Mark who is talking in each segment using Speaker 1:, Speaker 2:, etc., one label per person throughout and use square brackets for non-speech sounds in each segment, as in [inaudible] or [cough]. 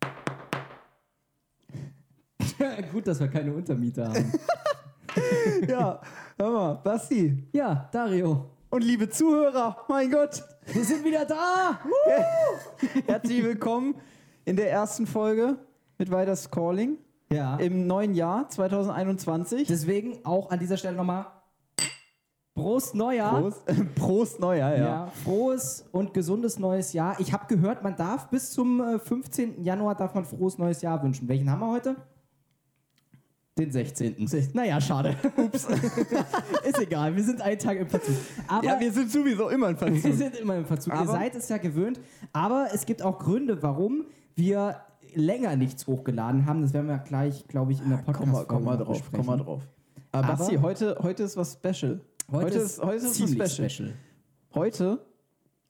Speaker 1: [laughs] Gut, dass wir keine Untermieter [laughs] haben.
Speaker 2: ja, hör mal, Basti.
Speaker 1: Ja, Dario,
Speaker 2: Und liebe Zuhörer, mein Gott,
Speaker 1: wir sind wieder da.
Speaker 2: herzlich willkommen in der ersten Folge mit Weiders Calling
Speaker 1: Ja.
Speaker 2: im neuen Jahr 2021.
Speaker 1: Deswegen auch an dieser Stelle nochmal Prost Neujahr.
Speaker 2: Prost, Prost Neujahr,
Speaker 1: Ja.
Speaker 2: ja.
Speaker 1: frohes und gesundes neues Jahr. Ich habe gehört, man darf bis zum äh, 15. Januar darf man frohes neues Jahr wünschen. Welchen haben wir heute? Den 16. Naja, schade. Ups. [laughs] Ist egal, wir sind einen Tag im Verzug. Aber
Speaker 2: Ja, wir sind sowieso immer
Speaker 1: [laughs]
Speaker 2: ein
Speaker 1: Wir
Speaker 2: Verzug.
Speaker 1: sind immer im Verzug. Ihr
Speaker 2: Aber-
Speaker 1: seid es ja gewöhnt. Aber es gibt auch Gründe, warum wir länger nichts hochgeladen haben. Das werden wir gleich, glaube ich, in der podcast
Speaker 2: Ah, Komm mal, komm mal
Speaker 1: noch
Speaker 2: drauf,
Speaker 1: besprechen.
Speaker 2: komm mal drauf. Aber
Speaker 1: Aber-
Speaker 2: Basti, heute, heute ist was special.
Speaker 1: Heute, ist, heute
Speaker 2: was
Speaker 1: ist ziemlich special.
Speaker 2: Heute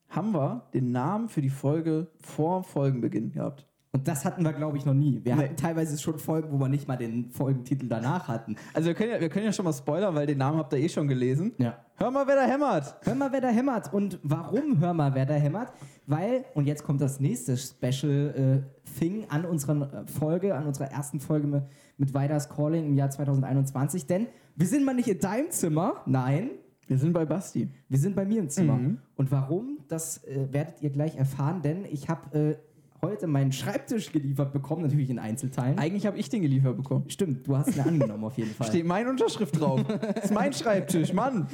Speaker 2: haben wir den Namen für die Folge vor Folgenbeginn gehabt.
Speaker 1: Und das hatten wir, glaube ich, noch nie. Wir
Speaker 2: Nee.
Speaker 1: hatten teilweise schon Folgen, wo wir nicht mal den Folgentitel danach hatten.
Speaker 2: Also wir können ja, wir können ja schon mal spoilern, weil den Namen habt ihr eh schon gelesen.
Speaker 1: Ja.
Speaker 2: Hör mal, wer da hämmert.
Speaker 1: Hör mal, wer da hämmert. Und warum hör mal, wer da hämmert? Weil, und jetzt kommt das nächste Special-Thing an unserer äh, Folge, an unserer ersten Folge mit, mit Weiders Calling im Jahr 2021. Denn wir sind mal nicht in deinem Zimmer, nein,
Speaker 2: Wir sind bei Basti.
Speaker 1: wir sind bei mir im Zimmer. Und warum, das äh, werdet ihr gleich erfahren, denn ich habe äh, heute meinen Schreibtisch geliefert bekommen, natürlich in Einzelteilen.
Speaker 2: Eigentlich habe ich den geliefert bekommen.
Speaker 1: Stimmt, du hast ihn angenommen auf jeden
Speaker 2: [laughs]
Speaker 1: Fall.
Speaker 2: Steht meine Unterschrift drauf. [laughs] ist mein Schreibtisch, Mann.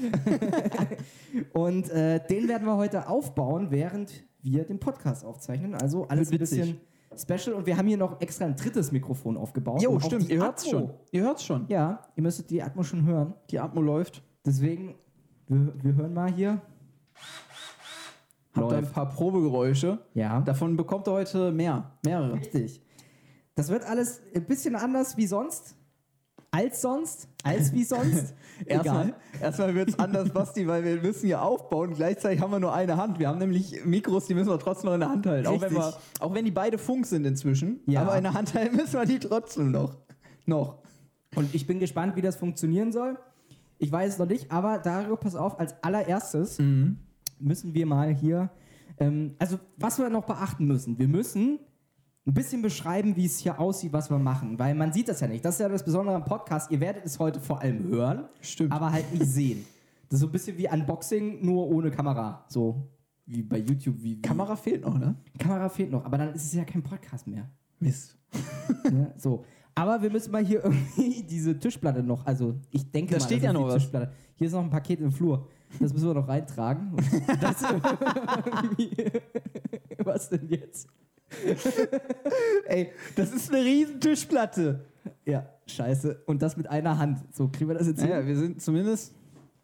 Speaker 1: Und äh, den werden wir heute aufbauen, während wir den Podcast aufzeichnen. Also alles ein
Speaker 2: Wird
Speaker 1: bisschen
Speaker 2: witzig.
Speaker 1: special. Und wir haben hier noch extra ein drittes Mikrofon aufgebaut.
Speaker 2: Jo,
Speaker 1: Und auch
Speaker 2: stimmt,
Speaker 1: die
Speaker 2: Oh, ihr hört's
Speaker 1: Atmo.
Speaker 2: schon. Ihr hört's schon.
Speaker 1: Ja, ihr müsstet die Atmo schon hören.
Speaker 2: Die Atmo läuft.
Speaker 1: Deswegen, wir, wir hören mal hier.
Speaker 2: Habt da ein
Speaker 1: Läuft.
Speaker 2: paar Probegeräusche.
Speaker 1: Ja,
Speaker 2: Davon bekommt ihr heute mehr. Mehrere.
Speaker 1: richtig. Das wird alles ein bisschen anders wie sonst. Als sonst. Als wie
Speaker 2: [laughs]
Speaker 1: sonst.
Speaker 2: Erstmal, erstmal wird es anders, Basti, weil wir müssen ja aufbauen. Gleichzeitig haben wir nur eine Hand. Wir haben nämlich Mikros, die müssen wir trotzdem noch in der Hand halten. Auch wenn,
Speaker 1: Richtig.
Speaker 2: wir, auch wenn die beide Funk sind inzwischen.
Speaker 1: Ja.
Speaker 2: Aber in der Hand halten müssen wir die trotzdem noch. Noch.
Speaker 1: Und ich bin gespannt, wie das funktionieren soll. Ich weiß es noch nicht, aber Dario, pass auf, als allererstes müssen wir mal hier. Ähm, also, was wir noch beachten müssen, wir müssen ein bisschen beschreiben, wie es hier aussieht, was wir machen, weil man sieht das ja nicht. Das ist ja das Besondere am Podcast. Ihr werdet es heute vor allem hören,
Speaker 2: Stimmt.
Speaker 1: aber halt nicht sehen. Das ist so ein bisschen wie Unboxing, nur ohne Kamera. So wie bei YouTube. Wie, wie.
Speaker 2: Kamera fehlt noch, ne?
Speaker 1: Kamera fehlt noch, aber dann ist es ja kein Podcast mehr.
Speaker 2: Mist.
Speaker 1: Ne? So. Aber wir müssen mal hier irgendwie [laughs] diese Tischplatte noch, also ich denke
Speaker 2: Da
Speaker 1: mal,
Speaker 2: steht
Speaker 1: das
Speaker 2: ja
Speaker 1: ist
Speaker 2: noch
Speaker 1: die
Speaker 2: was.
Speaker 1: Tischplatte. Hier ist noch ein Paket im Flur. Das müssen wir noch reintragen. Und
Speaker 2: [laughs]
Speaker 1: Das, [laughs] was denn jetzt?
Speaker 2: [laughs] Ey, das ist eine riesen Tischplatte.
Speaker 1: Ja, scheiße. Und das mit einer Hand. So, kriegen wir das jetzt
Speaker 2: Naja,
Speaker 1: hin?
Speaker 2: wir sind zumindest.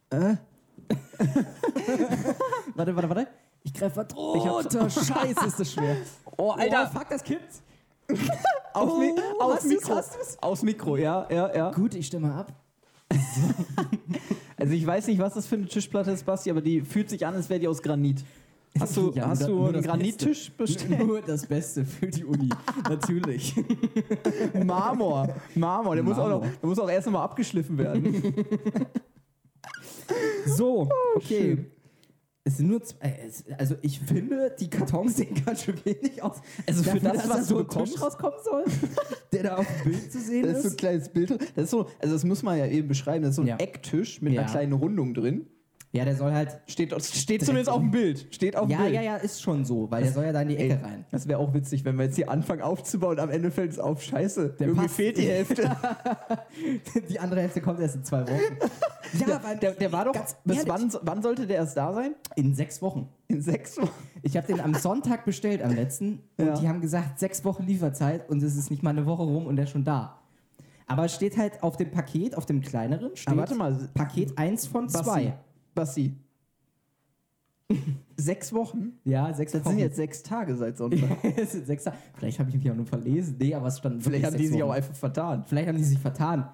Speaker 2: Äh?
Speaker 1: Warte, warte, warte. Ich greife mal drunter. [laughs] scheiße, ist das schwer.
Speaker 2: [laughs] Oh,
Speaker 1: Oh, fuck, das kippt.
Speaker 2: Auf, Mi
Speaker 1: Oh,
Speaker 2: aufs
Speaker 1: hast du's,
Speaker 2: Mikro.
Speaker 1: hast du's?
Speaker 2: Aufs Mikro, ja, ja, ja.
Speaker 1: Gut, ich stimme ab.
Speaker 2: Also ich weiß nicht, was das für eine Tischplatte ist, Basti, aber die fühlt sich an, als wäre die aus Granit. Hast [laughs] du,
Speaker 1: [laughs] Ja,
Speaker 2: hast
Speaker 1: nur-
Speaker 2: du
Speaker 1: nur
Speaker 2: einen
Speaker 1: das
Speaker 2: Granittisch
Speaker 1: [laughs]
Speaker 2: bestellt?
Speaker 1: Nur das Beste für die Uni. Natürlich.
Speaker 2: [laughs] Marmor, Marmor, der muss auch noch,
Speaker 1: Marmor.
Speaker 2: der muss auch erst nochmal abgeschliffen werden. [laughs]
Speaker 1: So, okay.
Speaker 2: Oh, schön.
Speaker 1: Es sind nur zwei, äh, es- also ich finde, die Kartons sehen [laughs] ganz schön wenig aus.
Speaker 2: Also für das,
Speaker 1: dass
Speaker 2: was
Speaker 1: da so
Speaker 2: du
Speaker 1: ein Tisch
Speaker 2: bekommst?
Speaker 1: rauskommen
Speaker 2: [laughs]
Speaker 1: soll, der da auf dem Bild zu sehen
Speaker 2: Das ist so ein
Speaker 1: ist.
Speaker 2: kleines Bild. Das ist so, also das muss man ja eben beschreiben. Das ist so ein
Speaker 1: Ja.
Speaker 2: Ecktisch mit einer
Speaker 1: Ja.
Speaker 2: kleinen Rundung drin.
Speaker 1: Ja, der soll halt.
Speaker 2: Steht, steht zumindest auf dem Bild. Steht auf dem
Speaker 1: Ja,
Speaker 2: Bild.
Speaker 1: ja, ja, ist schon so, weil der soll ja da in die
Speaker 2: Ey,
Speaker 1: Ecke rein.
Speaker 2: Das wäre auch witzig, wenn wir jetzt hier anfangen aufzubauen und am Ende fällt es auf, scheiße, irgendwie
Speaker 1: passt.
Speaker 2: fehlt die [laughs] Hälfte.
Speaker 1: Die andere Hälfte kommt erst in zwei
Speaker 2: [laughs]
Speaker 1: Wochen. ja, weil
Speaker 2: der, der war doch,
Speaker 1: Ganz
Speaker 2: bis
Speaker 1: ehrlich.
Speaker 2: wann, wann sollte der erst da sein?
Speaker 1: in sechs Wochen.
Speaker 2: In sechs Wochen?
Speaker 1: Ich habe den am Sonntag bestellt, am letzten. Und
Speaker 2: Ja.
Speaker 1: die haben gesagt, sechs Wochen Lieferzeit und es ist nicht mal eine Woche rum und der ist schon da. Aber es steht halt auf dem Paket, auf dem kleineren, steht
Speaker 2: Ah, warte mal.
Speaker 1: Paket 1 von 2.
Speaker 2: Basti. sechs Wochen?
Speaker 1: Ja, sechs
Speaker 2: Das sind
Speaker 1: [laughs]
Speaker 2: jetzt sechs Tage seit Sonntag.
Speaker 1: es sind sechs Tage. Vielleicht habe ich mich auch nur verlesen. Nee, aber es stand
Speaker 2: Vielleicht haben die
Speaker 1: wirklich
Speaker 2: sich
Speaker 1: sechs
Speaker 2: auch
Speaker 1: Wochen.
Speaker 2: einfach vertan.
Speaker 1: Vielleicht haben die sich vertan.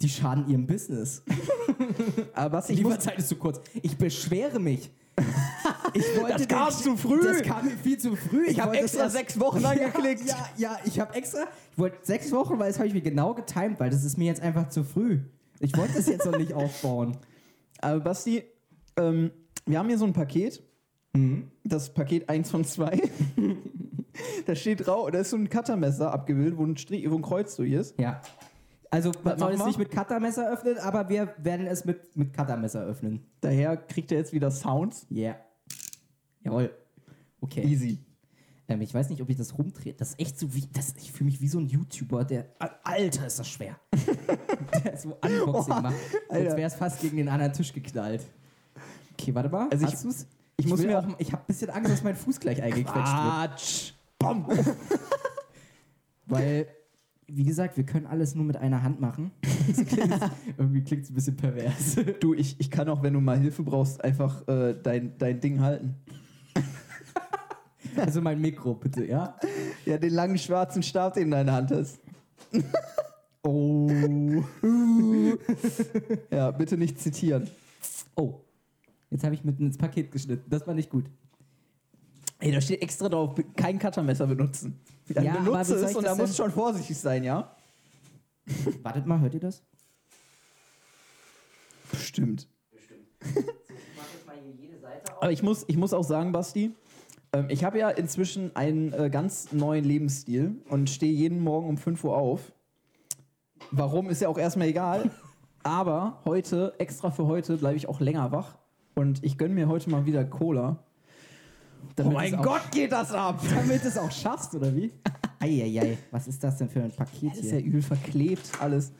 Speaker 1: Die schaden ihrem Business.
Speaker 2: [laughs] Aber Basti,
Speaker 1: Die
Speaker 2: ich muss,
Speaker 1: Lieferzeit ist zu kurz. Ich beschwere
Speaker 2: [laughs]
Speaker 1: mich. Ich wollte
Speaker 2: Das kam
Speaker 1: den-
Speaker 2: zu früh.
Speaker 1: Das kam mir viel zu früh.
Speaker 2: ich habe
Speaker 1: wollte
Speaker 2: extra
Speaker 1: das-
Speaker 2: sechs Wochen angeklickt.
Speaker 1: [laughs] Ja, ja, ja ich habe extra. Ich wollte sechs Wochen, weil das habe ich mir genau getimt, weil das ist mir jetzt einfach zu früh. Ich wollte das jetzt noch nicht [laughs] aufbauen.
Speaker 2: Aber Basti, ähm, wir haben hier so ein Paket. Das Paket 1 von 2. Da steht rau, da ist so ein Cuttermesser abgebildet, wo ein, Strich, wo ein Kreuz durch ist.
Speaker 1: Ja. Also man soll
Speaker 2: Was machen
Speaker 1: es
Speaker 2: wir?
Speaker 1: nicht mit Cuttermesser öffnen, aber wir werden es mit, mit Cuttermesser öffnen.
Speaker 2: Daher kriegt er jetzt wieder Sounds.
Speaker 1: Yeah. Jawohl. Okay.
Speaker 2: Easy.
Speaker 1: Ähm, ich weiß nicht, ob ich das rumdrehe. Das ist echt so wie. Das, ich fühle mich wie so ein YouTuber, der. [laughs] Alter, ist das schwer. der so Unboxing
Speaker 2: Boah,
Speaker 1: macht. Als
Speaker 2: Oh, Alter.
Speaker 1: wäre es fast gegen den anderen Tisch geknallt. Okay, warte mal.
Speaker 2: Also ich-
Speaker 1: Hast du's?
Speaker 2: ich muss
Speaker 1: will
Speaker 2: mir- Ah.
Speaker 1: auch. Ich habe ein bisschen Angst, dass mein Fuß gleich eingequetscht wird.
Speaker 2: Quatsch. Bam.
Speaker 1: Weil, wie gesagt, wir können alles nur mit einer Hand machen. [laughs] Das klingt, irgendwie klingt es ein bisschen pervers.
Speaker 2: Du, ich, ich kann auch, wenn du mal Hilfe brauchst, einfach äh, dein, dein Ding halten.
Speaker 1: Also mein Mikro, bitte, ja?
Speaker 2: Ja, den langen schwarzen Stab, den du in deiner Hand hast.
Speaker 1: Oh.
Speaker 2: Ja, bitte nicht zitieren.
Speaker 1: Oh. Jetzt habe ich mitten ins Paket geschnitten. Das war nicht gut.
Speaker 2: Ey, da steht extra drauf, be- kein Cuttermesser benutzen. Dann
Speaker 1: Ja, aber wie
Speaker 2: benutze
Speaker 1: soll
Speaker 2: es
Speaker 1: ich
Speaker 2: und
Speaker 1: das
Speaker 2: da muss
Speaker 1: denn-
Speaker 2: schon vorsichtig sein, ja?
Speaker 1: Wartet mal, hört ihr das?
Speaker 2: Bestimmt.
Speaker 1: Ich mache jetzt mal hier jede Seite auf.
Speaker 2: Aber ich muss, ich muss auch sagen, Basti, ähm, ich habe ja inzwischen einen äh, ganz neuen Lebensstil und stehe jeden Morgen um 5 Uhr auf. Warum ist ja auch erstmal egal. Aber heute, extra für heute, bleibe ich auch länger wach. Und ich gönne mir heute mal wieder Cola.
Speaker 1: Damit es auch-
Speaker 2: Oh geht das [laughs] ab!
Speaker 1: Damit du es auch schaffst, oder wie? Eieiei, was ist das denn für ein Paket
Speaker 2: Das ist ja
Speaker 1: hier?
Speaker 2: übel verklebt alles.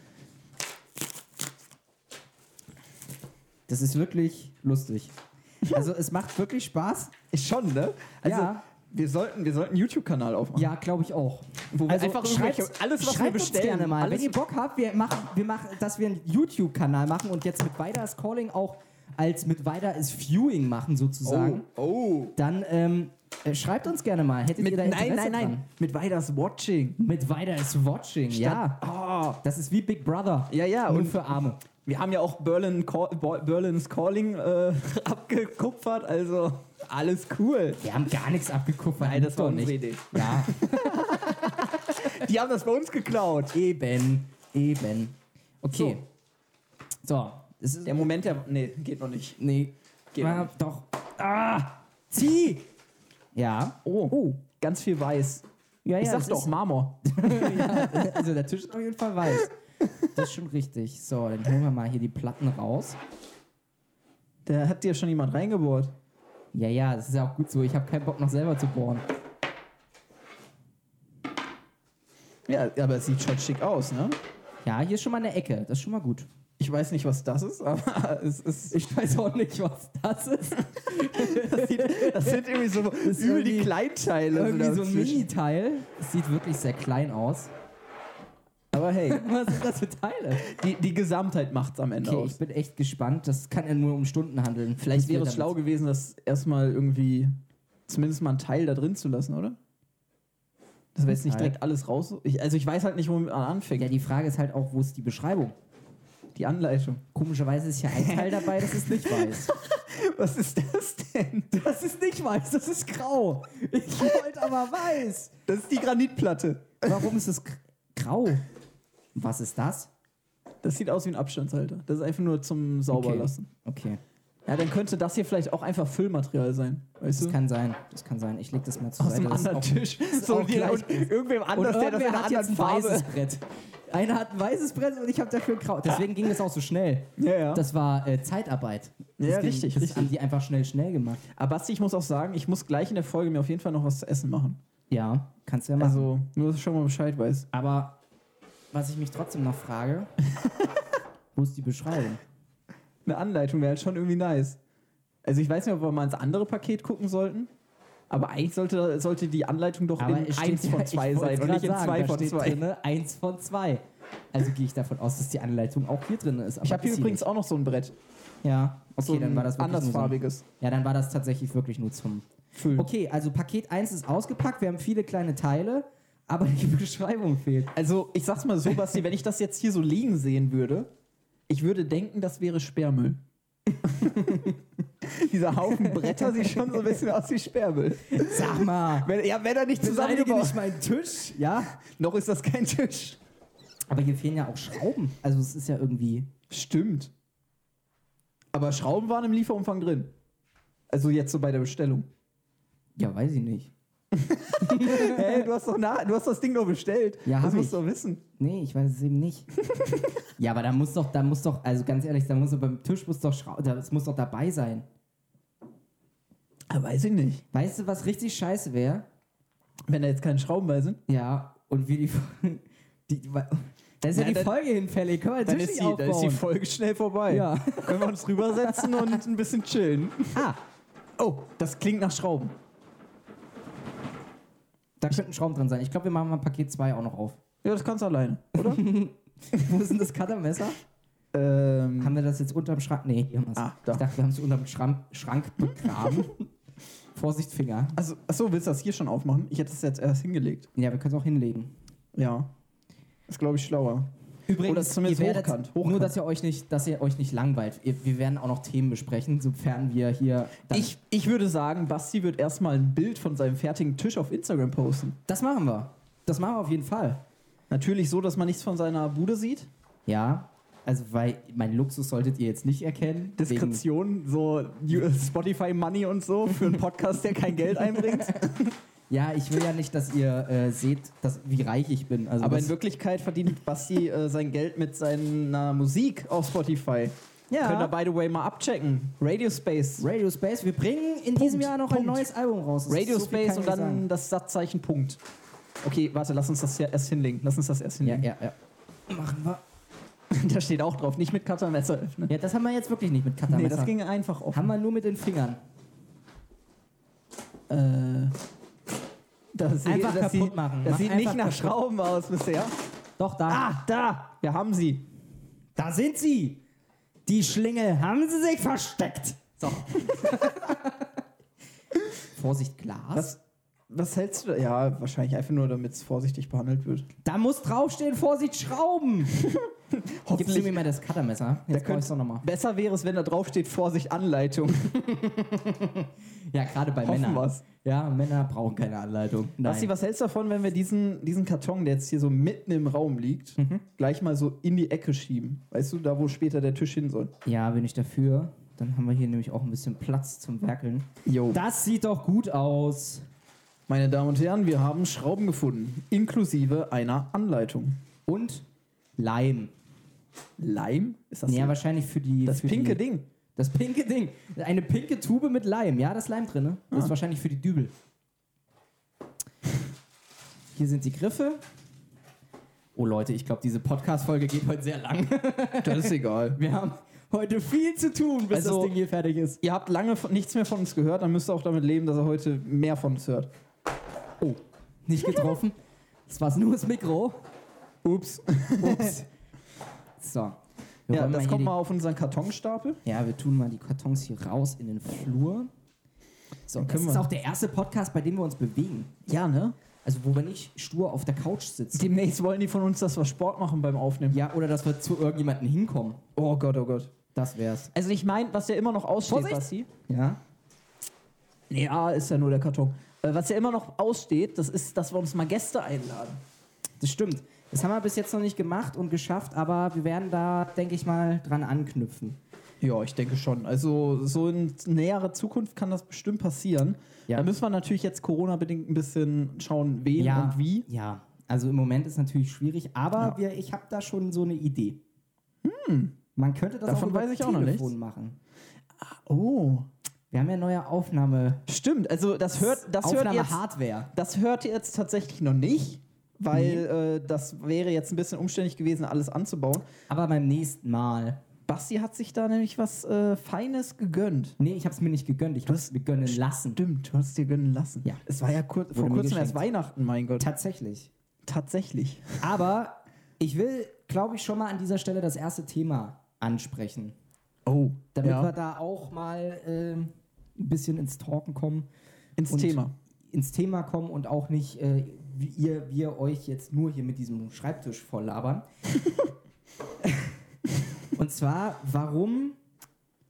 Speaker 1: Das ist wirklich lustig. Also es macht wirklich Spaß.
Speaker 2: Ist schon, ne? Also,
Speaker 1: Ja.
Speaker 2: wir sollten, wir sollten einen YouTube-Kanal aufmachen.
Speaker 1: Ja, glaube ich auch. Also
Speaker 2: Wo wir Also einfach irgendwelche- alles, was wir
Speaker 1: schreibt uns
Speaker 2: bestellen,
Speaker 1: gerne mal.
Speaker 2: alles-
Speaker 1: Wenn ihr Bock habt, wir machen, wir machen, dass wir einen YouTube-Kanal machen und jetzt mit Weiter ist Calling auch als mit Weiter ist Viewing machen sozusagen.
Speaker 2: oh.
Speaker 1: Dann ähm, äh, schreibt uns gerne mal. Hättet
Speaker 2: Mit,
Speaker 1: ihr da
Speaker 2: nein,
Speaker 1: Interesse
Speaker 2: nein, nein.
Speaker 1: Dran?
Speaker 2: Mit Weiders Watching.
Speaker 1: Mit Weiter ist Watching, ja.
Speaker 2: Oh.
Speaker 1: Das ist wie Big Brother.
Speaker 2: Ja, ja,
Speaker 1: Nur
Speaker 2: und-
Speaker 1: für Arme.
Speaker 2: Wir haben ja auch Berlin Call, Bo- Berlin's Calling äh, [laughs] abgekupfert, also alles cool.
Speaker 1: Wir haben gar nichts abgekupfert.
Speaker 2: Nein, das war
Speaker 1: Doch
Speaker 2: unsere Idee.
Speaker 1: Ja,
Speaker 2: Die haben das bei uns geklaut.
Speaker 1: eben. Eben. Okay. So. Es ist,
Speaker 2: Der Moment, der. Nee, geht noch nicht.
Speaker 1: nee.
Speaker 2: Geht
Speaker 1: Ah,
Speaker 2: nicht.
Speaker 1: doch.
Speaker 2: Zieh!
Speaker 1: Ja.
Speaker 2: Oh, ganz viel weiß.
Speaker 1: Ja,
Speaker 2: ich sag
Speaker 1: das
Speaker 2: doch, [laughs]
Speaker 1: ist-
Speaker 2: Marmor.
Speaker 1: Also der Tisch ist auf jeden Fall weiß. Das ist schon richtig. So, dann holen wir mal hier die Platten raus.
Speaker 2: Da hat dir schon jemand reingebohrt.
Speaker 1: Ja, ja, das ist ja auch gut so. Ich habe keinen Bock noch selber zu bohren.
Speaker 2: Ja, aber es sieht schon schick aus, ne?
Speaker 1: Ja, hier ist schon mal eine Ecke. Das ist schon mal gut.
Speaker 2: Ich weiß nicht, was das ist, [laughs] aber Ah, es ist.
Speaker 1: Ich weiß auch nicht, was das ist.
Speaker 2: Das, sieht, das sind irgendwie so
Speaker 1: ist
Speaker 2: übel die
Speaker 1: irgendwie-
Speaker 2: Kleinteile.
Speaker 1: Irgendwie so ein
Speaker 2: dazwischen.
Speaker 1: Mini-Teil. Das sieht wirklich sehr klein aus.
Speaker 2: Aber [laughs] hey,
Speaker 1: Was sind das für Teile?
Speaker 2: die, die Gesamtheit macht's am Ende
Speaker 1: Okay,
Speaker 2: aus.
Speaker 1: ich bin echt gespannt. Das kann ja nur um Stunden handeln.
Speaker 2: Genau. Vielleicht
Speaker 1: Bis wir
Speaker 2: wäre
Speaker 1: damit-
Speaker 2: es schlau gewesen, das erstmal irgendwie zumindest mal einen Teil da drin zu lassen, oder? Das wäre jetzt nicht
Speaker 1: Teil.
Speaker 2: direkt alles raus. Ich, also ich weiß halt nicht, wo man anfängt.
Speaker 1: Ja, die Frage ist halt auch, wo ist die Beschreibung?
Speaker 2: Die Anleitung.
Speaker 1: Komischerweise ist hier ein Teil dabei, das ist nicht
Speaker 2: [laughs]
Speaker 1: weiß.
Speaker 2: Was ist das denn?
Speaker 1: Das ist nicht weiß, das ist grau.
Speaker 2: [laughs]
Speaker 1: Ich wollte aber weiß.
Speaker 2: Das ist die Granitplatte.
Speaker 1: Warum ist es gr- grau? Was ist das?
Speaker 2: Das sieht aus wie ein Abstandshalter. Das ist einfach nur zum
Speaker 1: Okay.
Speaker 2: Sauberlassen.
Speaker 1: Okay,
Speaker 2: Ja, dann könnte das hier vielleicht auch einfach Füllmaterial sein. Weißt
Speaker 1: das
Speaker 2: du?
Speaker 1: kann sein. Das kann sein. Ich leg das mal zur
Speaker 2: Aus
Speaker 1: Seite.
Speaker 2: einem
Speaker 1: das ist
Speaker 2: anderen
Speaker 1: auch-
Speaker 2: Tisch. So
Speaker 1: auch
Speaker 2: die,
Speaker 1: gleich
Speaker 2: und irgendwem
Speaker 1: Und
Speaker 2: anders, der das in
Speaker 1: irgendwer
Speaker 2: einer
Speaker 1: hat jetzt
Speaker 2: anderen
Speaker 1: ein
Speaker 2: Farbe.
Speaker 1: [laughs] weißes Brett. Einer hat ein weißes Brett und ich habe dafür ein grau. Deswegen ging das auch so schnell.
Speaker 2: [laughs] Ja, ja.
Speaker 1: Das war äh, Zeitarbeit. Das
Speaker 2: Ja,
Speaker 1: ging,
Speaker 2: richtig,
Speaker 1: Das
Speaker 2: richtig.
Speaker 1: haben die einfach schnell, schnell gemacht.
Speaker 2: Aber Basti, ich muss auch sagen, ich muss gleich in der Folge mir auf jeden Fall noch was zu essen machen.
Speaker 1: Ja, kannst du ja machen.
Speaker 2: Also, nur dass du schon mal Bescheid weißt.
Speaker 1: Aber was ich mich trotzdem noch frage, wo ist die Beschreibung?
Speaker 2: eine Anleitung wäre halt schon irgendwie nice. Also ich weiß nicht, ob wir mal ins andere Paket gucken sollten, aber eigentlich sollte, sollte die Anleitung doch in
Speaker 1: es
Speaker 2: eins
Speaker 1: steht
Speaker 2: von
Speaker 1: ja- [laughs]
Speaker 2: zwei
Speaker 1: ich wollt's
Speaker 2: sein und
Speaker 1: grad
Speaker 2: nicht in
Speaker 1: sagen,
Speaker 2: zwei
Speaker 1: da
Speaker 2: von
Speaker 1: steht
Speaker 2: zwei.
Speaker 1: Drin, eins von zwei. Also gehe ich davon aus, dass die Anleitung auch hier drin ist. aber
Speaker 2: Ich
Speaker 1: ist
Speaker 2: habe hier
Speaker 1: sie
Speaker 2: übrigens auch noch so ein Brett.
Speaker 1: nicht. Ja, okay,
Speaker 2: So ein
Speaker 1: dann war das wirklich nur so ein-
Speaker 2: andersfarbiges.
Speaker 1: Ja, dann war das tatsächlich wirklich nur zum.
Speaker 2: Füll.
Speaker 1: Okay, also Paket 1 ist ausgepackt, wir haben viele kleine Teile, aber die [laughs] Beschreibung fehlt.
Speaker 2: Also ich
Speaker 1: [laughs]
Speaker 2: sag's mal so, Basti, wenn ich das jetzt hier so liegen sehen würde, ich würde denken, das wäre Sperrmüll. [laughs] Dieser Haufen Bretter sieht schon so ein bisschen aus wie Sperrmüll.
Speaker 1: Sag mal,
Speaker 2: Wenn, ja, wenn er nicht
Speaker 1: beseitige
Speaker 2: zusammengebaut
Speaker 1: nicht meinen Tisch, ja?
Speaker 2: Noch ist das kein Tisch.
Speaker 1: Aber hier fehlen ja auch Schrauben. Also es ist ja irgendwie
Speaker 2: Stimmt. Aber [laughs] Schrauben waren im Lieferumfang drin. Also jetzt so bei der Bestellung.
Speaker 1: Ja, weiß ich nicht.
Speaker 2: Hey, du hast, doch na, du hast das Ding doch bestellt.
Speaker 1: Ja,
Speaker 2: das
Speaker 1: hab
Speaker 2: musst
Speaker 1: ich.
Speaker 2: du doch wissen.
Speaker 1: Nee, ich weiß es eben
Speaker 2: [laughs]
Speaker 1: nicht. ja, aber da muss doch, da muss doch, also ganz ehrlich, da muss doch beim Tisch muss doch Schrau da- das muss doch dabei sein.
Speaker 2: Aber weiß ich nicht.
Speaker 1: Weißt du, was richtig scheiße wäre?
Speaker 2: Wenn da jetzt keine Schrauben bei sind,
Speaker 1: Ja, und wir die, die Da ist
Speaker 2: Nein,
Speaker 1: ja die
Speaker 2: dann-
Speaker 1: Folge hinfällig. Können wir den
Speaker 2: dann
Speaker 1: Tisch
Speaker 2: ist, die,
Speaker 1: nicht aufbauen.
Speaker 2: dann ist die Folge schnell vorbei.
Speaker 1: Ja.
Speaker 2: [laughs] Können wir uns rübersetzen und ein bisschen chillen.
Speaker 1: Ah,
Speaker 2: Oh, das klingt nach Schrauben.
Speaker 1: da könnten Schrauben drin sein. Ich glaube, wir machen mal Paket 2 auch noch auf. [laughs]
Speaker 2: Ja, das kannst du alleine.
Speaker 1: Wo ist denn das Cuttermesser?
Speaker 2: [laughs] Ähm,
Speaker 1: Haben wir das jetzt unterm Schrank? Nee, hier haben wir's.
Speaker 2: Ah, da.
Speaker 1: Ich dachte, wir haben es unterm Schrank, Schrank
Speaker 2: [laughs]
Speaker 1: begraben. Vorsicht, Finger.
Speaker 2: also, achso, willst du das hier schon aufmachen? Ich hätte das jetzt erst hingelegt.
Speaker 1: Ja, wir können es auch hinlegen.
Speaker 2: Ja. Ist, glaube ich, schlauer.
Speaker 1: Übrigens,
Speaker 2: Oder zumindest
Speaker 1: ihr werdet,
Speaker 2: hochkant,
Speaker 1: Nur,
Speaker 2: hochkant.
Speaker 1: dass ihr euch nicht, dass ihr euch nicht langweilt. Ihr, wir werden auch noch Themen besprechen, sofern wir hier. dann-
Speaker 2: Ich, ich würde sagen, Basti wird erstmal ein Bild von seinem fertigen Tisch auf Instagram posten.
Speaker 1: das machen wir. Das machen wir auf jeden Fall.
Speaker 2: Natürlich so, dass man nichts von seiner Bude sieht.
Speaker 1: Ja, also weil mein Luxus solltet ihr jetzt nicht erkennen. wegen-
Speaker 2: Diskretion, so Spotify Money und so für einen Podcast, der kein Geld einbringt.
Speaker 1: Also Ja, ich will ja nicht, dass ihr äh, seht, dass, wie reich ich bin. Also
Speaker 2: Aber in
Speaker 1: das,
Speaker 2: Wirklichkeit verdient Basti äh, sein Geld mit seiner Musik auf Spotify.
Speaker 1: Ja.
Speaker 2: Könnt ihr, by the way, mal abchecken. Radio Space.
Speaker 1: Radio Space, wir bringen in diesem Jahr noch ein
Speaker 2: Punkt.
Speaker 1: neues Album raus. Das
Speaker 2: Radio
Speaker 1: so viel
Speaker 2: Space
Speaker 1: kann
Speaker 2: und
Speaker 1: ich
Speaker 2: dann
Speaker 1: sagen.
Speaker 2: das Satzzeichen Punkt. Okay, warte, lass uns das ja erst hinlegen. Lass uns das erst
Speaker 1: Ja,
Speaker 2: hinlegen.
Speaker 1: ja, ja. Mhm. Machen wir.
Speaker 2: [laughs] Da steht auch drauf, nicht mit Cuttermesser öffnen.
Speaker 1: Ja, das haben wir jetzt wirklich nicht mit
Speaker 2: nee,
Speaker 1: Cuttermesser.
Speaker 2: das ging einfach auf.
Speaker 1: haben wir nur mit den Fingern.
Speaker 2: Äh, das sieht,
Speaker 1: Einfach
Speaker 2: das
Speaker 1: kaputt
Speaker 2: sieht,
Speaker 1: machen.
Speaker 2: Das
Speaker 1: Mach
Speaker 2: sieht
Speaker 1: einfach
Speaker 2: nicht nach
Speaker 1: kaputt.
Speaker 2: Schrauben aus bisher.
Speaker 1: Doch, da.
Speaker 2: Ah, da! Wir haben sie.
Speaker 1: Da sind sie! Die Schlinge haben sie sich versteckt! So. [laughs] Vorsicht, Glas.
Speaker 2: Was, was hältst du da? Ja, wahrscheinlich einfach nur, damit es vorsichtig behandelt wird.
Speaker 1: Da muss draufstehen, Vorsicht, Schrauben! Gib mir mal das Cuttermesser.
Speaker 2: Da
Speaker 1: Jetzt brauch ich's
Speaker 2: könnt,
Speaker 1: doch nochmal.
Speaker 2: besser wäre es, wenn da draufsteht, Vorsicht, Anleitung.
Speaker 1: Ja, gerade bei
Speaker 2: Hoffen
Speaker 1: Männern.
Speaker 2: wir's.
Speaker 1: Ja, Männer brauchen keine Anleitung. Nein.
Speaker 2: Basti, was hältst du davon, wenn wir diesen, diesen Karton, der jetzt hier so mitten im Raum liegt, gleich mal so in die Ecke schieben? Weißt du, da wo später der Tisch hin soll?
Speaker 1: Ja, bin ich dafür. Dann haben wir hier nämlich auch ein bisschen Platz zum Werkeln.
Speaker 2: Jo.
Speaker 1: Das sieht doch gut aus.
Speaker 2: Meine Damen und Herren, wir haben Schrauben gefunden, inklusive einer Anleitung.
Speaker 1: Und Leim.
Speaker 2: Leim? Ist das
Speaker 1: Ja,
Speaker 2: hier?
Speaker 1: wahrscheinlich für die.
Speaker 2: das
Speaker 1: für
Speaker 2: pinke
Speaker 1: die,
Speaker 2: Ding?
Speaker 1: Das pinke Ding. Eine pinke Tube mit Leim. Ja, da ist Leim drin. Ne? Das
Speaker 2: Ah.
Speaker 1: ist wahrscheinlich für die Dübel. Hier sind die Griffe. Oh Leute, ich glaube, diese Podcast-Folge geht heute sehr lang.
Speaker 2: [laughs]
Speaker 1: [laughs]
Speaker 2: Das ist egal.
Speaker 1: Wir haben heute viel zu tun, bis
Speaker 2: Also-
Speaker 1: das Ding hier fertig ist.
Speaker 2: Ihr habt lange von, nichts mehr von uns gehört, dann müsst ihr auch damit leben, dass ihr heute mehr von uns hört.
Speaker 1: Oh, nicht getroffen. Das war's nur das Mikro.
Speaker 2: Ups.
Speaker 1: Ups.
Speaker 2: [laughs]
Speaker 1: So. Wir
Speaker 2: Ja,
Speaker 1: räumen
Speaker 2: das
Speaker 1: hier
Speaker 2: kommt
Speaker 1: die-
Speaker 2: mal auf unseren Kartonstapel.
Speaker 1: Ja, wir tun mal die Kartons hier raus in den Flur. So,
Speaker 2: Dann
Speaker 1: das
Speaker 2: können
Speaker 1: ist
Speaker 2: wir-
Speaker 1: auch der erste Podcast, bei dem wir uns bewegen.
Speaker 2: Ja, ne?
Speaker 1: Also, wo wir nicht stur auf der Couch sitzen.
Speaker 2: Demnächst wollen die von uns, dass wir Sport machen beim Aufnehmen.
Speaker 1: Ja, oder dass wir zu irgendjemandem hinkommen.
Speaker 2: Oh Gott, oh Gott.
Speaker 1: Das wär's.
Speaker 2: Also ich meine, was ja immer noch aussteht,
Speaker 1: Vorsicht!
Speaker 2: Basti.
Speaker 1: Ja?
Speaker 2: Ja, ist ja nur der Karton. Äh, was ja immer noch aussteht, das ist, dass wir uns mal Gäste einladen.
Speaker 1: Das stimmt. Das haben wir bis jetzt noch nicht gemacht und geschafft, aber wir werden da, denke ich mal, dran anknüpfen.
Speaker 2: Ja, ich denke schon. Also so in näherer Zukunft kann das bestimmt passieren.
Speaker 1: Ja.
Speaker 2: Da müssen wir natürlich jetzt Corona-bedingt ein bisschen schauen, wen und wie.
Speaker 1: Ja. Also im Moment ist natürlich schwierig, aber
Speaker 2: Ja. Hm.
Speaker 1: wir, ich habe da schon so eine Idee. Man könnte das
Speaker 2: Davon
Speaker 1: auch über
Speaker 2: weiß ich auch noch
Speaker 1: Telefon
Speaker 2: nichts.
Speaker 1: machen.
Speaker 2: Oh.
Speaker 1: Wir haben ja neue Aufnahme.
Speaker 2: Stimmt, also das hört, das hört,
Speaker 1: Aufnahme
Speaker 2: jetzt,
Speaker 1: Hardware.
Speaker 2: das hört ihr jetzt tatsächlich noch nicht, weil äh, das wäre jetzt ein bisschen umständlich gewesen, alles anzubauen.
Speaker 1: Aber beim nächsten Mal.
Speaker 2: Basti hat sich da nämlich was äh, Feines gegönnt.
Speaker 1: Nee, ich hab's mir nicht gegönnt. Ich hab's mir gönnen lassen.
Speaker 2: Stimmt, du hast es dir gönnen lassen.
Speaker 1: Ja.
Speaker 2: Es war ja kur vor
Speaker 1: mir
Speaker 2: kurzem erst
Speaker 1: geschenkt.
Speaker 2: Weihnachten, mein Gott.
Speaker 1: Tatsächlich.
Speaker 2: tatsächlich.
Speaker 1: Aber ich will, glaube ich, schon mal an dieser Stelle das erste Thema ansprechen.
Speaker 2: Oh.
Speaker 1: Damit
Speaker 2: ja.
Speaker 1: wir da auch mal ähm, ein bisschen ins Talken kommen.
Speaker 2: Ins
Speaker 1: und-
Speaker 2: Thema.
Speaker 1: Ins Thema kommen und auch nicht, äh, wie ihr, wir euch jetzt nur hier mit diesem Schreibtisch voll labern. [laughs] und zwar, warum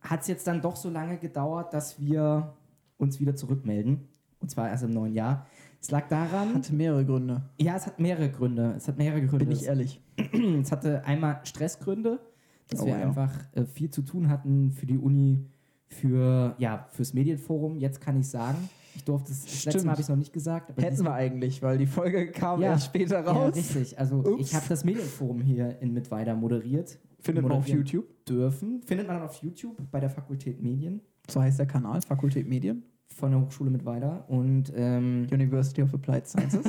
Speaker 1: hat es jetzt dann doch so lange gedauert, dass wir uns wieder zurückmelden? Und zwar erst im neuen Jahr. Es lag daran,
Speaker 2: Hatte mehrere Gründe,
Speaker 1: ja, es hat mehrere Gründe. Es hat mehrere Gründe.
Speaker 2: Hm? bin ich
Speaker 1: Es-
Speaker 2: ehrlich.
Speaker 1: es hatte einmal Stressgründe, dass
Speaker 2: Oh,
Speaker 1: wir
Speaker 2: ja.
Speaker 1: einfach äh, viel zu tun hatten für die Uni, für ja, fürs Medienforum. Jetzt kann ich sagen, Ich durfte es, das letzte
Speaker 2: Stimmt.
Speaker 1: Mal habe ich es noch nicht gesagt. aber
Speaker 2: Hätten wir eigentlich, weil die Folge kam
Speaker 1: Ja.
Speaker 2: erst später
Speaker 1: Ja,
Speaker 2: raus.
Speaker 1: richtig. Also
Speaker 2: Ups.
Speaker 1: ich habe das Medienforum hier in Mittweida moderiert.
Speaker 2: Findet man auf
Speaker 1: Moderieren
Speaker 2: YouTube.
Speaker 1: Dürfen. Findet man dann auf YouTube bei der Fakultät Medien
Speaker 2: So heißt der Kanal, Fakultät Medien,
Speaker 1: von der Hochschule Mittweida. Und, ähm,
Speaker 2: University of Applied Sciences.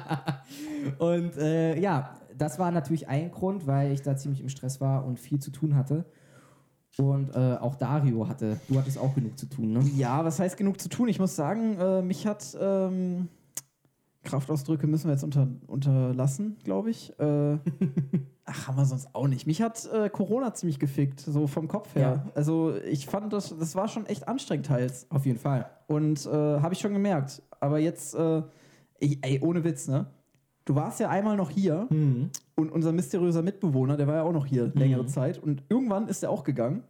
Speaker 1: [laughs] und äh, ja, das war natürlich ein Grund, weil ich da ziemlich im Stress war und viel zu tun hatte. Und äh, auch Dario hatte, du hattest auch genug zu tun, ne?
Speaker 2: ja, was heißt genug zu tun? Ich muss sagen, äh, mich hat ähm, Kraftausdrücke müssen wir jetzt unter, unterlassen, glaube ich. Äh, ach, haben wir sonst auch nicht. Mich hat äh, Corona ziemlich gefickt, so vom Kopf her. Also ich fand das, das war schon echt anstrengend teils.
Speaker 1: Auf jeden Fall.
Speaker 2: Und äh, habe ich schon gemerkt. Aber jetzt, äh, ich, ey, ohne Witz, ne? Du warst ja einmal noch hier
Speaker 1: Mhm.
Speaker 2: und unser mysteriöser Mitbewohner, der war ja auch noch hier längere
Speaker 1: Mhm.
Speaker 2: Zeit. Und irgendwann ist er auch gegangen.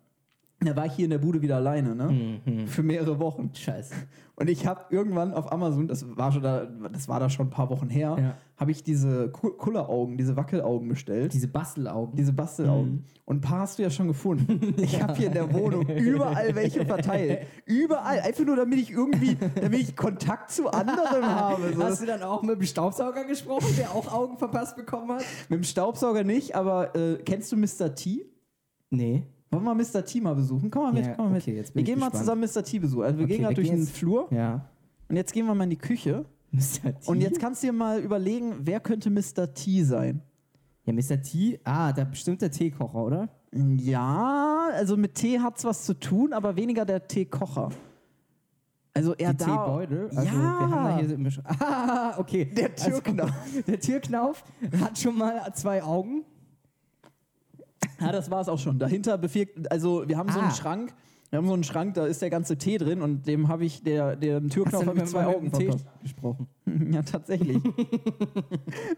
Speaker 2: Da war ich hier in der Bude wieder alleine, ne?
Speaker 1: Mhm.
Speaker 2: Für mehrere Wochen.
Speaker 1: Scheiße.
Speaker 2: Und ich habe irgendwann auf Amazon, das war, schon da, das war da schon ein paar Wochen her,
Speaker 1: Ja.
Speaker 2: habe ich diese Ku- Kulleraugen, diese Wackelaugen bestellt.
Speaker 1: Diese Bastelaugen.
Speaker 2: Diese Bastelaugen.
Speaker 1: Mhm.
Speaker 2: Und ein paar hast du ja
Speaker 1: [laughs]
Speaker 2: schon gefunden. Ich habe hier in der Wohnung überall welche verteilt. Überall. Einfach nur, damit ich irgendwie, damit ich Kontakt zu anderen habe. So.
Speaker 1: Hast du dann auch mit dem Staubsauger gesprochen, der auch Augen verpasst bekommen hat?
Speaker 2: Mit dem Staubsauger nicht, aber äh, kennst du Mr. T?
Speaker 1: Nee.
Speaker 2: Wollen wir Mr. T mal besuchen? Komm mal mit,
Speaker 1: Ja,
Speaker 2: komm mal mit.
Speaker 1: okay, jetzt
Speaker 2: wir
Speaker 1: bin
Speaker 2: gehen
Speaker 1: ich
Speaker 2: mal
Speaker 1: gespannt.
Speaker 2: zusammen Mr. T besuchen. Also wir
Speaker 1: Okay,
Speaker 2: gehen
Speaker 1: wir
Speaker 2: gerade durch
Speaker 1: gehen
Speaker 2: den
Speaker 1: jetzt-
Speaker 2: Flur
Speaker 1: Ja.
Speaker 2: und jetzt gehen wir mal in die Küche.
Speaker 1: Mr. T.
Speaker 2: Und jetzt kannst du dir mal überlegen, wer könnte Mr. T sein?
Speaker 1: Ja, Mr. T. Ah, da bestimmt der Teekocher, oder?
Speaker 2: Ja, also mit Tee hat's was zu tun, aber weniger der Teekocher. Also eher
Speaker 1: Die
Speaker 2: da.
Speaker 1: Teebeutel. Also
Speaker 2: ja.
Speaker 1: wir haben da hier so immer schon. [laughs] Ah, okay.
Speaker 2: der Türknauf.
Speaker 1: Also, [laughs] der Türknauf hat schon mal zwei Augen.
Speaker 2: ja, das war's auch schon. Dahinter befirgt, also wir haben so einen
Speaker 1: Ah.
Speaker 2: Schrank. Wir haben so einen Schrank, da ist der ganze Tee drin und dem habe ich, der, dem Türknauf habe ich zwei Augen
Speaker 1: Tee
Speaker 2: verpasst.
Speaker 1: gesprochen.
Speaker 2: [laughs]
Speaker 1: [laughs]
Speaker 2: Ja, tatsächlich.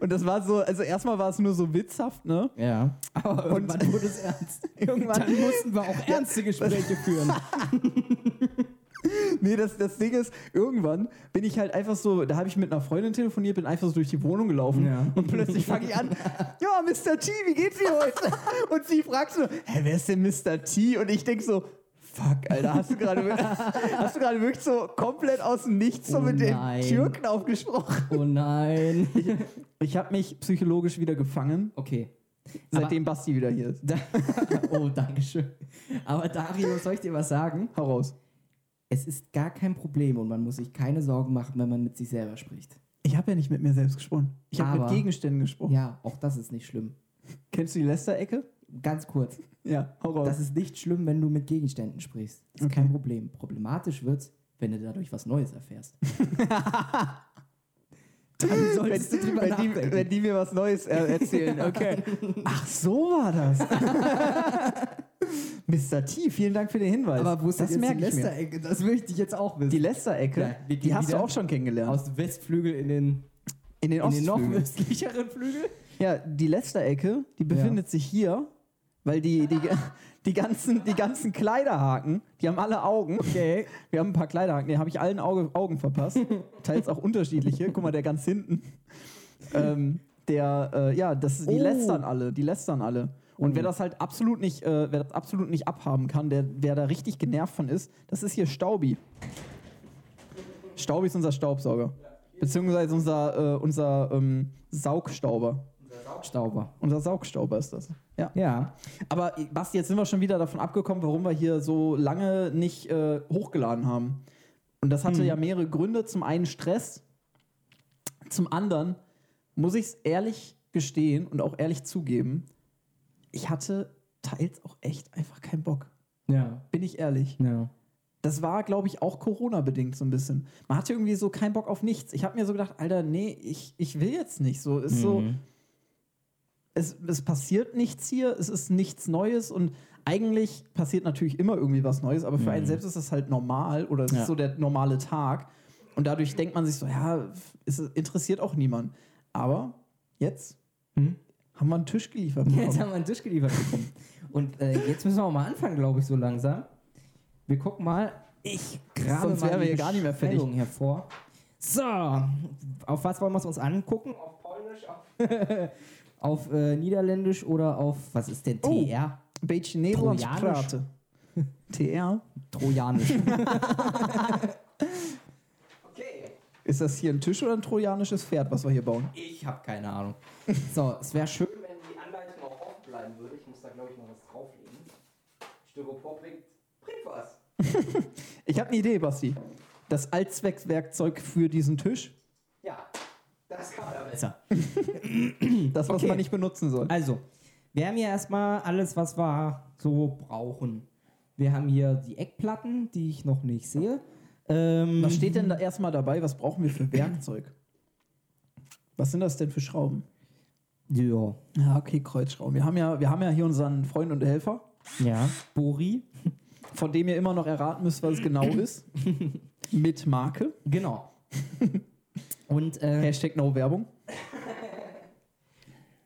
Speaker 2: und das war so, also erstmal war es nur so witzhaft, ne?
Speaker 1: Ja. Aber irgendwann
Speaker 2: [laughs]
Speaker 1: wurde es ernst.
Speaker 2: Irgendwann-
Speaker 1: Dann mussten wir
Speaker 2: [laughs]
Speaker 1: auch ernste Gespräche führen.
Speaker 2: Nee, das, das Ding ist, irgendwann bin ich halt einfach so, da habe ich mit einer Freundin telefoniert, bin einfach so durch die Wohnung gelaufen
Speaker 1: Ja.
Speaker 2: und plötzlich
Speaker 1: [laughs]
Speaker 2: fange ich an, ja, Mr. T, wie geht's dir heute? [laughs] Und sie fragt so, hä, wer ist denn Mr. T? Und ich denk so, fuck, Alter, hast du
Speaker 1: [laughs]
Speaker 2: gerade wir- hast du gerade wirklich so komplett aus dem Nichts so
Speaker 1: Oh
Speaker 2: mit
Speaker 1: nein.
Speaker 2: dem Türknauf gesprochen?
Speaker 1: Oh nein.
Speaker 2: Ich habe mich psychologisch wieder gefangen,
Speaker 1: [laughs] Okay.
Speaker 2: seitdem Basti wieder hier ist.
Speaker 1: Da [laughs] oh, Dankeschön. Aber Dario, soll ich dir was sagen?
Speaker 2: Hau raus.
Speaker 1: Es ist gar kein Problem und man muss sich keine Sorgen machen, wenn man mit sich selber spricht.
Speaker 2: Ich habe ja nicht mit mir selbst gesprochen. Ich habe mit
Speaker 1: Aber-
Speaker 2: Gegenständen gesprochen.
Speaker 1: Ja, auch das ist nicht schlimm.
Speaker 2: Oh. Kennst du die Lester-Ecke?
Speaker 1: Ganz kurz.
Speaker 2: Ja, hau raus.
Speaker 1: Das ist nicht schlimm, wenn du mit Gegenständen sprichst. Das ist
Speaker 2: Okay.
Speaker 1: kein Problem. Problematisch wird's, wenn du dadurch was Neues erfährst. Dann solltest du drüber
Speaker 2: [laughs] wenn,
Speaker 1: nachdenken.
Speaker 2: die, wenn die mir was Neues äh, [laughs] erzählen, okay. Ach, so war das. [laughs] Mr. T, vielen Dank für den Hinweis.
Speaker 1: Aber wo ist das
Speaker 2: das
Speaker 1: jetzt die
Speaker 2: merke ich mir.
Speaker 1: Lästerecke? Das möchte ich jetzt auch wissen.
Speaker 2: Die Lester-Ecke,
Speaker 1: Ja, wir
Speaker 2: die
Speaker 1: gehen
Speaker 2: hast du
Speaker 1: wieder
Speaker 2: auch schon kennengelernt.
Speaker 1: Aus dem Westflügel in den,
Speaker 2: in den
Speaker 1: in den noch
Speaker 2: Ostflügel.
Speaker 1: östlicheren Flügel?
Speaker 2: Ja, die Lester-Ecke, die befindet sich hier, weil die, [laughs] die, die, ganzen, die ganzen Kleiderhaken, die haben alle Augen.
Speaker 1: Okay.
Speaker 2: Wir haben ein paar Kleiderhaken, den habe ich allen Auge, Augen verpasst. Teils auch unterschiedliche. Guck mal, der ganz hinten. Ähm, der, äh, ja, das, die
Speaker 1: Oh.
Speaker 2: lästern alle, die lästern alle. Und wer
Speaker 1: Oh.
Speaker 2: das halt absolut nicht, äh, wer das absolut nicht abhaben kann, der, wer da richtig genervt von ist, das ist hier Staubi. Staubi ist unser Staubsauger. Beziehungsweise unser, äh, unser ähm, Saugstauber.
Speaker 1: Stauber.
Speaker 2: Unser Saugstauber ist das. Ja.
Speaker 1: Ja.
Speaker 2: Aber äh, Basti, jetzt sind wir schon wieder davon abgekommen, warum wir hier so lange nicht äh, hochgeladen haben. Und das hatte ja mehrere Gründe. Zum einen Stress, zum anderen muss ich es ehrlich gestehen und auch ehrlich zugeben, ich hatte teils auch echt einfach keinen Bock.
Speaker 1: Ja.
Speaker 2: Bin ich ehrlich.
Speaker 1: Ja.
Speaker 2: Das war, glaube ich, auch Corona-bedingt so ein bisschen. Man hatte irgendwie so keinen Bock auf nichts. Ich habe mir so gedacht, Alter, nee, ich, ich will jetzt nicht. So ist so,
Speaker 1: Mhm.
Speaker 2: es, es passiert nichts hier, es ist nichts Neues und eigentlich passiert natürlich immer irgendwie was Neues, aber für einen selbst ist das halt normal oder es
Speaker 1: Mhm. Ja.
Speaker 2: ist so der normale Tag. Und dadurch denkt man sich so, ja, es interessiert auch niemand. Aber jetzt
Speaker 1: Mhm.
Speaker 2: haben wir einen Tisch
Speaker 1: [laughs]
Speaker 2: geliefert.
Speaker 1: Jetzt
Speaker 2: Bekommen.
Speaker 1: haben wir einen Tisch geliefert bekommen. Und äh, jetzt müssen wir auch mal anfangen, glaube ich, so langsam. Wir gucken mal. Ich grabe
Speaker 2: Sonst
Speaker 1: mal
Speaker 2: wären
Speaker 1: die
Speaker 2: wir hier gar nicht mehr fertig.
Speaker 1: Bestellung hervor. So, auf was wollen wir es uns angucken? Auf Polnisch, auf, [laughs] auf äh, Niederländisch oder auf, was ist denn
Speaker 2: Oh.
Speaker 1: TR?
Speaker 2: Beige Nederlands
Speaker 1: Trojanisch.
Speaker 2: Prate. [laughs] TR.
Speaker 1: Trojanisch.
Speaker 2: [laughs] Ist das hier ein Tisch oder ein trojanisches Pferd, was wir hier bauen?
Speaker 1: Ich habe keine Ahnung. So, es wäre schön, wenn die Anleitung auch offen bleiben würde. Ich muss da, glaube ich, noch was drauflegen. Styropor bringt, bringt was.
Speaker 2: Ich habe eine Idee, Basti. Das Allzweckwerkzeug für diesen Tisch,
Speaker 1: Ja, das kann man damit. So.
Speaker 2: das, was
Speaker 1: Okay.
Speaker 2: man nicht benutzen soll.
Speaker 1: Also, wir haben hier erstmal alles, was wir so brauchen. Wir haben hier die Eckplatten, die ich noch nicht sehe. Ähm,
Speaker 2: Was steht denn da erstmal dabei? Was brauchen wir für Werkzeug? Was sind das denn für Schrauben?
Speaker 1: Ja.
Speaker 2: Ja, okay, Kreuzschrauben. Wir haben ja, wir haben ja hier unseren Freund und Helfer,
Speaker 1: ja. Bori.
Speaker 2: von dem ihr immer noch erraten müsst, was es [laughs] genau ist. Mit Marke. [laughs]
Speaker 1: Genau. Und äh,
Speaker 2: Hashtag No Werbung.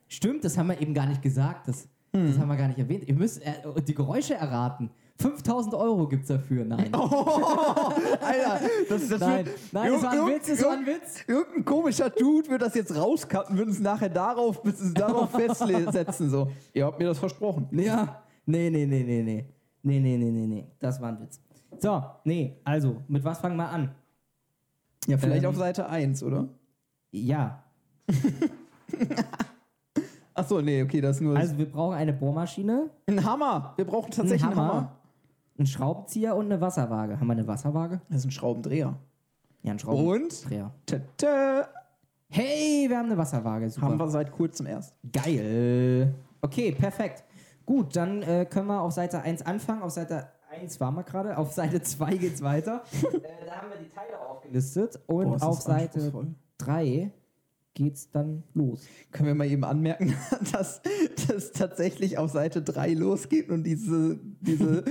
Speaker 1: Stimmt, das haben wir eben gar nicht gesagt. Das,
Speaker 2: Hm.
Speaker 1: das haben wir gar nicht erwähnt. Ihr müsst äh, die Geräusche erraten. 5000 Euro gibt es dafür. Nein.
Speaker 2: [laughs] Oh, Alter, das, das
Speaker 1: nein, nein, das war ein
Speaker 2: Irgend-
Speaker 1: Witz, das war ein Witz.
Speaker 2: Irgendein komischer Dude wird das jetzt rauskappen, wird uns nachher darauf, bis es [laughs] darauf festsetzen. So, ihr habt mir das versprochen.
Speaker 1: Ja. Nee, nee, nee, nee, nee. Nee, nee, nee, nee, nee. Das war ein Witz. So, nee, also, mit was fangen wir an?
Speaker 2: Ja, vielleicht
Speaker 1: Ähm.
Speaker 2: auf Seite 1, oder?
Speaker 1: Ja.
Speaker 2: Achso, nee, okay, das ist nur
Speaker 1: Also, wir brauchen eine Bohrmaschine,
Speaker 2: ein Hammer. Wir brauchen tatsächlich einen Hammer.
Speaker 1: Hammer. einen Schraubenzieher und eine Wasserwaage. Haben wir eine Wasserwaage?
Speaker 2: Das ist ein Schraubendreher.
Speaker 1: Ja, einen
Speaker 2: Und?
Speaker 1: Schraubendreher.
Speaker 2: Tada.
Speaker 1: Hey, wir haben eine Wasserwaage. Super.
Speaker 2: Haben wir seit kurzem erst.
Speaker 1: Geil. Okay, perfekt. Gut, dann äh, können wir auf Seite 1 anfangen. Auf Seite 1 waren wir gerade. Auf Seite 2 geht's
Speaker 2: [laughs]
Speaker 1: weiter. äh, da haben wir die Teile aufgelistet. Und
Speaker 2: Boah, ist
Speaker 1: auf
Speaker 2: das
Speaker 1: Seite
Speaker 2: anspruchsvoll.
Speaker 1: 3 geht's dann los.
Speaker 2: Können wir mal eben anmerken, [laughs] dass das tatsächlich auf Seite 3 losgeht und diese, [laughs] diese,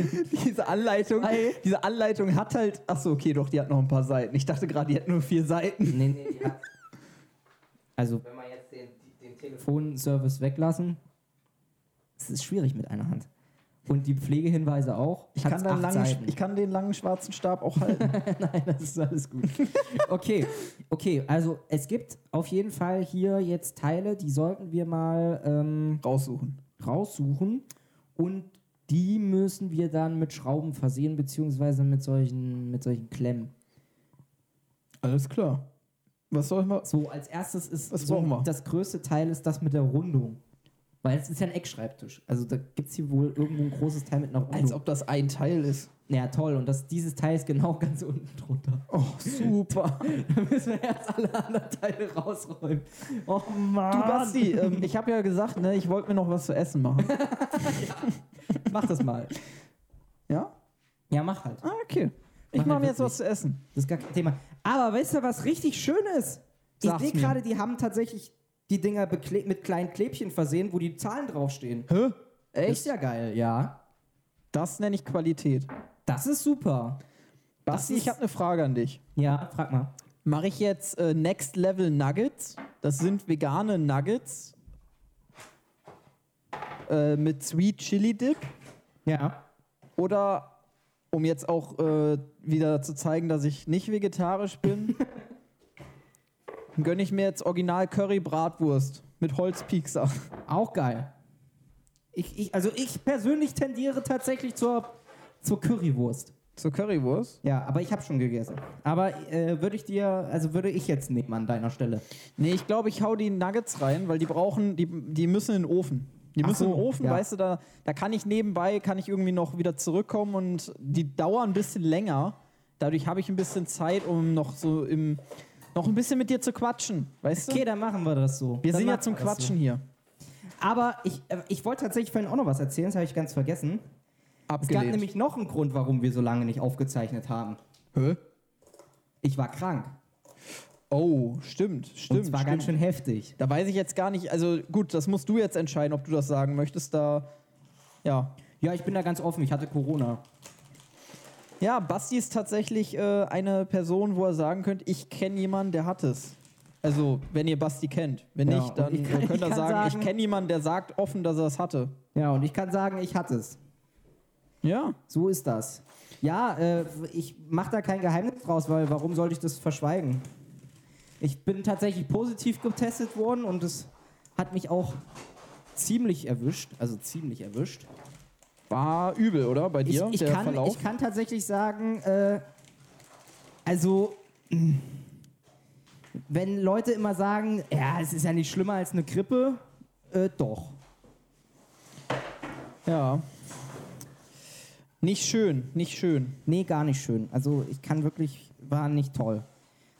Speaker 2: diese Anleitung,
Speaker 1: Hi.
Speaker 2: diese Anleitung hat halt, achso, okay, doch, die hat noch ein paar Seiten. Ich dachte gerade, die hat nur vier Seiten.
Speaker 1: Nee, nee, die hat. [laughs] Also, wenn wir jetzt den, den Telefonservice weglassen, es ist schwierig mit einer Hand. Und die Pflegehinweise auch.
Speaker 2: Ich kann,
Speaker 1: Hat's
Speaker 2: dann
Speaker 1: acht
Speaker 2: langen,
Speaker 1: Seiten.
Speaker 2: ich kann den langen schwarzen Stab auch [laughs] halten.
Speaker 1: Das ist alles gut. Okay, okay, also es gibt auf jeden Fall hier jetzt Teile, die sollten wir mal ähm,
Speaker 2: Raussuchen.
Speaker 1: raussuchen und die müssen wir dann mit Schrauben versehen, beziehungsweise mit solchen, mit solchen Klemmen.
Speaker 2: Alles klar. Was soll ich mal.
Speaker 1: So, als erstes ist
Speaker 2: Was
Speaker 1: so
Speaker 2: brauchen wir?
Speaker 1: das größte Teil ist das mit der Rundung. Weil es ist ja ein Eckschreibtisch. Also da gibt es hier wohl irgendwo ein großes Teil mit einer Rundung.
Speaker 2: Als ob das ein Teil ist.
Speaker 1: naja, toll. Und das, dieses Teil ist genau [laughs] ganz unten drunter.
Speaker 2: Oh, super.
Speaker 1: [laughs] Da müssen wir erst alle anderen Teile rausräumen. Oh Mann.
Speaker 2: Du, Basti, ähm, ich habe ja gesagt, ne, ich wollte mir noch was zu essen machen.
Speaker 1: Mach das mal.
Speaker 2: Ja?
Speaker 1: Ja, mach halt.
Speaker 2: Ah, okay. Ich
Speaker 1: Mach
Speaker 2: mache
Speaker 1: halt
Speaker 2: mir jetzt
Speaker 1: wirklich.
Speaker 2: was zu essen.
Speaker 1: Das ist gar kein Thema. Aber weißt du, was richtig schön ist? Ich
Speaker 2: Sag's
Speaker 1: sehe
Speaker 2: mir.
Speaker 1: gerade, die haben tatsächlich die Dinger bekle- mit kleinen Klebchen versehen, wo die Zahlen draufstehen.
Speaker 2: Hä?
Speaker 1: Ist ja geil, ja.
Speaker 2: Das nenne ich Qualität.
Speaker 1: Das ist super.
Speaker 2: Basti,
Speaker 1: ist-
Speaker 2: ich habe eine Frage an dich.
Speaker 1: Ja, frag mal.
Speaker 2: Mache ich jetzt äh, Next Level Nuggets? Das sind vegane Nuggets äh, mit Sweet Chili Dip.
Speaker 1: Ja.
Speaker 2: Oder um jetzt auch äh, wieder zu zeigen, dass ich nicht vegetarisch
Speaker 1: [laughs]
Speaker 2: bin, gönne ich mir jetzt Original Curry Bratwurst mit Holzpiekser. [laughs]
Speaker 1: Auch geil. Ich, ich, also ich persönlich tendiere tatsächlich zur, zur Currywurst.
Speaker 2: Zur Currywurst?
Speaker 1: Ja, aber ich habe schon gegessen. Aber äh, würde ich dir, also würde ich jetzt nehmen an deiner Stelle.
Speaker 2: Nee, ich glaube, ich hau die Nuggets rein, weil die brauchen, die, die müssen in den Ofen. Die
Speaker 1: Ach
Speaker 2: müssen in
Speaker 1: so,
Speaker 2: den Ofen,
Speaker 1: ja.
Speaker 2: weißt du, da, da kann ich nebenbei, kann ich irgendwie noch wieder zurückkommen und die dauern ein bisschen länger. Dadurch habe ich ein bisschen Zeit, um noch so im, noch ein bisschen mit dir zu quatschen, weißt du?
Speaker 1: Okay, dann machen wir das so.
Speaker 2: Wir
Speaker 1: Dann
Speaker 2: sind ja
Speaker 1: machen
Speaker 2: zum
Speaker 1: wir das so.
Speaker 2: Quatschen hier.
Speaker 1: Aber ich, äh, ich wollte tatsächlich vorhin auch noch was erzählen, das habe ich ganz vergessen. Es gab
Speaker 2: Abgelehnt.
Speaker 1: nämlich noch einen Grund, warum wir so lange nicht aufgezeichnet haben.
Speaker 2: Hä?
Speaker 1: Ich war krank.
Speaker 2: Oh, stimmt,
Speaker 1: Und
Speaker 2: stimmt.
Speaker 1: es war
Speaker 2: stimmt.
Speaker 1: ganz schön heftig.
Speaker 2: Da weiß ich jetzt gar nicht, also gut, das musst du jetzt entscheiden, ob du das sagen möchtest. Da, ja.
Speaker 1: Ja, ich bin da ganz offen, ich hatte Corona.
Speaker 2: Ja, Basti ist tatsächlich äh, eine Person, wo er sagen könnte, ich kenne jemanden, der hat es. Also, wenn ihr Basti kennt. Wenn
Speaker 1: Ja,
Speaker 2: nicht, dann
Speaker 1: und ich kann-
Speaker 2: äh, könnt ihr
Speaker 1: ich kann
Speaker 2: sagen, ich
Speaker 1: sagen-
Speaker 2: kenne jemanden, der sagt offen, dass er es hatte.
Speaker 1: Ja, und ich kann sagen, ich hatte es.
Speaker 2: Ja.
Speaker 1: So ist das. Ja, äh, ich mache da kein Geheimnis draus, weil warum sollte ich das verschweigen? Ich bin tatsächlich positiv getestet worden und es hat mich auch ziemlich erwischt, also ziemlich erwischt.
Speaker 2: War übel, oder? Bei
Speaker 1: Ich,
Speaker 2: dir?
Speaker 1: ich,
Speaker 2: der
Speaker 1: kann,
Speaker 2: Verlauf?
Speaker 1: ich kann tatsächlich sagen, äh, also mh, wenn Leute immer sagen, ja, es ist ja nicht schlimmer als eine Grippe, äh, doch.
Speaker 2: ja. Nicht schön, nicht schön.
Speaker 1: Nee, gar nicht schön. Also ich kann wirklich, war nicht toll.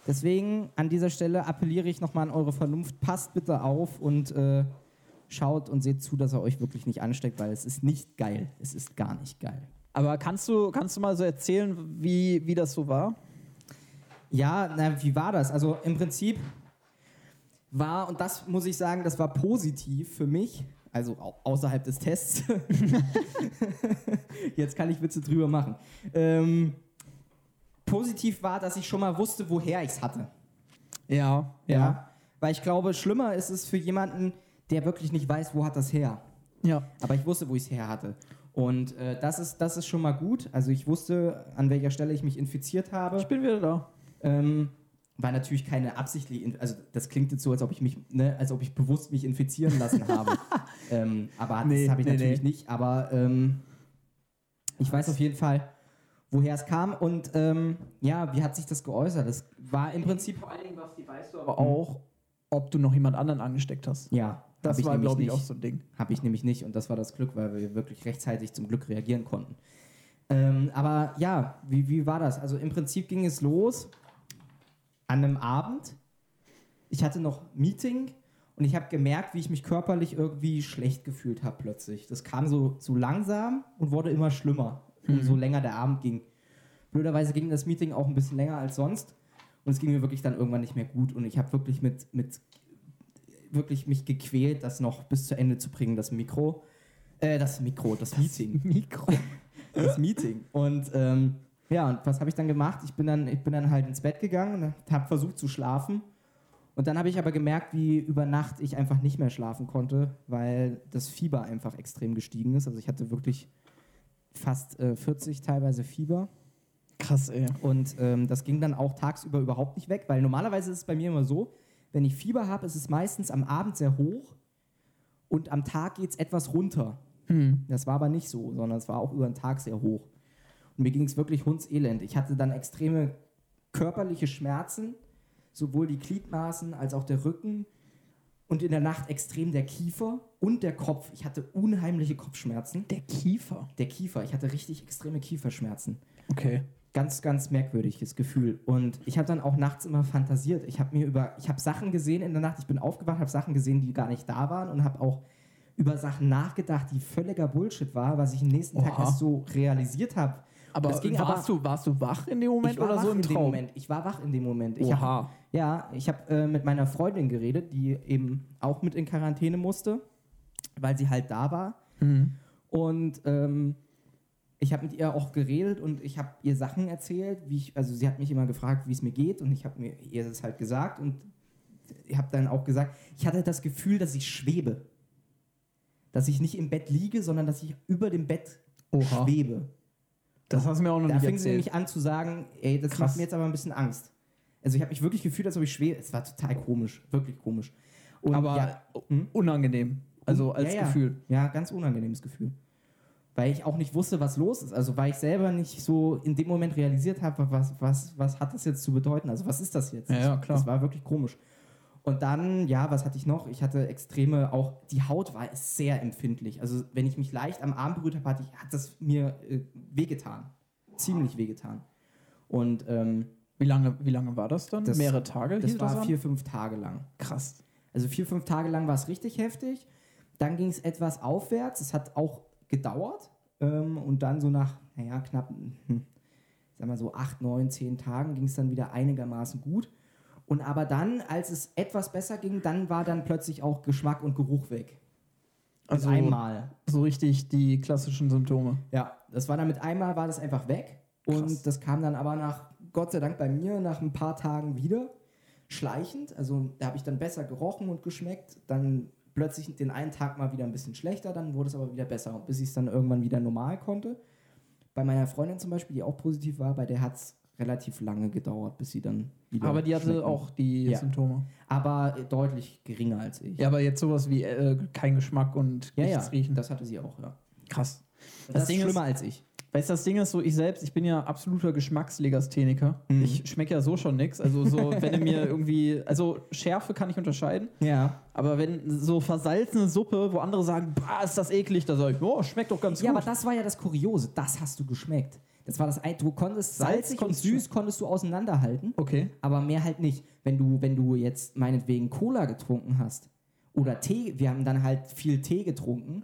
Speaker 1: Deswegen an dieser Stelle appelliere ich nochmal an eure Vernunft, passt bitte auf und äh, schaut und seht zu, dass er euch wirklich nicht ansteckt, weil es ist nicht geil. Es ist gar nicht geil.
Speaker 2: Aber kannst du, kannst du mal so erzählen, wie, wie das so war?
Speaker 1: Ja, na, wie war das? Also im Prinzip war, und das muss ich sagen, das war positiv für mich, also au- außerhalb des Tests. Jetzt kann ich Witze drüber machen. Ähm, positiv war, dass ich schon mal wusste, woher ich es hatte.
Speaker 2: Ja,
Speaker 1: Ja. Weil ich glaube, schlimmer ist es für jemanden, der wirklich nicht weiß, wo hat das her.
Speaker 2: Ja.
Speaker 1: Aber ich wusste, wo ich es her hatte. Und äh, das, ist, das ist schon mal gut. Also ich wusste, an welcher Stelle ich mich infiziert habe.
Speaker 2: Ich bin wieder da.
Speaker 1: Ähm, war natürlich keine absichtliche, Inf- also das klingt jetzt so, als ob ich mich, ne, als ob ich bewusst mich infizieren lassen [laughs] habe. ähm, aber
Speaker 2: Nee,
Speaker 1: das habe ich
Speaker 2: nee,
Speaker 1: natürlich
Speaker 2: nee.
Speaker 1: nicht. Aber ähm, ich weiß auf jeden Fall, woher es kam und ähm, ja, wie hat sich das geäußert? Das war im Prinzip vor allen Dingen, was die weißt du,
Speaker 2: Aber auch, ob du noch jemand anderen angesteckt hast.
Speaker 1: ja,
Speaker 2: Das
Speaker 1: hab
Speaker 2: war,
Speaker 1: nämlich
Speaker 2: glaube ich,
Speaker 1: nicht.
Speaker 2: auch so ein Ding.
Speaker 1: Habe ich nämlich nicht und das war das Glück, weil wir wirklich rechtzeitig zum Glück reagieren konnten. Ähm, aber ja, wie, wie war das? Also im Prinzip ging es los an einem Abend. Ich hatte noch Meeting und ich habe gemerkt, wie ich mich körperlich irgendwie schlecht gefühlt habe plötzlich. Das kam so, so langsam und wurde immer schlimmer, umso länger der Abend ging. Blöderweise ging das Meeting auch ein bisschen länger als sonst und es ging mir wirklich dann irgendwann nicht mehr gut und ich habe wirklich mit, mit wirklich mich gequält, das noch bis zu Ende zu bringen, das Mikro. Äh, das Mikro, das Meeting.
Speaker 2: Mikro.
Speaker 1: [laughs] Das Meeting. Und ähm, ja, und was habe ich dann gemacht? Ich bin dann, ich bin dann halt ins Bett gegangen und habe versucht zu schlafen. Und dann habe ich aber gemerkt, wie über Nacht ich einfach nicht mehr schlafen konnte, weil das Fieber einfach extrem gestiegen ist. Also ich hatte wirklich fast äh, 40 teilweise Fieber.
Speaker 2: Krass, ey.
Speaker 1: Und ähm, das ging dann auch tagsüber überhaupt nicht weg, weil normalerweise ist es bei mir immer so, wenn ich Fieber habe, ist es meistens am Abend sehr hoch und am Tag geht es etwas runter.
Speaker 2: Hm.
Speaker 1: Das war aber nicht so, sondern es war auch über den Tag sehr hoch. Und mir ging es wirklich hundselend. Ich hatte dann extreme körperliche Schmerzen, sowohl die Gliedmaßen als auch der Rücken und in der Nacht extrem der Kiefer und der Kopf. Ich hatte unheimliche Kopfschmerzen.
Speaker 2: Der Kiefer.
Speaker 1: Der Kiefer, ich hatte richtig extreme Kieferschmerzen
Speaker 2: Okay.
Speaker 1: ganz, ganz merkwürdiges Gefühl. Und ich habe dann auch nachts immer fantasiert. Ich habe mir über, ich habe Sachen gesehen in der Nacht. Ich bin aufgewacht, habe Sachen gesehen, die gar nicht da waren und habe auch über Sachen nachgedacht, die völliger Bullshit war, was ich am nächsten Tag
Speaker 2: Oha.
Speaker 1: erst so realisiert habe.
Speaker 2: Aber
Speaker 1: das ging
Speaker 2: warst, du, warst du wach in dem Moment
Speaker 1: ich war
Speaker 2: oder
Speaker 1: wach
Speaker 2: so im
Speaker 1: in dem
Speaker 2: Traum?
Speaker 1: Moment. Ich war wach in dem Moment. Ich hab, ja, ich habe äh, mit meiner Freundin geredet, die eben auch mit in Quarantäne musste, weil sie halt da war.
Speaker 2: Mhm.
Speaker 1: Und ähm, ich habe mit ihr auch geredet und ich habe ihr Sachen erzählt, wie ich, also sie hat mich immer gefragt, wie es mir geht und ich habe mir ihr das halt gesagt und ich habe dann auch gesagt, ich hatte das Gefühl, dass ich schwebe. Dass ich nicht im Bett liege, sondern dass ich über dem Bett
Speaker 2: Oha.
Speaker 1: schwebe.
Speaker 2: Das hast du mir auch noch
Speaker 1: Da
Speaker 2: nicht
Speaker 1: fing sie
Speaker 2: erzählt.
Speaker 1: nämlich an zu sagen, ey, das
Speaker 2: Krass.
Speaker 1: macht mir jetzt aber ein bisschen Angst. Also ich habe mich wirklich gefühlt, als ob ich schwebe. Es war total komisch, wirklich komisch. Und
Speaker 2: aber
Speaker 1: ja,
Speaker 2: hm? unangenehm. Also als
Speaker 1: ja, ja.
Speaker 2: Gefühl.
Speaker 1: Ja, ganz unangenehmes Gefühl. Weil ich auch nicht wusste, was los ist. Also weil ich selber nicht so in dem Moment realisiert habe, was, was, was hat das jetzt zu bedeuten? Also was ist das jetzt?
Speaker 2: Ja, ja, klar.
Speaker 1: Das war wirklich komisch. Und dann, ja, was hatte ich noch? Ich hatte extreme, auch die Haut war sehr empfindlich. Also wenn ich mich leicht am Arm berührt habe, hatte ich, hat das mir äh, wehgetan. Ziemlich wehgetan. Und ähm,
Speaker 2: Wie lange, wie lange war das dann?
Speaker 1: Das-
Speaker 2: Mehrere Tage?
Speaker 1: das
Speaker 2: hielt
Speaker 1: war
Speaker 2: an?
Speaker 1: vier, fünf Tage lang.
Speaker 2: Krass.
Speaker 1: Also vier, fünf Tage lang war es richtig heftig. Dann ging es etwas aufwärts. Es hat auch gedauert. Ähm, und dann so nach, naja, knapp, hm, sagen wir so acht, neun, zehn Tagen ging es dann wieder einigermaßen gut. Und aber dann, als es etwas besser ging, dann war dann plötzlich auch Geschmack und Geruch weg. Mit
Speaker 2: Also
Speaker 1: einmal.
Speaker 2: so richtig die klassischen Symptome.
Speaker 1: Ja, das war dann mit einmal war das einfach weg und
Speaker 2: Krass.
Speaker 1: das kam dann aber nach Gott sei Dank bei mir nach ein paar Tagen wieder schleichend, also da habe ich dann besser gerochen und geschmeckt, dann plötzlich den einen Tag mal wieder ein bisschen schlechter, dann wurde es aber wieder besser, bis ich es dann irgendwann wieder normal konnte. Bei meiner Freundin zum Beispiel, die auch positiv war, bei der hat es relativ lange gedauert, bis sie dann wieder
Speaker 2: Aber die hatte
Speaker 1: schmecken.
Speaker 2: auch die
Speaker 1: Ja.
Speaker 2: Symptome.
Speaker 1: aber deutlich geringer als ich.
Speaker 2: Ja, aber jetzt sowas wie äh, kein Geschmack und
Speaker 1: ja,
Speaker 2: nichts
Speaker 1: ja
Speaker 2: riechen.
Speaker 1: das hatte sie auch, ja.
Speaker 2: krass.
Speaker 1: Das, ist
Speaker 2: Ding ist-
Speaker 1: schlimmer als ich.
Speaker 2: Weißt du, das Ding ist so, ich selbst, ich bin ja absoluter Geschmackslegastheniker.
Speaker 1: Mhm.
Speaker 2: Ich schmecke ja so schon nix. Also so,
Speaker 1: [laughs]
Speaker 2: wenn du mir irgendwie, also Schärfe kann ich unterscheiden,
Speaker 1: Ja.
Speaker 2: aber wenn so versalzene Suppe, wo andere sagen, bah, ist das eklig, da sage ich, oh, schmeckt doch ganz
Speaker 1: Ja, aber
Speaker 2: gut.
Speaker 1: das war ja das Kuriose. Das hast du geschmeckt. Das war das ein, du konntest
Speaker 2: Salz
Speaker 1: salzig und
Speaker 2: konntest
Speaker 1: süß konntest du auseinanderhalten,
Speaker 2: okay.
Speaker 1: aber mehr halt nicht. Wenn du, wenn du jetzt meinetwegen Cola getrunken hast oder Tee, wir haben dann halt viel Tee getrunken,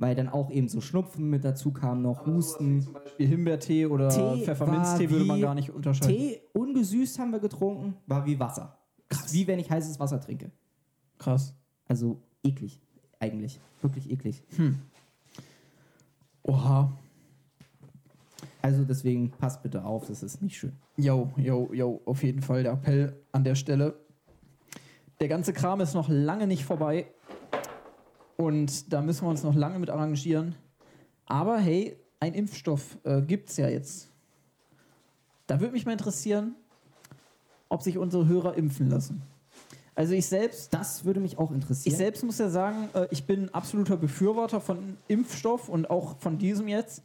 Speaker 1: weil dann auch eben so Schnupfen mit dazu kam noch, Husten.
Speaker 2: Zum Beispiel Himbeertee oder
Speaker 1: Tee
Speaker 2: Pfefferminztee
Speaker 1: war
Speaker 2: würde
Speaker 1: wie
Speaker 2: man gar nicht unterscheiden.
Speaker 1: Tee ungesüßt haben wir getrunken, war wie Wasser. Krass. Wie wenn ich heißes Wasser trinke.
Speaker 2: Krass.
Speaker 1: Also eklig, eigentlich. Wirklich eklig.
Speaker 2: Oha.
Speaker 1: Also deswegen passt bitte auf, das ist nicht schön.
Speaker 2: Jo, jo, jo, auf jeden Fall der Appell an der Stelle. Der ganze Kram ist noch lange nicht vorbei. Und da müssen wir uns noch lange mit arrangieren. Aber hey, ein Impfstoff äh, gibt es ja jetzt. Da würde mich mal interessieren, ob sich unsere Hörer impfen lassen. Also ich selbst,
Speaker 1: Das würde mich auch interessieren.
Speaker 2: ich selbst muss ja sagen, äh, ich bin absoluter Befürworter von Impfstoff und auch von diesem jetzt.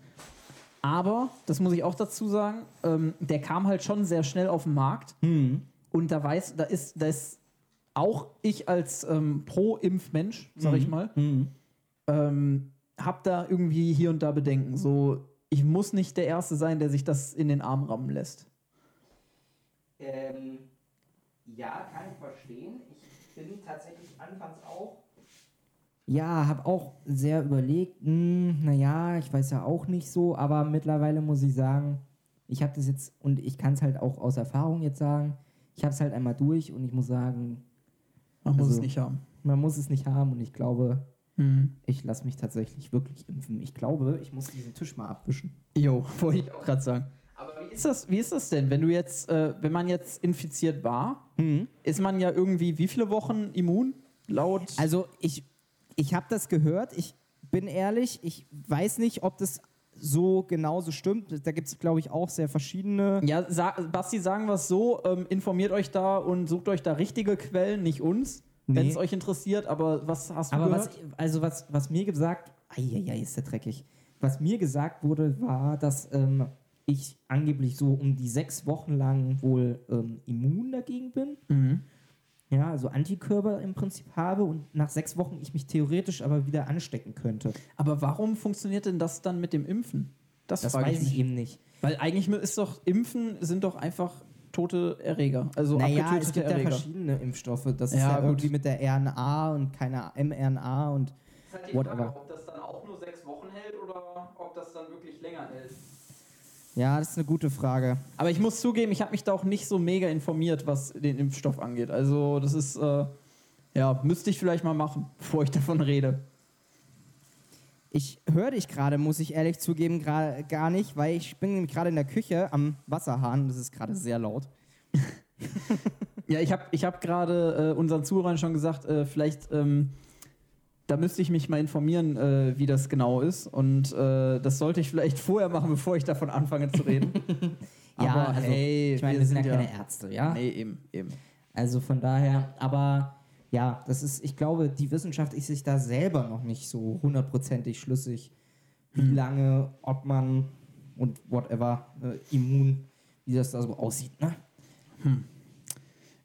Speaker 2: Aber, das muss ich auch dazu sagen, ähm, der kam halt schon sehr schnell auf den Markt.
Speaker 1: hm.
Speaker 2: Und da weiß, da ist, da ist auch ich als ähm, Pro-Impf-Mensch, sag ich mal,
Speaker 1: Hm.
Speaker 2: ähm, hab da irgendwie hier und da Bedenken. So, ich muss nicht der Erste sein, der sich das in den Arm rammen lässt.
Speaker 1: Ähm, ja, kann ich verstehen. Ich bin tatsächlich anfangs auch. Ja, habe auch sehr überlegt, naja, ich weiß ja auch nicht so, aber mittlerweile muss ich sagen, ich habe das jetzt und ich kann es halt auch aus Erfahrung jetzt sagen, ich habe es halt einmal durch und ich muss sagen,
Speaker 2: Man muss
Speaker 1: Also-
Speaker 2: es nicht haben.
Speaker 1: man muss es nicht haben und ich glaube, ich lasse mich tatsächlich wirklich impfen. Ich glaube, ich muss diesen Tisch mal abwischen.
Speaker 2: Jo, [laughs] wollte ich auch gerade sagen. Aber wie ist das, wie ist das denn, wenn du jetzt, äh, wenn man jetzt infiziert war,
Speaker 1: Mhm.
Speaker 2: ist man ja irgendwie wie viele Wochen immun? Laut.
Speaker 1: Also ich, ich habe das gehört. Ich bin ehrlich, ich weiß nicht, ob das so genauso stimmt. Da gibt es, glaube ich, auch sehr verschiedene.
Speaker 2: Ja, sa Basti, sagen wir es so, ähm, informiert euch da und sucht euch da richtige Quellen, nicht uns,
Speaker 1: Nee.
Speaker 2: wenn es euch interessiert, aber was hast du
Speaker 1: Aber was,
Speaker 2: gehört?
Speaker 1: also was, was mir gesagt, eieiei, ist der dreckig. Was mir gesagt wurde, war, dass ähm, ich angeblich so um die sechs Wochen lang wohl ähm, immun dagegen bin. Ja, also Antikörper im Prinzip habe und nach sechs Wochen ich mich theoretisch aber wieder anstecken könnte.
Speaker 2: Aber warum funktioniert denn das dann mit dem Impfen?
Speaker 1: Das
Speaker 2: frage
Speaker 1: weiß ich
Speaker 2: mich.
Speaker 1: eben nicht.
Speaker 2: Weil eigentlich ist doch, Impfen sind doch einfach tote Erreger. Also
Speaker 1: naja, es
Speaker 2: abgetötete
Speaker 1: gibt ja
Speaker 2: Erreger.
Speaker 1: verschiedene Impfstoffe. Das ist
Speaker 2: Ja,
Speaker 1: ja
Speaker 2: gut.
Speaker 1: irgendwie mit der RNA und keiner mRNA und whatever.
Speaker 2: halt ob das dann auch nur sechs Wochen hält oder ob das dann wirklich länger hält.
Speaker 1: Ja, das ist eine gute Frage.
Speaker 2: Aber ich muss zugeben, ich habe mich da auch nicht so mega informiert, was den Impfstoff angeht. Also das ist, äh, ja, müsste ich vielleicht mal machen, [laughs] bevor ich davon rede.
Speaker 1: Ich höre dich gerade, muss ich ehrlich zugeben, gra- gar nicht, weil ich bin nämlich gerade in der Küche am Wasserhahn und das ist gerade sehr laut.
Speaker 2: Ja, ich habe ich hab gerade äh, unseren Zuhörern schon gesagt, äh, vielleicht, ähm, da müsste ich mich mal informieren, äh, wie das genau ist. Und äh, das sollte ich vielleicht [laughs] vorher machen, bevor ich davon anfange zu reden.
Speaker 1: [laughs] Ja,
Speaker 2: Aber
Speaker 1: also,
Speaker 2: hey,
Speaker 1: Ich meine, wir, sind ja keine Ärzte, ja?
Speaker 2: Nee, eben, eben.
Speaker 1: Also von daher, aber ja, das ist, ich glaube, die Wissenschaft ist sich da selber noch nicht so hundertprozentig schlüssig, wie lange, ob man und whatever äh, immun, wie das da so aussieht, ne?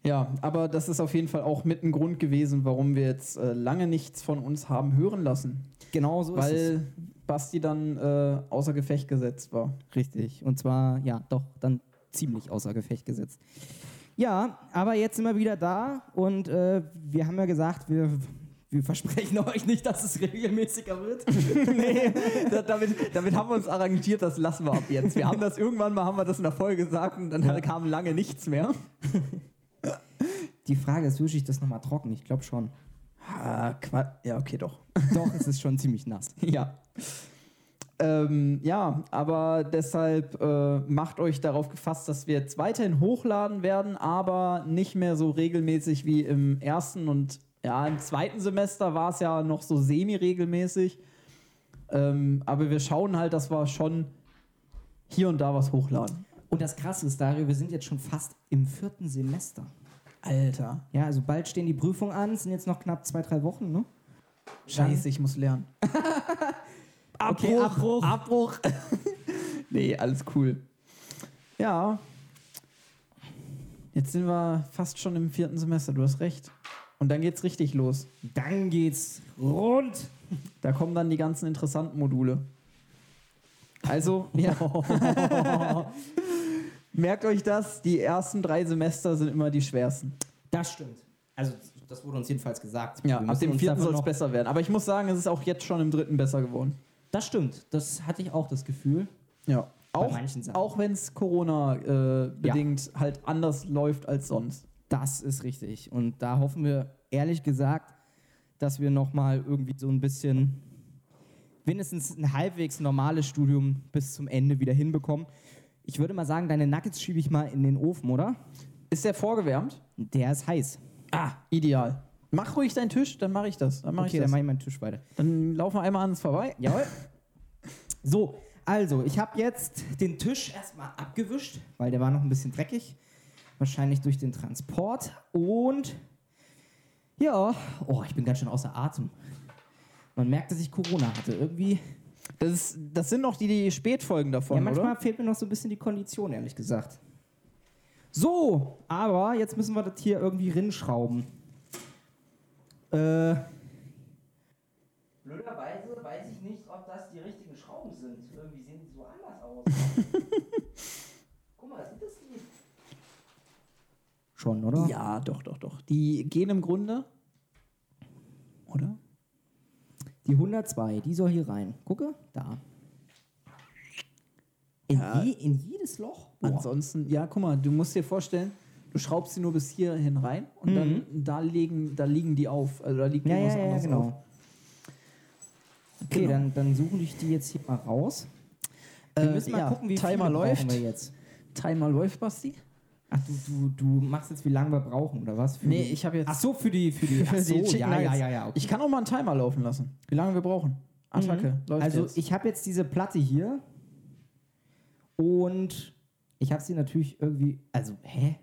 Speaker 2: Ja, aber das ist auf jeden Fall auch mit ein Grund gewesen, warum wir jetzt äh, lange nichts von uns haben hören lassen.
Speaker 1: Genau so ist
Speaker 2: weil Basti dann äh, außer Gefecht gesetzt war.
Speaker 1: es. Richtig. Und zwar, ja, doch, dann ziemlich außer Gefecht gesetzt. Ja, aber jetzt sind wir wieder da und äh, wir haben ja gesagt, wir, wir versprechen [laughs] euch nicht, dass es regelmäßiger wird.
Speaker 2: [laughs] nee, da, damit, damit haben wir uns arrangiert, das lassen wir ab jetzt. Wir haben das irgendwann mal, haben wir das in der Folge gesagt und dann kam lange nichts mehr.
Speaker 1: Die Frage ist, wische ich das nochmal trocken? Ich glaube schon.
Speaker 2: Ah, Qua- ja, okay, doch.
Speaker 1: Doch, es ist schon ziemlich nass.
Speaker 2: [laughs] ja. Ähm, ja, aber deshalb äh, macht euch darauf gefasst, dass wir jetzt weiterhin hochladen werden, aber nicht mehr so regelmäßig wie im ersten und ja, im zweiten Semester war es ja noch so semi-regelmäßig. Ähm, aber wir schauen halt, dass wir schon hier und da was hochladen.
Speaker 1: Und das Krasse ist, Dario, wir sind jetzt schon fast im vierten Semester.
Speaker 2: Alter.
Speaker 1: Ja, also bald stehen die Prüfungen an, es sind jetzt noch knapp zwei, drei Wochen, ne?
Speaker 2: [laughs] Scheiße, ich muss lernen.
Speaker 1: Okay, Abbruch.
Speaker 2: Abbruch. [laughs] nee, alles cool. Ja. Jetzt sind wir fast schon im vierten Semester, du hast recht. Und dann geht's richtig los.
Speaker 1: Dann geht's rund.
Speaker 2: Da kommen dann die ganzen interessanten Module. Also, ja. [laughs] merkt euch das, die ersten drei Semester sind immer die schwersten.
Speaker 1: Das stimmt. Also, das wurde uns jedenfalls gesagt.
Speaker 2: Ja,
Speaker 1: Wir
Speaker 2: ab
Speaker 1: müssen
Speaker 2: dem
Speaker 1: uns
Speaker 2: vierten
Speaker 1: davon
Speaker 2: soll es
Speaker 1: noch-
Speaker 2: besser werden. Aber ich muss sagen, es ist auch jetzt schon im dritten besser geworden.
Speaker 1: Das stimmt. Das hatte ich auch das Gefühl.
Speaker 2: Ja. Auch,
Speaker 1: manchen Sachen.
Speaker 2: auch wenn es Corona-bedingt halt anders läuft als sonst.
Speaker 1: Das ist richtig. Und da hoffen wir ehrlich gesagt, dass wir nochmal irgendwie so ein bisschen, wenigstens ein halbwegs normales Studium bis zum Ende wieder hinbekommen. Ich würde mal sagen, deine Nuggets schiebe ich mal in den Ofen, oder?
Speaker 2: Ist der vorgewärmt?
Speaker 1: Der ist heiß.
Speaker 2: Ah, ideal. Mach ruhig deinen Tisch, dann mache ich das. Dann mache
Speaker 1: okay,
Speaker 2: ich
Speaker 1: dann
Speaker 2: das.
Speaker 1: mache ich meinen Tisch weiter.
Speaker 2: dann laufen wir einmal an uns vorbei.
Speaker 1: Jawohl. So, also, ich habe jetzt den Tisch erstmal abgewischt, weil der war noch ein bisschen dreckig. Wahrscheinlich durch den Transport. Und ja, oh, ich bin ganz schön außer Atem. Man merkt, dass ich Corona hatte. Irgendwie.
Speaker 2: Das, ist, das sind noch die, die Spätfolgen davon,
Speaker 1: ja, manchmal
Speaker 2: oder?
Speaker 1: fehlt mir noch so ein bisschen die Kondition, ehrlich gesagt. So, aber jetzt müssen wir das hier irgendwie rinschrauben. Äh. Blöderweise weiß ich nicht, ob das die richtigen Schrauben sind. Irgendwie sehen die so anders [laughs] aus. Guck mal, sind das die? Schon, oder?
Speaker 2: Ja, doch, doch, doch. Die gehen im Grunde, oder?
Speaker 1: Die 102, die soll hier rein. Gucke, da. In,
Speaker 2: Ja.
Speaker 1: je, in jedes Loch? Boah.
Speaker 2: Ansonsten, ja, guck mal, du musst dir vorstellen, du schraubst sie nur bis hierhin rein und dann da liegen, da liegen die auf. Also da liegt
Speaker 1: Mhm. Ja,
Speaker 2: irgendwas
Speaker 1: ja, ja,
Speaker 2: anderes
Speaker 1: genau.
Speaker 2: auf.
Speaker 1: Okay,
Speaker 2: Genau.
Speaker 1: dann, dann suche ich die jetzt hier mal raus. Wir
Speaker 2: Äh,
Speaker 1: müssen mal
Speaker 2: ja,
Speaker 1: gucken, wie
Speaker 2: Timer
Speaker 1: viele
Speaker 2: läuft.
Speaker 1: brauchen wir jetzt.
Speaker 2: Timer läuft, Basti?
Speaker 1: Ach, du, du, du machst jetzt, wie lange wir brauchen, oder was? Für
Speaker 2: Nee,
Speaker 1: die-
Speaker 2: ich hab jetzt- [laughs]
Speaker 1: Ach so, für die... Für die, ach so, ja,
Speaker 2: Chicken
Speaker 1: ja,
Speaker 2: Nuggets.
Speaker 1: ja, ja. Okay.
Speaker 2: Ich kann auch mal einen Timer laufen lassen, wie lange wir brauchen. Attacke, läuft
Speaker 1: also
Speaker 2: jetzt.
Speaker 1: ich habe jetzt diese Platte hier und ich habe sie natürlich irgendwie... Also, hä?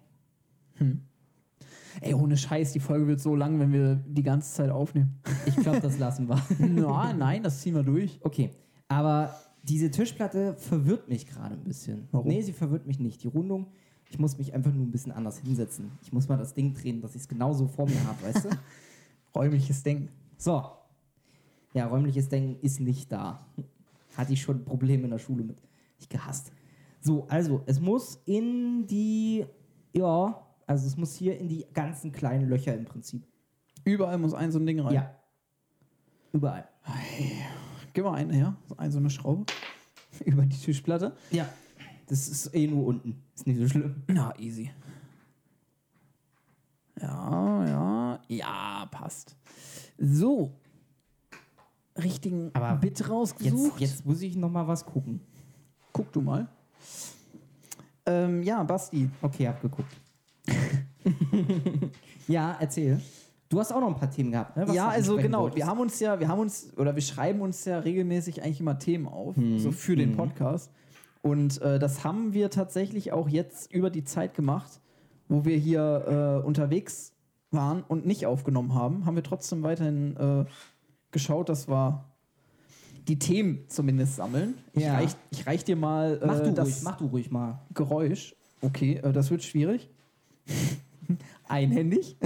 Speaker 2: Ey, ohne Scheiß, die Folge wird so lang, wenn wir die ganze Zeit [laughs] aufnehmen.
Speaker 1: Ich glaube, das lassen wir.
Speaker 2: [laughs] Na, nein, das ziehen wir durch.
Speaker 1: Okay, aber diese Tischplatte verwirrt mich gerade ein bisschen.
Speaker 2: Warum?
Speaker 1: Nee, sie verwirrt mich nicht. Die Rundung, ich muss mich einfach nur ein bisschen anders hinsetzen. Ich muss mal das Ding drehen, dass ich es genauso vor mir habe,
Speaker 2: [laughs]
Speaker 1: weißt du?
Speaker 2: Räumliches Denken.
Speaker 1: So. Ja, räumliches Denken ist nicht da. Hatte ich schon Probleme in der Schule mit. Ich gehasst. So, also, es muss in die, ja, also es muss hier in die ganzen kleinen Löcher im Prinzip.
Speaker 2: Überall muss ein so ein Ding rein.
Speaker 1: Ja. Überall.
Speaker 2: Gib mal einen her, so ein so eine Schraube [laughs] über die Tischplatte.
Speaker 1: Ja. Das ist eh nur unten. Ist nicht so schlimm.
Speaker 2: Na, easy. Ja, ja, ja, passt. So. Richtigen
Speaker 1: Aber
Speaker 2: Bit
Speaker 1: Jetzt,
Speaker 2: rausgesucht.
Speaker 1: jetzt muss ich noch mal was gucken.
Speaker 2: Guck du mal. Ähm, ja, Basti.
Speaker 1: Okay, hab geguckt. [laughs] ja, erzähl. Du hast auch noch ein paar Themen gehabt, ne? was
Speaker 2: ja,
Speaker 1: du
Speaker 2: also
Speaker 1: ansprechen
Speaker 2: genau,
Speaker 1: wolltest.
Speaker 2: wir haben uns ja, wir haben uns oder wir schreiben uns ja regelmäßig eigentlich immer Themen auf,
Speaker 1: Hm,
Speaker 2: so für den Podcast. Und äh, das haben wir tatsächlich auch jetzt über die Zeit gemacht, wo wir hier äh, unterwegs waren und nicht aufgenommen haben, haben wir trotzdem weiterhin äh, geschaut, dass wir die Themen zumindest sammeln. Ich,
Speaker 1: Ja.
Speaker 2: reich, ich reich dir mal äh,
Speaker 1: Mach du
Speaker 2: das
Speaker 1: ruhig, mach du ruhig mal.
Speaker 2: Geräusch. Okay, äh, das wird schwierig. [laughs] Einhändig.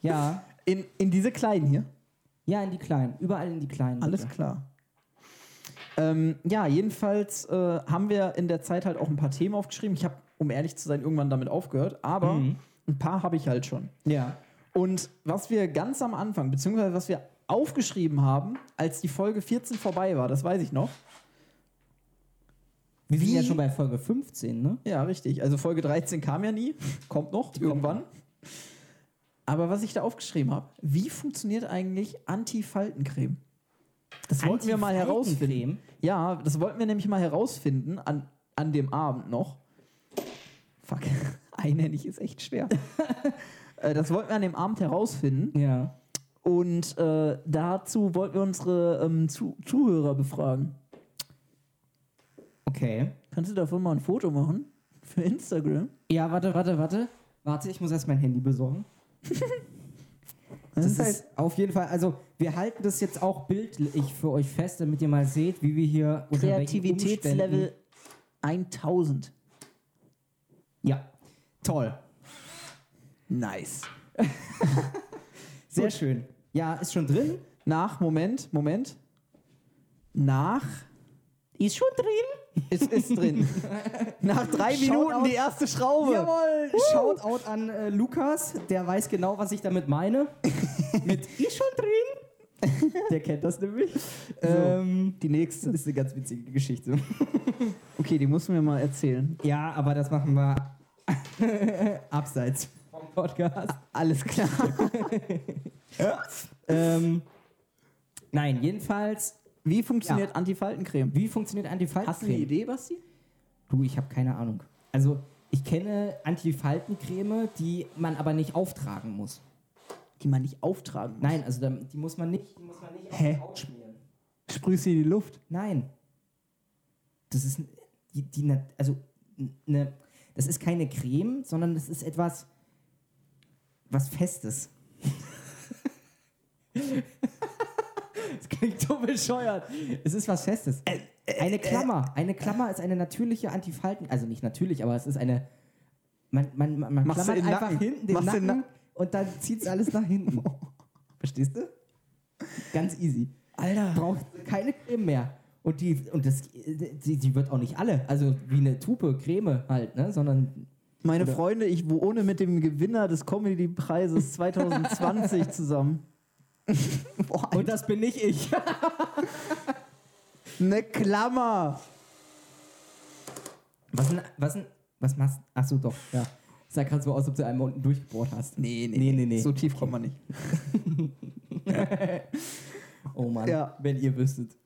Speaker 1: Ja,
Speaker 2: In, in diese kleinen hier.
Speaker 1: [laughs] ja, in die Kleinen. Überall in die Kleinen.
Speaker 2: Alles
Speaker 1: bitte.
Speaker 2: klar. Ähm, ja, jedenfalls äh, haben wir in der Zeit halt auch ein paar Themen aufgeschrieben. Ich habe, um ehrlich zu sein, irgendwann damit aufgehört, aber
Speaker 1: Mhm.
Speaker 2: ein paar habe ich halt schon.
Speaker 1: Ja.
Speaker 2: Und was wir ganz am Anfang, beziehungsweise was wir aufgeschrieben haben, als die Folge 14 vorbei war, das weiß ich noch.
Speaker 1: Wir
Speaker 2: Wie-
Speaker 1: sind ja schon bei Folge 15, ne?
Speaker 2: Ja, richtig. Also Folge 13 kam ja nie, [laughs] kommt noch irgendwann. Aber was ich da aufgeschrieben habe, wie funktioniert eigentlich Anti-Faltencreme? Das wollten wir mal herausfinden.
Speaker 1: Antifaltencreme.
Speaker 2: Ja, das wollten wir nämlich mal herausfinden an, an dem Abend noch. Fuck, [laughs] einhändig ist echt
Speaker 1: [laughs]
Speaker 2: schwer. Äh, das wollten wir an dem Abend herausfinden.
Speaker 1: Ja.
Speaker 2: Und äh, dazu wollten wir unsere ähm, Zu Zuhörer befragen.
Speaker 1: Okay.
Speaker 2: Kannst du davon mal ein Foto machen? Für Instagram?
Speaker 1: Ja, warte, warte, warte. Warte, ich muss erst mein Handy besorgen. Das,
Speaker 2: Das
Speaker 1: ist halt auf jeden Fall, also wir halten das jetzt auch bildlich für euch fest, damit ihr mal seht, wie wir hier unter welchen Umständen-
Speaker 3: Kreativitätslevel 1000.
Speaker 1: Ja, toll.
Speaker 2: Nice.
Speaker 1: Sehr schön. Ja, ist schon drin.
Speaker 2: Nach, Moment, Moment. Nach.
Speaker 3: Ist schon drin.
Speaker 2: Es ist [laughs] drin. Nach drei
Speaker 1: Shoutout.
Speaker 2: Minuten die erste Schraube.
Speaker 1: Jawohl! Uh. Shoutout an äh, Lukas, der weiß genau, was ich damit [laughs] meine. Mit ist schon drin. [laughs] Der kennt das nämlich. Ähm,
Speaker 2: Die nächste.
Speaker 1: das ist eine ganz witzige Geschichte.
Speaker 2: Okay, die musst du mir mal erzählen.
Speaker 1: Ja, aber das machen wir [laughs] abseits vom [laughs] Podcast.
Speaker 2: Alles klar.
Speaker 1: Ähm, nein, jedenfalls,
Speaker 2: Wie funktioniert Antifaltencreme?
Speaker 1: wie funktioniert Antifaltencreme?
Speaker 2: Basti?
Speaker 1: Du, ich habe keine Ahnung. Also, ich kenne Antifaltencreme, die man aber nicht auftragen muss.
Speaker 2: Die man nicht auftragen muss.
Speaker 1: Nein, also dann- die muss man nicht, die muss man nicht auf
Speaker 2: Hä?
Speaker 1: die Haut schmieren.
Speaker 2: Sprüh sie in die Luft.
Speaker 1: Nein. Das ist n- die, die nat- also n- ne, das ist keine Creme, sondern das ist etwas was festes. [laughs] das klingt so bescheuert. Es ist was festes. Eine Klammer, eine Klammer ist eine natürliche Antifalten, also nicht natürlich, aber es ist eine man man man, man
Speaker 2: Machst du
Speaker 1: klammert
Speaker 2: in den
Speaker 1: einfach
Speaker 2: Nacken.
Speaker 1: hinten den
Speaker 2: Machst du in
Speaker 1: Nacken
Speaker 2: den
Speaker 1: und dann zieht's alles nach [laughs] hinten. Verstehst du? Ganz easy. Alter. Braucht keine Creme mehr. Und die, und das, die, die wird auch nicht alle. Also wie eine Tupe Creme halt, ne? Sondern
Speaker 2: Meine
Speaker 1: Oder-
Speaker 2: Freunde, ich wohne mit dem Gewinner des Comedy-Preises [laughs] 2020 zusammen. Boah,
Speaker 1: und das bin nicht ich.
Speaker 2: eine Klammer.
Speaker 1: Was denn, was denn, was machst du? Achso, doch, ja. Sah gerade so aus, ob du einmal unten durchgebohrt hast.
Speaker 2: Nee,
Speaker 1: Nee, nee, nee.
Speaker 2: So tief kommt man nicht.
Speaker 1: [laughs] Oh Mann,
Speaker 2: Ja.
Speaker 1: wenn ihr wüsstet.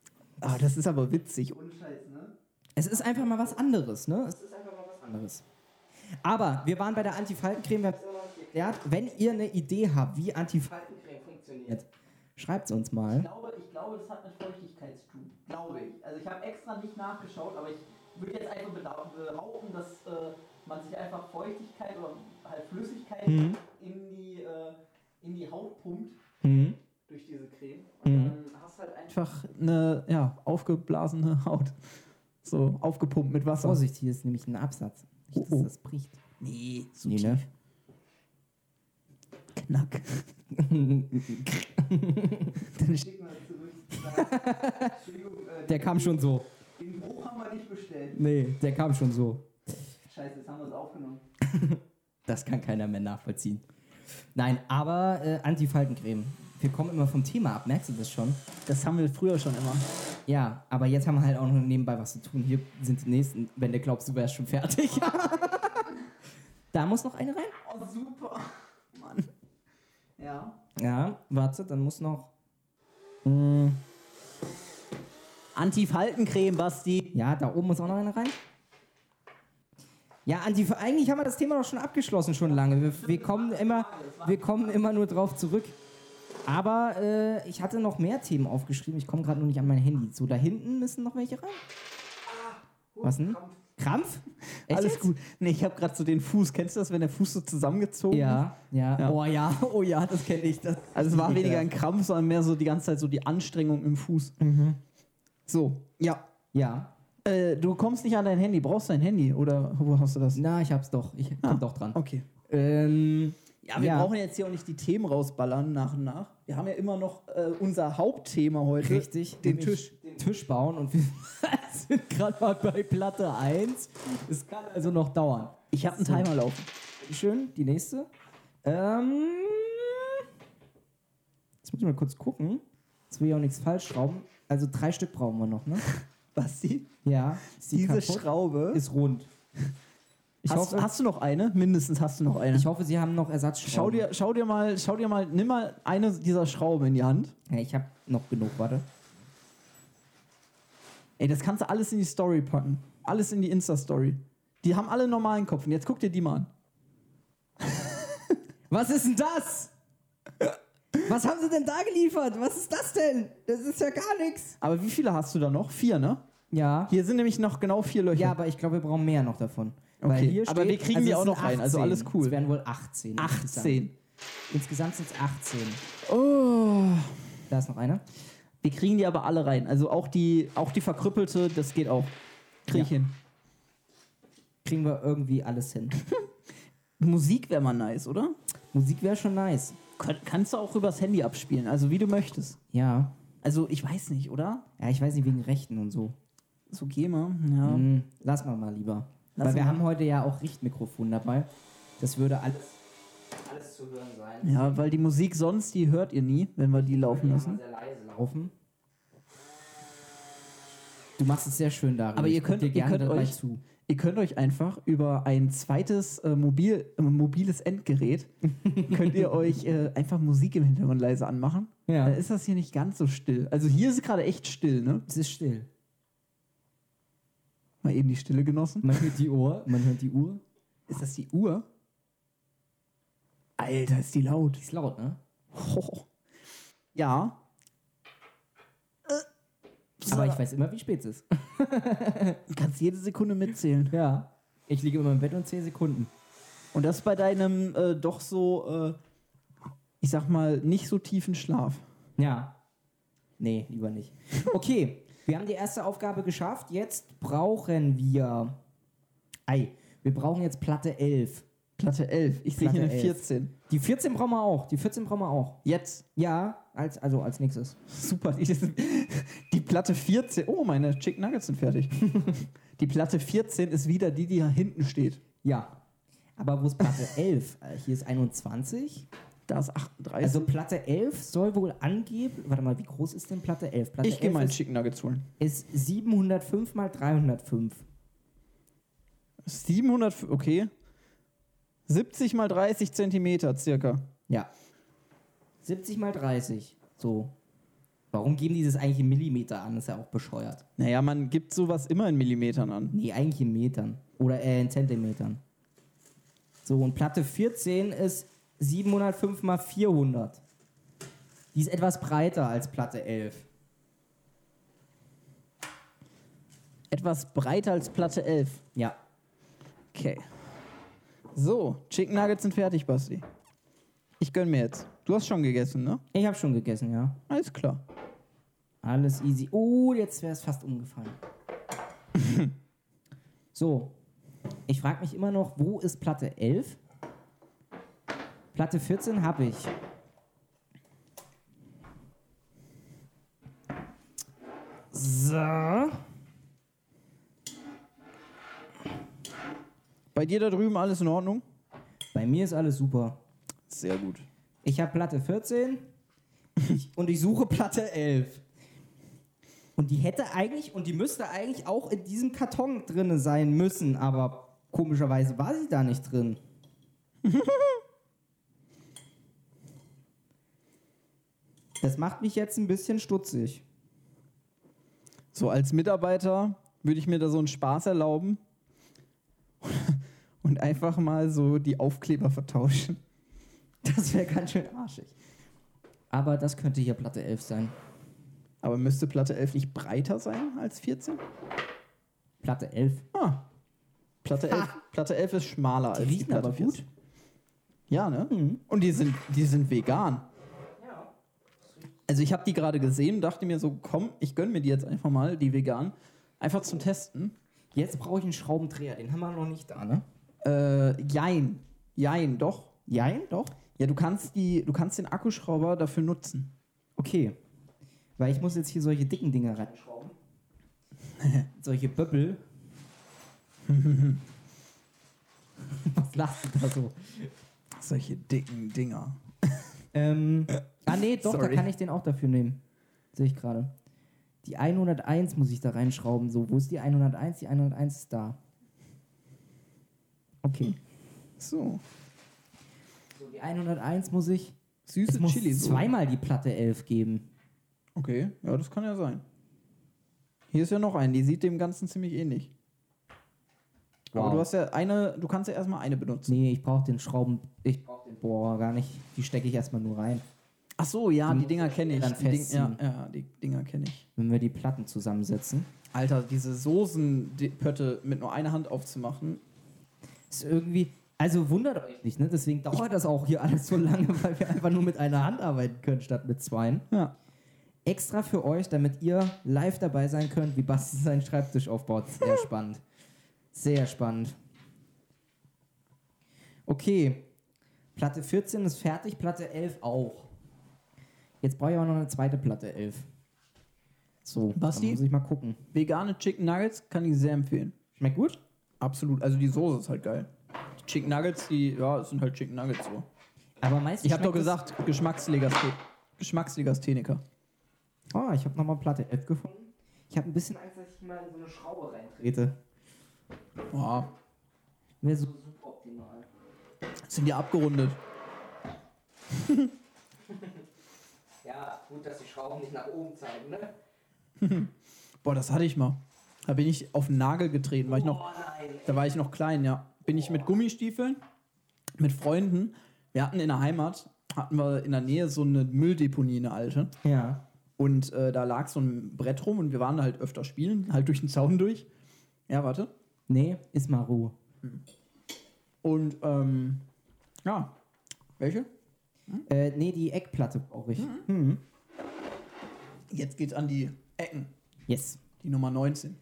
Speaker 2: Ah, das ist aber witzig.
Speaker 3: ne?
Speaker 1: Es ist einfach mal was anderes, ne? Es ist einfach mal was anderes. Aber wir waren bei der Antifaltencreme, wir haben es immer noch nicht erklärt. Wenn ihr eine Idee habt, wie Antifaltencreme funktioniert, schreibt es uns mal.
Speaker 3: glaube, ich glaube, das hat mit Feuchtigkeit zu tun. Glaube ich. Also ich habe extra nicht nachgeschaut, aber ich würde jetzt einfach bedau- behaupten, dass äh, man sich einfach Feuchtigkeit oder halt Flüssigkeit
Speaker 1: Mhm.
Speaker 3: in, die, äh, in die Haut pumpt
Speaker 2: Mhm.
Speaker 3: durch diese Creme. Und
Speaker 1: Mhm.
Speaker 3: dann hast du halt einfach
Speaker 2: Einfach eine ja,
Speaker 3: [laughs]
Speaker 2: aufgeblasene Haut. So aufgepumpt mit Wasser.
Speaker 1: Vorsicht, hier ist nämlich ein Absatz. Nicht, dass
Speaker 2: Oh, oh.
Speaker 1: das bricht.
Speaker 2: Nee, so
Speaker 1: Nee,
Speaker 2: tief.
Speaker 1: ne? [laughs]
Speaker 2: Knack. ne? Dann steht
Speaker 3: Stigma
Speaker 1: [laughs]
Speaker 3: zurück. Entschuldigung, äh,
Speaker 1: Der kam schon so.
Speaker 3: den Bruch haben wir nicht bestellt.
Speaker 1: Nee, der kam schon so.
Speaker 3: Scheiße, jetzt haben wir es aufgenommen.
Speaker 1: Das kann keiner mehr nachvollziehen. Nein, aber äh, Antifaltencreme. Wir kommen immer vom Thema ab, merkst du das schon?
Speaker 2: Das haben wir früher schon immer.
Speaker 1: Ja, aber jetzt haben wir halt auch noch nebenbei was zu tun. Hier sind die nächsten, wenn du glaubst, du wärst schon fertig. [laughs] da muss noch eine rein.
Speaker 3: Oh,
Speaker 1: [laughs]
Speaker 3: super. Mann. Ja.
Speaker 1: Ja, warte, dann muss noch.
Speaker 2: Antifaltencreme, Basti.
Speaker 1: Ja, da oben muss auch noch eine rein. Ja, Antif eigentlich haben wir das Thema doch schon abgeschlossen, schon lange. Wir, wir, kommen, immer, wir kommen immer nur drauf zurück. Aber äh, ich hatte noch mehr Themen aufgeschrieben. Ich komme gerade nur nicht an mein Handy. So, da hinten müssen noch welche rein.
Speaker 2: Ah,
Speaker 1: Was denn? Krampf? Echt
Speaker 2: Alles
Speaker 1: jetzt?
Speaker 2: gut. Nee, ich habe gerade so den Fuß. Kennst du das, wenn der Fuß so zusammengezogen ist?
Speaker 1: Ja, ja,
Speaker 2: Ja.
Speaker 1: Oh ja, [laughs] oh ja, das kenne ich. Das [laughs]
Speaker 2: Also es war weniger ein Krampf, sondern mehr so die ganze Zeit so die Anstrengung im Fuß.
Speaker 1: Mhm.
Speaker 2: So, ja.
Speaker 1: Ja.
Speaker 2: Äh, du kommst nicht an dein Handy. Brauchst du dein Handy? Oder wo hast du das?
Speaker 1: Na, ich hab's doch. Ich komm doch dran.
Speaker 2: Ah, Okay.
Speaker 1: Ähm,
Speaker 2: Ja, wir brauchen jetzt hier auch nicht die Themen rausballern nach und nach. Wir haben ja immer noch äh, unser Hauptthema heute.
Speaker 1: richtig
Speaker 2: Den
Speaker 1: nämlich
Speaker 2: Tisch.
Speaker 1: Den Tisch bauen und wir
Speaker 2: [laughs]
Speaker 1: sind gerade mal bei Platte 1. Es kann also noch dauern.
Speaker 2: Ich habe einen
Speaker 1: So.
Speaker 2: Timer laufen.
Speaker 1: Schön, die nächste. Ähm, jetzt muss ich mal kurz gucken. Jetzt will ich auch nichts falsch schrauben. Also drei Stück brauchen wir noch, ne?
Speaker 2: Basti,
Speaker 1: Ja. ist die
Speaker 2: diese
Speaker 1: kaputt?
Speaker 2: Schraube.
Speaker 1: ist rund. Ich
Speaker 2: hast,
Speaker 1: hoffe,
Speaker 2: hast du noch eine? Mindestens hast du noch eine.
Speaker 1: ich hoffe, sie haben noch Ersatzschrauben.
Speaker 2: Schau dir, schau dir mal, schau dir mal, nimm mal eine dieser Schrauben in die Hand.
Speaker 1: Ja, ich habe noch genug, warte.
Speaker 2: Ey, das kannst du alles in die Story packen. Alles in die Insta-Story. Die haben alle einen normalen Kopf. Und jetzt guck dir die mal an.
Speaker 1: Was ist denn das? Was haben sie denn da geliefert? Was ist das denn? Das ist ja gar nichts.
Speaker 2: Aber wie viele hast du da noch? Vier, ne?
Speaker 1: Ja.
Speaker 2: Hier sind nämlich noch genau vier Löcher.
Speaker 1: Ja, aber ich glaube, wir brauchen mehr noch davon.
Speaker 2: Okay, aber wir kriegen die
Speaker 1: es
Speaker 2: auch
Speaker 1: sind
Speaker 2: noch rein, also alles cool.
Speaker 1: Es wären wohl 18. muss ich sagen.
Speaker 2: 18.
Speaker 1: Insgesamt sind es 18.
Speaker 2: Oh.
Speaker 1: Da ist noch einer.
Speaker 2: Wir kriegen die aber alle rein. Also auch die, auch die verkrüppelte, das geht auch. Krieg ich
Speaker 1: Ja.
Speaker 2: hin.
Speaker 1: Kriegen wir irgendwie alles hin.
Speaker 2: Musik wäre mal nice, oder?
Speaker 1: Musik wäre schon nice.
Speaker 2: Kön kannst du auch übers Handy abspielen, also wie du möchtest.
Speaker 1: Ja.
Speaker 2: Also ich weiß nicht, oder?
Speaker 1: Ja, ich weiß nicht, wegen Rechten und so.
Speaker 2: So GEMA, ja.
Speaker 1: Hm, lass mal mal lieber.
Speaker 2: Lass
Speaker 1: Weil wir
Speaker 2: mal.
Speaker 1: haben heute ja auch Richtmikrofon dabei. Das würde alles, alles zu hören sein.
Speaker 2: Ja, weil die Musik sonst, die hört ihr nie, wenn wir die laufen lassen.
Speaker 1: sehr leise laufen. Du machst es sehr schön darin.
Speaker 2: Aber ihr
Speaker 1: Ich guck
Speaker 2: könnt-
Speaker 1: dir
Speaker 2: ihr
Speaker 1: gerne
Speaker 2: könnt
Speaker 1: dabei
Speaker 2: euch-
Speaker 1: zu.
Speaker 2: Ihr könnt euch einfach über ein zweites äh, mobil, äh, mobiles Endgerät, könnt ihr euch äh, einfach Musik im Hintergrund leise anmachen.
Speaker 1: Ja.
Speaker 2: Dann ist das hier nicht ganz so still. Also hier ist es gerade echt still, ne?
Speaker 1: Es ist still.
Speaker 2: Mal eben die Stille genossen.
Speaker 1: Man hört die Uhr. Man hört die Uhr.
Speaker 2: Ist das die Uhr? Alter, ist die laut.
Speaker 1: Die ist laut, ne?
Speaker 2: Ho. Ja. Äh,
Speaker 1: Aber ich weiß immer, wie spät es ist.
Speaker 2: Du kannst jede Sekunde mitzählen.
Speaker 1: Ja. Ich liege immer im Bett und 10 Sekunden.
Speaker 2: Und das bei deinem äh, doch so, äh, ich sag mal, nicht so tiefen Schlaf.
Speaker 1: Ja. Nee, lieber nicht. Okay, wir haben die erste Aufgabe geschafft. Jetzt brauchen wir. Ei, wir brauchen jetzt Platte 11.
Speaker 2: Platte 11. Ich sehe hier
Speaker 1: Platte
Speaker 2: eine
Speaker 1: 11.
Speaker 2: 14.
Speaker 1: Die 14 brauchen wir auch. Die 14 brauchen wir auch.
Speaker 2: Jetzt.
Speaker 1: Ja, als, also als nächstes.
Speaker 2: Super. Die, [laughs] die Platte 14. Oh, meine Chicken Nuggets sind fertig. [laughs] die Platte 14 ist wieder die, die da hinten steht.
Speaker 1: Ja. Aber wo ist
Speaker 2: [laughs]
Speaker 1: Platte 11? Äh, Hier ist 21.
Speaker 2: Da ist 38.
Speaker 1: Also Platte 11 soll wohl angeben. Warte mal, wie groß ist denn Platte 11? Platte
Speaker 2: ich gehe
Speaker 1: 11
Speaker 2: mal
Speaker 1: ist,
Speaker 2: Chicken Nuggets holen.
Speaker 1: ist 705 mal 305.
Speaker 2: 700, okay. 70 mal 30 Zentimeter circa.
Speaker 1: Ja. 70 mal 30. So. Warum geben die das eigentlich in Millimeter an? Ist ja auch bescheuert.
Speaker 2: Naja, man gibt sowas immer in Millimetern an.
Speaker 1: Nee, eigentlich in Metern. Oder äh, in Zentimetern. So, und Platte 14 ist 705 mal 400. Die ist etwas breiter als Platte 11.
Speaker 2: Etwas breiter als Platte 11.
Speaker 1: Ja.
Speaker 2: Okay. So, Chicken Nuggets sind fertig, Basti. Ich gönn mir jetzt. Du hast schon gegessen, ne?
Speaker 1: Ich habe schon gegessen, ja.
Speaker 2: Alles klar.
Speaker 1: Alles easy. Oh, jetzt wäre es fast umgefallen. so. Ich frage mich immer noch, wo ist Platte 11? Platte 14 habe ich. So.
Speaker 2: Bei dir da drüben alles in Ordnung?
Speaker 1: Bei mir ist alles super.
Speaker 2: Sehr gut.
Speaker 1: Ich habe Platte 14 ich, und ich suche Platte 11. Und die hätte eigentlich und die müsste eigentlich auch in diesem Karton drinne sein müssen, aber komischerweise war sie da nicht drin. Das macht mich jetzt ein bisschen stutzig.
Speaker 2: So, als Mitarbeiter würde ich mir da so einen Spaß erlauben [laughs] und einfach mal so die Aufkleber vertauschen.
Speaker 1: Das wäre ganz schön arschig. Aber das könnte hier Platte 11 sein.
Speaker 2: Aber müsste Platte 11 nicht breiter sein als 14?
Speaker 1: Platte 11.
Speaker 2: Ah. Platte 11, Platte 11 ist schmaler als die also
Speaker 1: riechen
Speaker 2: Platte
Speaker 1: aber gut.
Speaker 2: 14. Ja, ne?
Speaker 1: Mhm.
Speaker 2: Und die sind, die sind vegan.
Speaker 3: Ja.
Speaker 2: Also ich habe die gerade gesehen und dachte mir so, komm, ich gönn mir die jetzt einfach mal, die vegan. Einfach zum Testen.
Speaker 1: Jetzt brauche ich einen Schraubendreher, den haben wir noch nicht da, ne?
Speaker 2: Äh, jein. Jein, doch.
Speaker 1: Jein, doch.
Speaker 2: Ja, du kannst, die, du kannst den Akkuschrauber dafür nutzen.
Speaker 1: Okay. Weil ich muss jetzt hier solche dicken Dinger reinschrauben. [laughs] solche Böppel. [laughs] Was lachst du da so?
Speaker 2: Solche dicken Dinger.
Speaker 1: Ähm, ah nee, doch,
Speaker 2: Sorry.
Speaker 1: da kann ich den auch dafür nehmen. Sehe ich gerade. Die 101 muss ich da reinschrauben. So, wo ist die 101? Die 101 ist da. Okay.
Speaker 2: So.
Speaker 1: So, die 101 muss ich... Es
Speaker 2: Süße
Speaker 1: muss
Speaker 2: Chili.
Speaker 1: zweimal die Platte 11 geben.
Speaker 2: Okay, ja, das kann ja sein. Hier ist ja noch ein, die sieht dem Ganzen ziemlich ähnlich. Aber
Speaker 1: Wow.
Speaker 2: du hast ja eine, du kannst ja erstmal eine benutzen.
Speaker 1: Nee, ich brauche den Schrauben... Ich brauche den Bohrer gar nicht. Die stecke ich erstmal nur rein.
Speaker 2: Ach so, ja,
Speaker 1: Die
Speaker 2: die Dinger kenne ich.
Speaker 1: dann
Speaker 2: Die Ding, ja,
Speaker 1: festziehen.
Speaker 2: ja, die Dinger kenne ich.
Speaker 1: wenn wir die Platten zusammensetzen.
Speaker 2: Alter, diese Soßenpötte mit nur einer Hand aufzumachen.
Speaker 1: Ist irgendwie, Also wundert euch nicht, ne? deswegen dauert das auch hier alles so lange, [laughs] weil wir einfach nur mit einer Hand arbeiten können statt mit zweien.
Speaker 2: Ja.
Speaker 1: Extra für euch, damit ihr live dabei sein könnt, wie Basti seinen Schreibtisch aufbaut. [laughs] Sehr spannend. Sehr spannend. Okay, Platte 14 ist fertig, Platte 11 auch. Jetzt brauche ich aber noch eine zweite Platte 11. So,
Speaker 2: Basti?
Speaker 1: dann muss ich mal gucken.
Speaker 2: Vegane Chicken Nuggets kann ich sehr empfehlen.
Speaker 1: Schmeckt gut?
Speaker 2: Absolut. Also die Soße ist halt geil. Die Chicken Nuggets, die, ja, es sind halt Chicken Nuggets so.
Speaker 1: Aber meistens
Speaker 2: Ich habe doch
Speaker 1: schmeckt es-
Speaker 2: gesagt, Geschmackslegastheniker. Geschmackslegastheniker.
Speaker 1: Oh, ich habe nochmal Platte 11 gefunden. Ich habe ein bisschen Angst, dass ich mal in so eine Schraube reintrete.
Speaker 2: Ja,
Speaker 1: Wäre so suboptimal.
Speaker 2: sind ja abgerundet.
Speaker 1: Ja, gut, dass die Schrauben nicht nach oben zeigen, ne?
Speaker 2: Boah, das hatte ich mal. Da bin ich auf den Nagel getreten, war ich noch
Speaker 1: Oh nein.
Speaker 2: Da war ich noch klein, ja. Bin ich mit Gummistiefeln, mit Freunden. Wir hatten in der Heimat, hatten wir in der Nähe so eine Mülldeponie, eine alte.
Speaker 1: Ja.
Speaker 2: Und äh, da lag so ein Brett rum und wir waren da halt öfter spielen, halt durch den Zaun durch. Ja, warte.
Speaker 1: Nee, ist mal Ruhe.
Speaker 2: Und ähm, ja, welche?
Speaker 1: Äh, nee, die Eckplatte brauche ich.
Speaker 2: Jetzt geht's an die Ecken,
Speaker 1: Yes.
Speaker 2: die Nummer 19.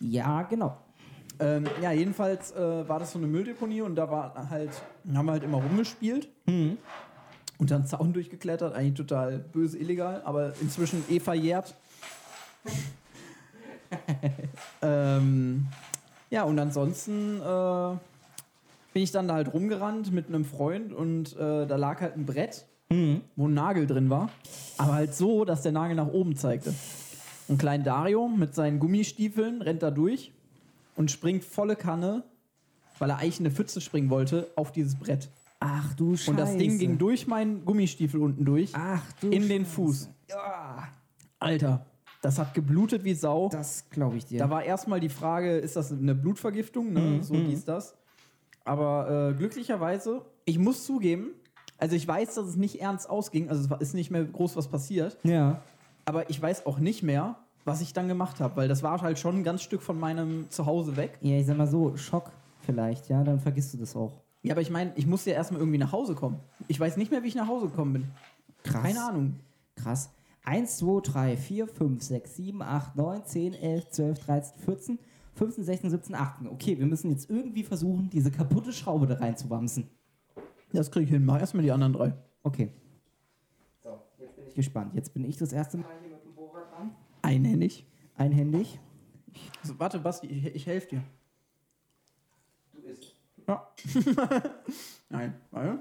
Speaker 1: Ja, genau.
Speaker 2: Ähm, ja, jedenfalls äh, war das so eine Mülldeponie und da war halt, haben wir halt immer rumgespielt. Und dann Zaun durchgeklettert, eigentlich total böse illegal, aber inzwischen eh verjährt. ähm, ja, und ansonsten äh, bin ich dann da halt rumgerannt mit einem Freund und äh, da lag halt ein Brett, wo ein Nagel drin war, aber halt so, dass der Nagel nach oben zeigte. Und klein Dario mit seinen Gummistiefeln rennt da durch und springt volle Kanne, weil er eigentlich in eine Pfütze springen wollte, auf dieses Brett.
Speaker 1: Ach du Scheiße.
Speaker 2: Und das Ding ging durch meinen Gummistiefel unten durch,
Speaker 1: Ach du
Speaker 2: in den
Speaker 1: Scheiße.
Speaker 2: Fuß. Alter, das hat geblutet wie Sau.
Speaker 1: Das glaube ich dir.
Speaker 2: Da war erstmal die Frage, ist das eine Blutvergiftung? Ne?
Speaker 1: Mhm,
Speaker 2: So dies, das. Aber äh, glücklicherweise, ich muss zugeben, also ich weiß, dass es nicht ernst ausging, also es war- ist nicht mehr groß was passiert,
Speaker 1: ja.
Speaker 2: aber ich weiß auch nicht mehr, was ich dann gemacht habe, weil das war halt schon ein ganz Stück von meinem Zuhause weg.
Speaker 1: Ja, ich sag mal so, Schock vielleicht, ja, dann vergisst du das auch.
Speaker 2: Ja, aber ich meine, ich musste ja erstmal irgendwie nach Hause kommen. Ich weiß nicht mehr, wie ich nach Hause gekommen bin.
Speaker 1: Krass.
Speaker 2: Keine Ahnung.
Speaker 1: Krass. 1, 2, 3, 4, 5, 6, 7, 8, 9, 10, 11, 12, 13, 14, 15, 16, 17, 18. Okay, wir müssen jetzt irgendwie versuchen, diese kaputte Schraube da reinzuwamsen.
Speaker 2: Das kriege ich hin. Mach erstmal die anderen drei.
Speaker 1: Okay. So, jetzt bin ich gespannt. Jetzt bin ich das erste Mal hier mit dem Bohrer dran.
Speaker 2: Einhändig.
Speaker 1: Einhändig.
Speaker 2: So, warte, Basti, ich, ich helfe dir.
Speaker 3: Du isst.
Speaker 2: Ja. Nein. Warte.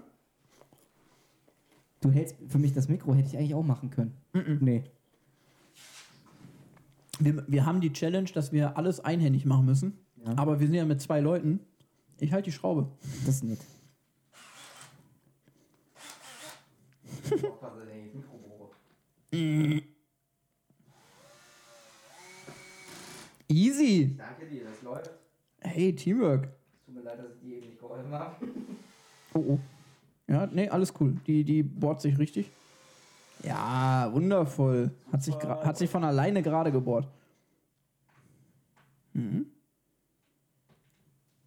Speaker 1: Du hältst für mich das Mikro, hätte ich eigentlich auch machen können. Nee.
Speaker 2: Wir, wir haben die Challenge, dass wir alles einhändig machen müssen.
Speaker 1: Ja.
Speaker 2: Aber wir sind ja mit zwei Leuten. Ich halte die Schraube.
Speaker 1: Das nicht.
Speaker 3: Aufpassen, dass ich nicht Mikro bohre.
Speaker 2: Easy.
Speaker 3: Danke dir, das läuft.
Speaker 2: Hey, Teamwork.
Speaker 3: Tut mir leid, dass ich dir eben nicht geholfen habe.
Speaker 2: Oh, oh. Ja, nee, alles cool. Die, die bohrt sich richtig. Ja, wundervoll. Hat sich, gra- hat sich von alleine gerade gebohrt.
Speaker 3: Oh,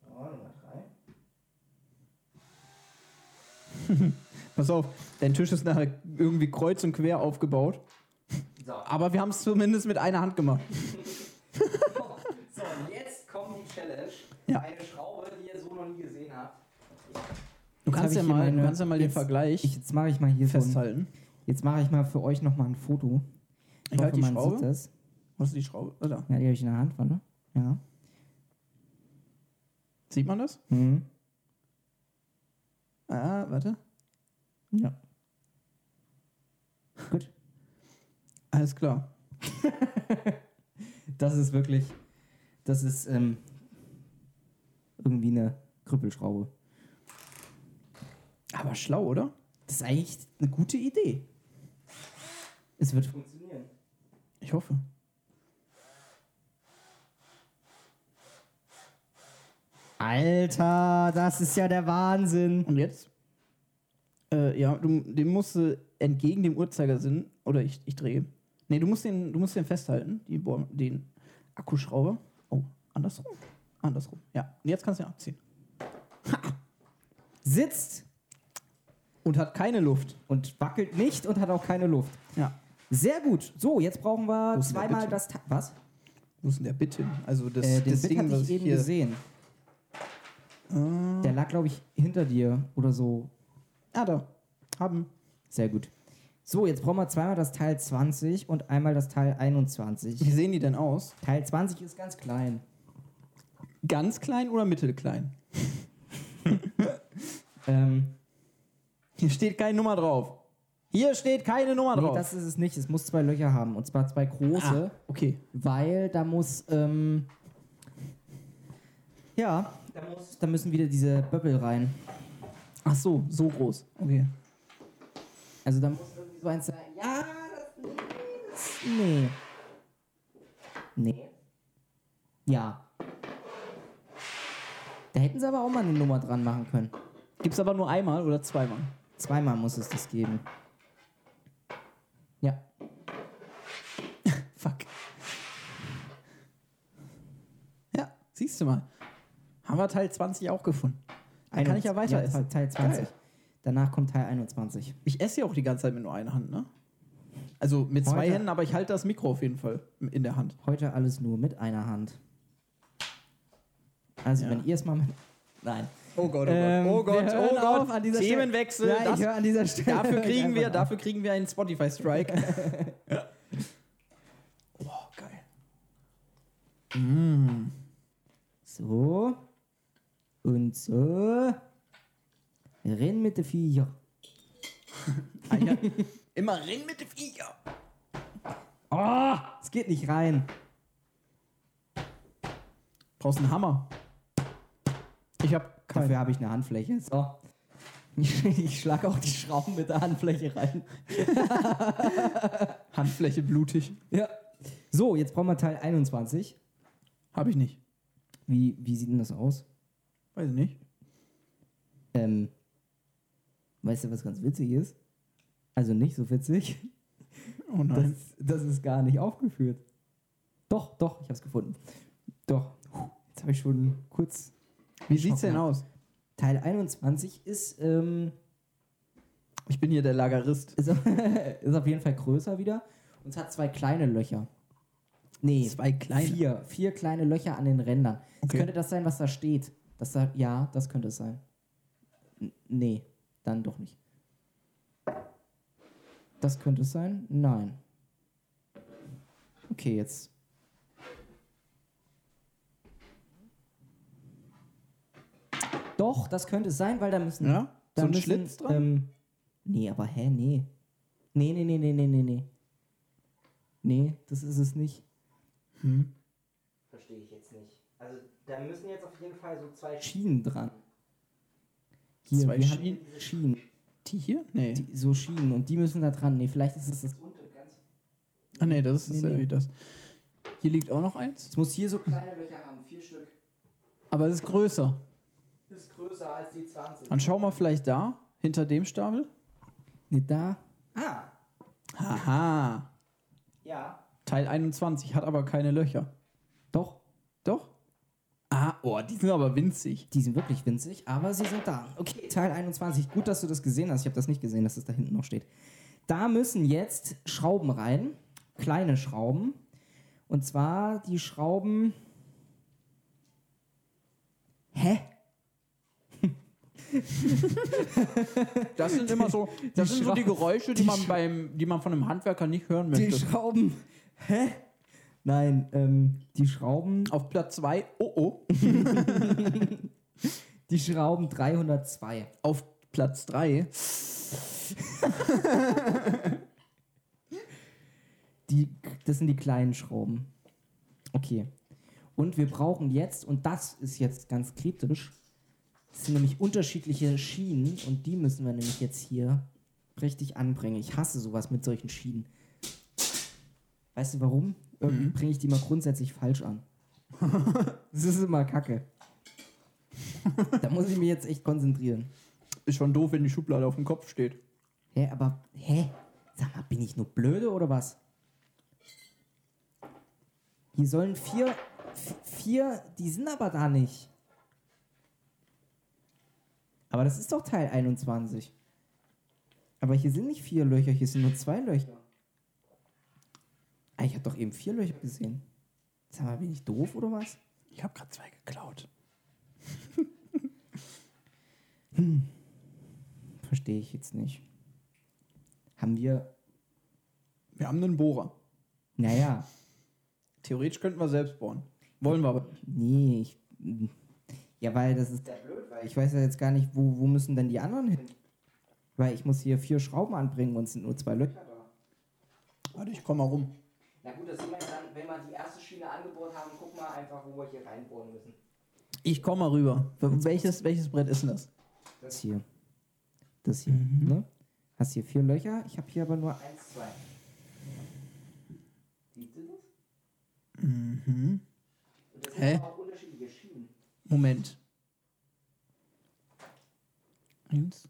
Speaker 3: Nummer 3.
Speaker 2: Pass auf, dein Tisch ist nachher irgendwie kreuz und quer aufgebaut.
Speaker 3: So.
Speaker 2: Aber wir haben es zumindest mit einer Hand gemacht.
Speaker 3: So, und jetzt kommt die Challenge.
Speaker 2: Ja.
Speaker 3: Eine Schraube, die ihr so noch nie gesehen habt.
Speaker 2: Du
Speaker 1: Jetzt hab ich
Speaker 2: kannst ja,
Speaker 1: hier
Speaker 2: mal, du
Speaker 1: meine-
Speaker 2: kannst ja mal den
Speaker 1: jetzt-
Speaker 2: Vergleich
Speaker 1: Ich, jetzt mache ich mal hier so ein,
Speaker 2: festhalten.
Speaker 1: Jetzt mache ich mal für euch nochmal ein Foto.
Speaker 2: Ich halte Halt die
Speaker 1: man sieht
Speaker 2: Schraube.
Speaker 1: das.
Speaker 2: Hast du die Schraube? Ah, da.
Speaker 1: Ja, die habe ich in der Hand, warte. Ja.
Speaker 2: Sieht man das?
Speaker 1: Mhm.
Speaker 2: Ah, warte.
Speaker 1: Ja. Gut.
Speaker 2: Alles klar.
Speaker 1: Das ist wirklich, das ist ähm, irgendwie eine Krüppelschraube.
Speaker 2: Aber schlau, oder?
Speaker 1: Das ist eigentlich eine gute Idee. Es wird funktionieren.
Speaker 2: Ich hoffe.
Speaker 1: Alter, das ist ja der Wahnsinn.
Speaker 2: Und jetzt? Äh, ja, du, dem musst du entgegen dem Uhrzeigersinn, oder ich, ich drehe. Nee, du musst den, du musst den festhalten, die, Bohr- den Akkuschrauber. Oh, andersrum. Andersrum. Ja, und jetzt kannst du ihn abziehen.
Speaker 1: sitzt
Speaker 2: Und hat keine Luft.
Speaker 1: und wackelt nicht und hat auch keine Luft.
Speaker 2: Ja.
Speaker 1: Sehr gut. So, jetzt brauchen wir
Speaker 2: Wo ist denn der
Speaker 1: zweimal
Speaker 2: bitte?
Speaker 1: das. Ta was?
Speaker 2: Wo ist denn der Bit hin? Also das,
Speaker 1: Äh, den
Speaker 2: das
Speaker 1: Bit hatte ich eben gesehen. Der lag, glaube ich, hinter dir oder so.
Speaker 2: Ah, da. Haben.
Speaker 1: Sehr gut. So, jetzt brauchen wir zweimal das Teil 20 und einmal das Teil 21.
Speaker 2: Wie sehen die denn aus?
Speaker 1: Teil 20 ist ganz klein.
Speaker 2: Ganz klein oder mittelklein?
Speaker 1: Ähm,
Speaker 2: Hier steht keine Nummer drauf. Hier steht keine Nummer
Speaker 1: nee,
Speaker 2: drauf.
Speaker 1: das ist es nicht. Es muss zwei Löcher haben. Und zwar zwei große,
Speaker 2: ah, okay.
Speaker 1: weil da muss. Ähm, ja, da, muss, da müssen wieder diese Böppel rein.
Speaker 2: Ach so, so groß. Okay.
Speaker 1: Also da muss irgendwie so eins sein. Ja, das ist. Nee. Nee. Ja. Da hätten sie aber auch mal eine Nummer dran machen können.
Speaker 2: Gibt's aber nur einmal oder zweimal?
Speaker 1: Zweimal muss es das geben. Ja.
Speaker 2: Fuck. Ja, siehst du mal. Haben wir Teil 20 auch gefunden. Dann kann ich ja weiter essen.
Speaker 1: Teil 20.
Speaker 2: Geil.
Speaker 1: Danach kommt Teil 21.
Speaker 2: Ich esse ja auch die ganze Zeit mit nur einer Hand, ne? Also mit zwei
Speaker 1: Heute-
Speaker 2: Händen, aber ich halte das Mikro auf jeden Fall in der Hand.
Speaker 1: Heute alles nur mit einer Hand. Also,
Speaker 2: Ja.
Speaker 1: wenn ihr es mal mit. Nein.
Speaker 2: Oh Gott, oh
Speaker 1: Ähm, wir hören auf an dieser Stelle.
Speaker 2: Themenwechsel.
Speaker 1: Ja, ich
Speaker 2: das,
Speaker 1: höre an dieser Stelle-
Speaker 2: dafür, [laughs]
Speaker 1: höre ich
Speaker 2: kriegen wir,
Speaker 1: einfach auf.
Speaker 2: dafür kriegen wir einen Spotify-Strike. [laughs] Boah, geil.
Speaker 1: So. Und so. Renn mit der Viecher.
Speaker 2: Ah, ja. Immer rein mit dem Viecher.
Speaker 1: Oh, es geht nicht rein.
Speaker 2: Brauchst einen Hammer. Ich hab keinen.
Speaker 1: Dafür habe ich eine Handfläche. So. [laughs] Ich schlage auch die Schrauben mit der Handfläche rein.
Speaker 2: Handfläche blutig.
Speaker 1: Ja. So, jetzt brauchen wir Teil 21.
Speaker 2: Hab ich nicht.
Speaker 1: Wie, wie sieht denn das aus?
Speaker 2: Weiß ich nicht.
Speaker 1: Ähm, weißt du, was ganz witzig ist? Also nicht so witzig.
Speaker 2: Oh
Speaker 1: Das,
Speaker 2: nein.
Speaker 1: das ist gar nicht aufgeführt. Doch, doch, ich habe es gefunden. Doch. Puh, Jetzt habe ich schon kurz.
Speaker 2: Wie sieht's denn aus?
Speaker 1: Teil 21 ist, ähm,
Speaker 2: Ich bin hier der Lagerist.
Speaker 1: ist, ist [laughs] auf jeden Fall größer wieder. Und es hat zwei kleine Löcher. Nee,
Speaker 2: Zwei kleine?
Speaker 1: Vier, vier kleine Löcher an den Rändern.
Speaker 2: Okay.
Speaker 1: Könnte das sein, was da steht? Das da, ja, das könnte es sein. N nee, dann doch nicht. Das könnte es sein? Nein. Okay, jetzt. Doch, das könnte es sein, weil da müssen.
Speaker 2: Ja?
Speaker 1: Da
Speaker 2: So ein
Speaker 1: müssen,
Speaker 2: Schlitz dran?
Speaker 1: Ähm, nee, aber hä? Nee. Nee, nee, nee, nee, nee, nee, nee. Nee, das ist es nicht.
Speaker 2: Hm?
Speaker 4: Verstehe ich jetzt nicht. Also da müssen jetzt auf jeden Fall so zwei Sch
Speaker 1: Schienen dran. Hier,
Speaker 2: Zwei
Speaker 1: wir
Speaker 2: Schienen?
Speaker 1: haben diese Schienen.
Speaker 2: Die hier? Nee.
Speaker 1: Die, so Schienen und die müssen da dran. Nee, vielleicht ist es das.
Speaker 2: ah, nee, das ist
Speaker 1: Nee, nee.
Speaker 2: irgendwie das. Hier liegt auch noch eins.
Speaker 1: Es muss hier so.
Speaker 4: kleine Löcher haben, vier Stück.
Speaker 2: Aber es ist größer.
Speaker 4: Ist größer als die 20.
Speaker 2: Dann schau mal vielleicht da, hinter dem Stapel.
Speaker 1: Nee, da.
Speaker 4: Ah,
Speaker 2: Haha.
Speaker 4: ja.
Speaker 2: Teil 21 hat aber keine Löcher.
Speaker 1: Doch,
Speaker 2: Doch? Ah, oh, die sind aber winzig.
Speaker 1: die sind wirklich winzig, aber sie sind da. Okay, Teil 21. Gut, dass du das gesehen hast. Ich habe das nicht gesehen, dass es da hinten noch steht. Da müssen jetzt Schrauben rein. Kleine Schrauben. Und zwar die Schrauben. Hä?
Speaker 2: Das sind immer so, das
Speaker 1: Die
Speaker 2: sind so die
Speaker 1: Schra-
Speaker 2: Geräusche, die,
Speaker 1: die
Speaker 2: man
Speaker 1: Schra-
Speaker 2: beim, die man von einem Handwerker nicht hören
Speaker 1: Die
Speaker 2: möchte.
Speaker 1: Schrauben. Hä? Nein, ähm, die Schrauben.
Speaker 2: Auf Platz 2, oh oh.
Speaker 1: Die Schrauben 302.
Speaker 2: Auf Platz 3,
Speaker 1: Die, das sind die kleinen Schrauben. Okay. Und wir brauchen jetzt, und das ist jetzt ganz kritisch, es sind nämlich unterschiedliche Schienen und die müssen wir nämlich jetzt hier richtig anbringen. Ich hasse sowas mit solchen Schienen. Weißt du warum? Irgendwie bringe ich die mal grundsätzlich falsch an. das ist immer Kacke. da muss ich mich jetzt echt konzentrieren.
Speaker 2: ist schon doof, wenn die Schublade auf dem Kopf steht.
Speaker 1: Hä, aber, hä? Sag mal, bin ich nur blöde oder was? Hier sollen vier, f- vier, die sind aber da nicht. Aber das ist doch Teil 21. Aber hier sind nicht vier Löcher, hier sind nur zwei Löcher. Ah, ich habe doch eben vier Löcher gesehen. Sag mal, bin ich doof oder was?
Speaker 2: Ich habe gerade zwei geklaut.
Speaker 1: Verstehe ich jetzt nicht. Haben wir.
Speaker 2: Wir haben einen Bohrer.
Speaker 1: Naja,
Speaker 2: Theoretisch könnten wir selbst bohren. Wollen wir aber.
Speaker 1: nee, ich. Ja, weil das ist.
Speaker 4: ja blöd, weil ich
Speaker 1: Ich weiß ja jetzt gar nicht, wo, wo müssen denn die anderen hin? Weil ich muss hier vier Schrauben anbringen und es sind nur zwei Löcher.
Speaker 4: da.
Speaker 2: Warte, ich komme mal rum.
Speaker 4: Na gut, das sieht man dann, wenn man die erste Schiene angebohrt haben, guck mal einfach, wo wir hier reinbohren müssen.
Speaker 2: Ich komme mal rüber. W- Welches, welches Brett ist denn das?
Speaker 1: Das hier. Das hier.
Speaker 2: Mhm.
Speaker 1: Ne? Hast hier vier Löcher, ich habe hier aber nur ein.
Speaker 4: Eins, zwei. Siehst du das?
Speaker 2: Mhm.
Speaker 4: Und das
Speaker 2: Hä?
Speaker 4: sind aber auch unterschiedliche Schienen.
Speaker 2: Moment. Eins,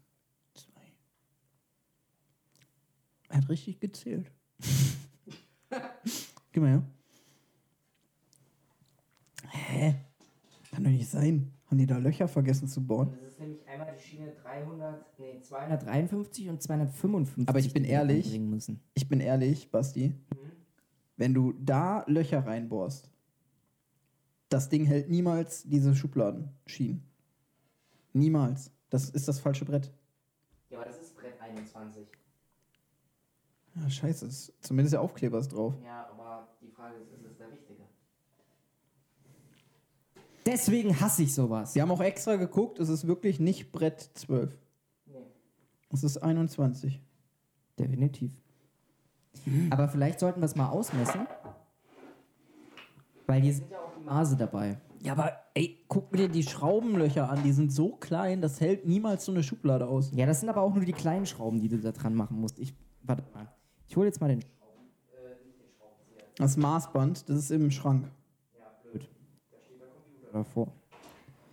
Speaker 2: zwei. Er hat richtig gezählt. Geh mal her. Hä? Kann doch nicht sein. Haben die da Löcher vergessen zu bohren?
Speaker 4: Und das ist nämlich einmal die Schiene 300, nee, 200.
Speaker 1: 253 und 255.
Speaker 2: Aber ich bin
Speaker 1: die wir
Speaker 2: ehrlich.
Speaker 1: anbringen Müssen.
Speaker 2: Ich bin ehrlich, Basti. Wenn du da Löcher reinbohrst, das Ding hält niemals diese Schubladenschienen. Niemals. Das ist das falsche Brett.
Speaker 4: Ja, aber das ist Brett 21.
Speaker 2: Ja, Ah, scheiße, ist zumindest der Aufkleber ist drauf.
Speaker 4: Ja, aber die Frage ist, ist es der richtige?
Speaker 1: Deswegen hasse ich sowas.
Speaker 2: Sie haben auch extra geguckt, es ist wirklich nicht Brett 12.
Speaker 4: Nee.
Speaker 2: Es ist 21.
Speaker 1: Definitiv. Aber vielleicht sollten wir es mal ausmessen. Weil hier sind ja auch die Maße dabei.
Speaker 2: Ja, aber ey, guck dir die Schraubenlöcher an, die sind so klein, das hält niemals so eine Schublade aus.
Speaker 1: Ja, das sind aber auch nur die kleinen Schrauben, die du da dran machen musst. Ich, warte mal. Ich hole jetzt mal den.
Speaker 2: Das Maßband, das ist im Schrank.
Speaker 1: davor. [laughs]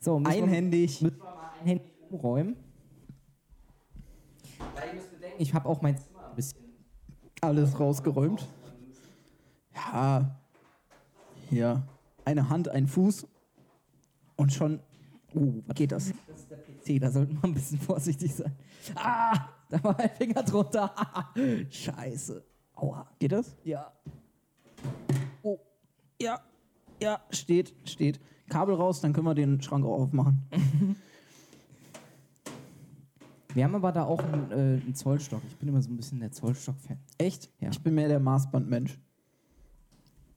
Speaker 1: so, müssen wir-
Speaker 2: Einhändig.
Speaker 1: müssen wir mal einhändig umräumen.
Speaker 4: Weil ihr müsst bedenken,
Speaker 1: Ich habe auch mein Zimmer ein bisschen.
Speaker 2: Alles rausgeräumt. Ja. Hier. Eine Hand, ein Fuß. Und schon
Speaker 1: Uh, was
Speaker 2: geht das.
Speaker 4: das ist der PC.
Speaker 1: da sollte man ein bisschen vorsichtig sein. Ah, da war mein Finger drunter. [laughs]
Speaker 2: Scheiße. Aua. Geht das?
Speaker 1: ja.
Speaker 2: Oh. Ja. Ja, steht, steht. Kabel raus, dann können wir den Schrank auch aufmachen.
Speaker 1: Wir haben aber da auch einen, äh, einen Zollstock. Ich bin immer so ein bisschen der Zollstock-Fan.
Speaker 2: Echt?
Speaker 1: Ja.
Speaker 2: Ich bin mehr der Maßbandmensch.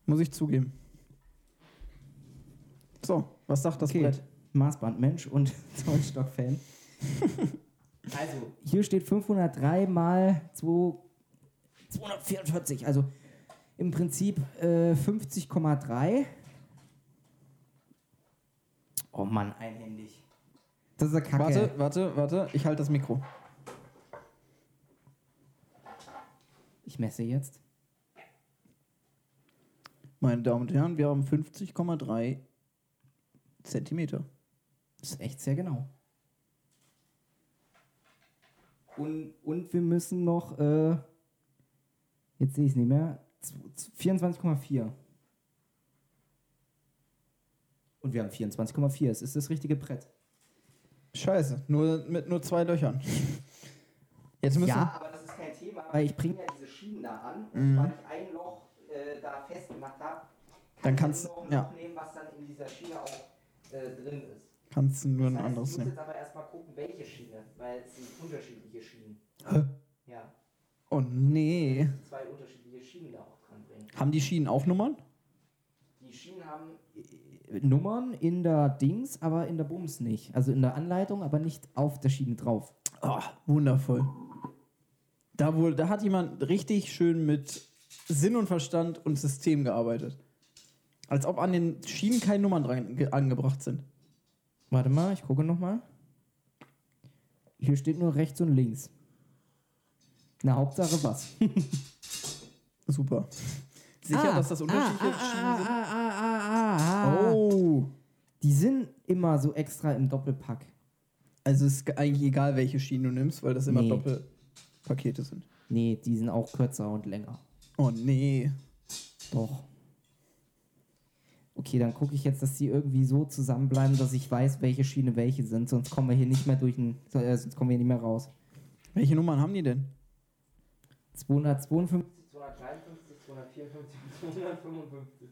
Speaker 2: Muss ich zugeben. So, was sagt das Brett?
Speaker 1: Maßbandmensch und [laughs] Zollstock-Fan.
Speaker 4: Also,
Speaker 1: Hier steht 503 mal 2, 244. Also im Prinzip äh, 50,3. Oh Mann, einhändig. Das ist eine Kacke.
Speaker 2: Warte, warte, warte. Ich halte das Mikro.
Speaker 1: Ich messe jetzt.
Speaker 2: Meine Damen und Herren, wir haben 50,3 Zentimeter.
Speaker 1: Das ist echt sehr genau. Und, und wir müssen noch, äh, jetzt sehe ich es nicht mehr, zw- z- 24,4. Und wir haben 24,4. Es ist das richtige Brett.
Speaker 2: Scheiße, nur mit nur zwei [laughs] Löchern. Jetzt müssen
Speaker 1: Ja.
Speaker 4: aber das ist kein Thema,
Speaker 1: Weil ich bring-
Speaker 4: ja diese Schienen da an und weil ich ein Loch äh, da festgemacht habe,
Speaker 2: Dann kannst-
Speaker 4: du noch ein
Speaker 2: ja.
Speaker 4: Loch nehmen, was dann in dieser Schiene auch äh, drin ist.
Speaker 2: kannst du nur
Speaker 4: Das
Speaker 2: ein
Speaker 4: heißt,
Speaker 2: anderes
Speaker 4: ich muss
Speaker 2: nehmen.
Speaker 4: jetzt aber erstmal gucken, welche Schiene, weil es sind unterschiedliche Schienen. Ja,
Speaker 2: Oh nee.
Speaker 4: zwei unterschiedliche Schienen da auch dran bringen.
Speaker 2: Haben die Schienen auch Nummern?
Speaker 4: Die Schienen haben
Speaker 1: äh, Nummern in der Dings, aber in der Bums nicht. Also in der Anleitung, aber nicht auf der Schiene drauf.
Speaker 2: Oh, wundervoll. Da, wurde, da hat jemand richtig schön mit Sinn und Verstand und System gearbeitet. Als ob an den Schienen keine Nummern dran ge- angebracht sind.
Speaker 1: Warte mal, ich gucke nochmal. Hier steht nur rechts und links. Na, Hauptsache was. Ah,
Speaker 2: Super. [laughs] Sicher, dass das unterschiedliche Schienen sind?
Speaker 1: Oh.
Speaker 2: Oh.
Speaker 1: Die sind immer so extra im Doppelpack.
Speaker 2: Also ist ge- eigentlich egal, welche Schienen du nimmst, weil das immer
Speaker 1: Nee.
Speaker 2: Doppelpakete sind.
Speaker 1: Nee, die sind auch kürzer und länger.
Speaker 2: Oh nee.
Speaker 1: Doch. okay, dann gucke ich jetzt, dass die irgendwie so zusammenbleiben, dass ich weiß, welche Schiene welche sind, sonst kommen wir hier nicht mehr durch den, so- äh, sonst kommen wir hier nicht mehr raus.
Speaker 2: Welche Nummern haben die denn?
Speaker 1: 252,
Speaker 4: 253, 254 und 255.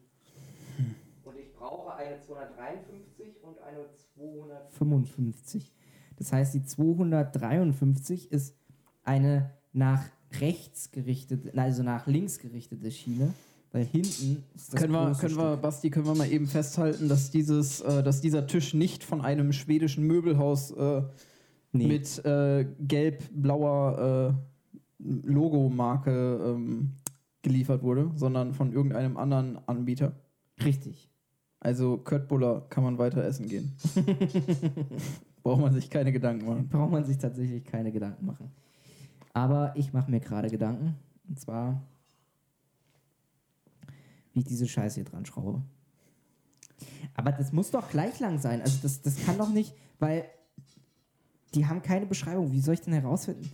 Speaker 4: Und ich brauche eine 253 und eine 200.
Speaker 1: 55. Das heißt, die 253 ist eine nach rechts gerichtete, nein, also nach links gerichtete Schiene, weil hinten ist das
Speaker 2: können wir,
Speaker 1: große
Speaker 2: können wir,
Speaker 1: Stück.
Speaker 2: Basti, können wir mal eben festhalten, dass, dieses, äh, dass dieser Tisch nicht von einem schwedischen Möbelhaus äh,
Speaker 1: nee,
Speaker 2: mit äh, gelb-blauer äh, Logomarke ähm, geliefert wurde, sondern von irgendeinem anderen Anbieter.
Speaker 1: richtig.
Speaker 2: Also Köttbuller kann man weiter essen [laughs] gehen. Braucht man sich keine Gedanken machen.
Speaker 1: Braucht man sich tatsächlich keine Gedanken machen. Aber ich mache mir gerade Gedanken. Und zwar, wie ich diese Scheiße hier dran schraube. Aber das muss doch gleich lang sein. Also das, das kann doch nicht, weil die haben keine Beschreibung. Wie soll ich denn herausfinden,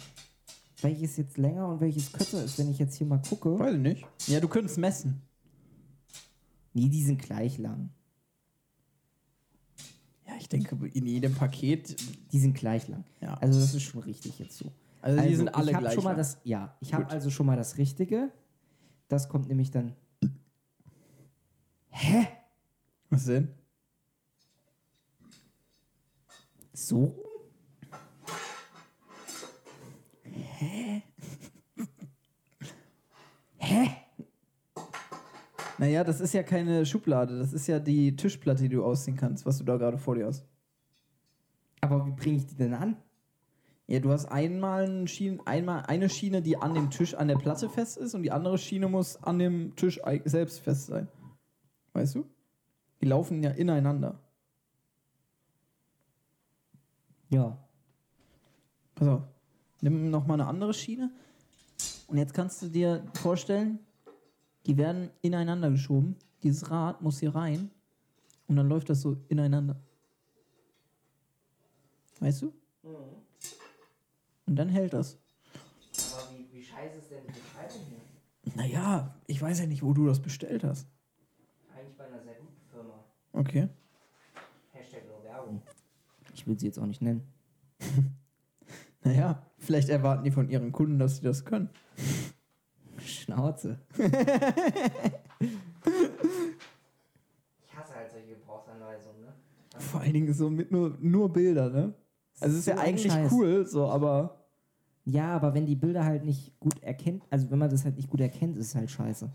Speaker 1: welches jetzt länger und welches kürzer ist, wenn ich jetzt hier mal gucke?
Speaker 2: Weiß ich nicht. Ja, du könntest messen.
Speaker 1: Nee, die sind gleich lang.
Speaker 2: Ja, ich denke, in jedem Paket.
Speaker 1: Die sind gleich lang.
Speaker 2: Ja. Also,
Speaker 1: Also das ist schon richtig jetzt so.
Speaker 2: die sind alle
Speaker 1: Also, ich hab
Speaker 2: gleich.
Speaker 1: Schon mal
Speaker 2: lang.
Speaker 1: das, ja, ich habe
Speaker 2: Gut.
Speaker 1: also schon mal das Richtige. Das kommt nämlich dann. Hä?
Speaker 2: Was denn?
Speaker 1: So? rum? Hä? Hä?
Speaker 2: Naja, das ist ja keine Schublade, das ist ja die Tischplatte, die du ausziehen kannst, was du da gerade vor dir hast.
Speaker 1: Aber wie bringe ich die denn an?
Speaker 2: Ja, du hast einmal, einen Schien, einmal eine Schiene, die an dem Tisch an der Platte fest ist und die andere Schiene muss an dem Tisch ei- selbst fest sein. Weißt du? Die laufen ja ineinander.
Speaker 1: Ja.
Speaker 2: Pass auf. Nimm nochmal eine andere Schiene und jetzt kannst du dir vorstellen, die werden ineinander geschoben. Dieses Rad muss hier rein und dann läuft das so ineinander. Weißt du?
Speaker 4: Mhm.
Speaker 2: Und dann hält das.
Speaker 4: Aber wie, wie scheiße ist denn die Beschreibung hier?
Speaker 2: Naja, ich weiß ja nicht, wo du das bestellt hast.
Speaker 4: Eigentlich bei einer sehr guten Firma.
Speaker 2: Okay.
Speaker 4: Hashtag nur Werbung.
Speaker 1: Ich will sie jetzt auch nicht nennen.
Speaker 2: Naja, vielleicht erwarten die von ihren Kunden, dass sie das können.
Speaker 1: Schnauze.
Speaker 4: Ich hasse halt solche Gebrauchsanweisungen, ne?
Speaker 2: Vor allen Dingen so mit nur, nur Bilder, ne? Also es ist
Speaker 1: So
Speaker 2: ja
Speaker 1: ein
Speaker 2: eigentlich
Speaker 1: Scheiß.
Speaker 2: cool, so, aber
Speaker 1: Ja, aber wenn die Bilder halt nicht gut erkennt, also wenn man das halt nicht gut erkennt, ist es halt scheiße.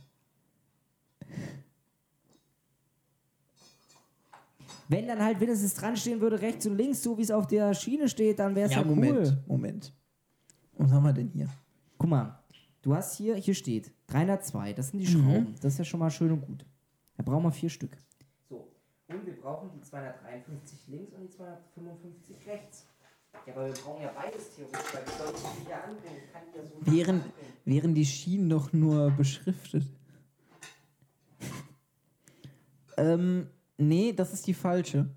Speaker 1: Wenn dann halt wenigstens dran stehen würde, rechts und links, so wie es auf der Schiene steht, dann wäre es ja, halt cool.
Speaker 2: Moment. Was haben wir denn hier?
Speaker 1: Guck mal, du hast hier, hier steht 302, das sind die Schrauben. Das ist ja schon mal schön und gut. Da brauchen wir vier Stück.
Speaker 4: So. Und wir brauchen die 253 links und die 255 rechts. Ja, aber wir brauchen ja beides theoretisch, weil ich soll die nicht hier anbringen. Ich kann die ja so nicht
Speaker 2: Wären,
Speaker 4: anbringen.
Speaker 2: wären die Schienen doch nur beschriftet. ähm, nee, das ist die falsche.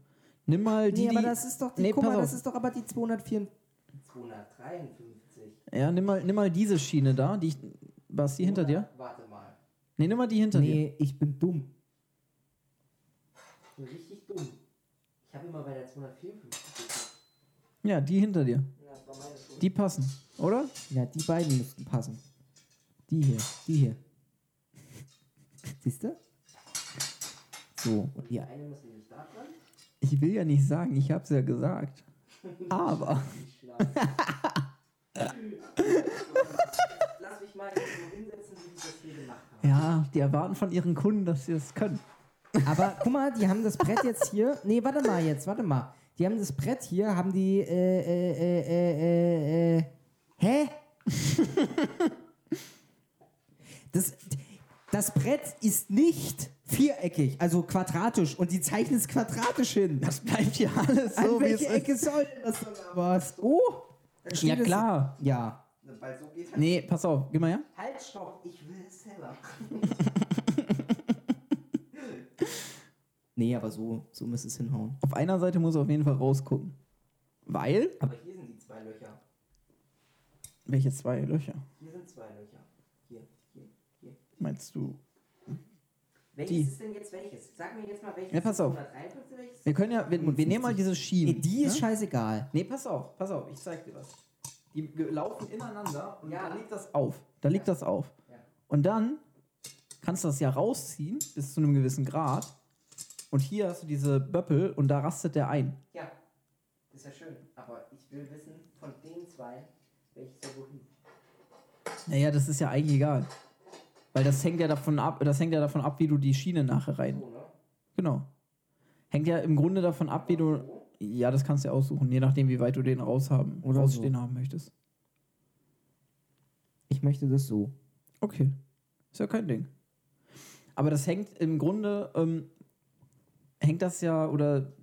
Speaker 2: Nimm mal die,
Speaker 1: nee, aber
Speaker 2: die
Speaker 1: das ist doch die,
Speaker 2: Nee,
Speaker 1: guck
Speaker 2: pass
Speaker 1: mal,
Speaker 2: auf.
Speaker 1: das ist doch aber die 204.
Speaker 4: 253.
Speaker 2: Ja, nimm mal, nimm mal diese Schiene da, die ich, Basti, hinter dir?
Speaker 4: Warte mal.
Speaker 2: Nee, nimm mal die hinter dir.
Speaker 1: Nee, ich bin dumm.
Speaker 4: Ich bin richtig dumm. Ich habe immer bei der 254 geguckt.
Speaker 2: Ja, die hinter dir.
Speaker 4: Das war meine Schuld.
Speaker 2: Die passen, oder?
Speaker 1: Ja, die beiden müssten passen. Die hier, die hier. Siehst du? So, und
Speaker 4: Und die
Speaker 1: die,
Speaker 4: eine muss nämlich da dran.
Speaker 2: Ich will ja nicht sagen, ich hab's ja gesagt. Aber.
Speaker 4: Die Schnauze. Lass mich mal jetzt so hinsetzen, wie die das hier gemacht haben.
Speaker 2: Ja, die erwarten von ihren Kunden, dass sie das können.
Speaker 1: aber guck mal, die haben das Brett jetzt hier. Nee, warte mal jetzt, warte mal. Die haben das Brett hier, haben die. Äh, äh, äh, äh, äh, hä? [laughs] Das, das Brett ist nicht viereckig, also quadratisch. Und die zeichnen es quadratisch hin.
Speaker 2: Das bleibt hier alles
Speaker 1: An welche Ecke soll denn das denn aber? So?
Speaker 2: Oh, Ja, klar.
Speaker 1: Ja.
Speaker 4: Weil so geht halt.
Speaker 2: Nee, pass auf, geh mal her.
Speaker 4: Halt, stopp, ich will es selber. machen.
Speaker 2: [laughs]
Speaker 1: Nee, aber so, so müsste es hinhauen.
Speaker 2: Auf einer Seite muss er auf jeden Fall rausgucken. Weil?
Speaker 4: Aber hier sind die zwei Löcher.
Speaker 2: Welche zwei Löcher?
Speaker 4: Hier sind zwei Löcher. Hier, hier, hier.
Speaker 2: Meinst du?
Speaker 4: Welches
Speaker 2: Die.
Speaker 4: ist denn jetzt welches? Sag mir jetzt mal welches.
Speaker 2: Ja, pass auf.
Speaker 4: 153, welches?
Speaker 2: Wir können ja, wir, wir nehmen mal diese Schienen.
Speaker 1: die ist
Speaker 2: ne?
Speaker 1: scheißegal.
Speaker 2: Nee, pass auf, pass auf, ich zeig dir was. Die ge- laufen ineinander und
Speaker 4: Ja.
Speaker 2: da liegt das auf. Da liegt das auf.
Speaker 4: Ja.
Speaker 2: Und dann kannst du das ja rausziehen bis zu einem gewissen Grad. Und hier hast du diese Böppel und da rastet der ein.
Speaker 4: Ja, ist ja schön. Aber ich will wissen, von den zwei, welches der wohin.
Speaker 2: Naja, das ist ja eigentlich egal. Weil das hängt ja davon ab, das hängt ja davon ab, wie du die Schiene nachher rein.
Speaker 4: So, ne?
Speaker 2: Genau. Hängt ja im Grunde davon ab, wie du.
Speaker 4: So.
Speaker 2: Ja, das kannst du ja aussuchen, je nachdem, wie weit du den raushaben,
Speaker 1: Oder
Speaker 2: rausstehen haben möchtest.
Speaker 1: Ich möchte das so.
Speaker 2: Okay. Ist ja kein Ding. Aber das hängt im Grunde, ähm, hängt das ja, oder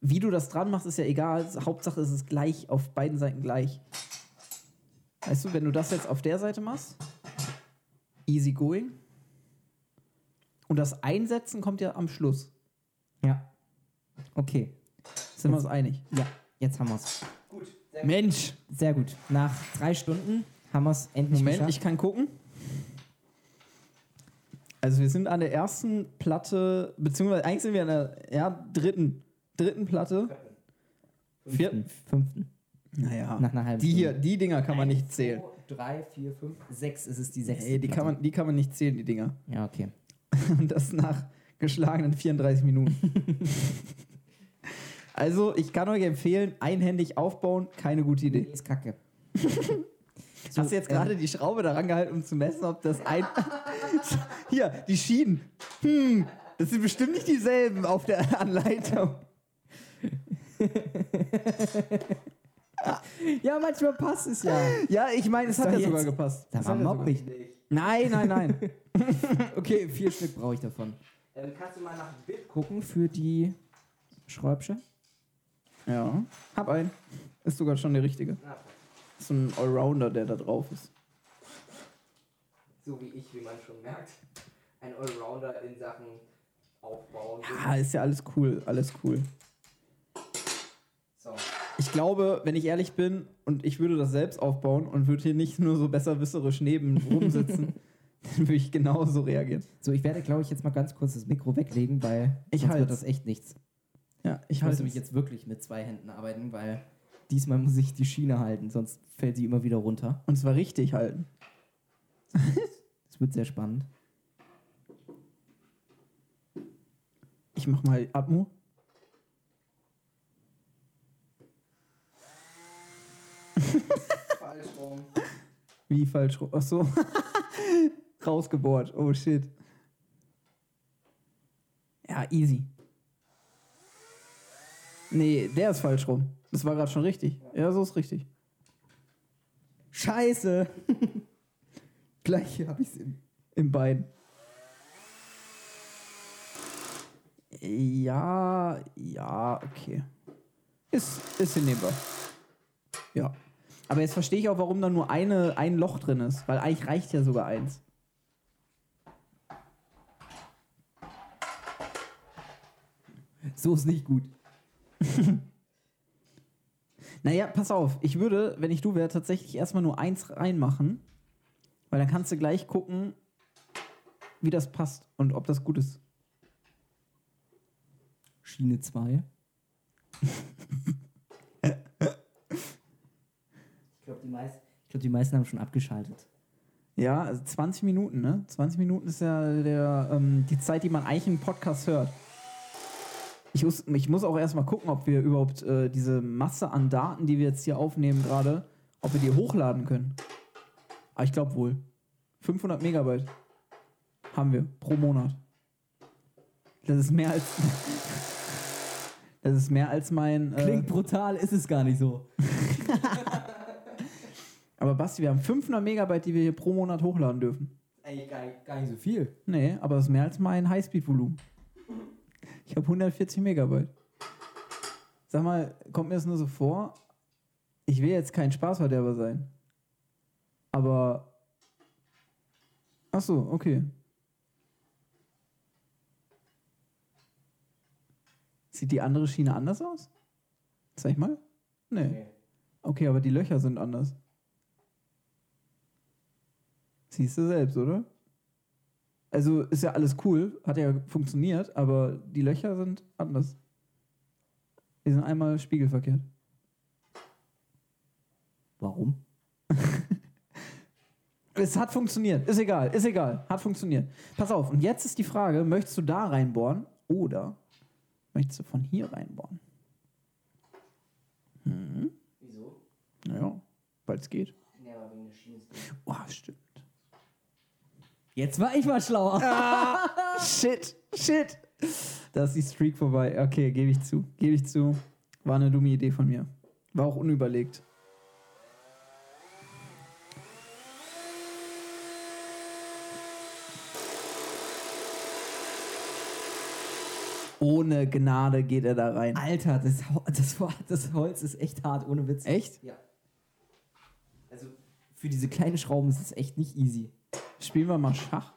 Speaker 2: wie du das dran machst, ist ja egal. Hauptsache ist es gleich, auf beiden Seiten gleich. Weißt du, wenn du das jetzt auf der Seite machst, easy going. Und das Einsetzen kommt ja am Schluss.
Speaker 1: Ja. Okay.
Speaker 2: Sind wir uns einig?
Speaker 1: Ja, jetzt haben wir's.
Speaker 4: Gut, sehr gut.
Speaker 2: Mensch!
Speaker 1: Sehr gut. Nach drei Stunden haben wir's endlich
Speaker 2: Moment, ich
Speaker 1: geschafft.
Speaker 2: kann gucken. Also wir sind an der ersten Platte, beziehungsweise eigentlich sind wir an der ja, dritten, dritten Platte. Vierten.
Speaker 1: Fünften.
Speaker 2: Naja,
Speaker 1: Nach einer halben
Speaker 2: die hier,
Speaker 1: Stunde.
Speaker 2: die Dinger kann man nicht zählen.
Speaker 1: 3, 4, 5, 6 ist es die sechste.
Speaker 2: Ey, die kann man, die kann man nicht zählen, die Dinger. [laughs]
Speaker 1: Ja, okay.
Speaker 2: Und das nach geschlagenen
Speaker 1: [laughs]
Speaker 2: 34 Minuten. also ich kann euch empfehlen, einhändig aufbauen, keine gute Idee.
Speaker 1: Ist [laughs] kacke.
Speaker 2: Hast du jetzt gerade die Schraube daran gehalten, um zu messen, ob das ein. [laughs] Hier, die Schienen. Hm, das sind bestimmt nicht dieselben auf der [laughs] Anleitung.
Speaker 4: ähm.
Speaker 1: Ja, manchmal passt es ja.
Speaker 2: Ja, ich meine, es
Speaker 1: Ist
Speaker 2: hat
Speaker 1: doch
Speaker 2: ja sogar
Speaker 1: jetzt-
Speaker 2: gepasst.
Speaker 1: Da
Speaker 2: Es
Speaker 1: war
Speaker 2: hat ja sogar-
Speaker 1: moppig.
Speaker 2: Nein, nein,
Speaker 4: [laughs]
Speaker 2: nein.
Speaker 1: Okay, vier Stück brauche ich davon.
Speaker 4: Ähm, kannst du mal nach Bit
Speaker 1: Gucken für die Schräubsche.
Speaker 2: ja, hab einen. Ist sogar schon der richtige.
Speaker 4: nach?
Speaker 2: Ist so ein Allrounder, der da drauf ist.
Speaker 4: So wie ich, wie man schon merkt. Ein Allrounder in Sachen Aufbauen.
Speaker 2: Ja, ist ja alles cool, alles cool.
Speaker 4: So,
Speaker 2: Ich glaube, wenn ich ehrlich bin und ich würde das selbst aufbauen und würde hier nicht nur so besserwisserisch neben [laughs] rumsitzen, dann würde ich genauso reagieren.
Speaker 1: So, ich werde, glaube ich, jetzt mal ganz kurz das Mikro weglegen, weil
Speaker 2: Ich
Speaker 1: sonst wird
Speaker 2: halt's.
Speaker 1: das echt nichts.
Speaker 2: Ja, ich
Speaker 1: Ich muss
Speaker 2: halte
Speaker 1: nämlich
Speaker 2: mich jetzt.
Speaker 1: jetzt wirklich mit zwei Händen arbeiten, weil diesmal muss ich die Schiene halten, sonst fällt sie immer wieder runter.
Speaker 2: Und zwar richtig halten.
Speaker 1: Es wird sehr spannend.
Speaker 2: Ich mach mal Atmo.
Speaker 4: falsch rum.
Speaker 2: Wie falsch rum. Ach so. [laughs] Rausgebohrt. Oh shit. Ja, easy. Nee, der ist falsch rum. Das war gerade schon richtig. Ja, so ist richtig. Scheiße. [laughs] Gleich habe ich es im, im Bein. Ja, ja, okay. Ist, ist hinnehmbar. Ja. Aber jetzt verstehe ich auch, warum da nur eine, ein Loch drin ist, weil eigentlich reicht ja sogar eins.
Speaker 1: So ist nicht gut.
Speaker 2: Naja, pass auf, ich würde, wenn ich du wäre, tatsächlich erstmal nur eins reinmachen, weil dann kannst du gleich gucken, wie das passt und ob das gut ist.
Speaker 1: Schiene 2.
Speaker 4: Ich glaube, die meisten.
Speaker 1: Ich glaube, die meisten haben schon abgeschaltet.
Speaker 2: Ja, also 20 Minuten, ne? 20 Minuten ist ja der, ähm, die Zeit, die man eigentlich im Podcast hört. Ich muss, ich muss auch erstmal gucken, ob wir überhaupt äh, diese Masse an Daten, die wir jetzt hier aufnehmen gerade, ob wir die hochladen können. Aber ich glaube wohl. 500 Megabyte haben wir pro Monat. Das ist mehr als. [laughs] das ist mehr als mein. Äh,
Speaker 1: Klingt brutal, ist es gar nicht so.
Speaker 2: Aber Basti, wir haben 500 Megabyte, die wir hier pro Monat hochladen dürfen.
Speaker 4: Eigentlich gar nicht.
Speaker 1: Gar nicht so viel.
Speaker 2: Nee, aber es ist mehr als mein Highspeed-Volumen. Ich habe 140 Megabyte. Sag mal, kommt mir das nur so vor? Ich will jetzt kein Spaßverderber sein. Aber. Ach so, okay. Sieht die andere Schiene anders aus? Zeig mal. Nee.
Speaker 4: Nee.
Speaker 2: Okay, aber die Löcher sind anders. Siehst du selbst, oder? Also ist ja alles cool, hat ja funktioniert, aber die Löcher sind anders. Die sind einmal spiegelverkehrt.
Speaker 1: Warum?
Speaker 2: Es hat funktioniert, ist egal, ist egal, hat funktioniert. Pass auf, und jetzt ist die Frage, möchtest du da reinbohren oder möchtest du von hier reinbohren? Hm,
Speaker 4: Wieso?
Speaker 2: naja, weil es geht.
Speaker 4: Nee, aber wegen der Schiene ist nicht.
Speaker 2: Oh, stimmt.
Speaker 1: Jetzt war ich mal schlauer.
Speaker 2: Shit, shit. Da ist die Streak vorbei. Okay, gebe ich zu, gebe ich zu. War eine dumme Idee von mir. War auch unüberlegt. Ohne Gnade geht er da rein.
Speaker 1: Alter, das, Ho- das, Ho- das Holz ist echt hart, ohne Witz.
Speaker 2: Echt?
Speaker 4: Ja. Also,
Speaker 1: Für diese kleinen Schrauben ist es echt nicht easy.
Speaker 2: Spielen wir mal Schach?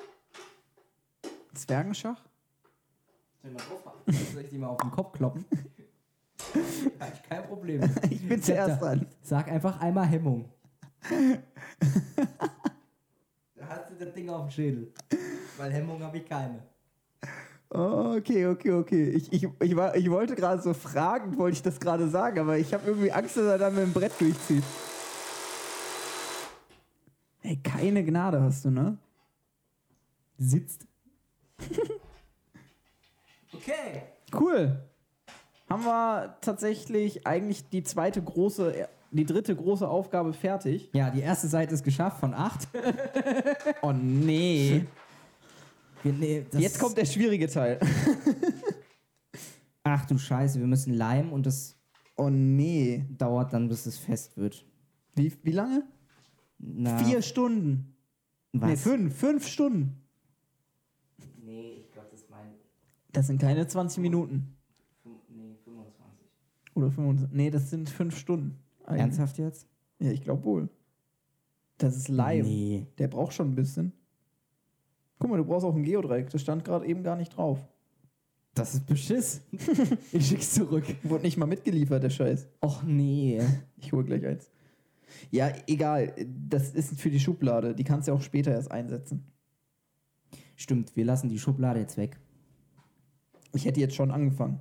Speaker 2: Zwergenschach?
Speaker 4: soll ich mal drauf machen?
Speaker 1: Soll ich die mal auf den Kopf [laughs] kloppen? Hab ich kein Problem.
Speaker 2: Ich bin
Speaker 1: zuerst
Speaker 2: dran.
Speaker 1: Sag einfach einmal Hemmung. [laughs] da hast du das Ding auf dem Schädel. Weil Hemmung habe ich keine.
Speaker 2: Oh, okay, okay, okay. Ich, ich, ich, war, ich wollte gerade so fragend, wollte ich das gerade sagen, aber ich habe irgendwie Angst, dass er dann mit dem Brett durchzieht. Ey, keine Gnade hast du, ne?
Speaker 1: [laughs] Sitzt.
Speaker 4: Okay.
Speaker 2: Cool. Haben wir tatsächlich eigentlich die zweite große, die dritte große Aufgabe fertig?
Speaker 1: Ja, die erste Seite ist geschafft von [laughs] 8.
Speaker 2: Oh nee.
Speaker 1: Nee, das-
Speaker 2: Jetzt kommt der schwierige Teil.
Speaker 1: Ach du Scheiße, wir müssen leimen und das
Speaker 2: Oh nee.
Speaker 1: dauert dann, bis es fest wird.
Speaker 2: Wie, wie lange?
Speaker 1: Na,
Speaker 2: Vier Stunden.
Speaker 1: was?
Speaker 2: Nee, fünf. Fünf Stunden.
Speaker 4: Nee, ich glaube, das meint.
Speaker 2: Das sind keine 20 Minuten.
Speaker 4: fünf- Nee, 25.
Speaker 2: Oder 25. Nee, das sind fünf Stunden.
Speaker 1: Ernsthaft jetzt?
Speaker 2: Ja, ich glaube wohl. Das ist live.
Speaker 1: Nee.
Speaker 2: Der braucht schon ein bisschen. Guck mal, du brauchst auch ein Geodreieck. Das stand gerade eben gar nicht drauf.
Speaker 1: Das ist [laughs] Beschiss. ich schick's zurück.
Speaker 2: Wurde nicht mal mitgeliefert, der Scheiß.
Speaker 1: Och nee.
Speaker 2: Ich hole gleich eins. Ja, egal. Das ist für die Schublade. Die kannst du ja auch später erst einsetzen.
Speaker 1: Stimmt, wir lassen die Schublade jetzt weg.
Speaker 2: Ich hätte jetzt schon angefangen.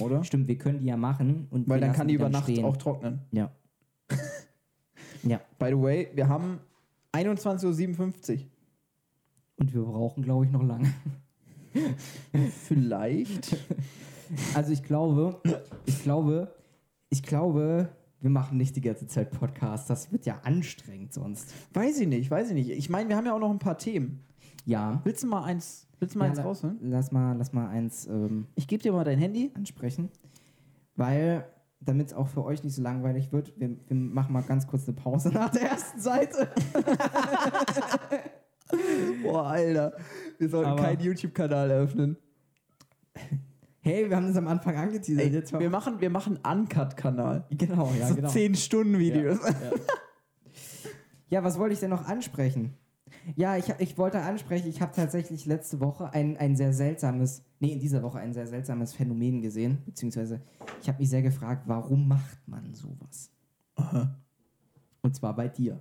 Speaker 2: Oder?
Speaker 1: Stimmt, wir können die ja machen. Und
Speaker 2: Weil
Speaker 1: wir
Speaker 2: dann
Speaker 1: lassen
Speaker 2: kann die über Nacht
Speaker 1: stehen.
Speaker 2: auch trocknen.
Speaker 1: Ja. ja.
Speaker 2: By the way, wir haben 21.57 Uhr.
Speaker 1: Und wir brauchen, glaube ich, noch lange.
Speaker 2: Vielleicht.
Speaker 1: [laughs] Also ich glaube, ich glaube, ich glaube, wir machen nicht die ganze Zeit Podcast. Das wird ja anstrengend sonst.
Speaker 2: [laughs] weiß ich nicht, weiß ich nicht. Ich meine, wir haben ja auch noch ein paar Themen.
Speaker 1: Ja.
Speaker 2: Willst du mal eins, willst du mal
Speaker 1: ja,
Speaker 2: eins
Speaker 1: la-
Speaker 2: rausholen?
Speaker 1: Lass mal, lass mal eins ähm,
Speaker 2: Ich gebe dir mal dein Handy.
Speaker 1: ansprechen. Weil, damit es auch für euch nicht so langweilig wird, wir, wir machen mal ganz kurz eine Pause [laughs] nach der ersten Seite.
Speaker 2: [laughs] Boah, Alter. Wir sollten
Speaker 1: Aber-
Speaker 2: keinen YouTube-Kanal eröffnen.
Speaker 1: Hey, wir haben das am Anfang angeteasert.
Speaker 2: Ey,
Speaker 1: Jetzt war-
Speaker 2: wir machen wir machen Uncut-Kanal.
Speaker 1: genau, ja,
Speaker 2: so
Speaker 1: genau.
Speaker 2: 10-Stunden-Videos.
Speaker 1: Ja, was wollte ich denn noch ansprechen? Ja, ich, ich wollte ansprechen, ich habe tatsächlich letzte Woche ein, ein sehr seltsames, nee, in dieser Woche ein sehr seltsames Phänomen gesehen, beziehungsweise ich habe mich sehr gefragt, warum macht man sowas? Und zwar bei dir.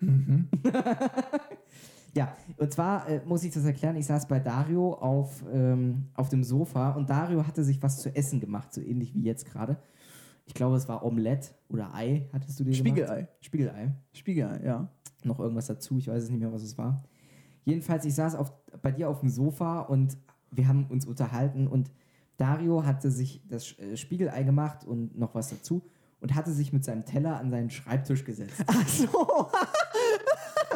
Speaker 1: [laughs] ja, und zwar äh, muss ich das erklären, ich saß bei Dario auf, ähm, auf dem Sofa und Dario hatte sich was zu essen gemacht, so ähnlich wie jetzt gerade. Ich glaube, es war Omelette oder Ei, hattest du dir gemacht?
Speaker 2: Spiegelei.
Speaker 1: Spiegelei
Speaker 2: Spiegelei, ja.
Speaker 1: noch irgendwas dazu, ich weiß es nicht mehr, was es war. Jedenfalls, ich saß auf, bei dir auf dem Sofa und wir haben uns unterhalten und Dario hatte sich das Sch- äh, Spiegelei gemacht und noch was dazu und hatte sich mit seinem Teller an seinen Schreibtisch gesetzt.
Speaker 2: [laughs] Ach so.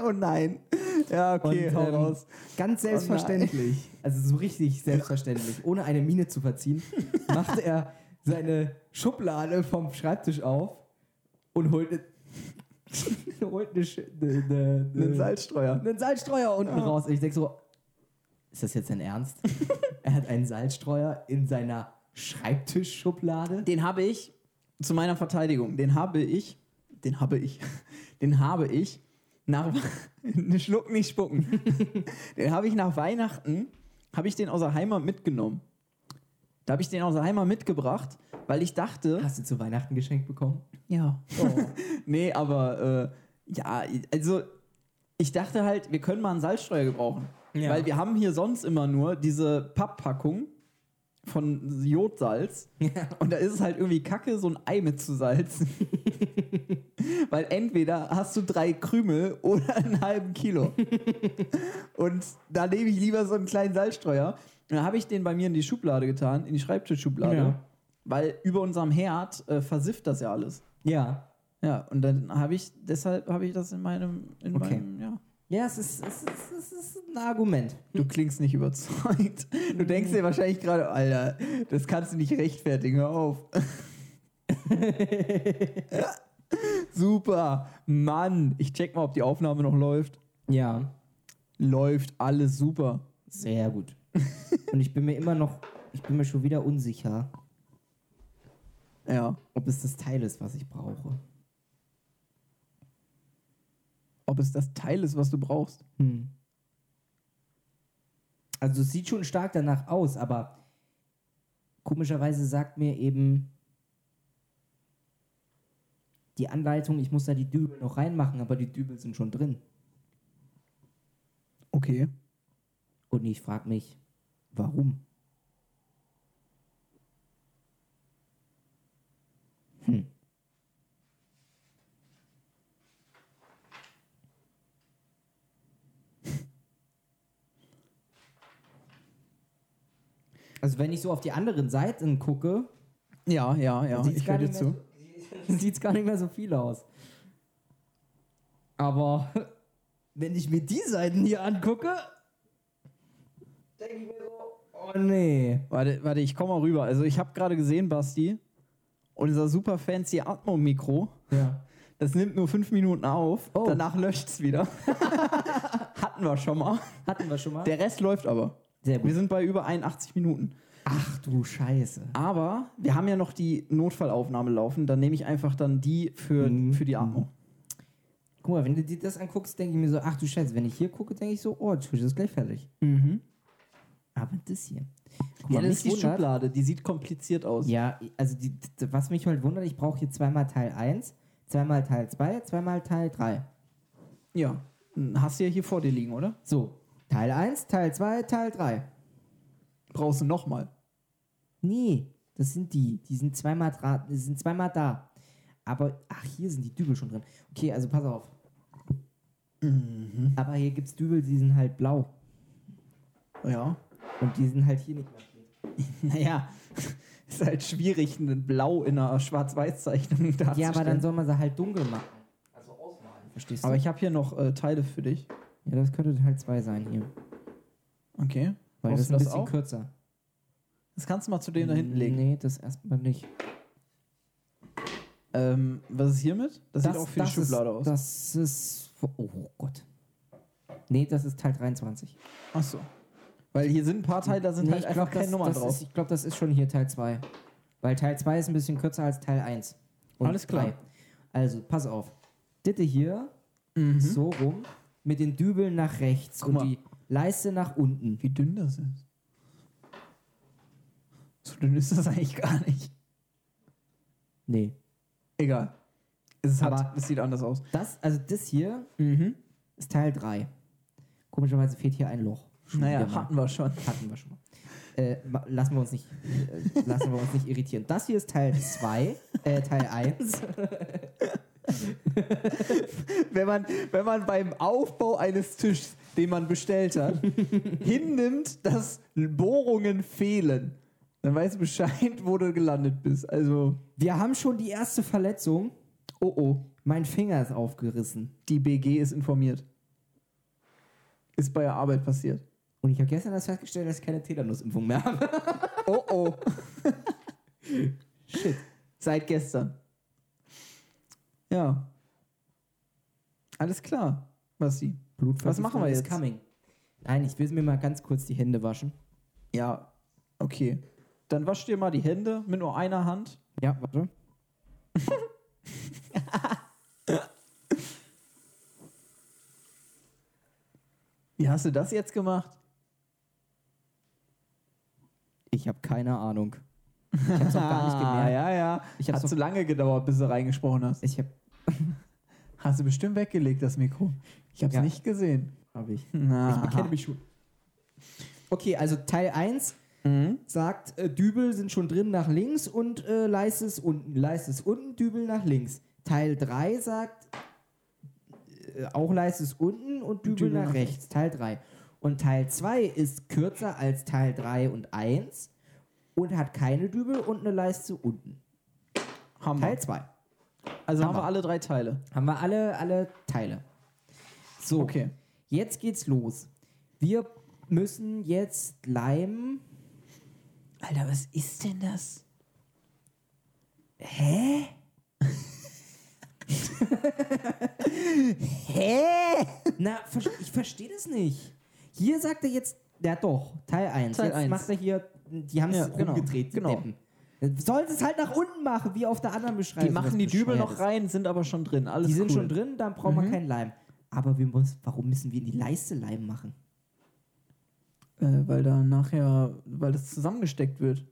Speaker 2: oh nein. Ja, [laughs] okay,
Speaker 1: Und,
Speaker 2: hau
Speaker 1: ähm,
Speaker 2: raus. Oh
Speaker 1: Ganz selbstverständlich, also so richtig selbstverständlich, ohne eine Miene zu
Speaker 2: [laughs]
Speaker 1: verziehen, macht er seine Schublade vom Schreibtisch auf und holt eine, [laughs] holt eine, Sch- eine, eine,
Speaker 2: Einen Salzstreuer.
Speaker 1: einen Salzstreuer unten raus. Ich denke so, ist das jetzt dein Ernst? er hat einen Salzstreuer in seiner Schreibtischschublade.
Speaker 2: Den habe ich, zu meiner Verteidigung, den habe ich, den habe ich, [laughs] den habe ich nach, ne [laughs] Schluck nicht spucken, den habe ich nach Weihnachten, habe ich den aus der Heimat mitgenommen. Da habe ich den aus der Heimat mitgebracht, weil ich dachte,
Speaker 1: Hast du zu Weihnachten [laughs] geschenkt bekommen?
Speaker 2: ja,
Speaker 1: Oh.
Speaker 2: nee, aber äh, ja, also ich dachte halt, wir können mal einen Salzstreuer gebrauchen.
Speaker 1: Ja.
Speaker 2: Weil wir haben hier sonst immer nur diese Papppackung von Jodsalz. Und da ist es halt irgendwie kacke, so ein Ei mit zu
Speaker 1: [laughs]
Speaker 2: salzen. Weil entweder hast du drei Krümel oder einen halben Kilo. Und da nehme ich lieber so einen kleinen Salzstreuer. Und dann habe ich den bei mir in die Schublade getan, in die Schreibtischschublade.
Speaker 1: Ja.
Speaker 2: Weil über unserem Herd äh, versifft das ja alles.
Speaker 1: Ja.
Speaker 2: Ja, und dann habe ich, deshalb habe ich das in meinem, in
Speaker 1: Okay.
Speaker 2: meinem, ja.
Speaker 1: Ja, es ist, es, ist, es ist ein Argument.
Speaker 2: Du klingst nicht überzeugt. Du denkst dir wahrscheinlich gerade, Alter, das kannst du nicht rechtfertigen, hör auf. [laughs] Super, Mann. Ich check mal, ob die Aufnahme noch läuft.
Speaker 1: Ja,
Speaker 2: Läuft alles super.
Speaker 1: sehr gut. Und ich bin mir immer noch, ich bin mir schon wieder unsicher,
Speaker 2: Ja.
Speaker 1: ob es das Teil ist, was ich brauche.
Speaker 2: Ob es das Teil ist, was du brauchst.
Speaker 1: Hm. Also es sieht schon stark danach aus, aber komischerweise sagt mir eben die Anleitung, ich muss da die Dübel noch reinmachen, aber die Dübel sind schon drin.
Speaker 2: Okay.
Speaker 1: Und ich frage mich, warum? Hm. Also wenn ich so auf die anderen Seiten gucke,
Speaker 2: Ja, ja, ja.
Speaker 1: Sieht's
Speaker 2: Ich
Speaker 1: gar
Speaker 2: höre dir
Speaker 1: nicht mehr
Speaker 2: zu.
Speaker 1: sieht es gar nicht mehr so [laughs] viel aus. Aber [laughs] wenn ich mir die Seiten hier angucke,
Speaker 4: Denke ich mir so,
Speaker 1: oh nee.
Speaker 2: Warte, warte, ich komme mal rüber. Also ich habe gerade gesehen, Basti, unser super fancy Atmo-Mikro.
Speaker 1: Ja.
Speaker 2: Das nimmt nur fünf Minuten auf,
Speaker 1: Oh.
Speaker 2: danach löscht es wieder. [laughs] Hatten wir schon mal.
Speaker 1: Hatten wir schon mal.
Speaker 2: Der Rest läuft aber.
Speaker 1: Sehr
Speaker 2: Wir sind bei über 81 Minuten.
Speaker 1: Ach du Scheiße.
Speaker 2: Aber wir haben ja noch die Notfallaufnahme laufen. Dann nehme ich einfach dann die für,
Speaker 1: Mhm.
Speaker 2: für die Atmo.
Speaker 1: Guck mal, wenn du dir das anguckst, denke ich mir so, ach du Scheiße, wenn ich hier gucke, denke ich so, oh, tschüss, das ist gleich fertig. Aber Mhm. das hier. Guck
Speaker 2: Ja,
Speaker 1: mal,
Speaker 2: das
Speaker 1: mich
Speaker 2: ist die
Speaker 1: wundert-
Speaker 2: Schublade. Die sieht kompliziert aus.
Speaker 1: Ja, also die, d- was mich halt wundert, ich brauche hier zweimal Teil 1, zweimal Teil 2, zweimal Teil 3.
Speaker 2: ja. Hast du ja hier vor dir liegen, oder?
Speaker 1: So, Teil 1, Teil 2, Teil 3.
Speaker 2: Brauchst du nochmal.
Speaker 1: Nee, das sind die. Die sind zweimal, dra- die sind zweimal da. Aber, ach, hier sind die Dübel schon drin. Okay, also pass auf.
Speaker 2: Mhm.
Speaker 1: Aber hier gibt es Dübel, die sind halt blau.
Speaker 2: Ja. [laughs]
Speaker 1: Und die sind halt hier nicht markiert.
Speaker 2: Naja. [laughs] Ist halt schwierig, einen Blau in einer Schwarz-Weiß-Zeichnung [laughs] darzustellen.
Speaker 1: Ja, aber dann soll man sie halt dunkel machen.
Speaker 4: also ausmalen.
Speaker 1: Verstehst du?
Speaker 2: Aber ich habe hier noch äh, Teile für dich.
Speaker 1: ja, das könnte Teil 2 sein hier.
Speaker 2: Okay.
Speaker 1: Weil
Speaker 2: Brauchst
Speaker 1: das ist
Speaker 2: du
Speaker 1: ein
Speaker 2: das
Speaker 1: bisschen
Speaker 2: auch?
Speaker 1: kürzer.
Speaker 2: Das kannst du mal zu dem da hinten legen.
Speaker 1: Nee, das erstmal nicht.
Speaker 2: Ähm, was ist hiermit? Das, sieht auch für die Schublade
Speaker 1: ist,
Speaker 2: aus.
Speaker 1: Das ist. Oh Gott. Nee, das ist Teil 23.
Speaker 2: Achso. Weil hier sind ein paar Teile, da sind
Speaker 1: nee,
Speaker 2: halt
Speaker 1: ich
Speaker 2: einfach
Speaker 1: glaub,
Speaker 2: keine
Speaker 1: das,
Speaker 2: Nummern
Speaker 1: das
Speaker 2: drauf.
Speaker 1: Ist, ich glaube, das ist schon hier Teil 2. Weil Teil 2 ist ein bisschen kürzer als Teil 1.
Speaker 2: Alles klar.
Speaker 1: Also, pass auf. Ditte hier, so rum, mit den Dübeln nach rechts
Speaker 2: Mhm. Guck
Speaker 1: und
Speaker 2: mal.
Speaker 1: die Leiste nach unten.
Speaker 2: Wie dünn das ist. So dünn ist das [laughs] eigentlich gar nicht.
Speaker 1: Nee.
Speaker 2: Egal. Es, ist
Speaker 1: Aber-
Speaker 2: hat, es sieht anders aus.
Speaker 1: Das, also das hier
Speaker 2: Mhm.
Speaker 1: ist Teil 3. Komischerweise fehlt hier ein Loch. Schon
Speaker 2: Naja,
Speaker 1: wieder mal.
Speaker 2: hatten wir schon. [laughs]
Speaker 1: hatten wir schon mal. Äh, ma- lassen wir uns nicht, äh, lassen wir uns nicht irritieren. Das hier ist Teil 2, äh, Teil 1.
Speaker 2: [laughs] Wenn man, wenn man beim Aufbau eines Tisches, den man bestellt hat,
Speaker 1: [laughs]
Speaker 2: hinnimmt, dass Bohrungen fehlen, dann weißt du Bescheid, wo du gelandet bist. Also,
Speaker 1: Wir haben schon die erste Verletzung.
Speaker 2: oh oh.
Speaker 1: Mein Finger ist aufgerissen.
Speaker 2: Die BG ist informiert. Ist bei der Arbeit passiert.
Speaker 1: Und ich habe gestern erst festgestellt, dass ich keine Tetanusimpfung mehr habe.
Speaker 2: Oh oh. [laughs] Shit. Seit gestern. Ja. Alles klar, Basti. Was machen wir
Speaker 1: is
Speaker 2: jetzt?
Speaker 1: Coming. Nein, ich will mir mal ganz kurz die Hände waschen.
Speaker 2: Ja, okay. Dann wasch dir mal die Hände mit nur einer Hand.
Speaker 1: Ja, warte.
Speaker 2: Wie hast du das jetzt gemacht?
Speaker 1: Ich habe keine Ahnung. Ich habe es auch gar nicht
Speaker 2: Ah,
Speaker 1: gemerkt.
Speaker 2: [laughs] ja, ja.
Speaker 1: Ich hab's
Speaker 2: Hat
Speaker 1: doch-
Speaker 2: zu lange gedauert, bis du reingesprochen hast.
Speaker 1: Ich habe
Speaker 2: Hast du bestimmt weggelegt, das Mikro. Ich hab's
Speaker 1: Ja.
Speaker 2: nicht gesehen.
Speaker 1: Habe ich.
Speaker 2: Na.
Speaker 1: Ich bekenne mich schon. Okay, also Teil 1
Speaker 2: Mhm.
Speaker 1: sagt, äh, Dübel sind schon drin nach links und äh, Leiste ist unten. Leiste ist unten, Dübel nach links. Teil 3 sagt, äh, auch Leiste ist unten und Dübel,
Speaker 2: Dübel
Speaker 1: nach,
Speaker 2: nach
Speaker 1: rechts. Teil 3. Und Teil 2 ist kürzer als Teil 3 und 1 und hat keine Dübel und eine Leiste unten.
Speaker 2: Hammer.
Speaker 1: Teil 2.
Speaker 2: also haben wir
Speaker 1: Hammer.
Speaker 2: alle drei Teile.
Speaker 1: Haben wir alle, alle Teile. So,
Speaker 2: Okay.
Speaker 1: jetzt geht's los. Wir müssen jetzt Leim.
Speaker 2: Alter, was ist denn das? [laughs]
Speaker 1: Hä? Hä? Na, ver- ich verstehe das nicht. Hier sagt er jetzt, ja doch, Teil 1.
Speaker 2: Teil
Speaker 1: jetzt
Speaker 2: eins.
Speaker 1: macht er hier, die haben es
Speaker 2: Ja, genau,
Speaker 1: rumgedreht,
Speaker 2: genau.
Speaker 1: die Deppen. Sollen sie es halt nach unten machen, wie auf der anderen Beschreibung.
Speaker 2: Die machen
Speaker 1: was
Speaker 2: die Dübel noch
Speaker 1: Bescheuertes.
Speaker 2: rein, sind aber schon drin. Alles
Speaker 1: Die sind
Speaker 2: cool.
Speaker 1: schon drin, dann brauchen wir keinen Leim. Aber wir muss, warum müssen wir in die Leiste Leim machen?
Speaker 2: Äh, weil da nachher, weil das zusammengesteckt wird.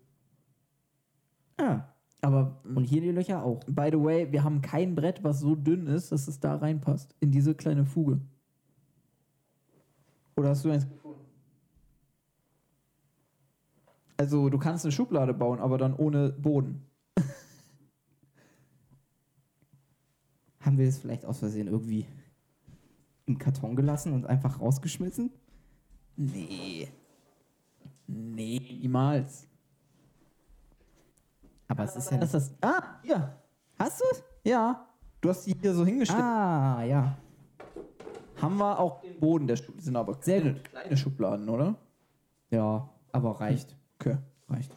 Speaker 1: Ah,
Speaker 2: Aber
Speaker 1: und hier die Löcher auch.
Speaker 2: by the way, wir haben kein Brett, was so dünn ist, dass es da reinpasst. In diese kleine Fuge. Oder hast du eins? Also du kannst eine Schublade bauen, aber dann ohne Boden.
Speaker 1: Haben wir das vielleicht aus Versehen irgendwie im Karton gelassen und einfach rausgeschmissen?
Speaker 2: Nee. Nee, niemals.
Speaker 1: Aber es ist ja
Speaker 2: Das
Speaker 1: nicht.
Speaker 2: ist das. Ah, ja.
Speaker 1: Hast du's?
Speaker 2: Ja. Du hast die hier so hingestellt.
Speaker 1: Ah, ja.
Speaker 2: Haben wir auch den Boden der Schubladen. Sind aber sehr
Speaker 1: gut.
Speaker 2: kleine Schubladen, oder?
Speaker 1: Ja, aber reicht.
Speaker 2: Okay.
Speaker 1: Reicht.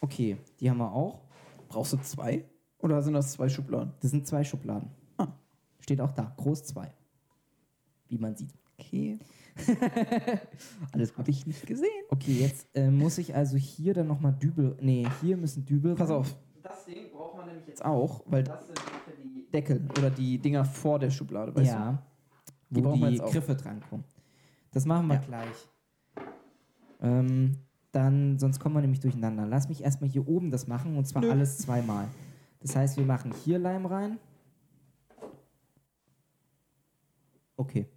Speaker 1: Okay, die haben wir auch.
Speaker 2: Brauchst du zwei? Oder sind das zwei Schubladen?
Speaker 1: Das sind zwei Schubladen.
Speaker 2: Ah.
Speaker 1: Steht auch da. Groß zwei. Wie man sieht.
Speaker 2: Okay.
Speaker 1: [laughs] Alles
Speaker 2: Habe ich nicht gesehen.
Speaker 1: Okay, jetzt äh, muss ich also hier dann nochmal Dübel. Nee, hier müssen Dübel.
Speaker 2: Pass
Speaker 1: rein.
Speaker 2: auf,
Speaker 3: Das Ding braucht man nämlich jetzt
Speaker 2: jetzt auch, weil
Speaker 3: Das
Speaker 2: das
Speaker 3: sind für die.
Speaker 2: Deckel oder die Dinger vor der Schublade, weißt du?
Speaker 1: Ja.
Speaker 2: Die
Speaker 1: Wo
Speaker 2: brauchen wir
Speaker 1: die
Speaker 2: jetzt auch.
Speaker 1: Griffe drankommen. Das machen wir
Speaker 2: Ja.
Speaker 1: gleich. Ähm, dann, sonst kommen wir nämlich durcheinander. Lass mich erstmal hier oben das machen und zwar
Speaker 2: Nö.
Speaker 1: alles zweimal. Das heißt, wir machen hier Leim rein. Okay.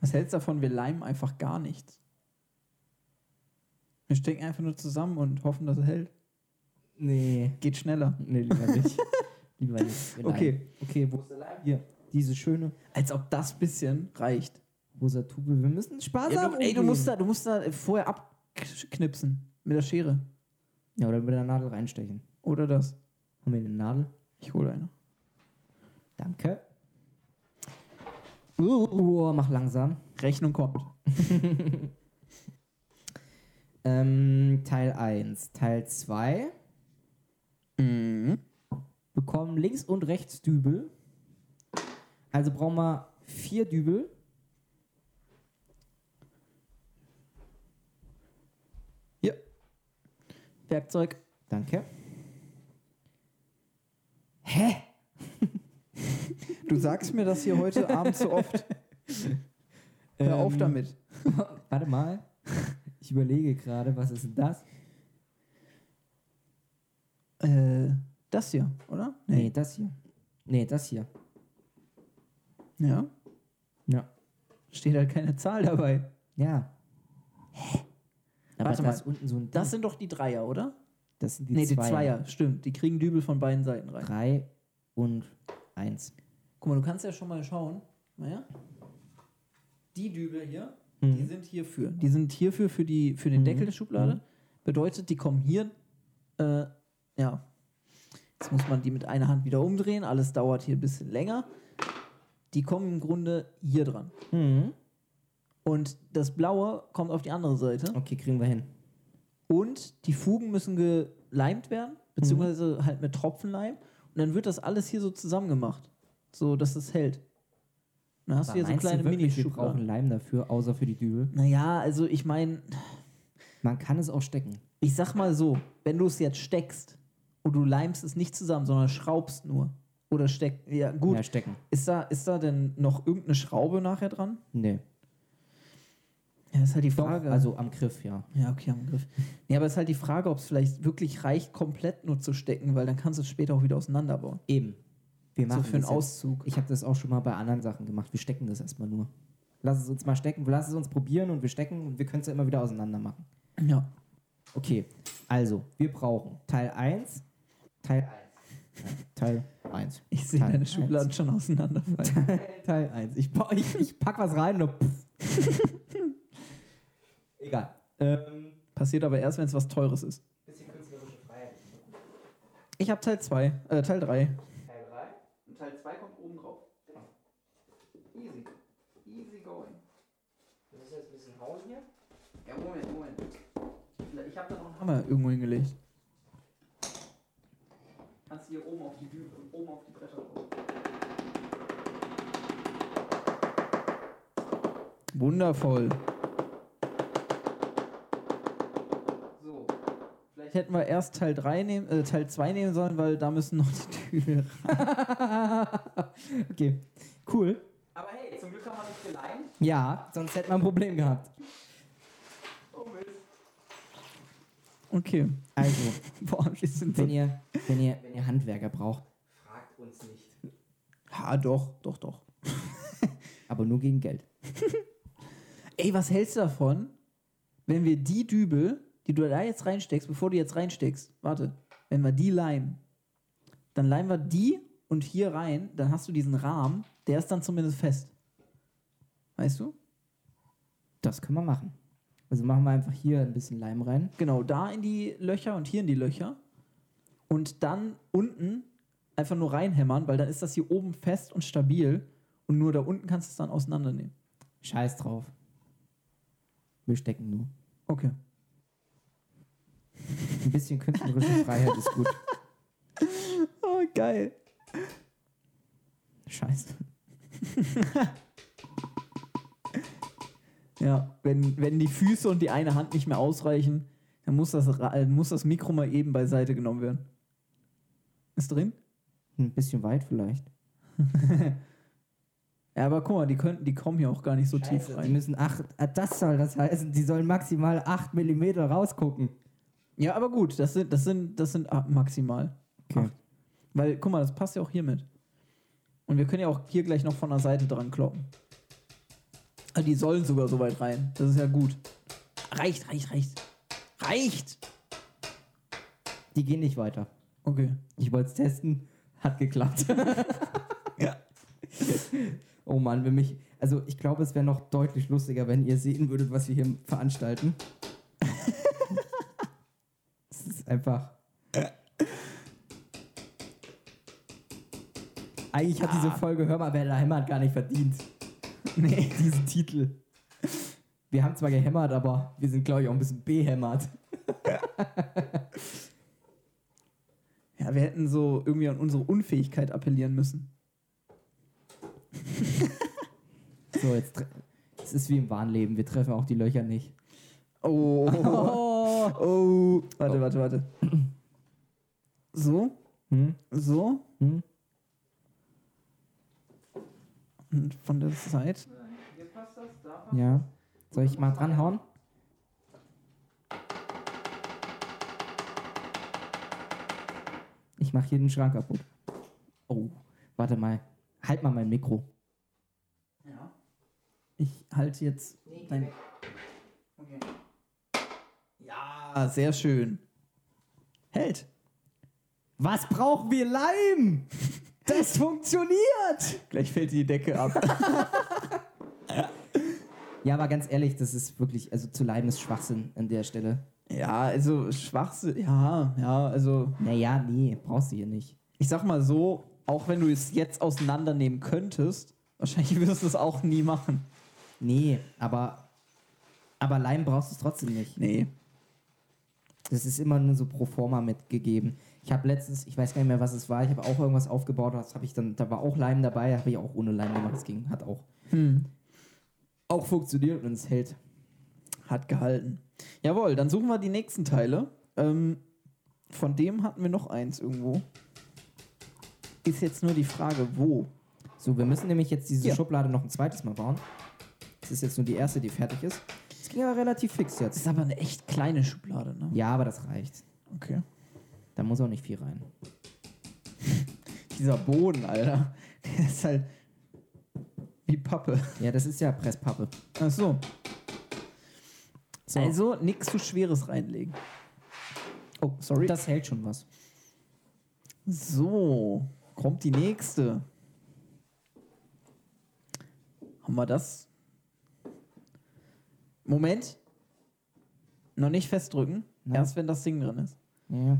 Speaker 2: Was hältst du davon? Wir leimen einfach gar nichts. Wir stecken einfach nur zusammen und hoffen, dass es hält.
Speaker 1: Nee.
Speaker 2: Geht schneller.
Speaker 1: Nee, lieber
Speaker 2: [laughs]
Speaker 1: nicht. lieber nicht. Wir
Speaker 2: Okay.
Speaker 1: leimen. Okay, wo ist der Leim? Hier. Diese schöne
Speaker 2: Als ob das bisschen reicht.
Speaker 1: rosa Tube. Wir müssen sparsam
Speaker 2: Ja, du, ey, du
Speaker 1: umgehen.
Speaker 2: musst da, du musst da vorher abknipsen. Mit der Schere.
Speaker 1: Ja, oder mit der Nadel reinstechen.
Speaker 2: Oder das.
Speaker 1: Haben wir eine Nadel?
Speaker 2: Ich hole eine.
Speaker 1: Danke. Uh, mach langsam.
Speaker 2: Rechnung kommt.
Speaker 1: Ähm, Teil 1. Teil 2. Mhm. Bekommen links und rechts Dübel. Also brauchen wir vier Dübel.
Speaker 2: Werkzeug.
Speaker 1: Danke.
Speaker 2: Du sagst mir das hier
Speaker 1: [laughs]
Speaker 2: heute Abend so oft. Hör auf
Speaker 1: Ähm,
Speaker 2: damit.
Speaker 1: [laughs] Warte mal. Ich überlege gerade, was ist denn das?
Speaker 2: Äh, das hier, oder?
Speaker 1: Nee, das hier. Nee, das hier.
Speaker 2: Ja.
Speaker 1: Ja.
Speaker 2: Steht halt keine Zahl dabei.
Speaker 1: Ja. Aber
Speaker 2: Warte
Speaker 1: da
Speaker 2: mal.
Speaker 1: ist unten so ein
Speaker 2: Das
Speaker 1: Ding.
Speaker 2: sind doch die Dreier, oder?
Speaker 1: das sind die
Speaker 2: nee,
Speaker 1: Zweier.
Speaker 2: die Zweier, stimmt. Die kriegen Dübel von beiden Seiten rein.
Speaker 1: Drei und eins.
Speaker 2: Guck mal, du kannst ja schon mal schauen. Naja. Die Dübel hier,
Speaker 1: Mhm.
Speaker 2: die sind hierfür. Die sind hierfür für, die, für den
Speaker 1: Mhm.
Speaker 2: Deckel der Schublade.
Speaker 1: Mhm.
Speaker 2: Bedeutet, die kommen hier. Äh, ja. Jetzt muss man die mit einer Hand wieder umdrehen. Alles dauert hier ein bisschen länger. Die kommen im Grunde hier dran.
Speaker 1: Mhm.
Speaker 2: Und das Blaue kommt auf die andere Seite.
Speaker 1: Okay, kriegen wir hin.
Speaker 2: Und die Fugen müssen geleimt werden, beziehungsweise halt mit Tropfenleim. Und dann wird das alles hier so zusammengemacht, so dass es hält. Dann hast
Speaker 1: Aber
Speaker 2: du hier so
Speaker 1: meinst
Speaker 2: kleine
Speaker 1: wirklich, Wir brauchen
Speaker 2: Mini-Schubladen.
Speaker 1: Leim dafür, außer für die Dübel.
Speaker 2: Naja, also ich meine,
Speaker 1: Man kann es auch stecken.
Speaker 2: ich sag mal so, wenn du es jetzt steckst und du leimst es nicht zusammen, sondern schraubst nur oder steckst, ja gut,
Speaker 1: Ja, stecken.
Speaker 2: ist, da, ist da denn noch irgendeine Schraube nachher dran?
Speaker 1: Nee.
Speaker 2: Ja, ist halt die
Speaker 1: Doch,
Speaker 2: Frage.
Speaker 1: also am Griff, ja.
Speaker 2: Ja, okay, am Griff. Nee, aber ist halt die Frage, ob es vielleicht wirklich reicht, komplett nur zu stecken, weil dann kannst du es später auch wieder auseinanderbauen.
Speaker 1: Eben. Wir
Speaker 2: So
Speaker 1: machen
Speaker 2: für einen
Speaker 1: das jetzt.
Speaker 2: Auszug.
Speaker 1: Ich habe das auch schon mal bei anderen Sachen gemacht. Wir stecken das erstmal nur. Lass es uns mal stecken, lass es uns probieren und wir stecken und wir können es ja immer wieder auseinander machen.
Speaker 2: Ja.
Speaker 1: Okay, also, wir brauchen Teil 1, Teil, Teil 1.
Speaker 2: Ich sehe
Speaker 1: Teil
Speaker 2: deine
Speaker 1: eins. [laughs]
Speaker 2: Schubladen schon auseinanderfallen.
Speaker 1: Teil 1. Ich, pa- ich, ich pack was rein und pff. [laughs] Egal. Ähm,
Speaker 2: Passiert aber erst, wenn es was Teures ist.
Speaker 4: Bisschen künstlerische Freiheit.
Speaker 2: Ich habe Teil 2, äh,
Speaker 3: Teil
Speaker 2: Teil 3.
Speaker 3: 3 und Teil 2 kommt oben drauf. Easy. Easy going.
Speaker 4: Wir müssen jetzt ein bisschen hauen hier.
Speaker 3: Ja, Moment, Moment. Ich habe da noch einen
Speaker 2: Haben wir irgendwo hingelegt.
Speaker 3: Kannst du hier oben auf die Dübe, oben auf die Bretter drauf.
Speaker 2: Wundervoll.
Speaker 3: So. Vielleicht
Speaker 2: Hätten wir erst Teil 3 nehmen, äh, Teil 2 nehmen sollen, weil da müssen noch die [laughs] Tüte.
Speaker 1: okay, cool.
Speaker 3: Aber hey, zum Glück haben wir nicht geleimt.
Speaker 1: Ja, sonst hätten wir ein Problem gehabt.
Speaker 3: Oh Mist.
Speaker 2: Okay. [laughs]
Speaker 1: Also,
Speaker 2: Boah, wir sind
Speaker 1: wenn
Speaker 2: so.
Speaker 1: ihr, wenn ihr, wenn ihr Handwerker braucht,
Speaker 4: Fragt uns nicht.
Speaker 2: Ah, doch, doch, doch.
Speaker 1: aber nur gegen Geld.
Speaker 2: Ey, was hältst du davon, wenn wir die Dübel, die du da jetzt reinsteckst, bevor du jetzt reinsteckst, warte, wenn wir die leimen, dann leimen wir die und hier rein, dann hast du diesen Rahmen, der ist dann zumindest fest. Weißt du?
Speaker 1: Das können wir machen. Also machen wir einfach hier ein bisschen Leim rein.
Speaker 2: Genau, da in die Löcher und hier in die Löcher. Und dann unten einfach nur reinhämmern, weil dann ist das hier oben fest und stabil. Und nur da unten kannst du es dann auseinandernehmen.
Speaker 1: Scheiß drauf. Wir stecken nur.
Speaker 2: Okay.
Speaker 1: Ein bisschen künstlerische Freiheit ist gut.
Speaker 2: Oh, geil.
Speaker 1: Scheiße.
Speaker 2: Ja, wenn, wenn die Füße und die eine Hand nicht mehr ausreichen, dann muss das, Ra- äh, muss das Mikro mal eben beiseite genommen werden. Ist drin?
Speaker 1: Ein bisschen weit vielleicht.
Speaker 2: Ja, aber guck mal, die, könnten, die kommen hier auch gar nicht so tief
Speaker 4: Scheiße,
Speaker 1: Die
Speaker 2: rein.
Speaker 1: müssen acht, ah, das soll das heißen, die sollen maximal 8 mm rausgucken.
Speaker 2: Ja, aber gut, das sind, das sind, das sind ah, maximal.
Speaker 1: Okay.
Speaker 2: Acht. Weil, guck mal, das passt ja auch hier mit. Und wir können ja auch hier gleich noch von der Seite dran kloppen. Ah, Die sollen sogar so weit rein. Das ist ja gut. Reicht, reicht, reicht. Reicht!
Speaker 1: Die gehen nicht weiter.
Speaker 2: Okay.
Speaker 1: Ich wollte es testen, hat [laughs] geklappt.
Speaker 2: Ja.
Speaker 1: Oh Mann, wenn mich. Also ich glaube, es wäre noch deutlich lustiger, wenn ihr sehen würdet, was wir hier [laughs] veranstalten. Es ist einfach. Eigentlich hat diese Folge Hör mal, wer da hämmert gar nicht verdient. Ah. Nee. [laughs] Diesen Titel. Wir haben zwar gehämmert, aber wir sind, glaube ich, auch ein bisschen behämmert.
Speaker 2: Ja, wir hätten so irgendwie an unsere Unfähigkeit appellieren müssen.
Speaker 1: So, jetzt. tre- Es ist wie im Wahnleben, wir treffen auch die Löcher nicht.
Speaker 2: Oh. oh. Warte, warte, warte. So,
Speaker 1: Hm?
Speaker 2: so.
Speaker 1: Hm?
Speaker 2: Und von der Seite.
Speaker 3: Hier passt das, da passt
Speaker 1: Ja. Soll ich mal dranhauen? Ich mache hier den Schrank kaputt. Oh, warte mal. Halt mal mein Mikro.
Speaker 3: Ja.
Speaker 2: Ich halte jetzt.
Speaker 4: Nee,
Speaker 2: Nein.
Speaker 4: Nein.
Speaker 3: Okay.
Speaker 2: Ja, sehr schön. Hält.
Speaker 1: Was brauchen wir Leim? Das funktioniert!
Speaker 2: Gleich fällt die Decke ab.
Speaker 1: Ja, aber ganz ehrlich, das ist wirklich, also zu Leim ist Schwachsinn an der Stelle.
Speaker 2: ja, also Schwachsinn. Ja, ja, also
Speaker 1: Naja, nee, brauchst du hier nicht.
Speaker 2: ich sag mal so, auch wenn du es jetzt auseinandernehmen könntest, wahrscheinlich [laughs] wirst du es auch nie machen.
Speaker 1: Nee, aber, aber Leim brauchst du es trotzdem nicht.
Speaker 2: Nee.
Speaker 1: Das ist immer nur so pro forma mitgegeben. Ich habe letztens, ich weiß gar nicht mehr, was es war, ich habe auch irgendwas aufgebaut, das habe ich dann, da war auch Leim dabei, habe ich auch ohne Leim gemacht, das ging, hat auch.
Speaker 2: Hm.
Speaker 1: Auch funktioniert und es hält.
Speaker 2: Hat gehalten. Jawohl, dann suchen wir die nächsten Teile. Ähm, von dem hatten wir noch eins irgendwo. Ist jetzt nur die Frage, wo?
Speaker 1: So, wir müssen nämlich jetzt diese
Speaker 2: Ja.
Speaker 1: Schublade noch ein zweites Mal bauen. Das ist jetzt nur die erste, die fertig ist. Das ging aber relativ fix
Speaker 2: Das
Speaker 1: jetzt.
Speaker 2: ist aber eine echt kleine Schublade, ne?
Speaker 1: Ja, aber das reicht.
Speaker 2: Okay.
Speaker 1: Da muss auch nicht viel rein.
Speaker 2: Dieser Boden, Alter, [laughs] der ist halt wie Pappe.
Speaker 1: Ja, das ist ja Presspappe.
Speaker 2: Ach so.
Speaker 1: So.
Speaker 2: Also nichts zu Schweres reinlegen. Oh, sorry.
Speaker 1: das hält schon was.
Speaker 2: so, kommt die nächste. Haben wir das? Moment. Noch nicht festdrücken.
Speaker 1: Nein.
Speaker 2: Erst wenn das Ding drin ist.
Speaker 1: Ja.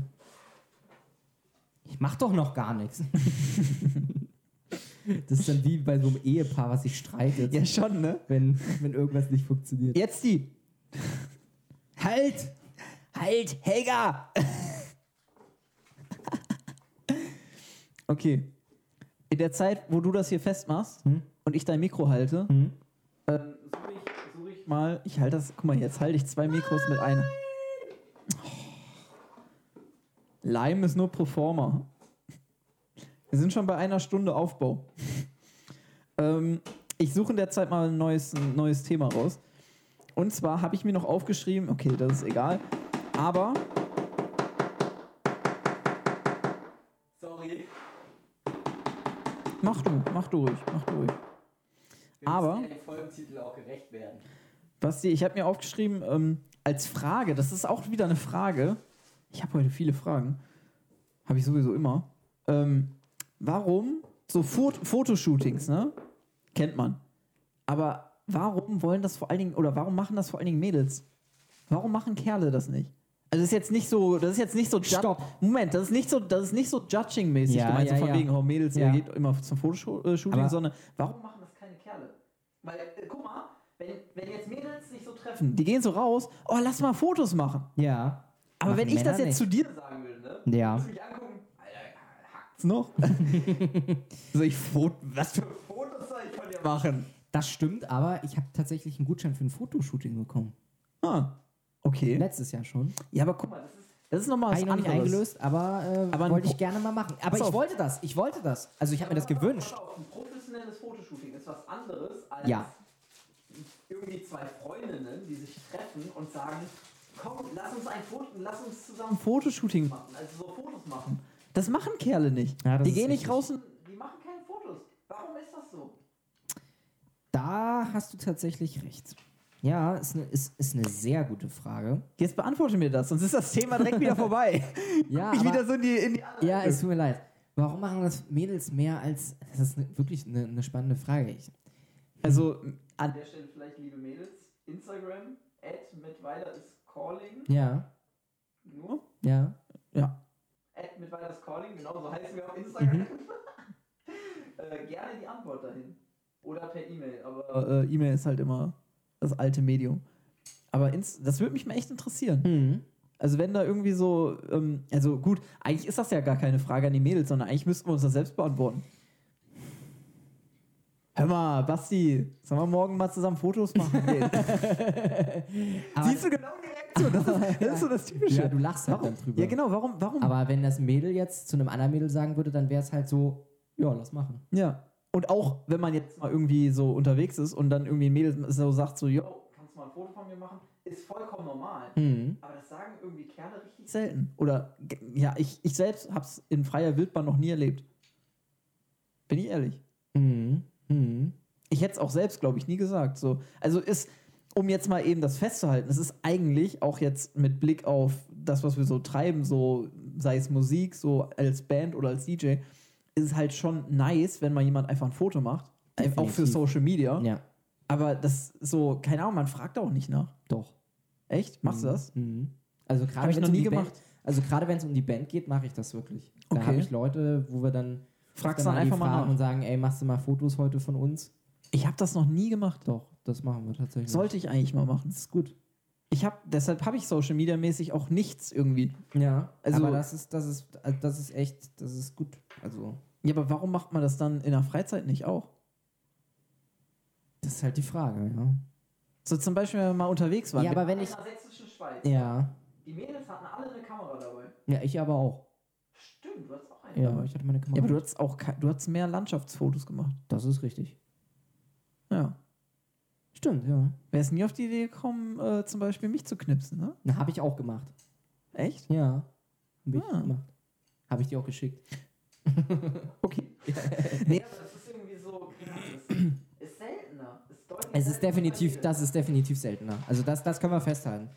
Speaker 1: Ich mach doch noch gar
Speaker 2: [laughs]
Speaker 1: nichts. Das ist dann wie bei so einem Ehepaar, was sich streitet,
Speaker 2: Ja, schon, ne?
Speaker 1: wenn, wenn irgendwas nicht funktioniert.
Speaker 2: Jetzt die. [laughs]
Speaker 1: Halt!
Speaker 2: Halt, Helga! [laughs] okay. In der Zeit, wo du das hier festmachst
Speaker 1: Hm?
Speaker 2: und ich dein Mikro halte,
Speaker 1: Hm?
Speaker 2: ähm, suche ich, suche ich mal. Ich halte das. Guck mal, jetzt halte ich zwei Mikros mit einem. Lime ist nur Performer. Wir sind schon bei einer Stunde Aufbau. [laughs] ähm, ich suche in der Zeit mal ein neues, ein neues Thema raus. Und zwar habe ich mir noch aufgeschrieben, okay, das ist egal, aber
Speaker 3: Sorry.
Speaker 2: mach du, mach du ruhig, mach du ruhig.
Speaker 3: Wir
Speaker 2: Aber-
Speaker 3: müssen ja dem Folgentitel auch gerecht werden.
Speaker 2: Basti, ich habe mir aufgeschrieben, ähm, als Frage, das ist auch wieder eine Frage. Ich habe heute viele Fragen. Habe ich sowieso immer. Ähm, warum so Fot Fotoshootings, ne? Kennt man. Aber warum wollen das vor allen Dingen, oder warum machen das vor allen Dingen Mädels? Warum machen Kerle das nicht? Also das ist jetzt nicht so, das ist jetzt nicht so ju-
Speaker 1: Stopp.
Speaker 2: Moment, das ist nicht so, das ist nicht so judging-mäßig
Speaker 1: Ja,
Speaker 2: gemeint,
Speaker 1: ja,
Speaker 2: so von
Speaker 1: ja.
Speaker 2: wegen, oh Mädels,
Speaker 1: Ja.
Speaker 2: ihr geht immer zum Fotoshooting, äh,
Speaker 1: Aber-
Speaker 2: sondern warum
Speaker 3: Warum machen das keine Kerle? Weil, äh, guck mal, wenn, wenn jetzt Mädels sich so treffen,
Speaker 2: treffen? Die gehen so raus, oh, lass mal Fotos machen.
Speaker 1: Ja.
Speaker 2: Aber
Speaker 1: Machen
Speaker 2: wenn ich das
Speaker 1: Männer
Speaker 2: jetzt zu dir
Speaker 3: sagen würde, ne?
Speaker 1: Ja.
Speaker 3: Muss mich angucken, Alter, hackt's [laughs]
Speaker 2: noch, so Also ich Fot was für
Speaker 3: Fotos soll ich von dir machen.
Speaker 2: machen.
Speaker 1: Das stimmt, aber ich habe tatsächlich einen Gutschein für ein Fotoshooting bekommen.
Speaker 2: Ah, okay.
Speaker 1: Letztes Jahr schon.
Speaker 2: Ja, aber
Speaker 3: Guck
Speaker 2: guck mal,
Speaker 3: mal, das ist
Speaker 2: das Oh, ist nochmal
Speaker 1: Habe
Speaker 2: was
Speaker 1: ich noch nicht
Speaker 2: anderes.
Speaker 1: eingelöst, aber, äh,
Speaker 2: Aber ein
Speaker 1: wollte ich
Speaker 2: Pro-
Speaker 1: gerne mal machen. Aber
Speaker 2: Pass
Speaker 1: ich
Speaker 2: auf.
Speaker 1: wollte das, ich wollte das. Also ich habe mir das
Speaker 3: Pass auf,
Speaker 1: gewünscht.
Speaker 3: pass auf, Ein professionelles Fotoshooting ist was anderes als
Speaker 1: Ja.
Speaker 3: irgendwie zwei Freundinnen, die sich treffen und sagen, komm, lass uns ein Foto, lass uns zusammen
Speaker 2: Fotoshooting.
Speaker 3: Fotos machen. Also so Fotos machen.
Speaker 2: Das machen Kerle nicht.
Speaker 1: Ja, das
Speaker 2: die
Speaker 1: ist
Speaker 2: gehen nicht
Speaker 1: richtig.
Speaker 2: raus und
Speaker 3: Die machen keine Fotos. Warum ist das so?
Speaker 1: Da hast du tatsächlich recht. Ja, ist eine ist, ist eine sehr gute Frage.
Speaker 2: jetzt beantworte mir das, sonst ist das Thema
Speaker 1: [laughs]
Speaker 2: direkt wieder vorbei.
Speaker 1: Ja,
Speaker 2: ich
Speaker 1: aber-
Speaker 2: wieder so in die, in die
Speaker 1: Ja, es tut mir leid. Warum machen das Mädels mehr als. Das ist ne- wirklich eine ne spannende Frage. Ich,
Speaker 2: Also
Speaker 3: An
Speaker 2: an,
Speaker 3: der Stelle vielleicht, liebe Mädels, Instagram, at ist calling,
Speaker 1: ja,
Speaker 3: nur,
Speaker 1: ja.
Speaker 3: at ist calling, genau so heißen wir auf Instagram.
Speaker 2: Mhm.
Speaker 3: [laughs] äh, gerne die Antwort dahin. Oder per E-Mail, aber
Speaker 2: äh, äh, E-Mail ist halt immer das alte Medium. Aber ins, das würde mich mal echt interessieren.
Speaker 1: Hm.
Speaker 2: Also wenn da irgendwie so, ähm, also gut, eigentlich ist das ja gar keine Frage an die Mädels, sondern eigentlich müssten wir uns das selbst beantworten. Hör mal, Basti, sollen wir morgen mal zusammen Fotos
Speaker 3: [laughs]
Speaker 2: machen gehen?
Speaker 1: Aber,
Speaker 2: Siehst du genau die Reaktion? Das ist, das ist so das Typische.
Speaker 1: ja, du lachst halt dann drüber.
Speaker 2: Ja, genau, warum, warum?
Speaker 1: Aber wenn das Mädel jetzt zu einem anderen Mädel sagen würde, dann wäre es halt so, ja, lass machen.
Speaker 2: ja. Und auch, wenn man jetzt mal irgendwie so unterwegs ist und dann irgendwie ein Mädel so sagt, so, jo,
Speaker 3: yo, kannst du mal ein Foto von mir machen? Ist vollkommen normal.
Speaker 1: Hm.
Speaker 3: Aber das sagen irgendwie Kerle richtig
Speaker 2: selten. Oder, g- ja, ich, ich selbst hab's in freier Wildbahn noch nie erlebt. Bin ich ehrlich.
Speaker 1: Hm. Hm.
Speaker 2: ich hätte es auch selbst, glaube ich, nie gesagt. So. Also ist, um jetzt mal eben das festzuhalten, es ist eigentlich auch jetzt mit Blick auf das, was wir so treiben, so sei es Musik, so als Band oder als DJ, ist es halt schon nice, wenn mal jemand einfach ein Foto macht. Ein- Auch für
Speaker 1: Definitiv.
Speaker 2: Social Media.
Speaker 1: Ja,
Speaker 2: Aber das so, keine Ahnung, man fragt auch nicht nach.
Speaker 1: doch.
Speaker 2: Echt? Machst du
Speaker 1: Hm.
Speaker 2: das?
Speaker 1: Hm. Also gerade
Speaker 2: Hab ich
Speaker 1: wenn's
Speaker 2: noch
Speaker 1: um
Speaker 2: nie
Speaker 1: die
Speaker 2: gemacht.
Speaker 1: Band, also gerade wenn es um die Band geht, mache ich das wirklich. Da
Speaker 2: Okay.
Speaker 1: habe ich Leute, wo wir dann
Speaker 2: Fragst
Speaker 1: öfter
Speaker 2: dann
Speaker 1: die
Speaker 2: einfach mal
Speaker 1: fragen
Speaker 2: nach.
Speaker 1: und sagen, ey, machst du mal Fotos heute von uns?
Speaker 2: Ich habe das noch nie gemacht.
Speaker 1: Doch, das machen wir tatsächlich.
Speaker 2: Sollte ich eigentlich mal machen.
Speaker 1: das ist gut.
Speaker 2: Ich hab, deshalb habe ich Social Media mäßig auch nichts irgendwie.
Speaker 1: Ja,
Speaker 2: also-
Speaker 1: aber das ist, das ist, also das ist echt, das ist gut. Also,
Speaker 2: Ja, aber warum macht man das dann in der Freizeit nicht auch?
Speaker 1: das ist halt die Frage, ja.
Speaker 2: So zum Beispiel, wenn man mal unterwegs war.
Speaker 1: Ja, aber wenn ich.
Speaker 3: In der sächsischen Schweiz.
Speaker 1: Ja.
Speaker 3: Die Mädels hatten alle eine Kamera dabei.
Speaker 1: Ja, ich aber auch.
Speaker 3: Stimmt, du hast auch eine.
Speaker 1: Ja, ich hatte meine Kamera.
Speaker 2: Ja, aber du hattest auch ke- du hattest mehr Landschaftsfotos gemacht.
Speaker 1: das ist richtig.
Speaker 2: Ja.
Speaker 1: Stimmt, ja.
Speaker 2: Wärst nie auf die Idee gekommen, äh, zum Beispiel mich zu knipsen, ne?
Speaker 1: Na, habe ich auch gemacht.
Speaker 2: Echt?
Speaker 1: Ja. Hab ich
Speaker 2: Ah.
Speaker 1: gemacht. Habe ich dir auch geschickt. [laughs]
Speaker 2: Okay.
Speaker 4: Nee,
Speaker 3: Ja, aber das ist irgendwie so, keine Ahnung, es ist seltener. Es ist, deutlich
Speaker 1: Es ist
Speaker 3: seltener
Speaker 1: definitiv,
Speaker 3: als
Speaker 1: das ist definitiv seltener. Also das, das können wir festhalten.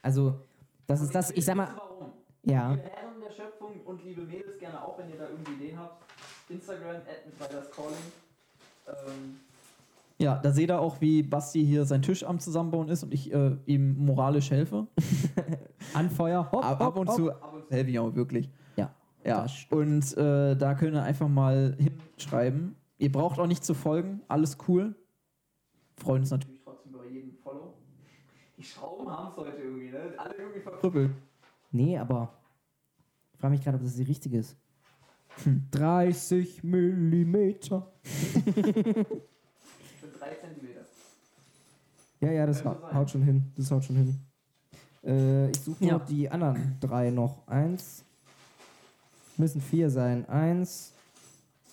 Speaker 1: Also, das ist das, ich sag mal,
Speaker 3: Warum?
Speaker 1: ja.
Speaker 3: Liebe Herren der Schöpfung und liebe Mädels gerne auch, wenn ihr da irgendwie Ideen habt. Instagram, at MittweilersCalling. Ähm,
Speaker 2: Ja, da seht ihr auch, wie Basti hier sein Tisch am Zusammenbauen ist und ich äh, ihm moralisch helfe.
Speaker 1: Anfeuer, hopp,
Speaker 2: ab, ab und zu
Speaker 3: ab und zu.
Speaker 2: helfe ich auch wirklich.
Speaker 1: Ja.
Speaker 2: Ja,
Speaker 1: Das stimmt.
Speaker 2: und äh, da könnt ihr einfach mal hinschreiben. Ihr braucht auch nicht zu folgen, alles cool. Freuen uns natürlich.
Speaker 3: Natürlich trotzdem über jeden Follow. Die Schrauben haben es heute irgendwie, ne? Alle irgendwie verrückt.
Speaker 2: Krüppel.
Speaker 1: Nee, aber ich frage mich gerade, ob das die richtige ist. Hm. 30 Millimeter.
Speaker 3: Das sind 3 cm.
Speaker 1: Ja, ja, das
Speaker 3: Könnte
Speaker 1: hau-
Speaker 3: sein.
Speaker 1: haut schon hin. Das haut schon hin. Äh, ich suche
Speaker 2: Ja.
Speaker 1: nur die anderen drei noch. Eins. Müssen vier sein. Eins.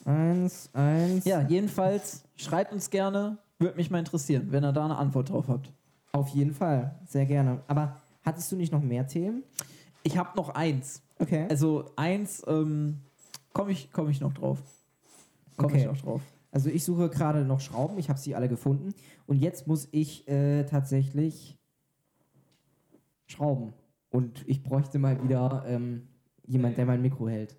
Speaker 1: Eins, eins.
Speaker 2: Ja, jedenfalls schreibt uns gerne. Würde mich mal interessieren, wenn ihr da eine Antwort drauf habt.
Speaker 1: auf jeden Fall. Sehr gerne. Aber hattest du nicht noch mehr Themen?
Speaker 2: Ich habe noch eins.
Speaker 1: Okay.
Speaker 2: Also eins, ähm, komme ich, komm ich noch drauf. Komme ich
Speaker 1: Okay.
Speaker 2: noch drauf.
Speaker 1: Also ich suche gerade noch Schrauben, ich habe sie alle gefunden. Und jetzt muss ich äh, tatsächlich schrauben. Und ich bräuchte mal wieder ähm, jemand, der mein Mikro hält.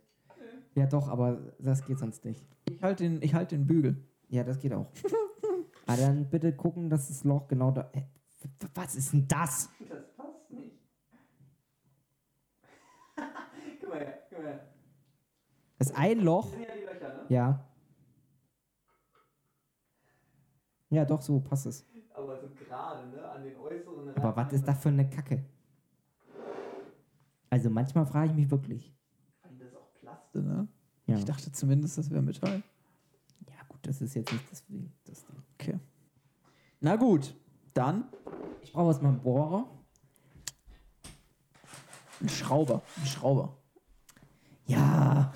Speaker 1: Ja doch, aber das geht sonst nicht.
Speaker 2: Ich halte den, ich halt den Bügel.
Speaker 1: Ja, das geht auch. aber dann bitte gucken, dass das Loch genau da... Hä? W- Was ist denn das?
Speaker 3: Das passt nicht. [laughs] guck mal her, guck mal her.
Speaker 1: Das ist ein
Speaker 3: Das
Speaker 1: Loch.
Speaker 3: sind ja die Löcher, ne?
Speaker 1: Ja. Ja, doch, so passt es.
Speaker 3: Aber so gerade, ne? An den äußeren Rändern.
Speaker 1: Aber was ist das für eine Kacke? Also manchmal frage ich mich wirklich.
Speaker 3: Vor allem, Das ist auch Plastik.
Speaker 2: Ne?
Speaker 1: Ja.
Speaker 2: Ich dachte zumindest, das wäre Metall.
Speaker 1: ja, gut, das ist jetzt nicht das Ding. Das Ding.
Speaker 2: Okay. Na gut, dann
Speaker 1: Ich brauche erstmal einen Bohrer.
Speaker 2: ein Schrauber. Ein Schrauber.
Speaker 1: Ja.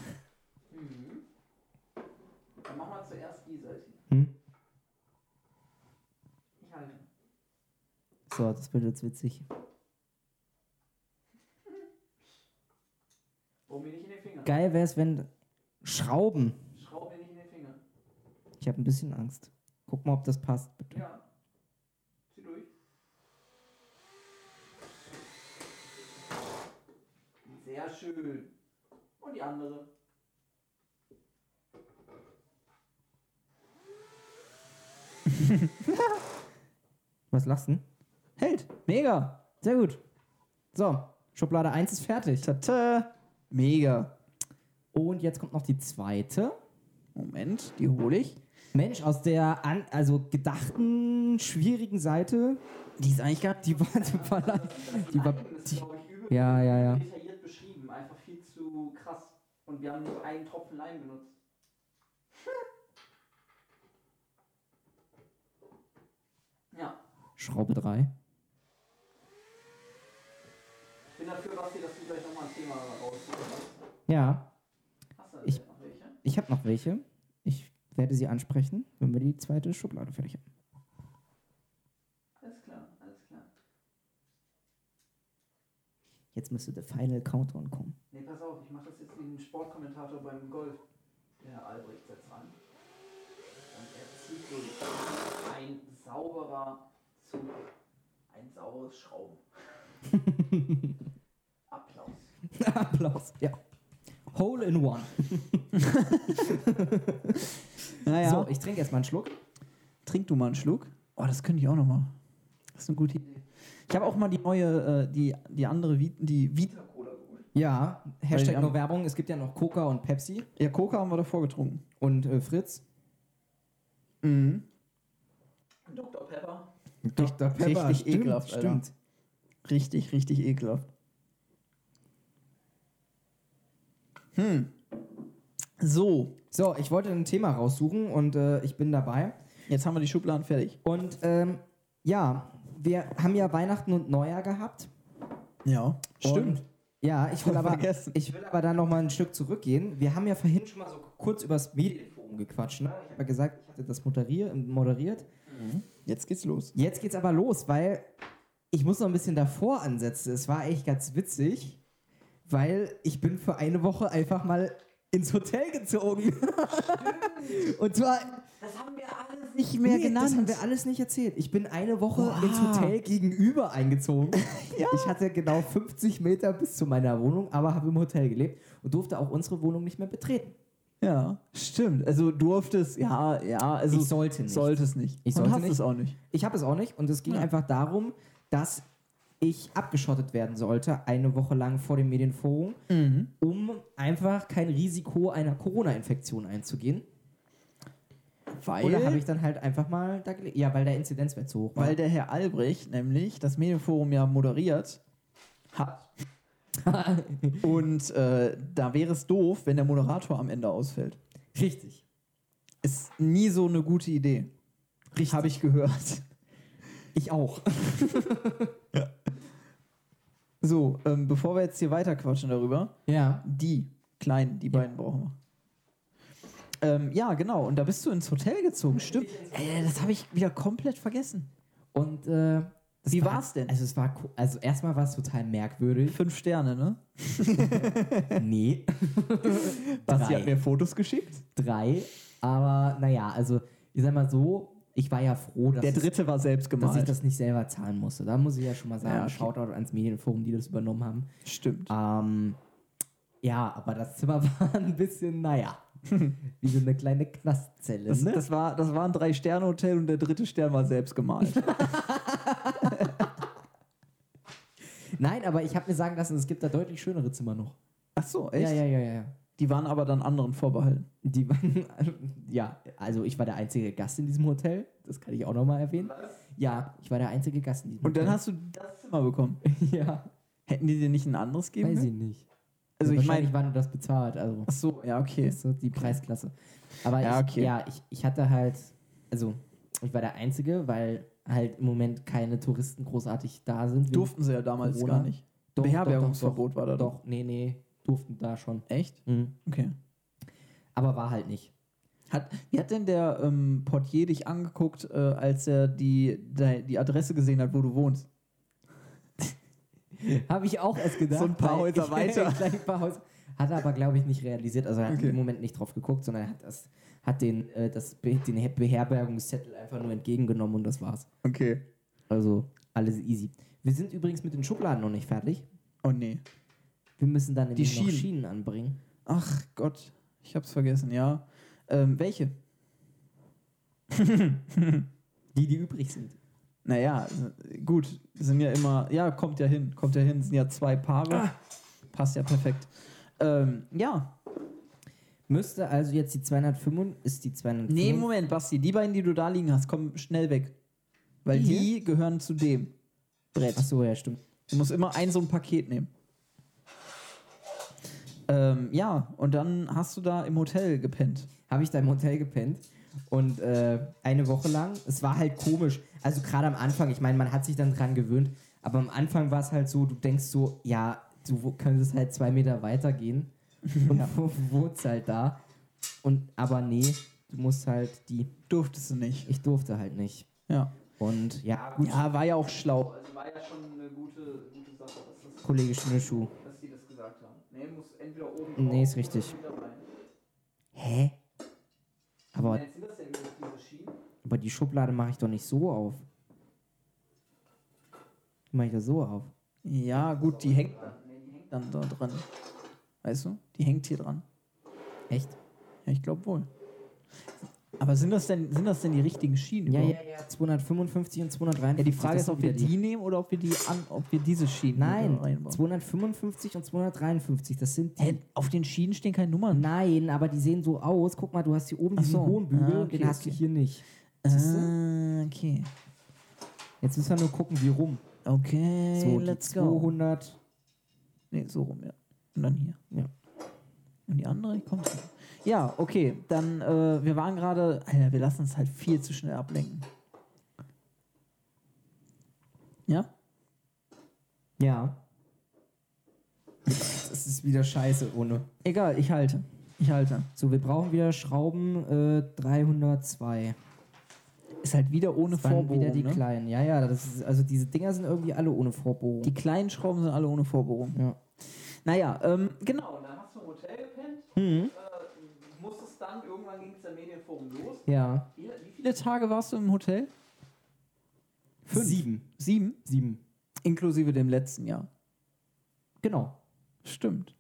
Speaker 3: Mhm. Dann machen wir zuerst die Seite.
Speaker 1: Hm?
Speaker 3: Ich halte.
Speaker 1: So, das wird jetzt witzig.
Speaker 3: Bohr mir nicht in den Finger.
Speaker 1: Geil wäre es, wenn Schrauben.
Speaker 3: Schraub mir nicht in den Finger.
Speaker 1: Ich habe ein bisschen Angst. Guck mal, ob das passt, bitte.
Speaker 3: Ja. Zieh durch. Sehr schön. Und die andere.
Speaker 1: Was lachst denn?
Speaker 2: Hält. Mega.
Speaker 1: Sehr gut. So, Schublade 1 ist fertig.
Speaker 2: Tata. Mega.
Speaker 1: Und jetzt kommt noch die zweite.
Speaker 2: Moment, die hole ich.
Speaker 1: Mensch, aus der an, also gedachten, schwierigen Seite. Die ist eigentlich gar die [laughs] war, die war,
Speaker 3: Das, das
Speaker 1: die war
Speaker 3: Leiden ist,
Speaker 1: die,
Speaker 3: glaube ich, übel
Speaker 1: Ja, ja, ja.
Speaker 3: detailliert beschrieben. Einfach viel zu krass. Und wir haben nur einen Tropfen Leim benutzt. [laughs] Ja,
Speaker 1: Schraube 3.
Speaker 3: ich bin dafür, Basti, dass du gleich nochmal ein Thema raussuchst.
Speaker 1: Ja,
Speaker 3: Hast du
Speaker 1: Ich-
Speaker 3: denn noch welche?
Speaker 1: Ich habe noch welche. Ich werde sie ansprechen, wenn wir die zweite Schublade fertig haben.
Speaker 3: Alles klar, alles klar.
Speaker 1: Jetzt müsste der Final Countdown kommen.
Speaker 3: Nee, pass auf, ich mache das jetzt wie ein Sportkommentator beim Golf. Der Albrecht setzt an. Und er zieht durch. Ein sauberer Zug. Ein saures Schrauben. Applaus.
Speaker 1: [laughs] Applaus. Ja. Hole in one.
Speaker 2: Naja.
Speaker 1: So, ich trinke erstmal einen Schluck.
Speaker 2: Trink du mal einen Schluck. Oh, das könnte ich auch noch mal. Das ist eine gute Idee. Ich habe auch mal die neue, äh, die, die andere, Vi die Vita.
Speaker 3: Vita Cola geholt.
Speaker 1: Ja, Hashtag
Speaker 2: Weil-
Speaker 1: nur Werbung. Es gibt ja noch Coca und Pepsi
Speaker 2: Ja, Coca haben wir davor getrunken.
Speaker 1: und äh, Fritz.
Speaker 2: Mhm.
Speaker 3: Dr. Pepper.
Speaker 1: Dr.
Speaker 2: richtig
Speaker 1: stimmt,
Speaker 2: ekelhaft, Alter.
Speaker 1: Stimmt.
Speaker 2: Richtig, richtig ekelhaft. Hm. So,
Speaker 1: So, ich wollte ein Thema raussuchen und äh, ich bin dabei.
Speaker 2: jetzt haben wir die Schubladen fertig.
Speaker 1: Und ähm, ja, wir haben ja Weihnachten und Neujahr gehabt.
Speaker 2: Ja, stimmt.
Speaker 1: Und, ja, ich will aber,
Speaker 2: Vergessen.
Speaker 1: ich will aber da noch mal ein Stück zurückgehen. Wir haben ja vorhin schon mal so kurz übers Medienforum gequatscht. Ne? Ich habe ja gesagt, ich hatte das moderier, moderiert.
Speaker 2: Jetzt geht's los.
Speaker 1: Jetzt geht's aber los, weil ich muss noch ein bisschen davor ansetzen. Es war echt ganz witzig, weil ich bin für eine Woche einfach mal ins Hotel gezogen. [laughs] Und zwar
Speaker 3: Das haben wir alles nicht.
Speaker 2: Nicht mehr
Speaker 1: Nee, Das haben wir alles nicht erzählt. Ich bin eine Woche
Speaker 2: Oha.
Speaker 1: ins Hotel gegenüber
Speaker 2: [laughs]
Speaker 1: eingezogen. Ich hatte genau 50 Meter bis zu meiner Wohnung, aber habe im Hotel gelebt und durfte auch unsere Wohnung nicht mehr betreten.
Speaker 2: ja, stimmt. Also durftest, ja, ja. Also
Speaker 1: Ich sollte nicht.
Speaker 2: Solltest nicht.
Speaker 1: Ich sollte
Speaker 2: Und hast
Speaker 1: nicht.
Speaker 2: es auch nicht.
Speaker 1: Ich habe es auch nicht und es ging
Speaker 2: Ja.
Speaker 1: einfach darum, dass ich abgeschottet werden sollte, eine Woche lang vor dem Medienforum,
Speaker 2: Mhm.
Speaker 1: um einfach kein Risiko einer Corona-Infektion einzugehen.
Speaker 2: Weil,
Speaker 1: Oder habe ich dann halt einfach mal da gelebt? Ja, weil der Inzidenzwert zu hoch war.
Speaker 2: weil der Herr Albrecht nämlich das Medienforum ja moderiert
Speaker 1: [laughs]
Speaker 2: hat. Und äh, da wäre es doof, wenn der Moderator am Ende ausfällt.
Speaker 1: Richtig.
Speaker 2: Ist nie so eine gute Idee. Habe ich gehört.
Speaker 1: Ich auch.
Speaker 2: [laughs] So, ähm, bevor wir jetzt hier weiterquatschen darüber,
Speaker 1: Ja.
Speaker 2: die kleinen, die beiden brauchen wir. Ähm, ja, genau. Und da bist du ins Hotel gezogen, stimmt. Äh, das habe ich wieder komplett vergessen.
Speaker 1: Und äh, es
Speaker 2: Wie war's denn?
Speaker 1: Also es war ko- also erstmal war es total
Speaker 2: [laughs]
Speaker 1: merkwürdig.
Speaker 2: Fünf Sterne, ne?
Speaker 1: nee,
Speaker 2: Basti
Speaker 1: Drei.
Speaker 2: hat mir Fotos geschickt.
Speaker 1: drei. Aber naja, also ich sag mal so, ich war ja froh, dass,
Speaker 2: Der
Speaker 1: es-
Speaker 2: dritte war selbst
Speaker 1: dass ich
Speaker 2: gemalt.
Speaker 1: das nicht selber zahlen musste. Da muss ich ja schon mal sagen,
Speaker 2: Ja, okay.
Speaker 1: Shoutout ans Medienforum, die das übernommen haben.
Speaker 2: stimmt.
Speaker 1: Ähm, ja, aber das Zimmer [laughs] war ein bisschen,
Speaker 2: [laughs]
Speaker 1: naja, wie so eine kleine Knastzelle.
Speaker 2: Das,
Speaker 1: ne?
Speaker 2: das, war, das war ein Drei-Sterne-Hotel und der dritte Stern war selbst gemalt.
Speaker 1: [laughs] Nein, aber ich habe mir sagen lassen, es gibt da deutlich schönere Zimmer noch.
Speaker 2: Ach so, echt?
Speaker 1: Ja, ja, ja, ja, ja.
Speaker 2: Die waren aber dann anderen vorbehalten.
Speaker 1: Die [laughs] waren, ja, also ich war der einzige Gast in diesem Hotel. Das kann ich auch nochmal erwähnen. Ja, ich war der einzige Gast in diesem
Speaker 2: Und dann
Speaker 1: Hotel.
Speaker 2: hast du das Zimmer bekommen.
Speaker 1: hast [laughs] Ja,
Speaker 2: Hätten die dir nicht ein anderes geben
Speaker 1: weiß
Speaker 2: können?
Speaker 1: ich nicht.
Speaker 2: ne? Also ich meine,
Speaker 1: wann du das bezahlt, also
Speaker 2: ach so, ja, okay.
Speaker 1: ist so die Preisklasse. Aber
Speaker 2: Ja,
Speaker 1: ich,
Speaker 2: okay.
Speaker 1: ja ich, ich hatte halt, also ich war der einzige, weil halt im Moment keine Touristen großartig da sind. wegen-
Speaker 2: Durften sie ja damals
Speaker 1: Corona?
Speaker 2: gar nicht.
Speaker 1: Doch, doch,
Speaker 2: Beherbergungsverbot war da
Speaker 1: doch,
Speaker 2: doch.
Speaker 1: doch, nee, nee, durften da schon.
Speaker 2: Echt?
Speaker 1: Mhm.
Speaker 2: Okay.
Speaker 1: Aber war halt nicht.
Speaker 2: Hat, wie hat denn der ähm, Portier dich angeguckt, äh, als er die, die, die Adresse gesehen hat, wo du wohnst?
Speaker 1: Habe ich auch erst gedacht.
Speaker 2: So ein paar
Speaker 1: weil
Speaker 2: Häuser
Speaker 1: ich- [laughs]
Speaker 2: weiter.
Speaker 1: Gleich ein paar Häuser. Hat er aber, glaube ich, nicht realisiert. Also er hat
Speaker 2: Okay.
Speaker 1: im Moment nicht drauf geguckt, sondern er hat, das, hat den, äh, das, Be- den He- Beherbergungszettel einfach nur entgegengenommen und das war's.
Speaker 2: Okay.
Speaker 1: Also alles easy. Wir sind übrigens mit den Schubladen noch nicht fertig.
Speaker 2: Oh nee.
Speaker 1: Wir müssen dann
Speaker 2: Die
Speaker 1: nämlich noch
Speaker 2: Schienen.
Speaker 1: Schienen anbringen.
Speaker 2: Ach Gott, ich hab's vergessen, ja. Ähm, welche?
Speaker 1: Die, die übrig sind.
Speaker 2: Naja, äh, gut, sind ja immer, ja, kommt ja hin, kommt ja hin, sind ja zwei Paare.
Speaker 3: Ah.
Speaker 2: Passt ja perfekt. Ähm, ja.
Speaker 1: Müsste also jetzt die 205 ist die 205.
Speaker 2: Nee, Moment, Basti, die beiden, die du da liegen hast, kommen schnell weg. Weil
Speaker 1: Die
Speaker 2: die,
Speaker 1: hier?
Speaker 2: gehören zu dem Brett.
Speaker 1: Ach so, ja, stimmt.
Speaker 2: Du musst immer ein so ein Paket nehmen. Ähm, ja, und dann hast du da im Hotel gepennt.
Speaker 1: habe ich da im Hotel gepennt. Und äh, eine Woche lang, es war halt komisch. Also gerade am Anfang, ich meine, man hat sich dann dran gewöhnt, aber am Anfang war es halt so, du denkst so, ja, du wo- könntest halt zwei Meter weiter gehen und wo wohnst halt da. Und aber nee, du musst halt die,
Speaker 2: Durftest du nicht.
Speaker 1: ich durfte halt nicht.
Speaker 2: Ja.
Speaker 1: Und ja, gut,
Speaker 2: Ja, war ja auch schlau.
Speaker 3: Also war ja schon eine gute, gute Sache, dass, das,
Speaker 1: Kollege Schnürschuh.
Speaker 3: dass die das gesagt haben. Nee, muss entweder oben
Speaker 1: Nee, ist
Speaker 3: drauf oder
Speaker 1: richtig.
Speaker 3: wieder rein.
Speaker 1: Hä? Aber,
Speaker 3: Wie sind das denn jetzt, diese Schienen?
Speaker 1: aber die Schublade mache ich doch nicht so auf. Die mache ich doch so auf.
Speaker 2: Ja, gut, die hängt dann da dran. Weißt du? Die hängt hier dran.
Speaker 1: Echt?
Speaker 2: Ja, ich glaube wohl. Aber sind das denn, sind das denn die richtigen Schienen
Speaker 1: Ja, ja,
Speaker 2: überhaupt?
Speaker 1: ja, 255 und 253.
Speaker 2: Ja, die Frage
Speaker 1: das
Speaker 2: ist, ob
Speaker 1: sind
Speaker 2: wir
Speaker 1: wieder
Speaker 2: die, nehmen oder ob wir die an, ob wir diese Schienen hier
Speaker 1: Nein,
Speaker 2: reinbauen.
Speaker 1: 255 und 253, das sind die.
Speaker 2: Hä, auf den Schienen stehen keine Nummern.
Speaker 1: Nein, aber die sehen so aus. Guck mal, du hast hier oben
Speaker 2: Ach
Speaker 1: diesen
Speaker 2: so.
Speaker 1: hohen Bügel,
Speaker 2: Ah, okay,
Speaker 1: den hast
Speaker 2: okay.
Speaker 1: du hier nicht. Siehst du?
Speaker 2: Ah, okay.
Speaker 1: Jetzt müssen wir nur gucken, wie rum.
Speaker 2: Okay,
Speaker 1: So, die
Speaker 2: let's go.
Speaker 1: 200.
Speaker 2: Nee, so rum, ja. Und dann hier.
Speaker 1: Ja.
Speaker 2: Und die andere kommt. hier. Ja, okay. Dann, äh, wir waren gerade. Alter, wir lassen uns halt viel zu schnell ablenken. Ja?
Speaker 1: Ja. Das ist wieder scheiße ohne.
Speaker 2: Egal, ich halte. Ich halte.
Speaker 1: So, wir brauchen wieder Schrauben äh, 302.
Speaker 2: Ist halt wieder ohne
Speaker 1: Das waren
Speaker 2: Vorbohrung.
Speaker 1: wieder die
Speaker 2: ne?
Speaker 1: kleinen. Ja, ja, das ist, also diese Dinger sind irgendwie alle ohne Vorbohrung.
Speaker 2: die kleinen Schrauben sind alle ohne Vorbohrung.
Speaker 1: ja.
Speaker 2: Naja, ähm,
Speaker 3: Genau,
Speaker 1: Hm?
Speaker 2: genau.
Speaker 3: und dann hast du im Hotel gepennt. Äh, es dann, irgendwann ging es im Medienforum los.
Speaker 1: Ja.
Speaker 3: Wie, wie viele
Speaker 2: Wie viele Tage warst du im Hotel? Fünf.
Speaker 1: Sieben.
Speaker 2: Sieben?
Speaker 1: Sieben.
Speaker 2: Inklusive dem letzten Jahr.
Speaker 1: Genau.
Speaker 2: Stimmt.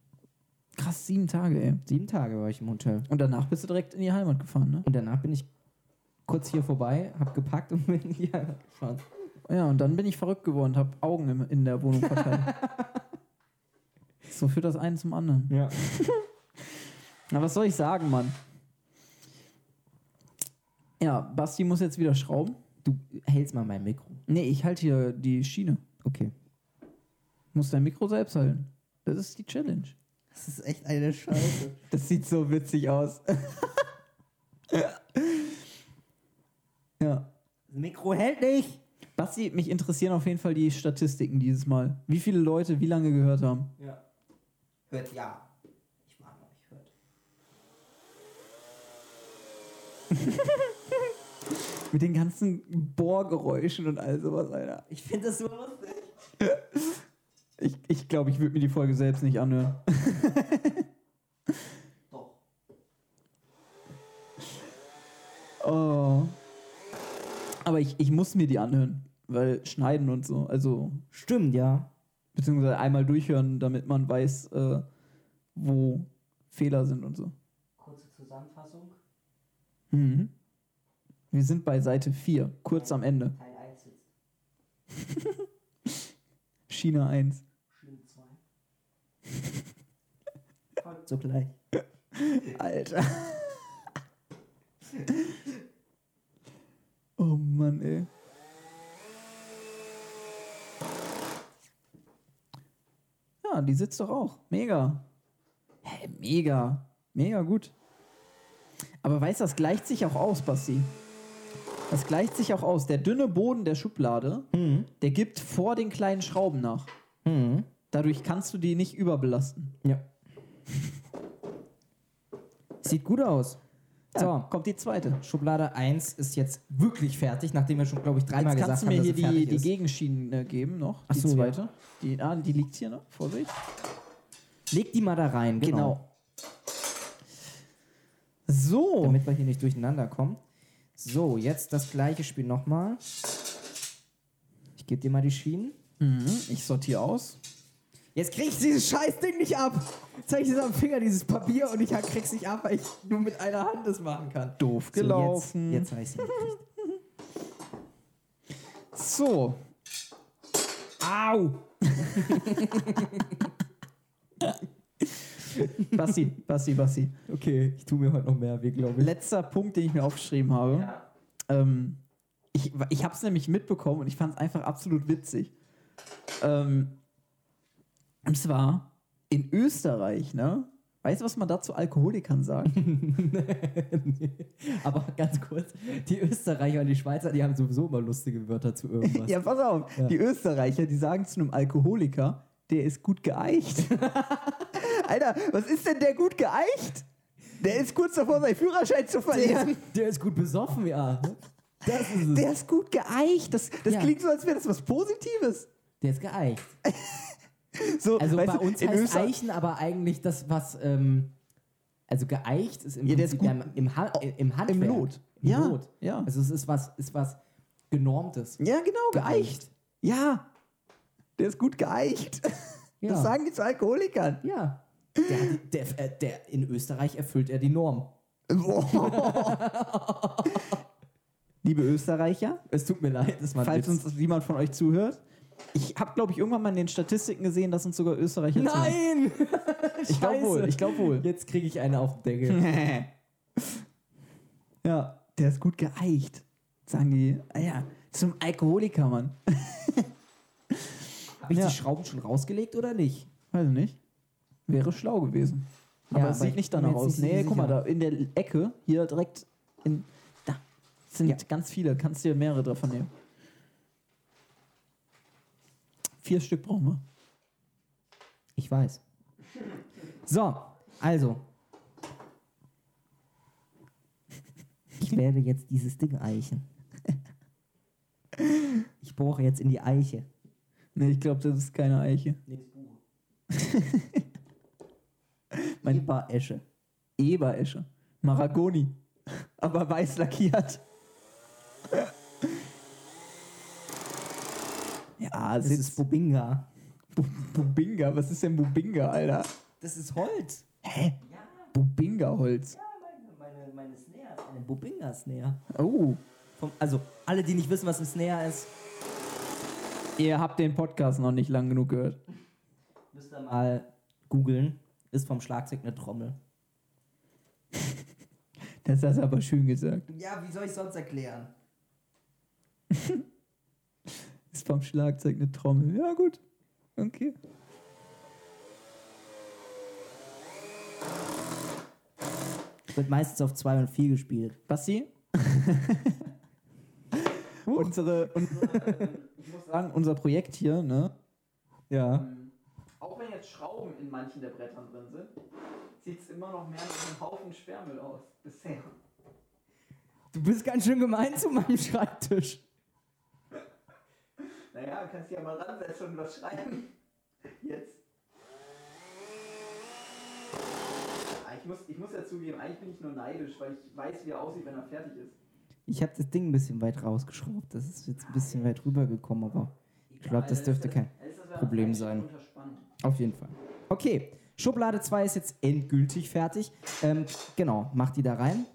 Speaker 2: Krass, sieben Tage, ey.
Speaker 1: Sieben Tage war ich im Hotel.
Speaker 2: Und danach bist du direkt in die Heimat gefahren, ne?
Speaker 1: Und danach bin ich kurz hier vorbei, hab gepackt und [laughs] bin hier gefahren.
Speaker 2: Ja, und dann bin ich verrückt geworden und habe Augen im, in der Wohnung [laughs] verteilt. so führt das eine zum anderen.
Speaker 1: Ja.
Speaker 2: Na, was soll ich sagen, Mann? Ja, Basti muss jetzt wieder schrauben.
Speaker 1: Du hältst mal mein Mikro.
Speaker 2: Nee, ich halte hier die Schiene.
Speaker 1: Okay.
Speaker 2: Muss dein Mikro selbst halten. Das ist die Challenge.
Speaker 1: Das ist echt eine Scheiße.
Speaker 2: Das sieht so witzig aus. [laughs] ja.
Speaker 1: Das Mikro hält nicht.
Speaker 2: Basti, mich interessieren auf jeden Fall die Statistiken dieses Mal. Wie viele Leute wie lange gehört haben.
Speaker 4: Hört ja. Ich mag euch, hört.
Speaker 2: Mit den ganzen Bohrgeräuschen und all sowas, Alter.
Speaker 4: Ich finde das so lustig.
Speaker 2: Ich glaube, ich, glaub, ich würde mir die Folge selbst nicht anhören.
Speaker 4: Doch.
Speaker 2: Oh. Aber ich, ich muss mir die anhören. Weil schneiden und so. Also,
Speaker 1: Stimmt, ja.
Speaker 2: beziehungsweise einmal durchhören, damit man weiß, äh, wo Fehler sind und so.
Speaker 4: Kurze Zusammenfassung.
Speaker 2: Mhm. Wir sind bei Seite 4, kurz am Ende.
Speaker 4: Teil 1 sitzt.
Speaker 2: China 1.
Speaker 4: Schiene 2.
Speaker 1: So gleich.
Speaker 2: Alter. [laughs] oh Mann, ey. Ja, die sitzt doch auch. Mega. Hä, mega. Mega gut. Aber weißt du, das gleicht sich auch aus, Basti. Das gleicht sich auch aus. Der dünne Boden der Schublade, der gibt vor den kleinen Schrauben nach.
Speaker 1: Mhm.
Speaker 2: Dadurch kannst du die nicht überbelasten.
Speaker 1: Ja. Sieht gut aus.
Speaker 2: Ja,
Speaker 1: So.
Speaker 2: kommt die zweite.
Speaker 1: Schublade 1 ist jetzt wirklich fertig, nachdem wir schon, glaube ich, dreimal
Speaker 2: Jetzt
Speaker 1: gesagt
Speaker 2: kannst du
Speaker 1: haben,
Speaker 2: mir
Speaker 1: dass
Speaker 2: hier
Speaker 1: sie fertig
Speaker 2: die, die
Speaker 1: ist.
Speaker 2: Gegenschiene geben noch,
Speaker 1: Ach
Speaker 2: die
Speaker 1: so, ja.
Speaker 2: zweite. Die, ah, die liegt hier noch, Vorsicht.
Speaker 1: Leg die mal da rein, genau.
Speaker 2: Genau. So, [laughs]
Speaker 1: Damit wir hier nicht durcheinander kommen. So, jetzt das gleiche Spiel nochmal. Ich gebe dir mal die Schienen.
Speaker 2: mhm, ich sortiere aus.
Speaker 1: Jetzt krieg ich dieses Scheißding nicht ab. Jetzt hab ich das am Finger, dieses Papier, und ich krieg's nicht ab, weil ich nur mit einer Hand das machen kann.
Speaker 2: Doof gelaufen.
Speaker 1: So, jetzt, jetzt hab ich's hingekriegt.
Speaker 2: So,
Speaker 1: Au!
Speaker 2: Basti, Basti, Basti.
Speaker 1: Okay, ich tu mir heute noch mehr weh, glaube ich.
Speaker 2: Letzter Punkt, den ich mir aufgeschrieben habe.
Speaker 4: Ja.
Speaker 2: Ähm, ich ich habe es nämlich mitbekommen und ich fand es einfach absolut witzig. Ähm, und zwar in Österreich, ne? Weißt du, was man da zu Alkoholikern sagt?
Speaker 1: [laughs] Aber ganz kurz, die Österreicher und die Schweizer, die haben sowieso immer lustige Wörter zu irgendwas.
Speaker 2: Ja, pass auf.
Speaker 1: Ja.
Speaker 2: Die Österreicher, die sagen zu einem Alkoholiker, der ist gut geeicht.
Speaker 1: [laughs]
Speaker 2: Alter, was ist denn der gut geeicht? Der ist kurz davor, seinen Führerschein
Speaker 1: [laughs]
Speaker 2: zu
Speaker 1: Der,
Speaker 2: verlieren.
Speaker 1: der ist gut besoffen, ja. Das ist es.
Speaker 2: Der ist gut geeicht. Das, das
Speaker 1: Ja.
Speaker 2: klingt so, als wäre das was Positives.
Speaker 1: Der ist geeicht.
Speaker 2: So,
Speaker 1: Also
Speaker 2: weißt
Speaker 1: bei
Speaker 2: du,
Speaker 1: uns
Speaker 2: in
Speaker 1: heißt
Speaker 2: Öster-
Speaker 1: Eichen aber eigentlich das, was. Ähm, also geeicht ist im
Speaker 2: Ja, der ist
Speaker 1: Prinzip
Speaker 2: gut-
Speaker 1: im, im, ha äh, im Handwerk.
Speaker 2: im Lot.
Speaker 1: Im
Speaker 2: ja,
Speaker 1: Lot.
Speaker 2: ja.
Speaker 1: Also es ist was, ist was Genormtes.
Speaker 2: Ja, genau, geeicht. Ja, der ist gut geeicht.
Speaker 1: Ja.
Speaker 2: Das sagen die zu Alkoholikern.
Speaker 1: Ja. Der, der, äh, der, in Österreich erfüllt er die [laughs] Norm.
Speaker 2: Boah. Liebe Österreicher,
Speaker 1: Es tut mir leid, das war ein
Speaker 2: falls
Speaker 1: Witz.
Speaker 2: uns jemand von euch zuhört. Ich habe, glaube ich, irgendwann mal in den Statistiken gesehen, dass uns sogar Österreicher zuhören.
Speaker 1: [laughs] Nein!
Speaker 2: Ich glaube wohl, ich glaube wohl.
Speaker 1: Jetzt kriege ich eine auf den Deckel.
Speaker 2: [laughs] ja, der ist gut geeicht, sagen die. Ah ja, zum Alkoholiker, Mann.
Speaker 1: Habe ich
Speaker 2: Ja.
Speaker 1: die Schrauben schon rausgelegt oder nicht?
Speaker 2: Weiß ich nicht. Wäre schlau gewesen.
Speaker 1: Ja,
Speaker 2: Aber es
Speaker 1: aber
Speaker 2: sieht
Speaker 1: ich
Speaker 2: nicht
Speaker 1: bin
Speaker 2: danach
Speaker 1: mir jetzt
Speaker 2: aus.
Speaker 1: nicht
Speaker 2: Nee,
Speaker 1: sicher.
Speaker 2: guck mal, da in der Ecke, hier direkt in. Da sind
Speaker 1: Ja.
Speaker 2: ganz viele. Kannst dir mehrere davon nehmen. Vier Stück brauchen wir.
Speaker 1: Ich weiß. So, also. Ich werde jetzt dieses Ding eichen. Ich bohre jetzt in die Eiche.
Speaker 2: Nee, ich glaube, das ist keine Eiche.
Speaker 4: Nee, das
Speaker 2: [laughs]
Speaker 4: Buch.
Speaker 2: Mein
Speaker 1: Eberesche.
Speaker 2: Eberesche. Maragoni. [laughs] Aber weiß lackiert. [laughs] ja, es
Speaker 1: Das ist
Speaker 2: ist
Speaker 1: Bubinga.
Speaker 2: Bubinga. Was ist denn Bubinga, Alter?
Speaker 1: Das ist Holz.
Speaker 2: Hä?
Speaker 4: Ja,
Speaker 2: Bubinga-Holz.
Speaker 4: ja, meine, meine, meine Snare ist
Speaker 1: Eine Bubinga-Snare.
Speaker 2: Oh.
Speaker 1: Vom- Also, alle, die nicht wissen, was ein Snare ist,
Speaker 2: Ihr habt den Podcast noch nicht lang genug gehört.
Speaker 1: müsst ihr mal googeln. Ist vom Schlagzeug eine Trommel.
Speaker 2: Das hast du aber schön gesagt.
Speaker 1: Ja, wie soll ich sonst erklären?
Speaker 2: [laughs] Ist vom Schlagzeug eine Trommel. Ja, gut. Okay.
Speaker 1: Wird meistens auf 2 und 4 gespielt.
Speaker 2: [laughs] Basti? unsere, un ich muss sagen, unser Projekt hier, ne? Ja.
Speaker 3: Ähm, Auch wenn jetzt Schrauben in manchen der Brettern drin sind, sieht es immer noch mehr nach einem Haufen Sperrmüll aus. Bisher.
Speaker 1: Du bist ganz schön gemein zu meinem Schreibtisch.
Speaker 3: Naja, kannst ja mal ransetzen und was schreiben. Jetzt. Ah, Ich muss, ich muss ja zugeben, eigentlich bin ich nur neidisch, weil ich weiß, wie er aussieht, wenn er fertig ist.
Speaker 1: Ich habe das Ding ein bisschen weit rausgeschraubt. Das ist jetzt ein bisschen weit rübergekommen, aber ich glaube, das dürfte kein
Speaker 3: Ist das, wenn
Speaker 1: Problem
Speaker 3: man
Speaker 1: sein.
Speaker 3: unter Spannung-
Speaker 1: Auf jeden Fall. Okay, Schublade 2 ist jetzt endgültig fertig. Ähm, genau, mach die da rein.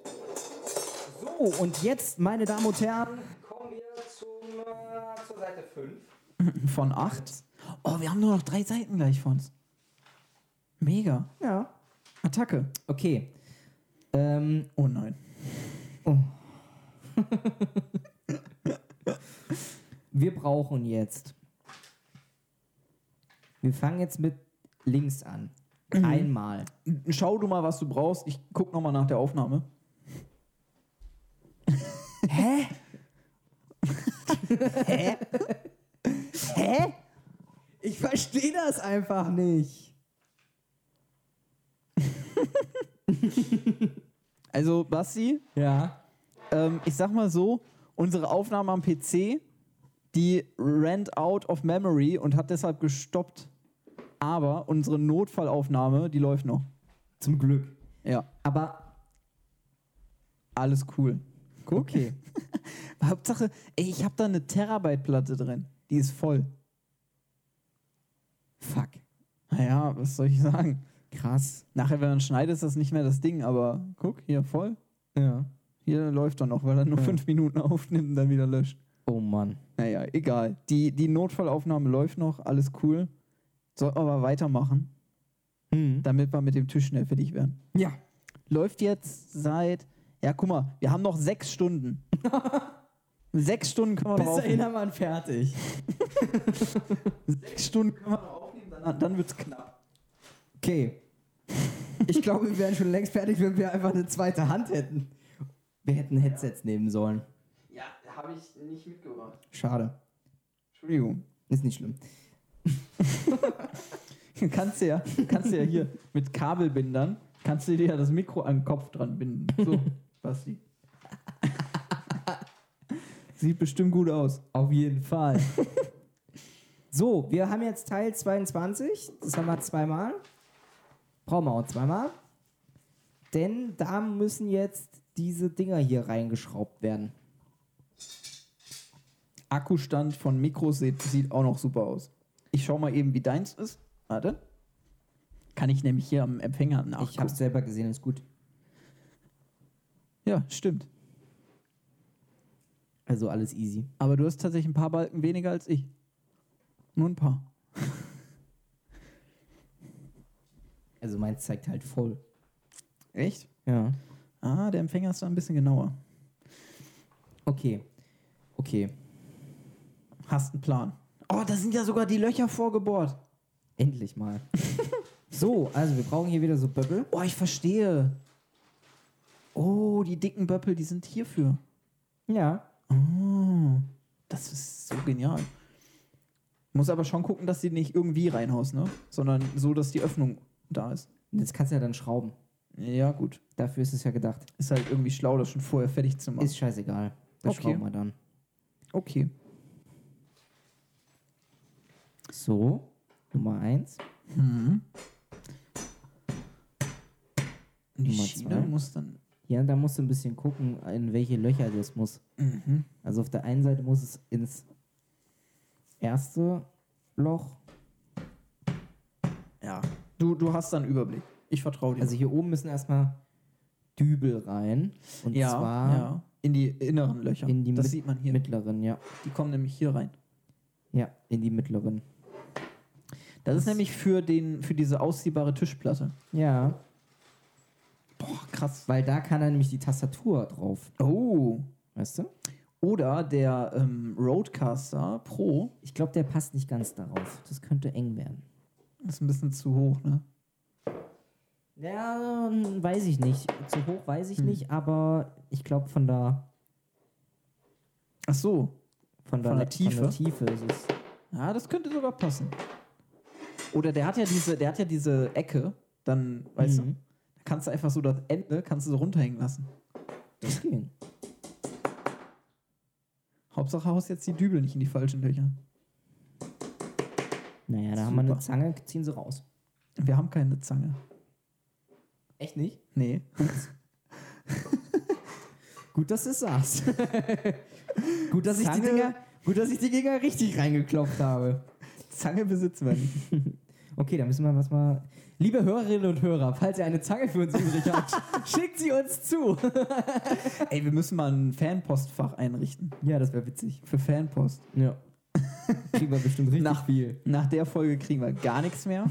Speaker 1: So, und jetzt, meine Damen und Herren,
Speaker 4: Kommen wir zum, äh, zur Seite 5.
Speaker 2: Von acht. Oh, wir haben nur noch drei Seiten gleich von uns. Mega.
Speaker 1: ja,
Speaker 2: Attacke.
Speaker 1: okay. Ähm,
Speaker 2: Oh nein.
Speaker 1: wir brauchen jetzt. Wir fangen jetzt mit links an. Mhm. Einmal.
Speaker 2: Schau du mal, was du brauchst. Ich guck nochmal nach der Aufnahme.
Speaker 1: Hä? Hä? Hä? Ich verstehe das einfach nicht.
Speaker 2: Also, Basti,
Speaker 1: Ja.
Speaker 2: ähm, ich sag mal so, unsere Aufnahme am PC, die ran out of memory und hat deshalb gestoppt. Aber unsere Notfallaufnahme, die läuft noch.
Speaker 1: Zum Glück.
Speaker 2: Ja,
Speaker 1: Aber,
Speaker 2: alles cool.
Speaker 1: okay.
Speaker 2: Hauptsache, ey, ich habe da eine Terabyte-Platte drin. Die ist voll.
Speaker 1: Fuck.
Speaker 2: Naja, was soll ich sagen?
Speaker 1: Krass.
Speaker 2: Nachher, wenn man schneidet, ist das nicht mehr das Ding, aber guck, hier voll.
Speaker 1: [laughs] Ja.
Speaker 2: Hier läuft doch noch, weil er nur
Speaker 1: Ja.
Speaker 2: fünf Minuten aufnimmt und dann wieder löscht.
Speaker 1: Oh Mann.
Speaker 2: Naja, egal. Die, die Notfallaufnahme läuft noch, alles cool. Sollten wir aber weitermachen, damit wir mit dem Tisch schnell fertig werden.
Speaker 1: Hm. Ja.
Speaker 2: Läuft jetzt seit, ja guck mal, wir haben noch sechs Stunden. sechs Stunden können wir noch aufnehmen.
Speaker 1: Hintermann fertig.
Speaker 2: Sechs Stunden können
Speaker 3: Kann man noch aufnehmen,
Speaker 2: wir,
Speaker 3: dann,
Speaker 2: dann wird's knapp.
Speaker 1: Okay. Ich glaube, wir wären schon längst fertig, wenn wir einfach eine zweite Hand hätten. Wir hätten Headsets nehmen sollen.
Speaker 3: Ja, habe ich nicht mitgebracht.
Speaker 1: Schade.
Speaker 2: Entschuldigung. [laughs]
Speaker 1: Ist nicht schlimm.
Speaker 2: Kannst du ja, kannst du ja hier mit Kabelbindern, kannst du dir ja das Mikro an den Kopf dran binden. So, Basti. [laughs] Sieht bestimmt gut aus.
Speaker 1: Auf jeden Fall. so, wir haben jetzt Teil 22. Das haben wir zweimal. Brauchen wir auch zweimal. Denn da müssen jetzt diese Dinger hier reingeschraubt werden.
Speaker 2: Akkustand von Mikros sieht, sieht auch noch super aus. Ich schau mal eben, wie deins ist. Warte. Kann ich nämlich hier am Empfänger
Speaker 1: ich habe
Speaker 2: nachgucken.
Speaker 1: es selber gesehen, ist gut.
Speaker 2: Ja, stimmt.
Speaker 1: Also alles easy.
Speaker 2: Aber du hast tatsächlich ein paar Balken weniger als ich. Nur ein paar.
Speaker 1: Also meins zeigt halt voll.
Speaker 2: Echt?
Speaker 1: Ja.
Speaker 2: Ah, der Empfänger ist da ein bisschen genauer.
Speaker 1: Okay. Okay.
Speaker 2: Hast einen Plan. Oh, da sind ja sogar die Löcher vorgebohrt.
Speaker 1: Endlich mal. [laughs] so, also wir brauchen hier wieder so Böppel.
Speaker 2: Oh, ich verstehe. Oh, die dicken Böppel, die sind hierfür.
Speaker 1: Ja.
Speaker 2: Oh, das ist so genial. Muss aber schon gucken, dass die nicht irgendwie reinhaust, ne? Sondern so, dass die Öffnung da ist.
Speaker 1: Das kannst du ja dann schrauben.
Speaker 2: Ja, gut.
Speaker 1: Dafür ist es ja gedacht.
Speaker 2: Ist halt irgendwie schlau, das schon vorher fertig zu machen.
Speaker 1: Ist scheißegal. Das
Speaker 2: Okay.
Speaker 1: schrauben wir dann.
Speaker 2: okay.
Speaker 1: So, Nummer eins.
Speaker 2: Die
Speaker 1: Nummer
Speaker 2: Schiene
Speaker 1: zwei.
Speaker 2: muss dann
Speaker 1: Ja, da musst du ein bisschen gucken, in welche Löcher das muss.
Speaker 2: Mhm.
Speaker 1: Also auf der einen Seite muss es ins erste Loch.
Speaker 2: Ja. Du, du hast dann Überblick. Ich vertraue dir.
Speaker 1: Also hier oben müssen erstmal Dübel rein. Und
Speaker 2: ja,
Speaker 1: zwar
Speaker 2: ja. In die inneren Löcher.
Speaker 1: in die
Speaker 2: das
Speaker 1: mit-
Speaker 2: sieht man hier.
Speaker 1: mittleren, ja.
Speaker 2: Die kommen nämlich hier rein.
Speaker 1: Ja, in die mittleren.
Speaker 2: Das ist nämlich für, den, für diese ausziehbare Tischplatte.
Speaker 1: Ja,
Speaker 2: Boah, krass.
Speaker 1: weil da kann er nämlich die Tastatur drauf.
Speaker 2: Oh.
Speaker 1: Weißt du?
Speaker 2: Oder der ähm, Roadcaster Pro
Speaker 1: Ich glaube, der passt nicht ganz darauf. Das könnte eng werden.
Speaker 2: ist ein bisschen zu hoch, ne?
Speaker 1: Ja, ähm, weiß ich nicht. Zu hoch weiß ich nicht, aber ich glaube, von der,
Speaker 2: Ach so.
Speaker 1: von der,
Speaker 2: Von der
Speaker 1: Von der Tiefe ist es.
Speaker 2: Ja, das könnte sogar passen. Oder der hat ja diese, der hat ja diese Ecke, dann, weißt du,
Speaker 1: Mhm.
Speaker 2: da kannst du einfach so das Ende kannst du so runterhängen lassen.
Speaker 1: Das ging.
Speaker 2: Hauptsache haust jetzt die Dübel nicht in die falschen Löcher.
Speaker 1: Naja, da haben wir eine
Speaker 2: Super.
Speaker 1: Zange, ziehen sie raus.
Speaker 2: Wir haben keine Zange.
Speaker 1: Echt nicht?
Speaker 2: [laughs] Nee.
Speaker 1: Gut, dass du es
Speaker 2: [laughs]
Speaker 1: sagst. gut, dass ich die
Speaker 2: Zange-
Speaker 1: Dinger, gut, dass ich die Dinger richtig reingeklopft habe.
Speaker 2: Zange besitzen wir nicht.
Speaker 1: [laughs] Okay, dann müssen wir was mal. Liebe Hörerinnen und Hörer, falls ihr eine Zange für uns übrig
Speaker 2: [laughs]
Speaker 1: habt, schickt sie uns zu.
Speaker 2: Ey, wir müssen mal ein Fanpostfach einrichten.
Speaker 1: ja, das wäre witzig.
Speaker 2: Für Fanpost.
Speaker 1: Ja. [laughs] Kriegen wir bestimmt richtig
Speaker 2: Nach-
Speaker 1: viel.
Speaker 2: Nach der Folge kriegen wir gar nichts mehr. [laughs]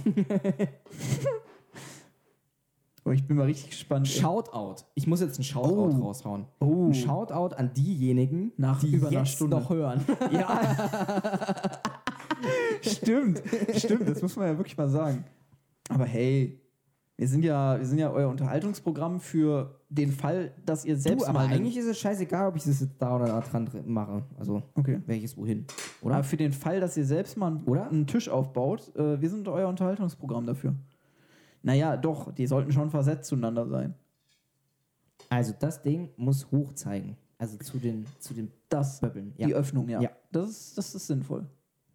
Speaker 2: oh, ich bin mal richtig gespannt. ey.
Speaker 1: Shoutout. Ich muss jetzt einen Shoutout
Speaker 2: Oh.
Speaker 1: raushauen.
Speaker 2: Oh.
Speaker 1: Ein Shoutout an diejenigen,
Speaker 2: Nach
Speaker 1: die
Speaker 2: über
Speaker 1: jetzt
Speaker 2: einer Stunde.
Speaker 1: noch hören.
Speaker 2: Oh. Ja. [laughs] stimmt, stimmt, das muss man ja wirklich mal sagen. Aber hey, wir sind ja, wir sind ja euer Unterhaltungsprogramm für den Fall, dass ihr selbst
Speaker 1: du, aber
Speaker 2: mal ne? einen-
Speaker 1: eigentlich ist es scheißegal, ob ich das jetzt da oder da dran dr- mache. Also,
Speaker 2: okay.
Speaker 1: welches wohin.
Speaker 2: Oder für den Fall, dass ihr selbst mal einen-
Speaker 1: Oder?
Speaker 2: einen Tisch aufbaut, äh, wir sind euer Unterhaltungsprogramm dafür. Naja, doch, die sollten schon versetzt zueinander sein.
Speaker 1: Also, das Ding muss hoch zeigen. Also zu den, zu den
Speaker 2: Das,
Speaker 1: Böbbeln.
Speaker 2: die Öffnung, ja.
Speaker 1: Ja.
Speaker 2: Das, ist, das ist sinnvoll.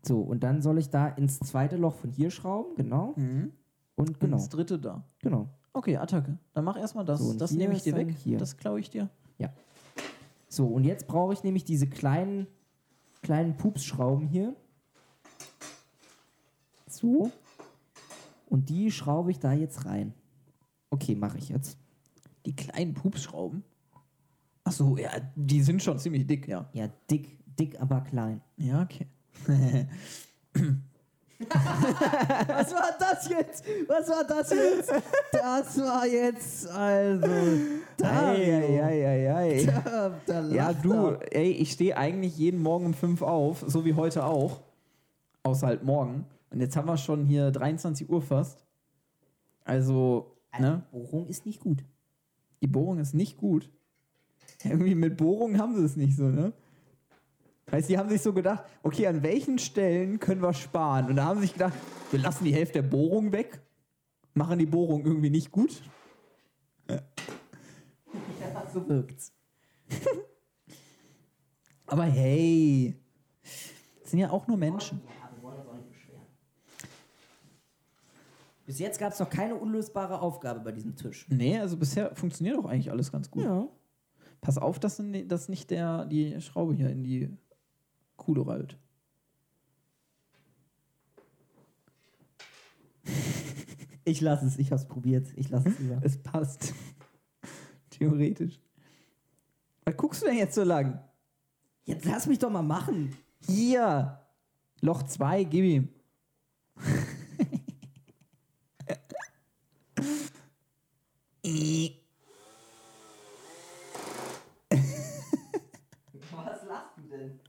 Speaker 1: So, und dann soll ich da ins zweite Loch von hier schrauben, genau. Und
Speaker 2: Genau. Und
Speaker 1: genau,
Speaker 2: das dritte da.
Speaker 1: genau.
Speaker 2: Okay, Attacke. Dann mach erstmal das.
Speaker 1: So, und
Speaker 2: das
Speaker 1: hier
Speaker 2: nehme ich
Speaker 1: ist
Speaker 2: dir
Speaker 1: dann
Speaker 2: weg.
Speaker 1: hier.
Speaker 2: Das klaue ich dir.
Speaker 1: So, und jetzt brauche ich nämlich diese kleinen, kleinen Pupsschrauben hier. So. Und die schraube ich da jetzt rein. Okay, mache ich jetzt.
Speaker 2: Die kleinen Pupsschrauben? Ach so, ja, die sind schon ziemlich dick, ja.
Speaker 1: Ja, dick, dick, aber klein.
Speaker 2: Ja, okay.
Speaker 1: Was war das jetzt? Was war das jetzt? Das war jetzt, also.
Speaker 2: Eieieiei. Ja,
Speaker 1: Ja,
Speaker 2: du, ey, ich stehe eigentlich jeden Morgen um 5 auf, so wie heute auch. Außer halt morgen. Und jetzt haben wir schon hier 23 Uhr fast. Also,
Speaker 1: Eine
Speaker 2: ne?
Speaker 1: Bohrung ist nicht gut.
Speaker 2: Die Bohrung ist nicht gut. [laughs] Irgendwie mit Bohrungen haben sie es nicht so, ne? Heißt, die haben sich so gedacht, okay, an welchen Stellen können wir sparen? Und da haben sie sich gedacht, wir lassen die Hälfte der Bohrung weg, machen die Bohrung irgendwie nicht gut.
Speaker 3: Ja, so
Speaker 1: Wirkt's.
Speaker 2: [laughs] Aber hey, das sind ja auch nur Menschen.
Speaker 3: Ja, wir wollen uns auch nicht beschweren.
Speaker 1: Bis jetzt gab es noch keine unlösbare Aufgabe bei diesem Tisch.
Speaker 2: Nee, also bisher funktioniert doch eigentlich alles ganz gut.
Speaker 1: Ja.
Speaker 2: Pass auf, dass, du ni- dass nicht der, die Schraube hier in die Kuhle rollt.
Speaker 1: Ich lasse es, ich habe es probiert. Ich lasse es
Speaker 4: [laughs]
Speaker 1: lieber.
Speaker 2: Es passt. [laughs] Theoretisch. Was guckst du denn jetzt so lang?
Speaker 1: Jetzt lass mich doch mal machen.
Speaker 2: Hier! Loch 2, gib ihm.
Speaker 3: Was lachst du denn?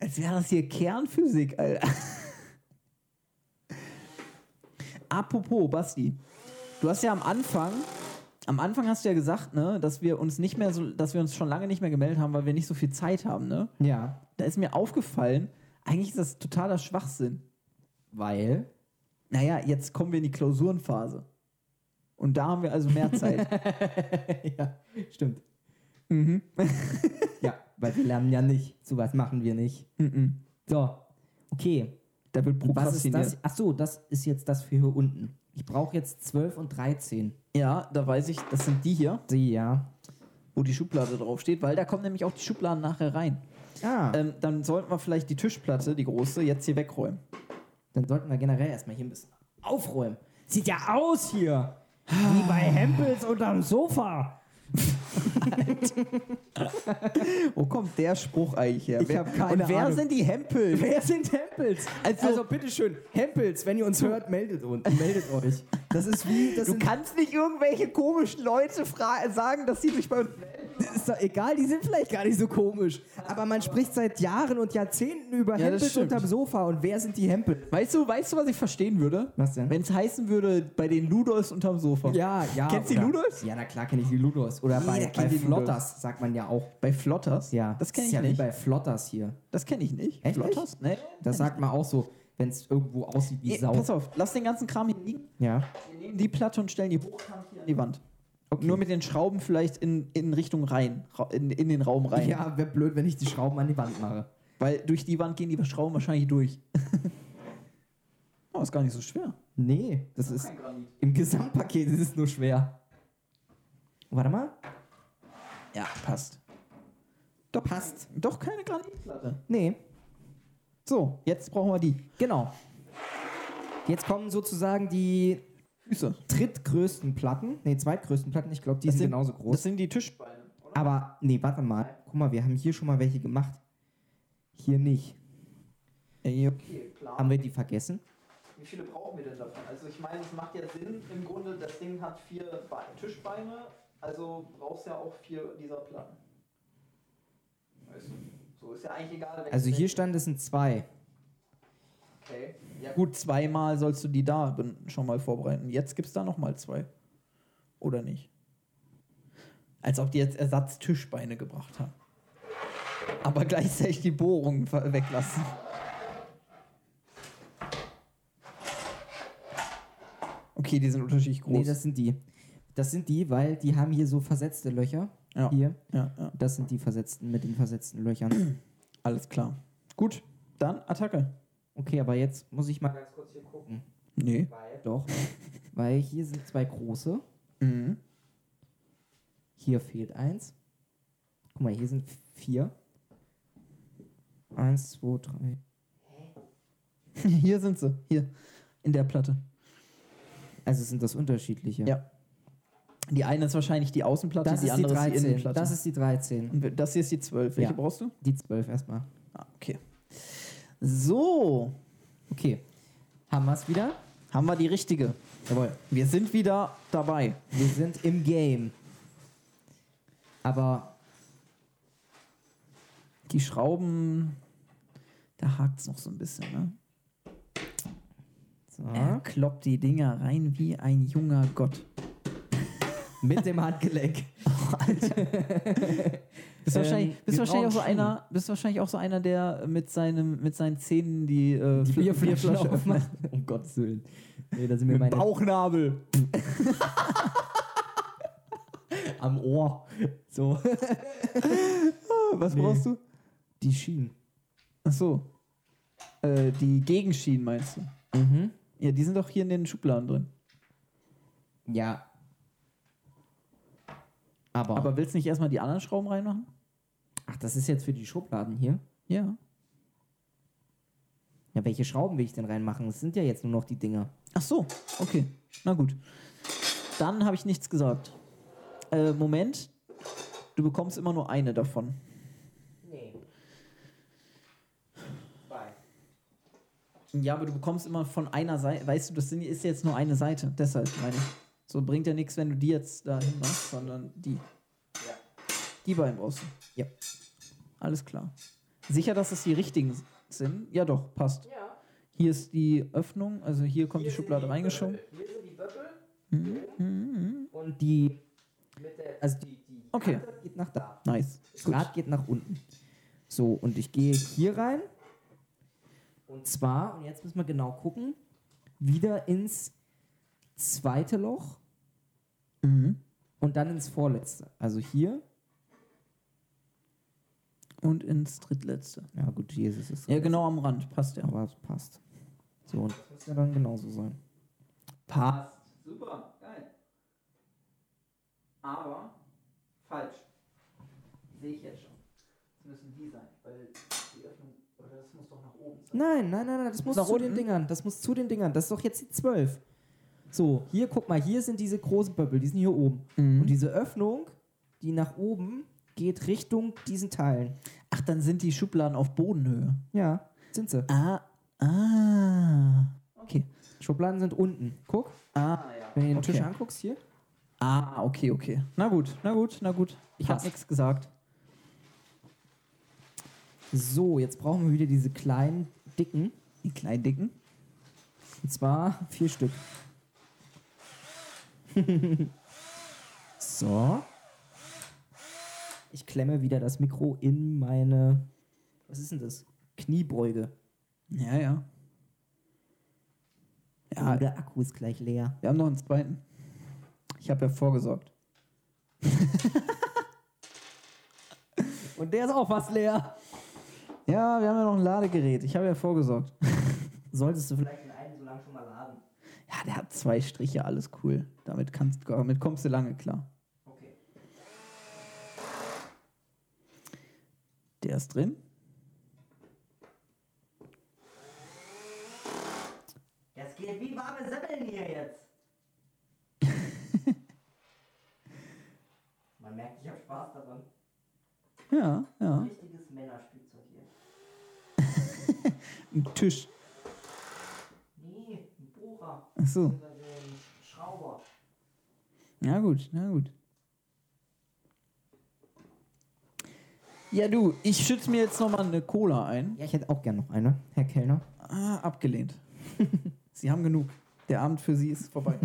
Speaker 2: Als wäre das hier Kernphysik, Alter. [laughs] Apropos, Basti. Du hast ja am Anfang, am Anfang hast du ja gesagt, ne, dass wir uns nicht mehr so, dass wir uns schon lange nicht mehr gemeldet haben, weil wir nicht so viel Zeit haben, ne?
Speaker 1: Ja,
Speaker 2: Da ist mir aufgefallen, eigentlich ist das totaler Schwachsinn.
Speaker 1: weil.
Speaker 2: Naja, jetzt kommen wir in die Klausurenphase. Und da haben wir also mehr Zeit. [laughs]
Speaker 1: [laughs] ja, stimmt. Mhm. [laughs] ja, weil wir lernen ja nicht. Sowas machen wir nicht.
Speaker 2: Mhm.
Speaker 1: So, okay.
Speaker 2: da wird
Speaker 1: Was ist
Speaker 2: prokrastiniert.
Speaker 1: das? Ach so, das ist jetzt das für hier unten. Ich brauche jetzt 12 und 13.
Speaker 2: Ja, da weiß ich, das sind die hier,
Speaker 1: Die, ja.
Speaker 2: wo die Schublade draufsteht, weil da kommen nämlich auch die Schubladen nachher rein.
Speaker 1: Ah,
Speaker 2: Ähm, dann sollten wir vielleicht die Tischplatte, die große, jetzt hier wegräumen.
Speaker 1: dann sollten wir generell erstmal hier ein bisschen aufräumen. Sieht ja aus hier. Wie bei Hempels unterm Sofa.
Speaker 2: Wo kommt der Spruch eigentlich her?
Speaker 1: Ich
Speaker 2: Wer-
Speaker 1: hab keine
Speaker 2: Und wer
Speaker 1: Ahnung.
Speaker 2: sind die Hempel?
Speaker 1: Wer sind Hempels? Also,
Speaker 2: Also-
Speaker 1: bitteschön, Hempels, wenn ihr uns hört, meldet uns. Meldet euch. Das ist wie, das
Speaker 2: Du
Speaker 1: sind,
Speaker 2: kannst nicht irgendwelche komischen Leute fra- sagen, dass sie sich bei uns
Speaker 1: das ist doch egal, die sind vielleicht gar nicht so komisch. Aber man spricht seit Jahren und Jahrzehnten über
Speaker 2: Ja, das
Speaker 1: Hempels
Speaker 2: stimmt.
Speaker 1: unterm Sofa. Und wer sind die Hempels?
Speaker 2: [laughs] Weißt du, weißt du, was ich verstehen würde?
Speaker 1: Was denn?
Speaker 2: Wenn es heißen würde, bei den Ludolfs unterm Sofa.
Speaker 1: Ja, ja.
Speaker 2: Kennst du die
Speaker 1: oder-
Speaker 2: Ludos?
Speaker 1: Ja, na klar kenne ich die Ludos. Oder bei,
Speaker 2: kennt
Speaker 1: bei
Speaker 2: die Ludos.
Speaker 1: Flotters sagt man ja auch.
Speaker 2: Bei Flotters?
Speaker 1: Ja,
Speaker 2: Das kenne
Speaker 1: ist
Speaker 2: ich
Speaker 1: ja
Speaker 2: nicht.
Speaker 1: wie bei Flotters hier.
Speaker 2: das kenne ich nicht.
Speaker 1: Echt
Speaker 2: Flotters? Nee.
Speaker 1: Das sagt man auch so, wenn es irgendwo aussieht wie
Speaker 2: Nee,
Speaker 1: Sau.
Speaker 2: pass auf, lass den ganzen Kram hier liegen.
Speaker 1: Ja.
Speaker 3: Wir nehmen
Speaker 2: Nehmen die Platte und stellen die hoch
Speaker 3: Hochkant hier
Speaker 2: an die Wand. Nur mit den Schrauben vielleicht in, in Richtung rein, ra- in, in den Raum rein.
Speaker 1: Ja, wäre blöd, wenn ich die Schrauben an die Wand mache.
Speaker 2: Weil durch die Wand gehen die Schrauben wahrscheinlich durch. [laughs] oh, ist gar nicht so schwer.
Speaker 1: Nee, das
Speaker 3: ist
Speaker 1: ist
Speaker 3: kein Granit.
Speaker 1: im Gesamtpaket ist es nur schwer. Warte mal.
Speaker 2: Ja, passt.
Speaker 1: Doch, passt.
Speaker 2: Doch keine Granitplatte.
Speaker 1: Nee,
Speaker 2: So, jetzt brauchen wir die
Speaker 1: genau. Jetzt kommen sozusagen die
Speaker 2: Füße.
Speaker 1: drittgrößten Platten. Nee, zweitgrößten Platten. Ich glaube, die
Speaker 2: Das
Speaker 1: sind
Speaker 2: sind-
Speaker 1: genauso groß.
Speaker 2: Das sind die Tisch.
Speaker 3: Beine, oder?
Speaker 1: Aber, nee, warte mal. Guck mal, wir haben hier schon mal welche gemacht. Hier nicht.
Speaker 2: Ey,
Speaker 3: Okay, klar.
Speaker 1: Haben wir die vergessen?
Speaker 3: Wie viele brauchen wir denn davon? Also ich meine, es macht ja Sinn, im Grunde, das Ding hat vier Be Tischbeine, also brauchst ja auch vier dieser Platten. Weißt du? So ist ja eigentlich egal.
Speaker 1: Also hier stand, es sind zwei.
Speaker 3: Okay. Ja, gut.
Speaker 2: Gut, zweimal sollst du die da ben- schon mal vorbereiten. Jetzt gibt es da nochmal zwei. Oder nicht? Als ob die jetzt Ersatztischbeine gebracht haben. Aber gleichzeitig die Bohrungen ver- weglassen. Okay, die sind unterschiedlich groß.
Speaker 1: Nee, das sind die. Das sind die, weil die haben hier so versetzte Löcher.
Speaker 2: ja.
Speaker 1: Hier.
Speaker 2: Ja, ja,
Speaker 1: Das sind die versetzten mit den versetzten
Speaker 2: [clears throat]
Speaker 1: Löchern.
Speaker 2: alles klar. Gut, dann Attacke.
Speaker 1: Okay, aber jetzt muss ich
Speaker 4: Mal
Speaker 1: mal.
Speaker 4: ganz kurz hier gucken,
Speaker 2: Nee.
Speaker 4: weil
Speaker 1: Doch. Weil hier sind zwei große.
Speaker 2: Mhm. [laughs]
Speaker 1: Hier fehlt eins. Guck mal, hier sind vier. Eins, zwei, drei.
Speaker 2: Hier sind sie. Hier. In der Platte.
Speaker 1: Also sind das unterschiedliche.
Speaker 2: Ja. Die eine ist wahrscheinlich die Außenplatte,
Speaker 1: Das
Speaker 2: die
Speaker 1: ist die
Speaker 2: andere ist die
Speaker 1: 13.
Speaker 2: Innenplatte.
Speaker 1: das ist die 13.
Speaker 2: Und das hier ist die 12. Welche
Speaker 1: Ja.
Speaker 2: brauchst du?
Speaker 1: Die 12 erstmal.
Speaker 2: Ah, okay. So,
Speaker 1: Okay. Haben wir es wieder?
Speaker 2: haben wir die richtige.
Speaker 1: Jawohl.
Speaker 2: Wir sind wieder dabei.
Speaker 1: Wir sind im Game. Aber
Speaker 2: Die Schrauben, da hakt es noch so ein bisschen, ne?
Speaker 1: so.
Speaker 2: Er kloppt die Dinger rein wie ein junger Gott.
Speaker 1: mit dem
Speaker 2: [laughs]
Speaker 1: Handgelenk. [laughs]
Speaker 2: Bist
Speaker 1: Ähm,
Speaker 2: wahrscheinlich,
Speaker 1: wir
Speaker 2: bist wahrscheinlich auch so
Speaker 1: brauchen Schuhe.
Speaker 2: einer, bist wahrscheinlich auch so einer, der mit seinem, mit seinen Zähnen die, äh,
Speaker 1: Die
Speaker 2: Fl-
Speaker 1: Bierflasche
Speaker 2: [laughs] Bierflasche öffnet.
Speaker 1: aufmachen. Um Gottes Willen. Nee, da sind mir
Speaker 2: Mit
Speaker 1: meine
Speaker 2: Bauchnabel.
Speaker 1: am Ohr. So.
Speaker 2: Was
Speaker 1: Nee.
Speaker 2: brauchst du?
Speaker 1: Die Schienen.
Speaker 2: Ach so. Äh, die Gegenschienen meinst du?
Speaker 1: Mhm.
Speaker 2: Ja, die sind doch hier in den Schubladen drin.
Speaker 1: Ja. Aber,
Speaker 2: Aber willst du nicht erstmal die anderen Schrauben reinmachen?
Speaker 1: Ach, das ist jetzt für die Schubladen hier.
Speaker 2: Ja.
Speaker 1: Ja, welche Schrauben will ich denn reinmachen? Das sind ja jetzt nur noch die Dinger.
Speaker 2: Ach so, okay. Na gut. Dann habe ich nichts gesagt. Äh, Moment. Du bekommst immer nur eine davon.
Speaker 4: Nee. Zwei.
Speaker 2: Ja, aber du bekommst immer von einer Seite. Weißt du, das sind- ist jetzt nur eine Seite. Deshalb meine ich. So bringt ja nichts, wenn du die jetzt dahin machst, sondern die.
Speaker 4: Ja.
Speaker 2: Die beiden brauchst du.
Speaker 1: Ja.
Speaker 2: Alles klar. Sicher, dass es die richtigen sind? Ja, doch, passt.
Speaker 4: Ja.
Speaker 2: Hier ist die Öffnung, also hier kommt die Schublade reingeschoben.
Speaker 4: Hier sind die Böppel
Speaker 1: Und die,
Speaker 4: mit der.
Speaker 1: also die, die
Speaker 2: Okay.
Speaker 1: Kante geht nach da.
Speaker 2: Nice.
Speaker 1: Das
Speaker 2: Gut.
Speaker 1: Rad geht nach unten. So, und ich gehe hier rein. Und zwar, und jetzt müssen wir genau gucken, wieder ins zweite Loch
Speaker 2: Mhm.
Speaker 1: und dann ins vorletzte. Also hier.
Speaker 2: Und ins drittletzte.
Speaker 1: Ja genau. gut, hier ist es. das
Speaker 2: Ja,
Speaker 1: dritte.
Speaker 2: genau am Rand. Passt ja.
Speaker 1: Aber es passt. So, und das muss ja dann genauso sein.
Speaker 2: Pa
Speaker 3: Passt. Super, geil. Aber falsch. Sehe ich jetzt schon. Das müssen die sein, weil die Öffnung, oder das muss doch nach oben sein.
Speaker 1: Nein, nein, nein, nein, das muss
Speaker 2: Nach
Speaker 1: zu den
Speaker 2: unten?
Speaker 1: Dingern. Das muss zu den Dingern. Das ist doch jetzt die 12. So, hier, guck mal, hier sind diese großen Pöppel, die sind hier oben.
Speaker 2: Mhm.
Speaker 1: Und diese Öffnung, die nach oben geht Richtung diesen Teilen.
Speaker 2: Ach, dann sind die Schubladen auf Bodenhöhe.
Speaker 1: Ja, sind sie.
Speaker 2: Ah, ah. Okay.
Speaker 1: Schubladen sind unten. Guck,
Speaker 2: Ah,
Speaker 3: Ah, ja.
Speaker 1: wenn du den
Speaker 2: Okay.
Speaker 1: Tisch anguckst hier.
Speaker 2: ah, okay, okay. Na gut, na gut, na gut. Ich habe
Speaker 1: Passt.
Speaker 2: nichts gesagt.
Speaker 1: So, jetzt brauchen wir wieder diese kleinen, dicken.
Speaker 2: Die kleinen Dicken.
Speaker 1: Und zwar vier Stück. so. Ich klemme wieder das Mikro in meine. Was ist denn das? Kniebeuge.
Speaker 2: Ja, ja. Ja,
Speaker 1: Ja, Oh, der Akku ist gleich leer.
Speaker 2: wir haben noch einen zweiten. Ich habe ja vorgesorgt.
Speaker 1: [laughs] Und der ist auch fast leer.
Speaker 2: Ja, wir haben ja noch ein Ladegerät. Ich habe ja vorgesorgt.
Speaker 1: Solltest du vielleicht.
Speaker 4: Vielleicht in einem so lange schon mal laden.
Speaker 2: Ja, der hat zwei Striche, alles cool. Damit, kannst, damit kommst du lange klar.
Speaker 4: Okay.
Speaker 2: Der ist drin.
Speaker 4: Das geht wie warme Semmeln hier
Speaker 1: [laughs]
Speaker 4: jetzt. Man merkt, ich habe Spaß daran.
Speaker 2: Ja, ja.
Speaker 4: Richtiges Männerspielzeug hier.
Speaker 2: Ein Tisch.
Speaker 4: Nee, ein Bohrer.
Speaker 2: Ach so.
Speaker 4: beziehungsweise ein Schrauber.
Speaker 2: Na gut, na gut. Ja, du, ich schütze mir jetzt nochmal eine Cola ein.
Speaker 1: Ja, ich hätte auch gern noch eine, Herr Kellner.
Speaker 2: Ah, abgelehnt. [laughs] Sie haben genug. Der Abend für Sie
Speaker 1: [laughs]
Speaker 2: ist vorbei.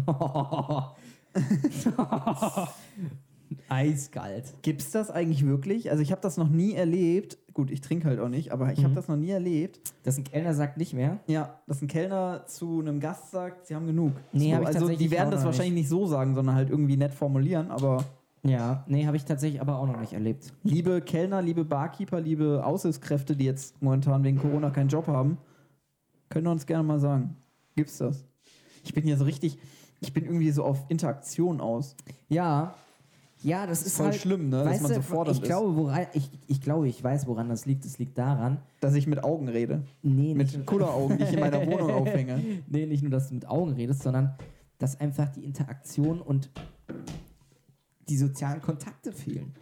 Speaker 1: Eiskalt.
Speaker 2: Gibt's das eigentlich wirklich? Also ich habe das noch nie erlebt. Gut, ich trinke halt auch nicht, aber
Speaker 1: Mhm.
Speaker 2: ich habe das noch nie erlebt.
Speaker 1: Dass ein Kellner sagt nicht mehr.
Speaker 2: Ja, dass ein Kellner zu einem Gast sagt, sie haben genug.
Speaker 1: Nee,
Speaker 2: so,
Speaker 1: hab ich
Speaker 2: also die
Speaker 1: tatsächlich auch
Speaker 2: werden das
Speaker 1: noch
Speaker 2: wahrscheinlich nicht so sagen, sondern halt irgendwie nett formulieren. Aber
Speaker 1: Ja, nee, habe ich tatsächlich aber auch noch nicht erlebt.
Speaker 2: liebe Kellner, liebe Barkeeper, liebe Aushilfskräfte, die jetzt momentan wegen Corona keinen Job haben, können uns gerne mal sagen, gibt's das? Ich bin hier so richtig, ich bin irgendwie so auf Interaktion aus.
Speaker 1: Ja. Ja, das ist
Speaker 2: Voll
Speaker 1: halt,
Speaker 2: schlimm, ne? Dass
Speaker 1: Weißt
Speaker 2: man so
Speaker 1: du,
Speaker 2: fordernd
Speaker 1: ich glaube, woran, ich, ich glaube, ich weiß, woran das liegt. Das liegt daran,
Speaker 2: ist, dass ich mit Augen rede.
Speaker 1: nee,
Speaker 2: Mit Kulleraugen, die ich
Speaker 1: [laughs]
Speaker 2: in meiner Wohnung aufhänge.
Speaker 1: nee, nicht nur, dass du mit Augen redest, sondern dass einfach die Interaktion und die sozialen Kontakte fehlen.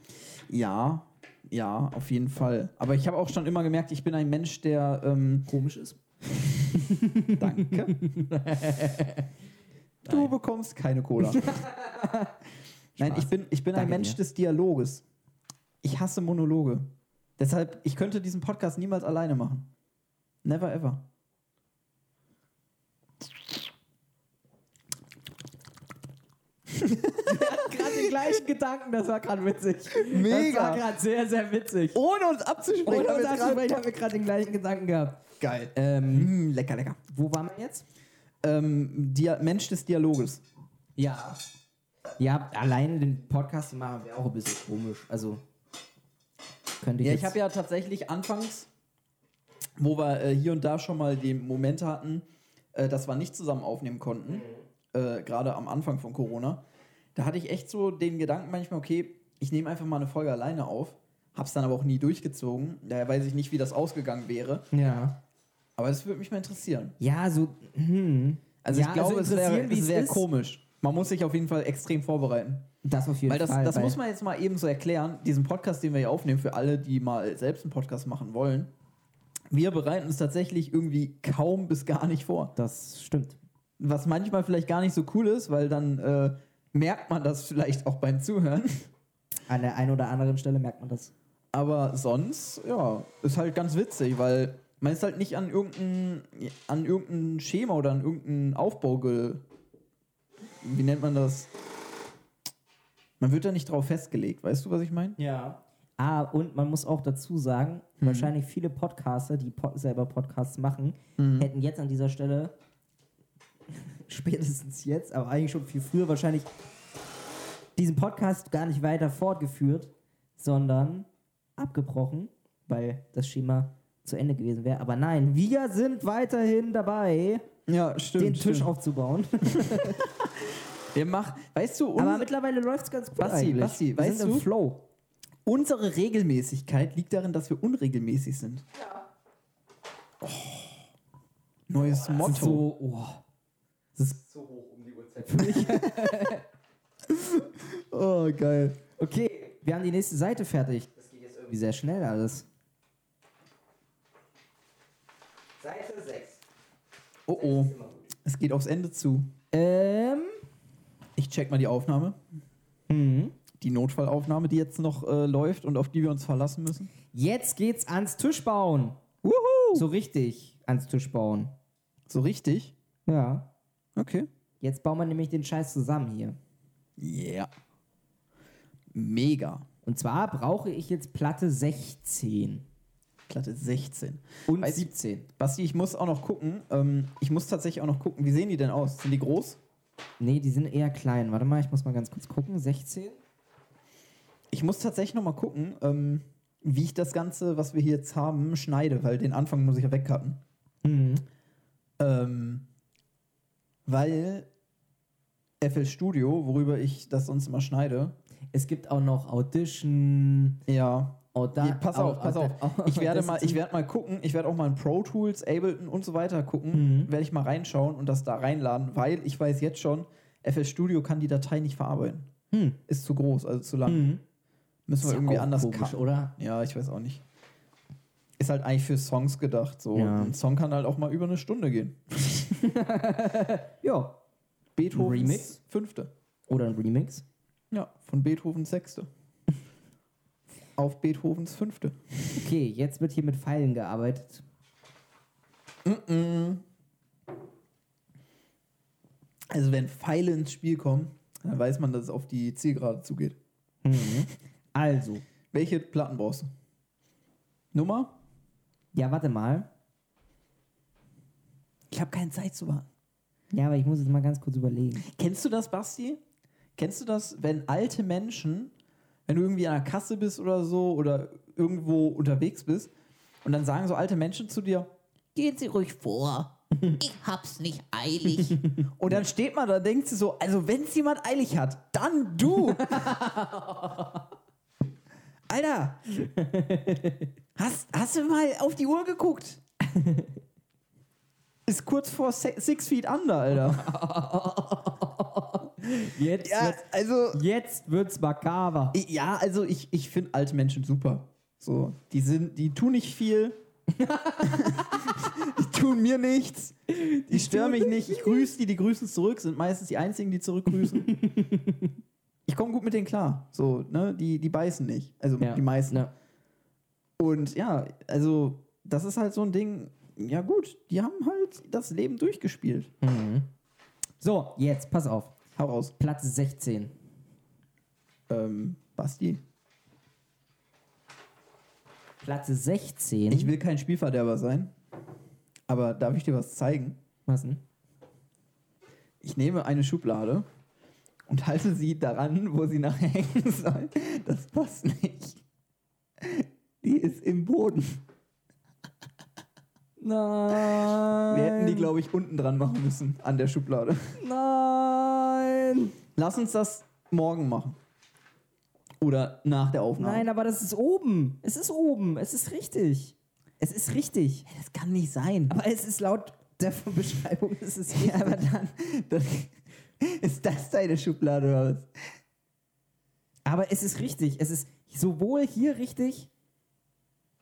Speaker 2: Ja, ja, auf jeden Fall. Aber ich habe auch schon immer gemerkt, ich bin ein Mensch, der. Ähm, Komisch ist. [laughs] Danke. [laughs] du bekommst keine [laughs] Cola. Nein, ich bin, ich bin ein
Speaker 1: Danke
Speaker 2: Mensch
Speaker 1: dir.
Speaker 2: des Dialoges. Ich hasse Monologe. Deshalb, ich könnte diesen Podcast niemals alleine machen. Never ever.
Speaker 1: Gerade den gleichen Gedanken, das war gerade witzig.
Speaker 2: Mega. Oh,
Speaker 1: Das war gerade sehr, sehr witzig.
Speaker 2: Ohne uns abzusprechen.
Speaker 1: Ohne
Speaker 2: haben
Speaker 1: uns
Speaker 2: wir gerade-
Speaker 1: anzusprechen, haben wir gerade den gleichen Gedanken gehabt.
Speaker 2: Geil.
Speaker 1: Ähm,
Speaker 2: Mm, lecker, lecker.
Speaker 1: wo waren wir jetzt?
Speaker 2: Ähm, Dia Mensch des Dialoges.
Speaker 1: Ja. Ja, alleine den Podcast zu machen wäre auch ein bisschen komisch. Also könnte ich
Speaker 2: Ja,
Speaker 1: jetzt
Speaker 2: ich habe ja tatsächlich anfangs, wo wir äh, hier und da schon mal den Moment hatten, äh, dass wir nicht zusammen aufnehmen konnten, äh, gerade am Anfang von Corona, da hatte ich echt so den Gedanken manchmal, okay, ich nehme einfach mal eine Folge alleine auf, hab's dann aber auch nie durchgezogen, daher weiß ich nicht, wie das ausgegangen wäre,
Speaker 1: ja.
Speaker 2: aber das würde mich mal interessieren.
Speaker 1: Ja, so. Hm.
Speaker 2: Also
Speaker 1: Ja,
Speaker 2: ich glaube, es wäre
Speaker 1: interessieren, wie
Speaker 2: es wär
Speaker 1: ist,
Speaker 2: komisch. Man muss sich auf jeden Fall extrem vorbereiten.
Speaker 1: Das auf jeden
Speaker 2: Weil das,
Speaker 1: Fall.
Speaker 2: das
Speaker 1: weil
Speaker 2: muss man jetzt mal eben so erklären, diesen Podcast, den wir hier aufnehmen, für alle, die mal selbst einen Podcast machen wollen. Wir bereiten uns tatsächlich irgendwie kaum bis gar nicht vor.
Speaker 1: Das stimmt.
Speaker 2: Was manchmal vielleicht gar nicht so cool ist, weil dann äh, merkt man das vielleicht auch beim Zuhören. [laughs]
Speaker 1: An der einen oder anderen Stelle merkt man das.
Speaker 2: Aber sonst, ja, ist halt ganz witzig, weil man ist halt nicht an irgendein, an irgendein Schema oder an irgendeinen Aufbau ge... Wie nennt man das? Man wird da nicht drauf festgelegt, weißt du, was ich meine?
Speaker 1: Ja. Ah, und man muss auch dazu sagen,
Speaker 2: Mhm.
Speaker 1: wahrscheinlich viele Podcaster, die pod selber Podcasts machen,
Speaker 2: Mhm.
Speaker 1: hätten jetzt an dieser Stelle, [laughs] spätestens jetzt, aber eigentlich schon viel früher wahrscheinlich, diesen Podcast gar nicht weiter fortgeführt, sondern abgebrochen, weil das Schema zu Ende gewesen wäre. Aber nein, wir sind weiterhin dabei
Speaker 2: Ja, stimmt.
Speaker 1: den Tisch
Speaker 2: stimmt.
Speaker 1: aufzubauen. [laughs]
Speaker 2: Wir machen, weißt du,
Speaker 1: Aber
Speaker 2: unser,
Speaker 1: mittlerweile läuft es ganz gut
Speaker 2: Basti,
Speaker 1: eigentlich.
Speaker 2: Basti,
Speaker 1: Wir
Speaker 2: weißt
Speaker 1: sind im
Speaker 2: du-
Speaker 1: Flow.
Speaker 2: unsere Regelmäßigkeit liegt darin, dass wir unregelmäßig sind. Ja. Oh, neues
Speaker 1: Das ist
Speaker 2: Motto.
Speaker 1: so, oh.
Speaker 3: Zu hoch um die Uhrzeit.
Speaker 1: [laughs]
Speaker 2: oh, geil.
Speaker 1: Okay, wir haben die nächste Seite fertig.
Speaker 4: Das geht jetzt
Speaker 1: Wie
Speaker 4: irgendwie.
Speaker 1: sehr schnell alles.
Speaker 4: Seite 6.
Speaker 2: Oh, oh. Es geht aufs Ende zu.
Speaker 1: Ähm.
Speaker 2: Ich check mal die Aufnahme.
Speaker 1: Mhm.
Speaker 2: Die Notfallaufnahme, die jetzt noch äh, läuft und auf die wir uns verlassen müssen.
Speaker 1: Jetzt geht's ans Tischbauen.
Speaker 2: Wuhu!
Speaker 1: So richtig ans Tischbauen.
Speaker 2: So richtig?
Speaker 1: Ja.
Speaker 2: Okay.
Speaker 1: Jetzt bauen wir nämlich den Scheiß zusammen hier.
Speaker 2: Yeah. Mega.
Speaker 1: Und zwar brauche ich jetzt Platte 16
Speaker 2: Platte 16.
Speaker 1: und
Speaker 2: Weiß-
Speaker 1: 17.
Speaker 2: Basti, ich muss auch noch gucken. Ähm, ich muss tatsächlich auch noch gucken, wie sehen die denn aus? Sind die groß?
Speaker 1: Nee, die sind eher klein. Warte mal, ich muss mal ganz kurz gucken. 16?
Speaker 2: Ich muss tatsächlich noch mal gucken, ähm, wie ich das Ganze, was wir hier jetzt haben, schneide, weil den Anfang muss ich ja wegcutten.
Speaker 1: Mhm.
Speaker 2: Ähm, weil FL Studio, worüber ich das sonst immer schneide,
Speaker 1: Es gibt auch noch Audition.
Speaker 2: ja,
Speaker 1: Auda
Speaker 2: Nee, pass auf, pass auf. Ich werde, mal, ich werde mal gucken, ich werde auch mal in Pro Tools, Ableton und so weiter gucken,
Speaker 1: Mhm.
Speaker 2: werde ich mal reinschauen und das da reinladen, weil ich weiß jetzt schon, FL Studio kann die Datei nicht verarbeiten.
Speaker 1: Hm.
Speaker 2: Ist zu groß, also zu lang.
Speaker 1: Mhm.
Speaker 2: Müssen wir
Speaker 1: ja
Speaker 2: irgendwie
Speaker 1: auch
Speaker 2: anders
Speaker 1: komisch,
Speaker 2: cutten.
Speaker 1: oder?
Speaker 2: Ja, ich weiß auch nicht. Ist halt eigentlich für Songs gedacht. So.
Speaker 1: Ja.
Speaker 2: Ein Song kann halt auch mal über eine Stunde gehen.
Speaker 1: Ja.
Speaker 2: Beethovens
Speaker 1: Remix?
Speaker 2: fünfte.
Speaker 1: Oder ein Remix.
Speaker 2: Ja, von Beethovens sechste. Auf Beethovens fünfte.
Speaker 1: Okay, jetzt wird hier mit Pfeilen gearbeitet.
Speaker 2: Also wenn Pfeile ins Spiel kommen, dann weiß man, dass es auf die Zielgerade zugeht. Mhm.
Speaker 1: Also,
Speaker 2: Welche Platten brauchst du? Nummer?
Speaker 1: ja, warte mal.
Speaker 2: Ich habe keine Zeit zu warten.
Speaker 1: Ja, aber ich muss jetzt mal ganz kurz überlegen.
Speaker 2: Kennst du das, Basti? Kennst du das, wenn alte Menschen, wenn du irgendwie an der Kasse bist oder so oder irgendwo unterwegs bist und dann sagen so alte Menschen zu dir,
Speaker 5: Gehen Sie ruhig vor. Ich hab's nicht eilig.
Speaker 2: und dann steht man da und denkt sie so, also wenn es jemand eilig hat, dann du. Alter, hast, hast du mal auf die Uhr geguckt? Ist kurz vor se- Six Feet Under, Alter.
Speaker 1: Jetzt,
Speaker 2: also
Speaker 1: jetzt wird's makaber.
Speaker 2: I- Ja, also ich, ich finde alte Menschen super. So, die sind, die tun nicht viel. [laughs] die tun mir nichts. Die stören mich nicht. Ich grüße die, die grüßen zurück, sind meistens die einzigen, die
Speaker 1: [laughs]
Speaker 2: zurückgrüßen. ich komme gut mit denen klar. So, ne, die, die beißen nicht. Also die meisten.
Speaker 1: Ja.
Speaker 2: Und ja, also das ist halt so ein Ding. Ja gut, die haben halt das Leben durchgespielt.
Speaker 1: So, jetzt, pass auf.
Speaker 2: Hau raus.
Speaker 1: Platz 16.
Speaker 2: Ähm,
Speaker 1: Mhm.
Speaker 2: Basti.
Speaker 1: Platz 16.
Speaker 2: Ich will kein Spielverderber sein. Aber darf ich dir was zeigen?
Speaker 1: Was denn?
Speaker 2: Ich nehme eine Schublade und halte sie daran, wo sie nachher [laughs] hängen soll. Das passt nicht. Die ist im Boden.
Speaker 1: Nein.
Speaker 2: Wir hätten die, glaube ich, unten dran machen müssen, an der Schublade.
Speaker 1: Nein.
Speaker 2: Lass uns das morgen machen. Oder nach der Aufnahme.
Speaker 1: Nein, aber das ist oben. Es ist oben. Es ist richtig. Es ist richtig.
Speaker 2: das kann nicht sein.
Speaker 1: Aber es ist laut der [laughs] Beschreibung. Es ist richtig.
Speaker 2: Ja, aber dann, dann ist das deine Schublade oder was?
Speaker 1: Aber es ist richtig. Es ist sowohl hier richtig,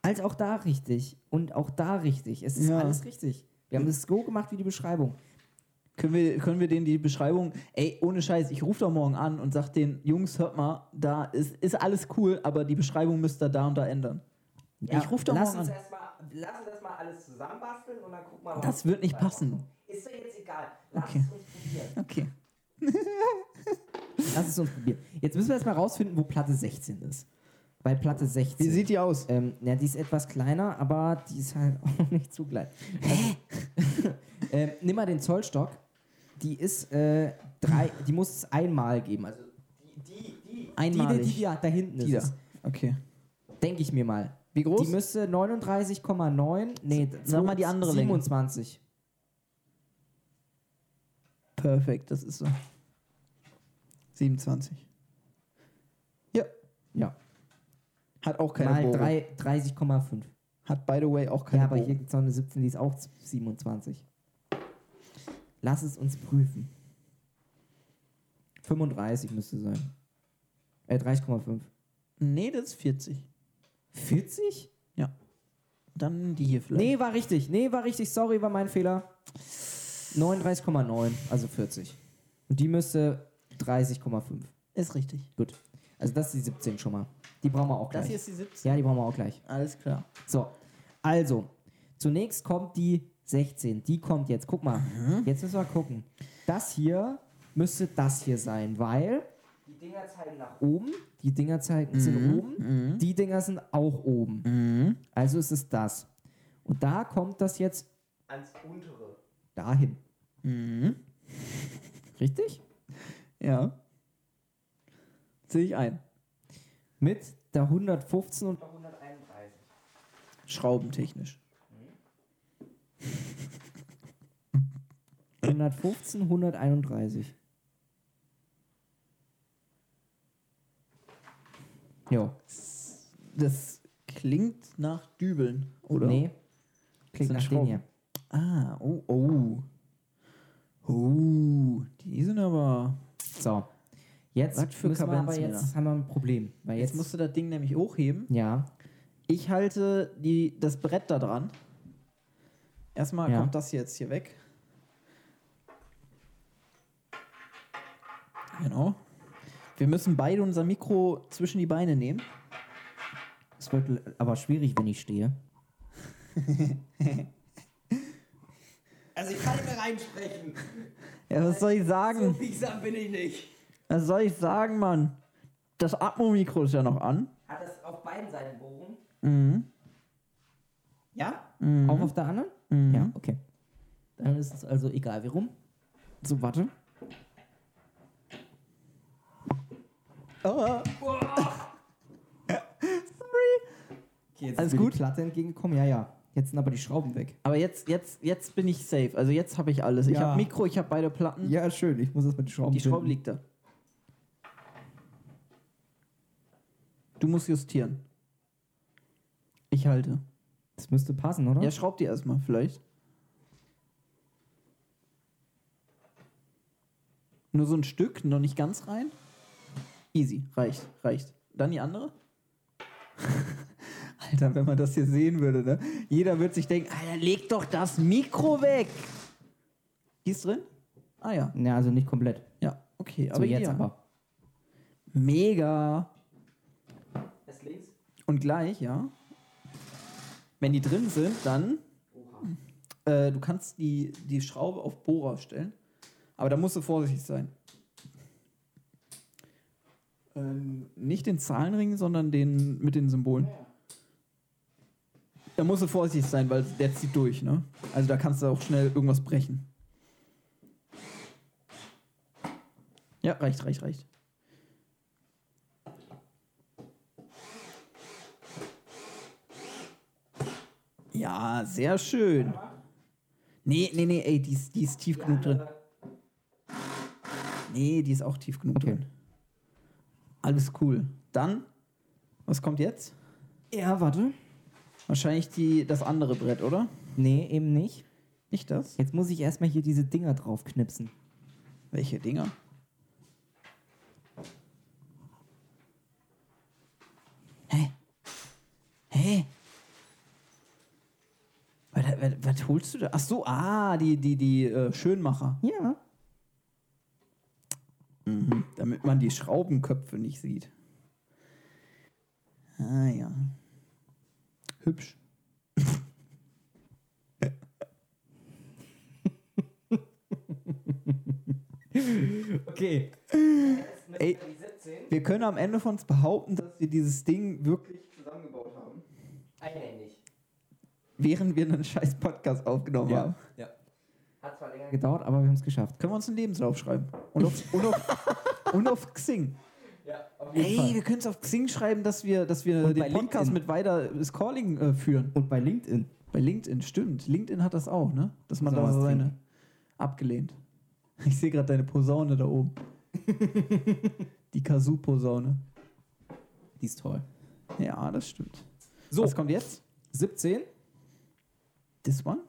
Speaker 1: als auch da richtig. Und auch da richtig. Es ist
Speaker 2: Ja.
Speaker 1: alles richtig. Wir haben es so gemacht wie die Beschreibung.
Speaker 2: Können wir, können wir denen die Beschreibung, ey, ohne Scheiß, ich rufe doch morgen an und sag den Jungs, hört mal, da ist, ist alles cool, aber die Beschreibung müsst ihr da und da ändern. ich rufe doch
Speaker 1: lass
Speaker 2: morgen
Speaker 1: uns
Speaker 2: an.
Speaker 4: Erstmal, lass uns erstmal alles zusammenbasteln und dann gucken wir mal.
Speaker 2: Das
Speaker 4: was
Speaker 2: wird nicht
Speaker 4: dabei
Speaker 2: passen.
Speaker 4: rauskommt. Ist doch jetzt egal. Lass
Speaker 2: Okay.
Speaker 4: es uns probieren.
Speaker 2: Okay.
Speaker 1: Lass es uns probieren. Jetzt müssen wir erstmal rausfinden, wo Platte 16 ist. Bei Platte 16.
Speaker 2: Wie sieht die aus?
Speaker 1: Ähm, na, die ist etwas kleiner, aber die ist halt [laughs] auch nicht zu klein. Also, [laughs] ähm, nimm mal den Zollstock. Die ist äh, drei, die muss es einmal geben. Also
Speaker 4: Die, die, die.
Speaker 1: die, die,
Speaker 2: Einmalig.
Speaker 1: die da, da hinten
Speaker 2: Die da.
Speaker 1: ist.
Speaker 2: Okay.
Speaker 1: Denke ich mir mal.
Speaker 2: Wie groß?
Speaker 1: Die müsste 39,9. Nee,
Speaker 2: Sag mal die andere Länge.
Speaker 1: 27.
Speaker 2: Perfekt, das ist so. 27. Ja,
Speaker 1: Ja.
Speaker 2: hat auch keine
Speaker 1: Mal
Speaker 2: Bohrung.
Speaker 1: drei- 30,5.
Speaker 2: Hat, by the way, auch keine
Speaker 1: Ja, aber
Speaker 2: Bohrung.
Speaker 1: hier gibt es noch eine 17, die ist auch 27. Lass es uns prüfen. 35 müsste sein. Äh, 30,5.
Speaker 2: Nee, das ist 40.
Speaker 1: 40?
Speaker 2: Dann die hier vielleicht.
Speaker 1: Nee, war richtig. Nee, war richtig. Sorry, war mein Fehler. 39,9, also 40. Und die müsste 30,5.
Speaker 2: ist richtig.
Speaker 1: Gut. Also das ist die 17 schon mal. Die brauchen wir auch gleich.
Speaker 2: Das hier ist die 17.
Speaker 1: ja, die brauchen wir auch gleich.
Speaker 2: Alles klar.
Speaker 1: So, also, zunächst kommt die 16. Die kommt jetzt. Guck mal, jetzt müssen wir gucken. Das hier müsste das hier sein, weil
Speaker 4: Die Dinger zeigen nach oben.
Speaker 1: oben, die Dinger zeigen,
Speaker 2: Mhm.
Speaker 1: sind oben, die Dinger sind auch oben. Also ist es das. Und da kommt das jetzt
Speaker 4: Ans untere.
Speaker 1: dahin. Mhm. Richtig?
Speaker 2: Ja. Sehe ich ein.
Speaker 1: Mit der 115 und
Speaker 4: Über 131.
Speaker 2: Schraubentechnisch.
Speaker 1: 115, 131. Jo.
Speaker 2: Das klingt nach Dübeln, oder?
Speaker 1: Nee. Klingt
Speaker 2: Sind
Speaker 1: nach denen
Speaker 2: Schrauben.
Speaker 1: hier.
Speaker 2: Ah, oh, oh. Oh, die sind aber.
Speaker 1: So. Jetzt
Speaker 2: Was für
Speaker 1: müssen wir aber
Speaker 2: Kabenz,
Speaker 1: jetzt haben wir ein Problem. Weil
Speaker 2: Jetzt,
Speaker 1: jetzt,
Speaker 2: musst du das Ding nämlich hochheben.
Speaker 1: Ja.
Speaker 2: Ich halte die, das Brett da dran. Erstmal
Speaker 1: Ja.
Speaker 2: kommt das jetzt hier weg. Genau. Wir müssen beide unser Mikro zwischen die Beine nehmen.
Speaker 1: Es wird l- aber schwierig, wenn ich stehe.
Speaker 4: Also ich kann nicht mehr reinsprechen.
Speaker 2: Ja, was soll ich sagen?
Speaker 4: Biegsam bin ich nicht.
Speaker 2: Was soll ich sagen, Mann? Das Atmo-Mikro ist ja noch an.
Speaker 4: Hat das auf beiden Seiten Bohrung?
Speaker 2: Mhm.
Speaker 4: Ja?
Speaker 1: Auch auf der anderen?
Speaker 2: Mhm.
Speaker 1: Ja, okay. Dann ist es also egal, wie rum. So, warte.
Speaker 2: Oh,
Speaker 1: Okay, jetzt
Speaker 2: Alles
Speaker 1: ist mir die
Speaker 2: gut?
Speaker 1: Platte entgegengekommen. Ja, ja. Jetzt sind aber die Schrauben weg.
Speaker 2: aber jetzt, jetzt, jetzt bin ich safe. Also jetzt habe ich alles. Ich
Speaker 1: Ja.
Speaker 2: habe Mikro, ich habe beide Platten.
Speaker 1: Ja, schön. Ich muss das mit den Schrauben
Speaker 2: Die Schraube
Speaker 1: finden.
Speaker 2: liegt da. Du musst justieren. Ich halte.
Speaker 1: Das müsste passen, oder?
Speaker 2: Ja, schraub die erstmal, vielleicht. Nur so ein Stück, noch nicht ganz rein. Easy, reicht, reicht. Dann die andere. [laughs] Alter, wenn man das hier sehen würde, ne? Jeder wird sich denken, Alter, leg doch das Mikro weg. Die ist drin? Ah ja,
Speaker 1: Ja, also nicht komplett.
Speaker 2: ja, okay.
Speaker 1: So, jetzt
Speaker 2: ideal.
Speaker 1: aber.
Speaker 2: Mega.
Speaker 4: Das links?
Speaker 2: Und gleich, ja. Wenn die drin sind, dann. Äh, du kannst die, die Schraube auf Bohrer stellen. Aber da musst du vorsichtig sein. Ähm, nicht den Zahlenring, sondern den mit den Symbolen. Da musst du vorsichtig sein, weil der zieht durch, ne? Also da kannst du auch schnell irgendwas brechen. Ja, reicht, reicht, reicht. Ja, sehr schön. Nee, nee, nee, ey, die ist, die ist tief genug drin. Nee, die ist auch tief genug
Speaker 1: Okay.
Speaker 2: drin. Alles cool. Dann, was kommt jetzt?
Speaker 1: Ja, warte.
Speaker 2: Wahrscheinlich die, das andere Brett, oder?
Speaker 1: Nee, eben nicht.
Speaker 2: Nicht das?
Speaker 1: Jetzt muss ich erstmal hier diese Dinger draufknipsen.
Speaker 2: Welche Dinger? Hä? Hä? Was, was, was holst du da? Ach so, ah, die, die, die äh, Schönmacher.
Speaker 1: Ja.
Speaker 2: Damit man die Schraubenköpfe nicht sieht. Ah ja. Hübsch.
Speaker 1: Okay.
Speaker 4: Das ist
Speaker 2: Ey.
Speaker 4: die 17.
Speaker 2: Wir können am Ende von uns behaupten, dass wir dieses Ding wirklich
Speaker 4: Zusammengebaut haben. Einhändig.
Speaker 2: während wir einen scheiß Podcast aufgenommen
Speaker 1: Ja.
Speaker 2: haben.
Speaker 4: Hat zwar länger
Speaker 1: Gedauert, aber wir haben es geschafft.
Speaker 2: Können wir uns einen Lebenslauf schreiben? Und [laughs] auf, und auf, und auf Xing.
Speaker 4: Ja, auf jeden
Speaker 2: Ey, wir können es auf Xing schreiben, dass wir, dass wir
Speaker 1: Und bei
Speaker 2: den Podcast
Speaker 1: LinkedIn.
Speaker 2: mit weiter Calling äh, führen.
Speaker 1: Und bei LinkedIn.
Speaker 2: Bei LinkedIn, stimmt. LinkedIn hat das auch, ne? Dass man
Speaker 1: Soll
Speaker 2: da
Speaker 1: man was
Speaker 2: seine
Speaker 1: trinken?
Speaker 2: abgelehnt. [laughs] Ich sehe gerade deine Posaune da [laughs] oben. Die Kazoo-Posaune.
Speaker 1: Die ist toll.
Speaker 2: Ja, das stimmt.
Speaker 1: So,
Speaker 2: Was kommt jetzt?
Speaker 1: 17.
Speaker 2: This one?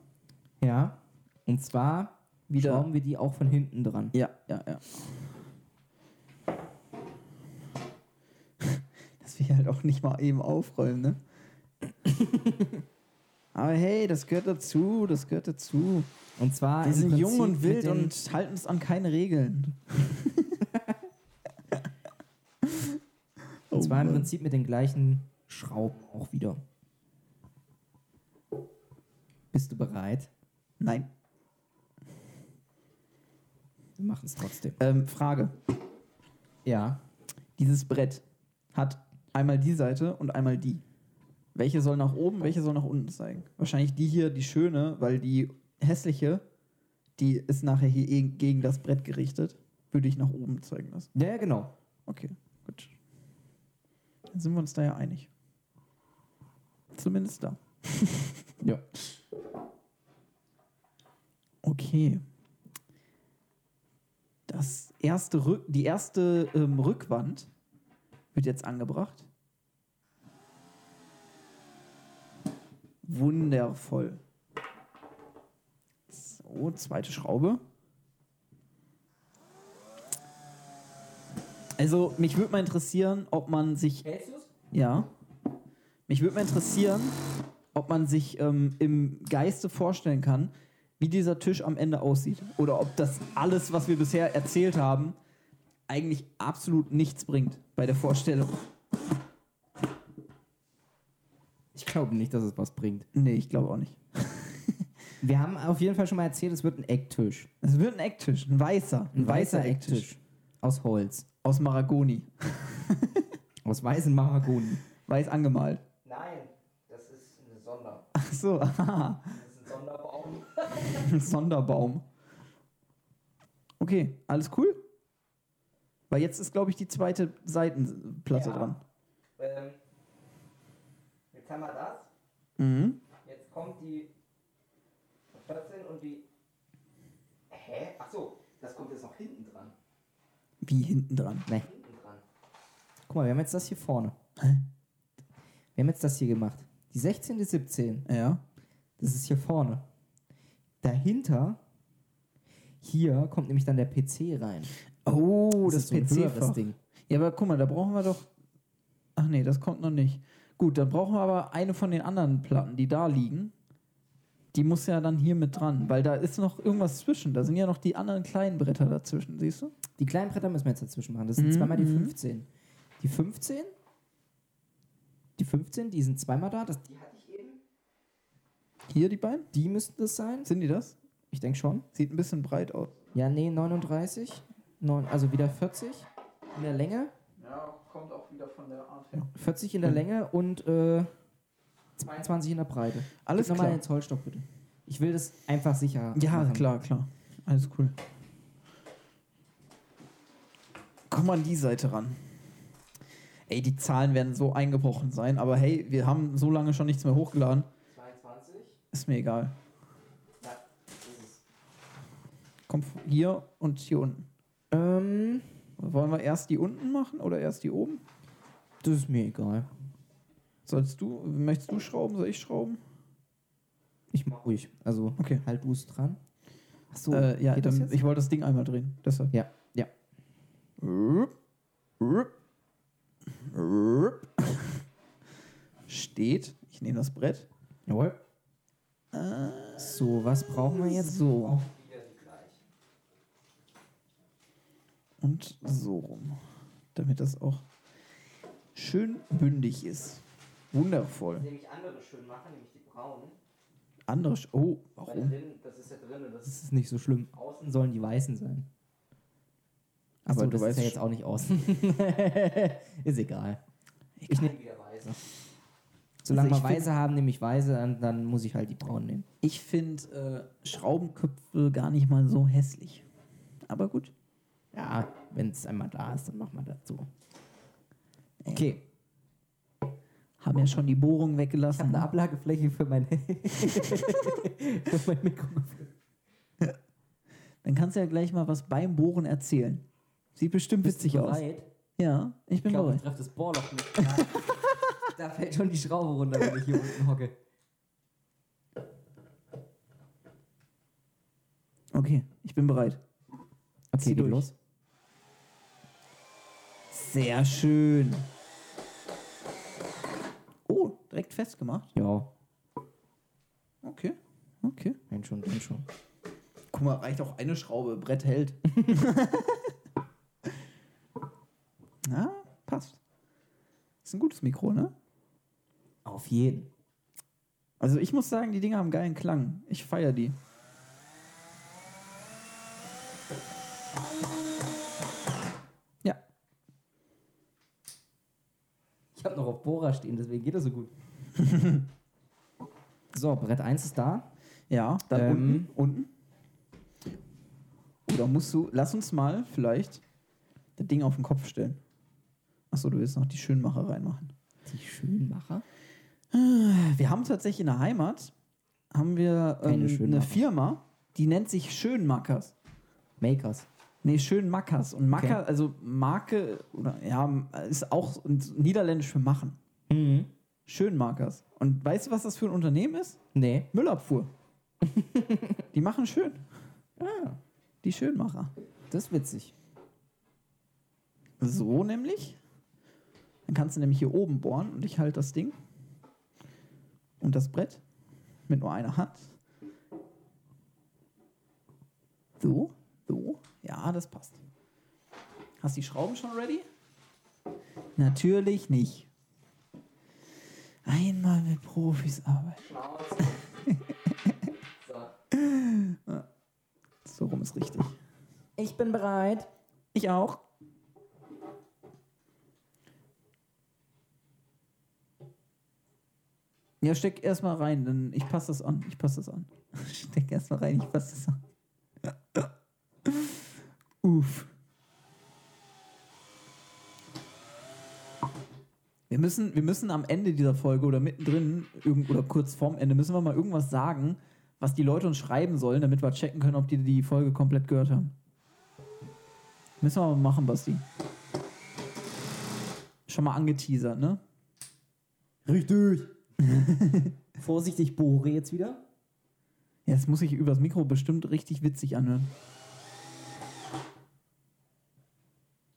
Speaker 1: Ja. Und zwar
Speaker 2: Wieder-
Speaker 1: schrauben wir die auch von hinten dran.
Speaker 2: Ja, ja, ja. [laughs] Dass wir halt auch nicht mal eben
Speaker 1: [laughs]
Speaker 2: aufräumen, ne? Aber hey, das gehört dazu, das gehört dazu.
Speaker 1: Und zwar. Ah,
Speaker 2: Wir
Speaker 1: im
Speaker 2: sind jung
Speaker 1: Prinzip
Speaker 2: und
Speaker 1: mit
Speaker 2: wild
Speaker 1: den-
Speaker 2: und halten uns an keine Regeln.
Speaker 1: Und zwar im
Speaker 2: Oh Mann.
Speaker 1: Prinzip mit den gleichen Schrauben auch wieder. Bist du bereit?
Speaker 2: Nein.
Speaker 1: Wir machen es trotzdem.
Speaker 2: Ähm, Frage.
Speaker 1: Ja.
Speaker 2: Dieses Brett hat einmal die Seite und einmal die. Welche soll nach oben, welche soll nach unten zeigen? Wahrscheinlich die hier, die schöne, weil die hässliche, die ist nachher hier eh gegen das Brett gerichtet. Würde ich nach oben zeigen lassen.
Speaker 1: Ja, ja, genau.
Speaker 2: Okay, gut. Dann sind wir uns da ja einig. Zumindest da.
Speaker 1: Ja.
Speaker 2: Okay. Das erste Rück die erste ähm, Rückwand wird jetzt angebracht. Wundervoll. So, zweite Schraube. Also, mich würde mal interessieren, ob man sich
Speaker 4: Hältst du es?
Speaker 2: ja. Mich würde mal interessieren, ob man sich ähm, im Geiste vorstellen kann, wie dieser Tisch am Ende aussieht. Oder ob das alles, was wir bisher erzählt haben, eigentlich absolut nichts bringt bei der Vorstellung.
Speaker 1: Ich glaube nicht, dass es was bringt.
Speaker 2: Nee, ich glaube auch nicht.
Speaker 1: Wir haben auf jeden Fall schon mal erzählt, es wird ein Ecktisch.
Speaker 2: Es wird ein Ecktisch, ein weißer.
Speaker 1: Ein weißer, Ecktisch. Aus Holz.
Speaker 2: Aus Maragoni.
Speaker 1: Aus weißen Mahagoni.
Speaker 2: Weiß angemalt.
Speaker 4: Nein, das ist eine Sonder.
Speaker 2: Ach so, [laughs] aha.
Speaker 4: Das ist ein Sonderbaum.
Speaker 2: Ein [laughs] Sonderbaum. Okay, alles cool? Weil jetzt ist, glaube ich, die zweite Seitenplatte
Speaker 4: Ja.
Speaker 2: dran.
Speaker 4: Ähm, jetzt haben wir das.
Speaker 2: Mhm.
Speaker 4: Jetzt kommt die 14 und die. Hä? Ach so, das kommt jetzt noch hinten dran.
Speaker 2: Wie hinten dran.
Speaker 1: Nee.
Speaker 4: Hinten dran.
Speaker 1: Guck mal, wir haben jetzt das hier vorne. Wir haben jetzt das hier gemacht. Die 16, die 17,
Speaker 2: Ja.
Speaker 1: das ist hier vorne. Dahinter, hier kommt nämlich dann der PC rein.
Speaker 2: Oh, das,
Speaker 1: ist so ein höheres
Speaker 2: PC-Fach.
Speaker 1: Ding.
Speaker 2: ja, aber guck mal, da brauchen wir doch. Ach nee, das kommt noch nicht. Gut, dann brauchen wir aber eine von den anderen Platten, die da liegen. Die muss ja dann hier mit dran, weil da ist noch irgendwas zwischen. Da sind ja noch die anderen kleinen Bretter dazwischen, siehst du?
Speaker 1: Die kleinen Bretter müssen wir jetzt dazwischen machen. Das sind
Speaker 2: Mhm,
Speaker 1: zweimal die
Speaker 2: mhm.
Speaker 1: 15. Die 15? Die 15, die sind zweimal da. Das,
Speaker 4: Die hatte ich eben.
Speaker 2: Hier die beiden?
Speaker 1: die müssten das sein.
Speaker 2: Sind die das?
Speaker 1: Ich denke schon.
Speaker 2: Sieht ein bisschen breit aus.
Speaker 1: Ja, nee, 39. Neun, also wieder 40 in der Länge.
Speaker 3: Ja, kommt auch wieder von der Art her.
Speaker 1: 40 in der Länge und äh, 22 in der Breite.
Speaker 2: Alles
Speaker 1: Gib nochmal
Speaker 2: klar.
Speaker 1: den Zollstock bitte. Ich will das einfach sicher.
Speaker 2: Ja,
Speaker 1: machen.
Speaker 2: klar, klar. Alles cool. Komm an die Seite ran. Ey, die Zahlen werden so eingebrochen sein, aber hey, wir haben so lange schon nichts mehr hochgeladen.
Speaker 4: 22.
Speaker 2: Ist mir egal.
Speaker 4: Ja, ist es.
Speaker 2: Komm f- hier und hier unten.
Speaker 1: Ähm,
Speaker 2: Wollen wir erst die unten machen oder erst die oben?
Speaker 1: das ist mir egal.
Speaker 2: Sollst du, möchtest du schrauben, soll ich schrauben?
Speaker 1: Ich mach ruhig. Also
Speaker 2: Okay.
Speaker 1: halt du es dran. Achso,
Speaker 2: äh, ja,
Speaker 1: geht das
Speaker 2: dann,
Speaker 1: jetzt?
Speaker 2: ich wollte das Ding einmal drehen. Deshalb.
Speaker 1: ja, ja.
Speaker 2: Rup, rup, rup. [laughs] Steht. Ich nehme das Brett.
Speaker 1: Jawohl. So, was brauchen wir jetzt? So.
Speaker 4: Wieder die gleiche.
Speaker 2: Und so rum. Damit das auch schön bündig ist. Wundervoll.
Speaker 4: Nämlich andere schön machen, nämlich die braunen.
Speaker 2: Andere. Sch oh,
Speaker 4: Weil
Speaker 2: warum?
Speaker 4: drin, das ist ja drin und das ist
Speaker 1: Das ist nicht so schlimm. Außen
Speaker 4: außen.
Speaker 1: sollen die Weißen sein.
Speaker 2: Aber
Speaker 1: Aber so,
Speaker 2: du
Speaker 1: das
Speaker 2: weißt
Speaker 1: ist ja
Speaker 2: schon-
Speaker 1: jetzt auch nicht außen. [laughs] ist egal.
Speaker 4: Ich nehme wieder weiß.
Speaker 1: Solange
Speaker 2: Also ich
Speaker 1: wir Weiße haben, nehme ich Weiße, dann, dann muss ich halt die Braunen nehmen.
Speaker 2: Ich finde äh, Schraubenköpfe gar nicht mal so hässlich. Aber gut.
Speaker 1: Ja, wenn es einmal da ist, dann machen wir dazu. Okay.
Speaker 2: Haben ja schon die Bohrung
Speaker 1: Ich habe
Speaker 2: weggelassen.
Speaker 1: eine Ablagefläche für mein, für mein Mikro.
Speaker 2: Dann kannst du ja gleich mal was beim Bohren erzählen. Sieht bestimmt witzig aus. Ja, ich bin
Speaker 1: Ich glaube, ich
Speaker 2: bereit.
Speaker 1: treffe das Bohrloch
Speaker 4: [laughs]
Speaker 1: nicht. da fällt schon die Schraube runter, wenn ich hier unten hocke.
Speaker 2: Okay, ich bin bereit. Okay,
Speaker 1: Zieh
Speaker 2: geht
Speaker 1: durch.
Speaker 2: los. Sehr schön. Oh, direkt festgemacht.
Speaker 1: Ja,
Speaker 2: Okay, okay.
Speaker 1: wenn schon, wenn schon.
Speaker 2: Guck mal, reicht auch eine Schraube,
Speaker 1: [laughs]
Speaker 2: Brett hält. Na, passt. Ist ein gutes Mikro, ne?
Speaker 1: Auf jeden.
Speaker 2: Also ich muss sagen, die Dinger haben geilen Klang. Ich feiere die. Ja.
Speaker 1: Ich habe noch auf Bohrer stehen, deswegen geht das so
Speaker 2: [laughs]
Speaker 1: gut. so, Brett 1 ist da.
Speaker 2: Ja, dann
Speaker 1: Ähm.
Speaker 2: unten. Unten. Oder musst du, lass uns mal vielleicht das Ding auf den Kopf stellen. Achso, du willst noch die Schönmacher reinmachen.
Speaker 1: Die Schönmacher.
Speaker 2: Wir haben tatsächlich in der Heimat haben wir
Speaker 1: Keine
Speaker 2: ähm, eine
Speaker 1: Schönmacher.
Speaker 2: Firma, die nennt sich Schönmackers.
Speaker 1: Makers.
Speaker 2: Nee, schön Mackers. Und Macker,
Speaker 1: Okay.
Speaker 2: also Marke, oder ja, ist auch und niederländisch für machen.
Speaker 1: Mhm.
Speaker 2: Schön Mackers. Und weißt du, was das für ein Unternehmen ist?
Speaker 1: Nee.
Speaker 2: Müllabfuhr. die machen schön. Ah, Die Schönmacher.
Speaker 1: Das ist witzig.
Speaker 2: So nämlich. Dann kannst du nämlich hier oben bohren und ich halte das Ding und das Brett mit nur einer Hand. So, so. Ja, das passt. Hast die Schrauben schon ready? Natürlich nicht. Einmal mit Profis arbeiten.
Speaker 4: Schnauze. Genau. so.
Speaker 2: So rum ist richtig.
Speaker 1: Ich bin bereit.
Speaker 2: Ich auch. Ja, steck erstmal rein, dann ich passe das an. Ich passe das an. [laughs] Steck erstmal rein, ich passe das an. [laughs] Uff. Wir müssen, wir müssen am Ende dieser Folge oder mittendrin irgend, oder kurz vorm Ende müssen wir mal irgendwas sagen, was die Leute uns schreiben sollen, damit wir checken können, ob die die Folge komplett gehört haben. Müssen wir mal machen, Basti. Schon mal angeteasert, ne?
Speaker 1: Richtig. Vorsichtig bohre jetzt wieder.
Speaker 2: Jetzt muss ich übers Mikro bestimmt richtig witzig anhören.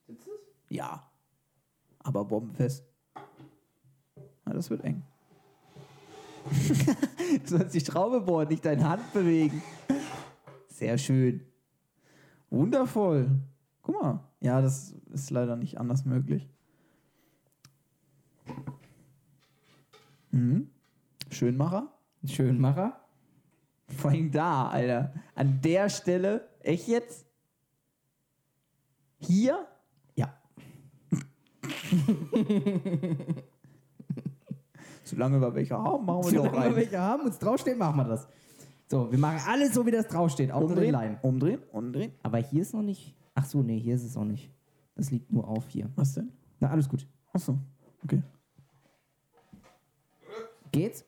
Speaker 4: Sitzt es?
Speaker 2: Ja. Aber bombenfest. Na, das wird eng. [laughs] du sollst die Schraube bohren, nicht deine Hand bewegen. Sehr schön. Wundervoll. Guck mal. Ja, das ist leider nicht anders möglich. Mhm. Schönmacher.
Speaker 1: Schönmacher.
Speaker 2: Vor allem da, Alter. An der Stelle. Echt jetzt? Hier?
Speaker 1: Ja.
Speaker 2: [laughs] Solange wir welche haben, machen wir die auch
Speaker 1: Solange wir
Speaker 2: rein.
Speaker 1: welche haben und es draufsteht, machen wir das. So, wir machen alles so, wie das draufsteht. Auch nur den Leim.
Speaker 2: umdrehen, umdrehen.
Speaker 1: Aber hier ist noch nicht. Ach so, nee, hier ist es auch nicht. Das liegt nur auf hier.
Speaker 2: Was denn?
Speaker 1: Na, alles gut.
Speaker 2: Achso, okay.
Speaker 1: Geht's?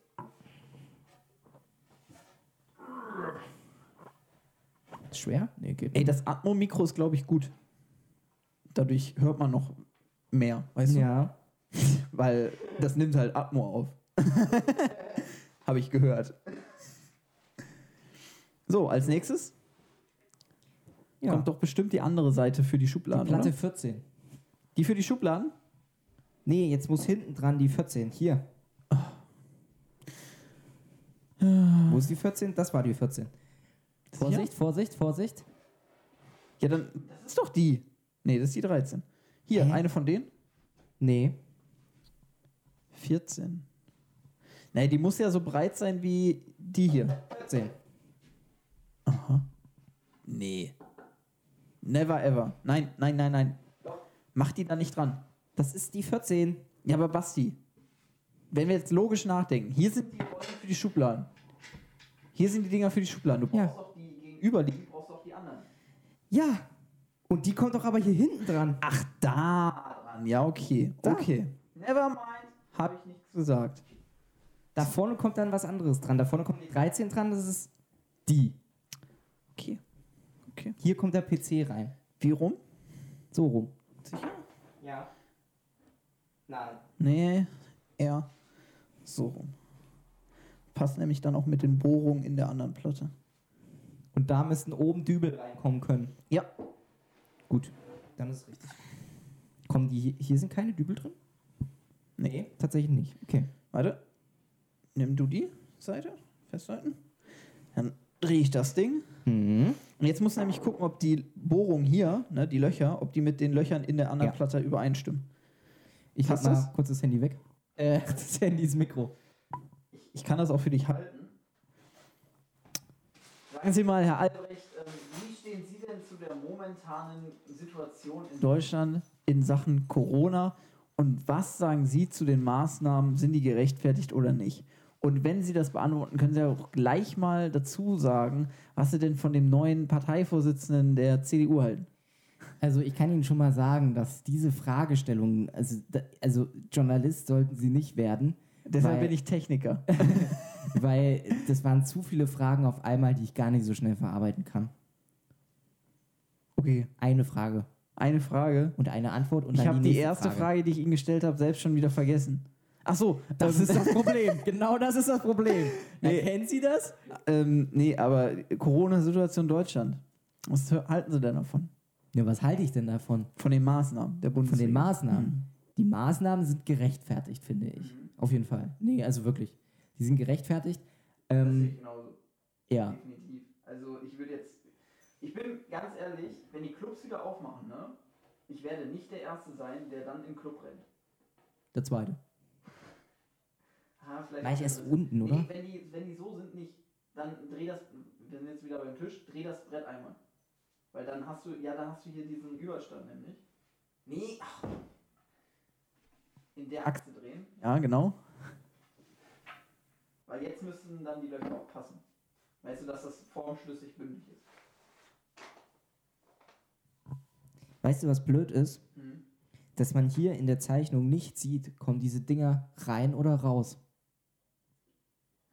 Speaker 1: Ist schwer? Nee, geht.
Speaker 2: Ey, das Atmo-Mikro ist, glaube ich, gut. Dadurch hört man noch mehr, weißt du?
Speaker 1: ja.
Speaker 2: Weil das nimmt halt Atmo auf. [laughs] Habe ich gehört. So, als nächstes
Speaker 1: ja.
Speaker 2: kommt doch bestimmt die andere Seite für die Schubladen.
Speaker 1: die Platte
Speaker 2: Oder?
Speaker 1: 14.
Speaker 2: Die für die Schubladen?
Speaker 1: Nee, jetzt muss hinten dran die 14. Hier. Ah. Wo ist die 14? Das war die 14. Vorsicht, Vorsicht, Vorsicht.
Speaker 2: Ja, dann das ist doch die. Nee, das ist die 13. Hier,
Speaker 1: Hä?
Speaker 2: eine von denen.
Speaker 1: Nee.
Speaker 2: 14. Nee, die muss ja so breit sein wie die hier.
Speaker 1: 14.
Speaker 2: Nee. Never ever. Nein, nein, nein, nein. Mach die da nicht dran.
Speaker 1: Das ist die 14.
Speaker 2: Ja, aber Basti, wenn wir jetzt logisch nachdenken, hier sind die Rollen für die Schubladen. Hier sind die Dinger für die Schubladen. Du
Speaker 1: Ja.
Speaker 2: brauchst doch die gegenüberliegenden.
Speaker 4: Du brauchst auch die anderen.
Speaker 1: Ja. Und die kommt doch aber hier hinten dran.
Speaker 2: Ach, da dran. Ja, okay.
Speaker 1: Da.
Speaker 2: Okay.
Speaker 4: Never mind.
Speaker 2: Habe ich nichts gesagt.
Speaker 1: Da vorne kommt dann was anderes dran. Da vorne kommt die 13 dran. Das ist die.
Speaker 2: Okay. Okay.
Speaker 1: Hier kommt der PC rein.
Speaker 2: Wie rum?
Speaker 1: So rum.
Speaker 4: Ja. Nein.
Speaker 2: Nee, eher so rum. Passt nämlich dann auch mit den Bohrungen in der anderen Platte.
Speaker 1: Und da müssten oben Dübel reinkommen können.
Speaker 2: Ja.
Speaker 1: Gut. Dann ist es richtig. Kommen die hier, hier sind keine Dübel drin?
Speaker 2: Nee.
Speaker 1: Tatsächlich nicht. Okay.
Speaker 2: Warte. Nimm du die Seite. Festhalten. Dann drehe ich das Ding.
Speaker 1: Mhm.
Speaker 2: Und jetzt muss nämlich gucken, ob die Bohrungen hier, ne, die Löcher, ob die mit den Löchern in der anderen
Speaker 1: Ja.
Speaker 2: Platte übereinstimmen.
Speaker 1: Ich
Speaker 2: Passt
Speaker 1: lasse mal
Speaker 2: das?
Speaker 1: kurz das Handy weg. Äh, [laughs] das Handy ist Mikro.
Speaker 2: Ich kann das auch für dich halten. Sagen Sie mal, Herr Al
Speaker 3: Albrecht, ähm, wie stehen Sie denn zu der momentanen Situation in
Speaker 2: Deutschland in Sachen Corona und was sagen Sie zu den Maßnahmen? Sind die gerechtfertigt oder nicht? Und wenn Sie das beantworten, können Sie ja auch gleich mal dazu sagen, was Sie denn von dem neuen Parteivorsitzenden der CDU halten.
Speaker 1: Also ich kann Ihnen schon mal sagen, dass diese Fragestellungen, also, da- also Journalist sollten Sie nicht werden,
Speaker 2: Deshalb
Speaker 1: Weil-
Speaker 2: bin ich Techniker.
Speaker 1: weil das waren zu viele Fragen auf einmal, die ich gar nicht so schnell verarbeiten kann.
Speaker 2: Okay,
Speaker 1: Eine Frage
Speaker 2: eine Frage.
Speaker 1: und eine Antwort und
Speaker 2: ich
Speaker 1: dann
Speaker 2: habe die
Speaker 1: nächste
Speaker 2: erste Frage. die ich Ihnen gestellt habe, selbst schon wieder vergessen. Ach so,
Speaker 1: Das
Speaker 2: ähm,
Speaker 1: ist
Speaker 2: [laughs]
Speaker 1: das Problem. Genau das ist das Problem. Erkennen Sie das?
Speaker 2: ähm, nee, aber Corona-Situation Deutschland. Was halten Sie denn davon?
Speaker 1: Ja, was halte ich denn davon?
Speaker 2: Von den Maßnahmen der
Speaker 1: Von den
Speaker 2: Bundesregierung?
Speaker 1: Maßnahmen.
Speaker 2: Mhm.
Speaker 1: Die Maßnahmen sind gerechtfertigt, finde ich. Auf jeden Fall. Nee, also wirklich. Die sind gerechtfertigt.
Speaker 3: Das sehe
Speaker 1: Ähm,
Speaker 3: ich genauso.
Speaker 1: ja.
Speaker 3: Definitiv. Also ich würde jetzt, ich bin ganz ehrlich, wenn die Clubs wieder aufmachen, ne, ich werde nicht der Erste sein, der dann in den Club rennt.
Speaker 1: Der zweite.
Speaker 3: Ah, vielleicht
Speaker 1: War ich
Speaker 3: der
Speaker 1: erst
Speaker 3: Dritte.
Speaker 1: unten, oder?
Speaker 3: Nee, wenn die, wenn die so sind, nicht, dann dreh das, wir sind jetzt wieder beim Tisch, dreh das Brett einmal. Weil dann hast du, ja, dann hast du hier diesen Überstand nämlich. Nee, ach. In der Achse drehen,
Speaker 2: Ja, genau.
Speaker 3: weil jetzt müssen dann die Löcher auch passen. Weißt du, dass das formschlüssig bündig ist.
Speaker 1: Weißt du, was blöd ist?
Speaker 3: Mhm.
Speaker 1: Dass man hier in der Zeichnung nicht sieht, kommen diese Dinger rein oder raus.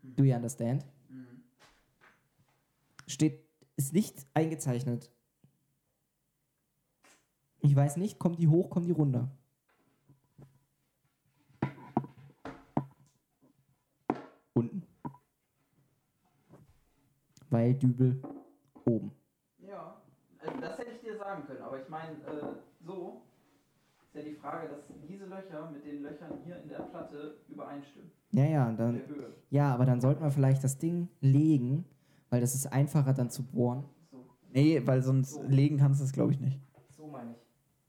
Speaker 1: Do you understand?
Speaker 3: Mhm.
Speaker 1: Steht, ist nicht eingezeichnet. Ich weiß nicht, kommen die hoch, kommen die runter. Unten. Weil Dübel oben.
Speaker 3: Ja, also das hätte ich dir sagen können, aber ich meine, äh, so ist ja die Frage, dass diese Löcher mit den Löchern hier in der Platte übereinstimmen.
Speaker 1: Ja, ja,
Speaker 3: In
Speaker 1: dann,
Speaker 3: der Höhe.
Speaker 1: Ja, aber dann sollten wir vielleicht das Ding legen, weil das ist einfacher dann zu bohren.
Speaker 3: So,
Speaker 2: Nee, weil sonst
Speaker 4: So.
Speaker 2: legen kannst du es, glaube ich, nicht.
Speaker 4: So meine ich.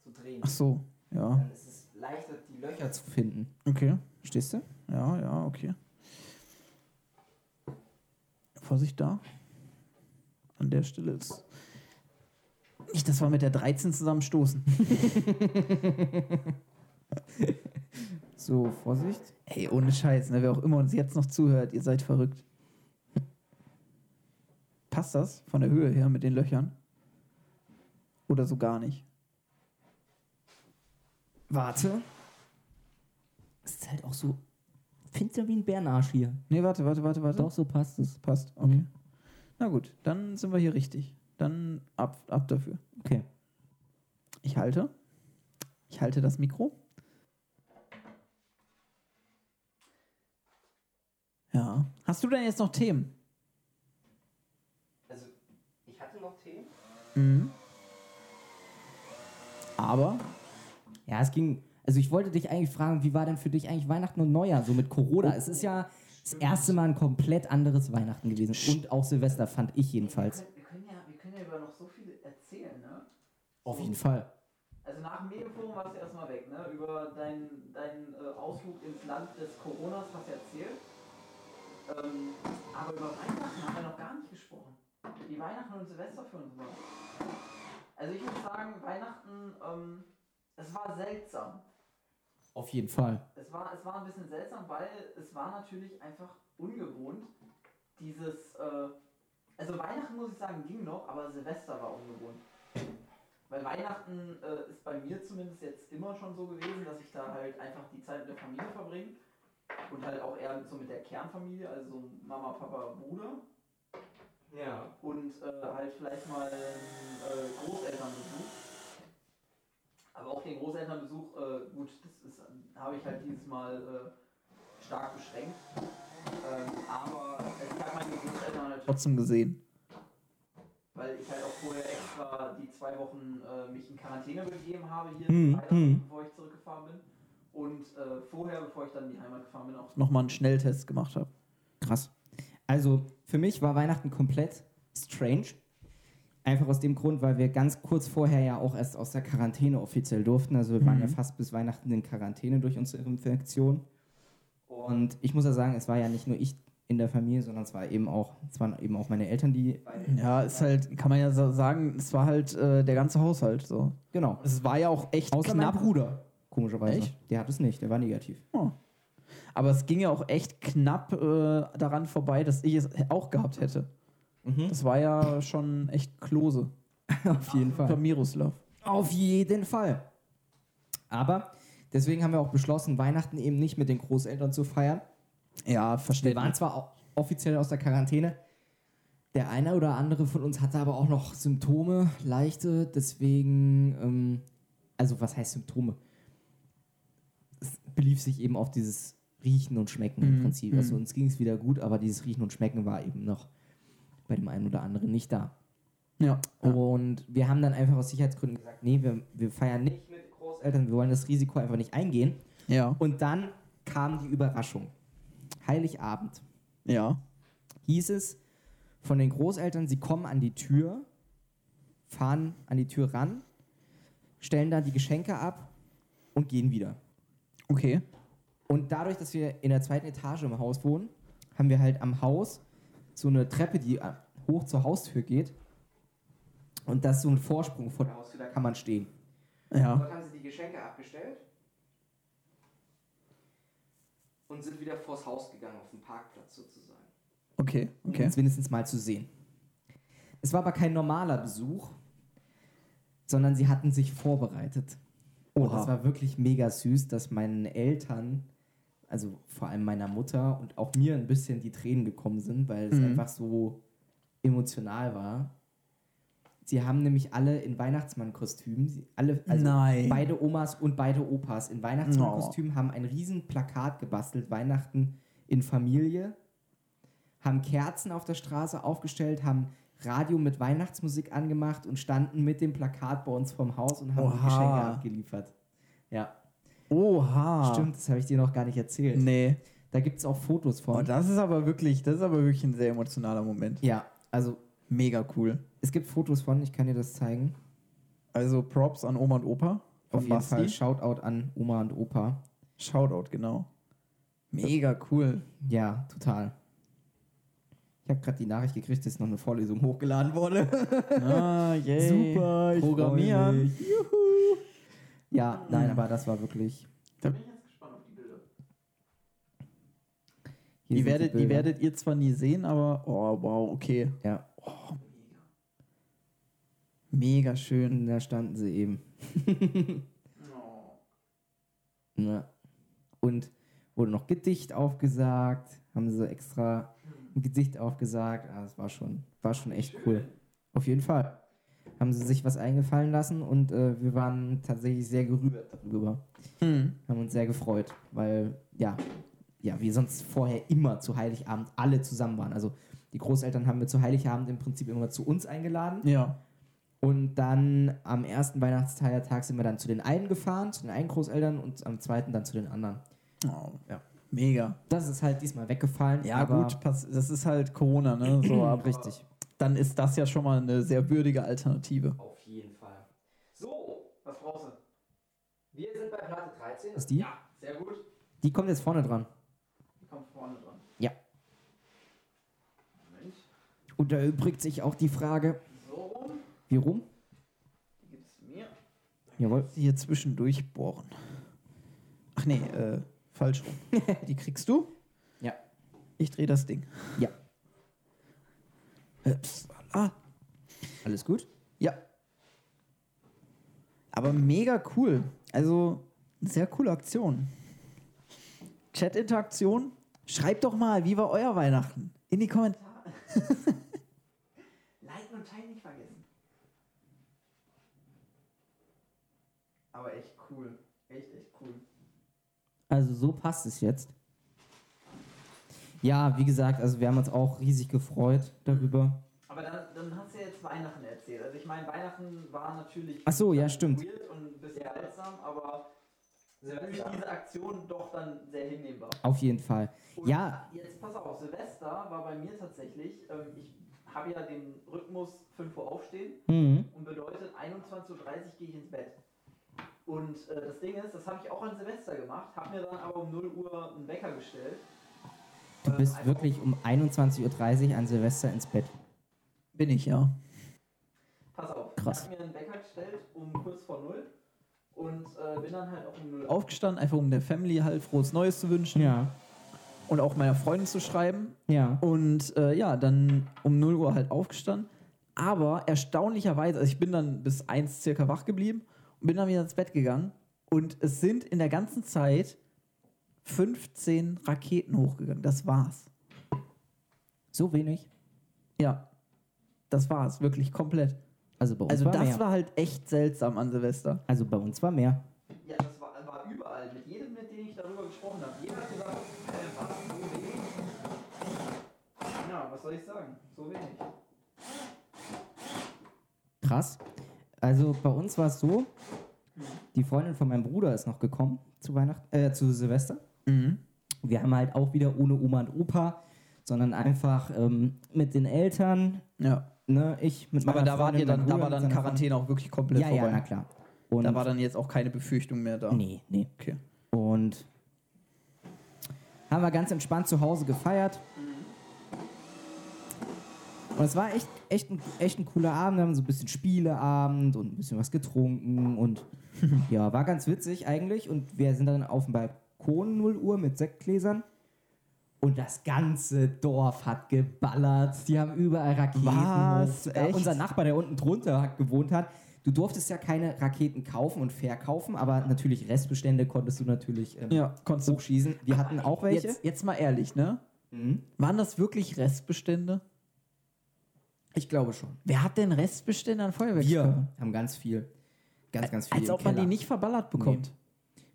Speaker 4: Zu drehen.
Speaker 2: Ach so, ja.
Speaker 4: Dann ist es leichter, die Löcher
Speaker 1: Ja,
Speaker 4: zu.
Speaker 1: ne? zu finden.
Speaker 2: Okay.
Speaker 1: Verstehst du?
Speaker 2: Ja, ja, okay. Vorsicht da. An der Stelle ist. Nicht, dass wir mit der 13 zusammenstoßen.
Speaker 1: So, Vorsicht.
Speaker 2: Ey, ohne Scheiß, ne? Wer auch immer uns jetzt noch zuhört, ihr seid verrückt. Passt das von der Höhe her mit den Löchern? Oder so gar nicht?
Speaker 1: Warte. Es ist halt auch so finster wie ein Bärenarsch hier.
Speaker 2: Nee, warte, warte, warte, warte.
Speaker 1: Doch, so passt es.
Speaker 2: Das passt. Okay.
Speaker 1: Mhm.
Speaker 2: Na gut, dann sind wir hier richtig. Dann ab, ab dafür.
Speaker 1: Okay.
Speaker 2: Ich halte. Ich halte das Mikro. Ja. Hast du denn jetzt noch Themen?
Speaker 4: Also, ich hatte noch Themen.
Speaker 2: Mhm. Aber
Speaker 1: Ja, es ging. Also ich wollte dich eigentlich fragen, wie war denn für dich eigentlich Weihnachten und Neujahr so mit Corona? Es ist ja das erste Mal ein komplett anderes Weihnachten gewesen. Und auch Silvester fand ich jedenfalls.
Speaker 3: Wir können, wir, können ja, wir können ja über noch so viel erzählen, ne?
Speaker 1: Auf jeden Fall.
Speaker 3: Also nach dem Medienforum warst du erstmal weg, ne? Über deinen dein, äh, Ausflug ins Land des Coronas hast du erzählt. Ähm, aber über Weihnachten haben wir noch gar nicht gesprochen. Wie Weihnachten und Silvester für uns war. Also ich muss sagen, Weihnachten, ähm, es war seltsam.
Speaker 1: Auf jeden Fall.
Speaker 3: Es war, es war ein bisschen seltsam, weil es war natürlich einfach ungewohnt, dieses, äh, also Weihnachten muss ich sagen, ging noch, aber Silvester war ungewohnt. Weil Weihnachten äh, ist bei mir zumindest jetzt immer schon so gewesen, dass ich da halt einfach die Zeit mit der Familie verbringe und halt auch eher so mit der Kernfamilie, also so Mama, Papa, Bruder.
Speaker 1: Ja.
Speaker 3: und äh, halt vielleicht mal einen äh, Großelternbesuch. Aber auch den Großelternbesuch, äh, gut, das ist, habe ich halt dieses Mal äh, stark beschränkt. Ähm, aber ich habe meine Großeltern halt
Speaker 2: Trotzdem gesehen.
Speaker 3: weil ich halt auch vorher extra die zwei Wochen äh, mich in Quarantäne begeben habe hier,
Speaker 1: Mhm,
Speaker 3: in Weihnachten,
Speaker 1: mhm.
Speaker 3: bevor ich zurückgefahren bin. Und äh, vorher, bevor ich dann in die Heimat gefahren bin, auch
Speaker 2: Nochmal einen Schnelltest gemacht habe.
Speaker 1: Krass. Also für mich war Weihnachten komplett strange. Einfach aus dem Grund, weil wir ganz kurz vorher ja auch erst aus der Quarantäne offiziell durften. Also wir waren ja fast bis Weihnachten in Quarantäne durch unsere Infektion. Und ich muss ja sagen, es war ja nicht nur ich in der Familie, sondern es, war eben auch, es waren eben auch meine Eltern, die.
Speaker 2: Ja, ist halt, kann man ja so sagen, es war halt äh, der ganze Haushalt so.
Speaker 1: Genau.
Speaker 2: Es war ja auch echt
Speaker 1: Außer
Speaker 2: knapp.
Speaker 1: mein Bruder. Komischerweise.
Speaker 2: Echt?
Speaker 1: Der hat es nicht, der war negativ.
Speaker 2: Aber es ging ja auch echt knapp äh, daran vorbei, dass ich es auch gehabt hätte.
Speaker 1: Mhm.
Speaker 2: Das war ja schon echt Klose.
Speaker 1: Auf jeden
Speaker 2: Unter Miroslav.
Speaker 1: Auf jeden Fall. Aber deswegen haben wir auch beschlossen, Weihnachten eben nicht mit den Großeltern zu feiern.
Speaker 2: Ja,
Speaker 1: Wir
Speaker 2: versteht
Speaker 1: waren
Speaker 2: man.
Speaker 1: zwar au- offiziell aus der Quarantäne, der eine oder andere von uns hatte aber auch noch Symptome, leichte, deswegen, ähm, also was heißt Symptome? Es belief sich eben auf dieses Riechen und Schmecken im
Speaker 2: Mhm.
Speaker 1: Prinzip. Also uns ging es wieder gut, aber dieses Riechen und Schmecken war eben noch bei dem einen oder anderen nicht da.
Speaker 2: Ja.
Speaker 1: Und wir haben dann einfach aus Sicherheitsgründen gesagt, nee, wir, wir feiern nicht mit Großeltern, wir wollen das Risiko einfach nicht eingehen.
Speaker 2: Ja.
Speaker 1: Und dann kam die Überraschung. Heiligabend
Speaker 2: Ja.
Speaker 1: hieß es von den Großeltern, sie kommen an die Tür, fahren an die Tür ran, stellen dann die Geschenke ab und gehen wieder.
Speaker 2: Okay.
Speaker 1: Und dadurch, dass wir in der zweiten Etage im Haus wohnen, haben wir halt am Haus so eine Treppe, die äh, hoch zur Haustür geht. Und das ist so ein Vorsprung vor der Haustür, da kann man stehen.
Speaker 2: Ja.
Speaker 4: Dort haben sie die Geschenke abgestellt und sind wieder vors Haus gegangen, auf den Parkplatz sozusagen.
Speaker 2: Okay.
Speaker 1: um
Speaker 2: Okay.
Speaker 1: uns wenigstens mal zu sehen. Es war aber kein normaler Besuch, sondern sie hatten sich vorbereitet. Und
Speaker 2: Oha.
Speaker 1: das war wirklich mega süß, dass meinen Eltern, also vor allem meiner Mutter und auch mir ein bisschen die Tränen gekommen sind, weil es
Speaker 2: Mhm.
Speaker 1: einfach so emotional war. Sie haben nämlich alle in Weihnachtsmannkostümen, sie- alle, also
Speaker 2: Nein.
Speaker 1: beide Omas und beide Opas in Weihnachtsmannkostümen haben ein riesen Plakat gebastelt, Weihnachten in Familie haben Kerzen auf der Straße aufgestellt, haben Radio mit Weihnachtsmusik angemacht und standen mit dem Plakat bei uns vorm Haus und haben die
Speaker 2: Oha.
Speaker 1: Geschenke abgeliefert. Ja,
Speaker 2: Oha.
Speaker 1: stimmt, das habe ich dir noch gar nicht erzählt.
Speaker 2: Nee.
Speaker 1: Da gibt es auch Fotos
Speaker 2: Oh,
Speaker 1: von.
Speaker 2: das ist aber wirklich, das ist aber wirklich ein sehr emotionaler Moment.
Speaker 1: ja, also
Speaker 2: Mega cool.
Speaker 1: es gibt Fotos von, ich kann dir das zeigen.
Speaker 2: Also Props an Oma und Opa.
Speaker 1: Auf jeden
Speaker 2: Basti.
Speaker 1: Fall Shoutout an Oma und Opa.
Speaker 2: Shoutout, genau. Mega [laughs] cool.
Speaker 1: Ja, total. Ich habe gerade die Nachricht gekriegt, dass noch eine Vorlesung hochgeladen wurde.
Speaker 2: Ah, yay.
Speaker 1: Super, ich freu
Speaker 2: Programmieren.
Speaker 1: mich. ja, nein, aber das war wirklich.
Speaker 3: da bin ich jetzt gespannt auf die Bilder.
Speaker 1: hier sind
Speaker 2: Die werdet, die
Speaker 1: Bilder.
Speaker 2: werdet ihr zwar nie sehen, aber oh wow, okay.
Speaker 1: Ja,
Speaker 2: Mega schön.
Speaker 1: Und da standen sie eben.
Speaker 3: No.
Speaker 1: Ne? Und wurde noch Gedicht aufgesagt, haben sie extra
Speaker 3: Hm.
Speaker 1: ein Gedicht aufgesagt. Ah, das war schon, war schon echt cool. Auf jeden Fall. Haben sie sich was eingefallen lassen und äh, wir waren tatsächlich sehr gerührt darüber.
Speaker 2: Hm.
Speaker 1: Haben uns sehr gefreut, weil ja, ja, wir sonst vorher immer zu Heiligabend alle zusammen waren. Also die Großeltern haben wir zu Heiligabend im Prinzip immer zu uns eingeladen.
Speaker 2: Ja.
Speaker 1: Und dann am ersten Weihnachtsteiltag sind wir dann zu den einen gefahren, zu den einen Großeltern und am zweiten dann zu den anderen.
Speaker 2: Oh,
Speaker 1: Ja.
Speaker 2: Mega.
Speaker 1: Das ist halt diesmal weggefallen.
Speaker 2: Ja,
Speaker 1: aber Mm,
Speaker 2: gut, pass, das ist halt Corona, [clears throat] ne? So, aber
Speaker 1: Richtig.
Speaker 2: Dann ist das ja schon mal eine sehr würdige Alternative.
Speaker 4: Auf jeden Fall. So, was brauchst du? Wir sind bei Platte 13.
Speaker 1: Ist die?
Speaker 3: Sehr gut.
Speaker 1: Die kommt jetzt vorne dran.
Speaker 3: Kommt vorne dran.
Speaker 1: Ja.
Speaker 3: Moment.
Speaker 1: Und da übrigt sich auch die Frage,
Speaker 3: So rum.
Speaker 1: wie rum?
Speaker 3: Die gibt es mir.
Speaker 1: Jawohl.
Speaker 2: Hier zwischendurch bohren. Ach nee, äh, falsch [laughs] rum. Die kriegst du?
Speaker 1: Ja.
Speaker 2: Ich drehe das Ding.
Speaker 1: Ja.
Speaker 2: Äh, pst, ah,
Speaker 1: Alles gut?
Speaker 2: Ja. Aber mega cool. Also, sehr coole Aktion. [laughs] Chat-Interaktion. Schreibt doch mal, wie war euer Weihnachten? In die Kommentare.
Speaker 3: anscheinend nicht vergessen. Aber echt cool. Echt, echt cool.
Speaker 1: Also so passt es jetzt. Ja, wie gesagt, also wir haben uns auch riesig gefreut darüber.
Speaker 3: Aber dann, dann hast du ja jetzt Weihnachten erzählt. Also ich meine, Weihnachten war natürlich
Speaker 1: Ach so, ja, stimmt.
Speaker 3: weird und ein bisschen seltsam, aber durch diese Aktion doch dann sehr hinnehmbar.
Speaker 1: Auf jeden Fall.
Speaker 3: Und
Speaker 1: Ja,
Speaker 3: Jetzt pass auf, Silvester war bei mir tatsächlich, ähm, ich habe ja den Rhythmus 5 Uhr aufstehen
Speaker 1: mhm.
Speaker 3: und bedeutet 21.30 Uhr gehe ich ins Bett. Und äh, das Ding ist, das habe ich auch an Silvester gemacht, habe mir dann aber um 0 Uhr einen Wecker gestellt.
Speaker 2: Äh,
Speaker 1: du
Speaker 3: Ähm,
Speaker 1: bist
Speaker 3: einfach
Speaker 1: wirklich um 21.30 Uhr an Silvester ins Bett.
Speaker 2: Bin ich, ja.
Speaker 3: Pass auf,
Speaker 1: Krass.
Speaker 3: ich habe mir einen Wecker gestellt um kurz vor 0 und äh, bin dann halt auch um 0
Speaker 2: Aufgestanden, einfach um der Family halt frohes Neues zu wünschen
Speaker 1: Ja,
Speaker 2: und auch meiner Freundin zu schreiben.
Speaker 1: ja.
Speaker 2: Und äh, ja, dann um 0 Uhr halt aufgestanden. Aber erstaunlicherweise, also ich bin dann bis 1 circa wach geblieben und bin dann wieder ins Bett gegangen. Und es sind in der ganzen Zeit 15 Raketen hochgegangen. Das war's.
Speaker 1: So wenig.
Speaker 2: Ja, das war's, wirklich komplett.
Speaker 1: Also bei uns
Speaker 2: Also
Speaker 1: war
Speaker 2: das
Speaker 1: mehr.
Speaker 2: war halt echt seltsam an Silvester.
Speaker 1: also bei uns war mehr.
Speaker 3: Ja, das war, war überall. Mit jedem, mit dem ich darüber gesprochen habe. Jeder hat gesagt, äh, was, so wenig? Ja, was soll ich sagen? So wenig.
Speaker 1: Krass. Also bei uns war es so, die Freundin von meinem Bruder ist noch gekommen zu Weihnachten, äh, zu Silvester.
Speaker 2: Mhm.
Speaker 1: Wir haben halt auch wieder ohne Oma und Opa, sondern einfach ähm, mit den Eltern,
Speaker 2: Ja.
Speaker 1: ne, ich mit meiner
Speaker 2: Aber da wart
Speaker 1: Freundin,
Speaker 2: ihr dann,
Speaker 1: mein
Speaker 2: da
Speaker 1: Bruder
Speaker 2: war
Speaker 1: mit
Speaker 2: dann
Speaker 1: seiner
Speaker 2: Quarantäne auch wirklich komplett
Speaker 1: Freundin. Ja, ja, na
Speaker 2: vorbei.
Speaker 1: klar. Und
Speaker 2: da war dann jetzt auch keine Befürchtung mehr da.
Speaker 1: nee, nee.
Speaker 2: Okay.
Speaker 1: Und haben wir ganz entspannt zu Hause gefeiert. Und es war echt, echt, ein, echt ein cooler Abend. Wir haben so ein bisschen Spieleabend und ein bisschen was getrunken.
Speaker 2: [laughs]
Speaker 1: Und ja, war ganz witzig eigentlich. Und wir sind dann auf dem Balkon 0 Uhr mit Sektgläsern. Und das ganze Dorf hat geballert. Die haben überall Raketen.
Speaker 2: Was?
Speaker 1: hoch- Ja,
Speaker 2: Echt?
Speaker 1: Unser Nachbar, der unten drunter hat, gewohnt hat, du durftest ja keine Raketen kaufen und verkaufen, aber natürlich Restbestände konntest du natürlich ähm,
Speaker 2: Ja, konntest du
Speaker 1: hochschießen. Wir hatten auch welche.
Speaker 2: Jetzt, jetzt mal ehrlich, ne?
Speaker 1: Mhm.
Speaker 2: Waren das wirklich Restbestände?
Speaker 1: Ich glaube schon.
Speaker 2: Wer hat denn Restbestände an Feuerwerkskörpern?
Speaker 1: Wir haben ganz viel. Ganz, ganz viel.
Speaker 2: Als
Speaker 1: im
Speaker 2: ob man
Speaker 1: Keller.
Speaker 2: die nicht verballert bekommt.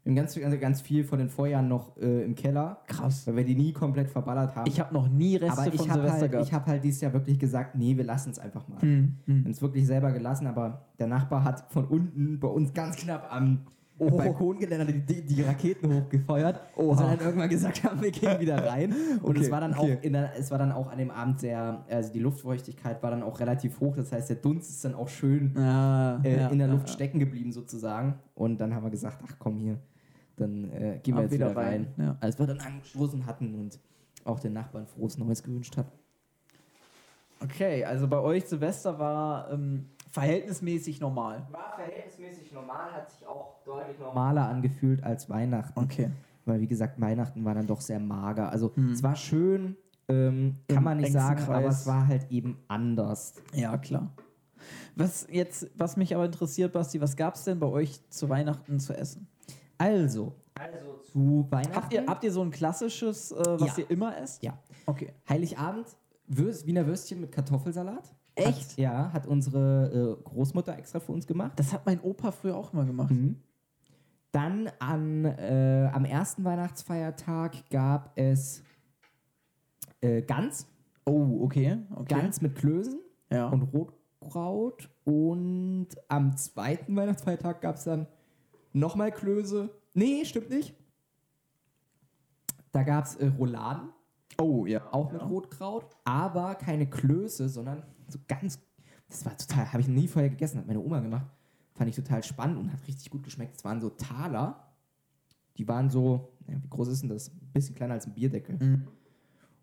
Speaker 1: Wir haben ganz, ganz, ganz viel von den Vorjahren noch äh, im Keller,
Speaker 2: Krass.
Speaker 1: weil wir die nie komplett verballert haben.
Speaker 2: Ich habe noch nie Reste
Speaker 1: aber
Speaker 2: von
Speaker 1: ich habe
Speaker 2: Silvester
Speaker 1: halt,
Speaker 2: gehabt.
Speaker 1: ich hab halt dieses Jahr wirklich gesagt, nee, wir lassen es einfach mal.
Speaker 2: Hm, hm.
Speaker 1: Wir haben es wirklich selber gelassen, aber der Nachbar hat von unten bei uns ganz knapp am
Speaker 2: Oh.
Speaker 1: Balkongeländer die, die, die Raketen hochgefeuert,
Speaker 2: Oha.
Speaker 1: dass wir dann irgendwann gesagt haben, wir gehen wieder rein. Und
Speaker 2: Okay,
Speaker 1: es, war dann
Speaker 2: okay.
Speaker 1: auch in der, es war dann auch an dem Abend sehr, also die Luftfeuchtigkeit war dann auch relativ hoch, das heißt, der Dunst ist dann auch schön
Speaker 2: Ah,
Speaker 1: äh,
Speaker 2: ja,
Speaker 1: in der
Speaker 2: ja,
Speaker 1: Luft
Speaker 2: ja.
Speaker 1: stecken geblieben sozusagen. Und dann haben wir gesagt, ach komm hier, dann äh, gehen wir
Speaker 2: Ab
Speaker 1: jetzt
Speaker 2: wieder
Speaker 1: wieder rein.
Speaker 2: rein, ja.
Speaker 1: Als wir dann angestoßen hatten und auch den Nachbarn frohes Neues gewünscht hat.
Speaker 2: Okay, also bei euch Silvester war ähm, verhältnismäßig normal.
Speaker 4: War verhältnismäßig normal, hat sich auch deutlich normal.
Speaker 1: Maler angefühlt als Weihnachten.
Speaker 2: Okay.
Speaker 1: Weil, wie gesagt, Weihnachten war dann doch sehr mager. Also, es war schön, ähm, kann
Speaker 2: Im
Speaker 1: man nicht
Speaker 2: engsten
Speaker 1: sagen, aber
Speaker 2: Kreis.
Speaker 1: es war halt eben anders.
Speaker 2: Ja, klar. Was jetzt, was mich aber interessiert, Basti, was gab es denn bei euch zu Weihnachten zu essen?
Speaker 1: Also,
Speaker 4: Also zu
Speaker 1: zu Weihnachten.
Speaker 2: Habt ihr, habt ihr so ein klassisches, äh, was
Speaker 1: Ja.
Speaker 2: ihr immer esst?
Speaker 1: Ja.
Speaker 2: Okay.
Speaker 1: Heiligabend, Würst, Wiener Würstchen mit Kartoffelsalat.
Speaker 2: Echt?
Speaker 1: Hat, ja, hat unsere äh, Großmutter extra für uns gemacht.
Speaker 2: Das hat mein Opa früher auch immer gemacht.
Speaker 1: Mhm. Dann an, äh, am ersten Weihnachtsfeiertag gab es äh, Gans.
Speaker 2: Oh, okay. okay.
Speaker 1: Gans mit Klößen.
Speaker 2: Ja.
Speaker 1: und Rotkraut. Und am zweiten Weihnachtsfeiertag gab es dann nochmal Klöße. Nee, stimmt nicht. Da gab es äh, Rouladen,
Speaker 2: oh, ja.
Speaker 1: auch mit Rotkraut, aber keine Klöße, sondern so ganz. Das war total, habe ich nie vorher gegessen, hat meine Oma gemacht. Fand ich total spannend und hat richtig gut geschmeckt. Es waren so Taler. Die waren so, ja, wie groß ist denn das? Ein bisschen kleiner als ein Bierdeckel.
Speaker 2: Mhm.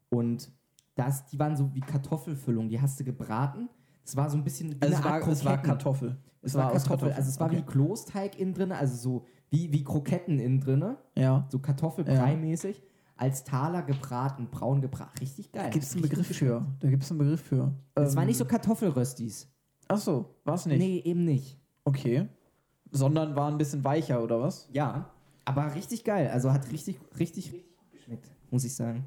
Speaker 1: Und das, die waren so wie Kartoffelfüllung, die hast du gebraten. Es war so ein bisschen. wie eine
Speaker 2: Also es war,
Speaker 1: Art
Speaker 2: es war
Speaker 1: Kroketten.
Speaker 2: Kartoffel.
Speaker 1: Es war
Speaker 2: aus
Speaker 1: Kartoffel. Also es war wie
Speaker 2: Okay.
Speaker 1: Klosteig innen drin, also so wie, wie Kroketten innen drin,
Speaker 2: Ja.
Speaker 1: so
Speaker 2: Ja.
Speaker 1: Kartoffelbrei-mäßig, als Taler gebraten, braun gebraten. Richtig geil.
Speaker 2: Da gibt es einen
Speaker 1: Richtig
Speaker 2: Begriff
Speaker 1: gut.
Speaker 2: für. Da gibt es einen Begriff für.
Speaker 1: Es war
Speaker 2: Ähm,
Speaker 1: nicht so Kartoffelröstis.
Speaker 2: Ach so, war es nicht.
Speaker 1: Nee, eben nicht.
Speaker 2: Okay. Sondern war ein bisschen weicher, oder was?
Speaker 1: Ja, aber richtig geil. Also hat richtig, richtig, richtig gut geschmeckt, muss ich sagen.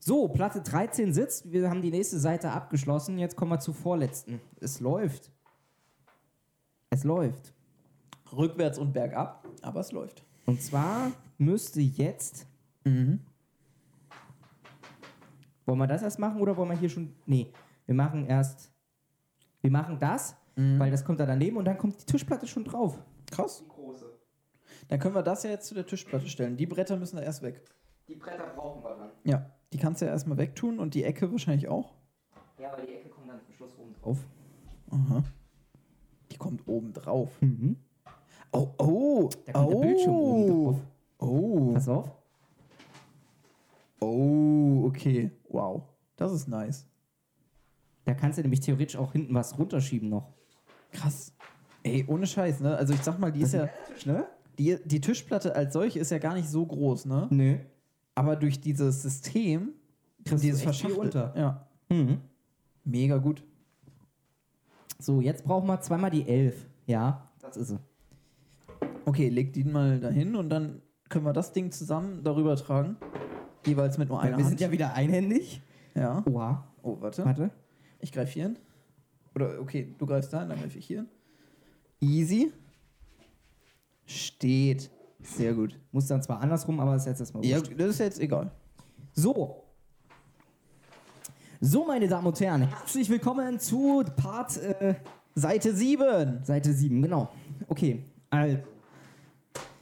Speaker 1: So, Platte 13 sitzt. Wir haben die nächste Seite abgeschlossen. Jetzt kommen wir zur vorletzten. Es läuft. Es läuft.
Speaker 2: Rückwärts und bergab, aber es läuft.
Speaker 1: Und zwar müsste jetzt. Mhm. Wollen wir das erst machen oder wollen wir hier schon. Nee, wir machen erst. Wir machen das, weil das kommt da daneben und dann kommt die Tischplatte schon drauf.
Speaker 2: Krass.
Speaker 4: Die große.
Speaker 2: Dann können wir das ja jetzt zu der Tischplatte stellen. Die Bretter müssen da erst weg.
Speaker 4: Die Bretter brauchen wir dann.
Speaker 2: Ja, die kannst du ja erstmal wegtun und die Ecke wahrscheinlich auch.
Speaker 4: Ja, aber die Ecke kommt dann zum Schluss oben drauf.
Speaker 1: Auf.
Speaker 2: Die kommt oben drauf.
Speaker 1: Mhm.
Speaker 2: Oh, oh.
Speaker 1: Da kommt der Bildschirm oben drauf.
Speaker 2: Oh.
Speaker 1: Pass auf.
Speaker 2: Oh, okay. Wow. Das ist nice.
Speaker 1: Da kannst du nämlich theoretisch auch hinten was runterschieben noch.
Speaker 2: Krass. Ey, ohne Scheiß, ne? Also ich sag mal, die ist ja.
Speaker 1: Ne?
Speaker 2: Die, die Tischplatte als solche ist ja gar nicht so groß, ne?
Speaker 1: Nö.
Speaker 2: Aber durch dieses System
Speaker 1: Kriegst
Speaker 2: dieses
Speaker 1: du echt viel
Speaker 2: verschachtelt-
Speaker 1: unter.
Speaker 2: Ja.
Speaker 1: Mhm.
Speaker 2: Mega gut.
Speaker 1: So, jetzt brauchen wir zweimal die 11. Ja, das ist sie.
Speaker 2: Okay, leg die mal dahin und dann können wir das Ding zusammen darüber tragen. Jeweils mit nur einer
Speaker 1: wir
Speaker 2: Hand.
Speaker 1: sind ja wieder einhändig.
Speaker 2: ja.
Speaker 1: Oha.
Speaker 2: Oh, warte.
Speaker 1: Warte.
Speaker 2: Ich greife hier hin. Oder okay, du greifst da hin, dann greife ich hier hin. Easy. Steht. Sehr gut.
Speaker 1: Muss dann zwar andersrum, aber ist jetzt erstmal
Speaker 2: Ja,
Speaker 1: wurscht.
Speaker 2: das ist jetzt egal.
Speaker 1: So. So, meine Damen und Herren, herzlich willkommen zu Part äh,
Speaker 2: Seite 7.
Speaker 1: Seite 7, genau. Okay, also,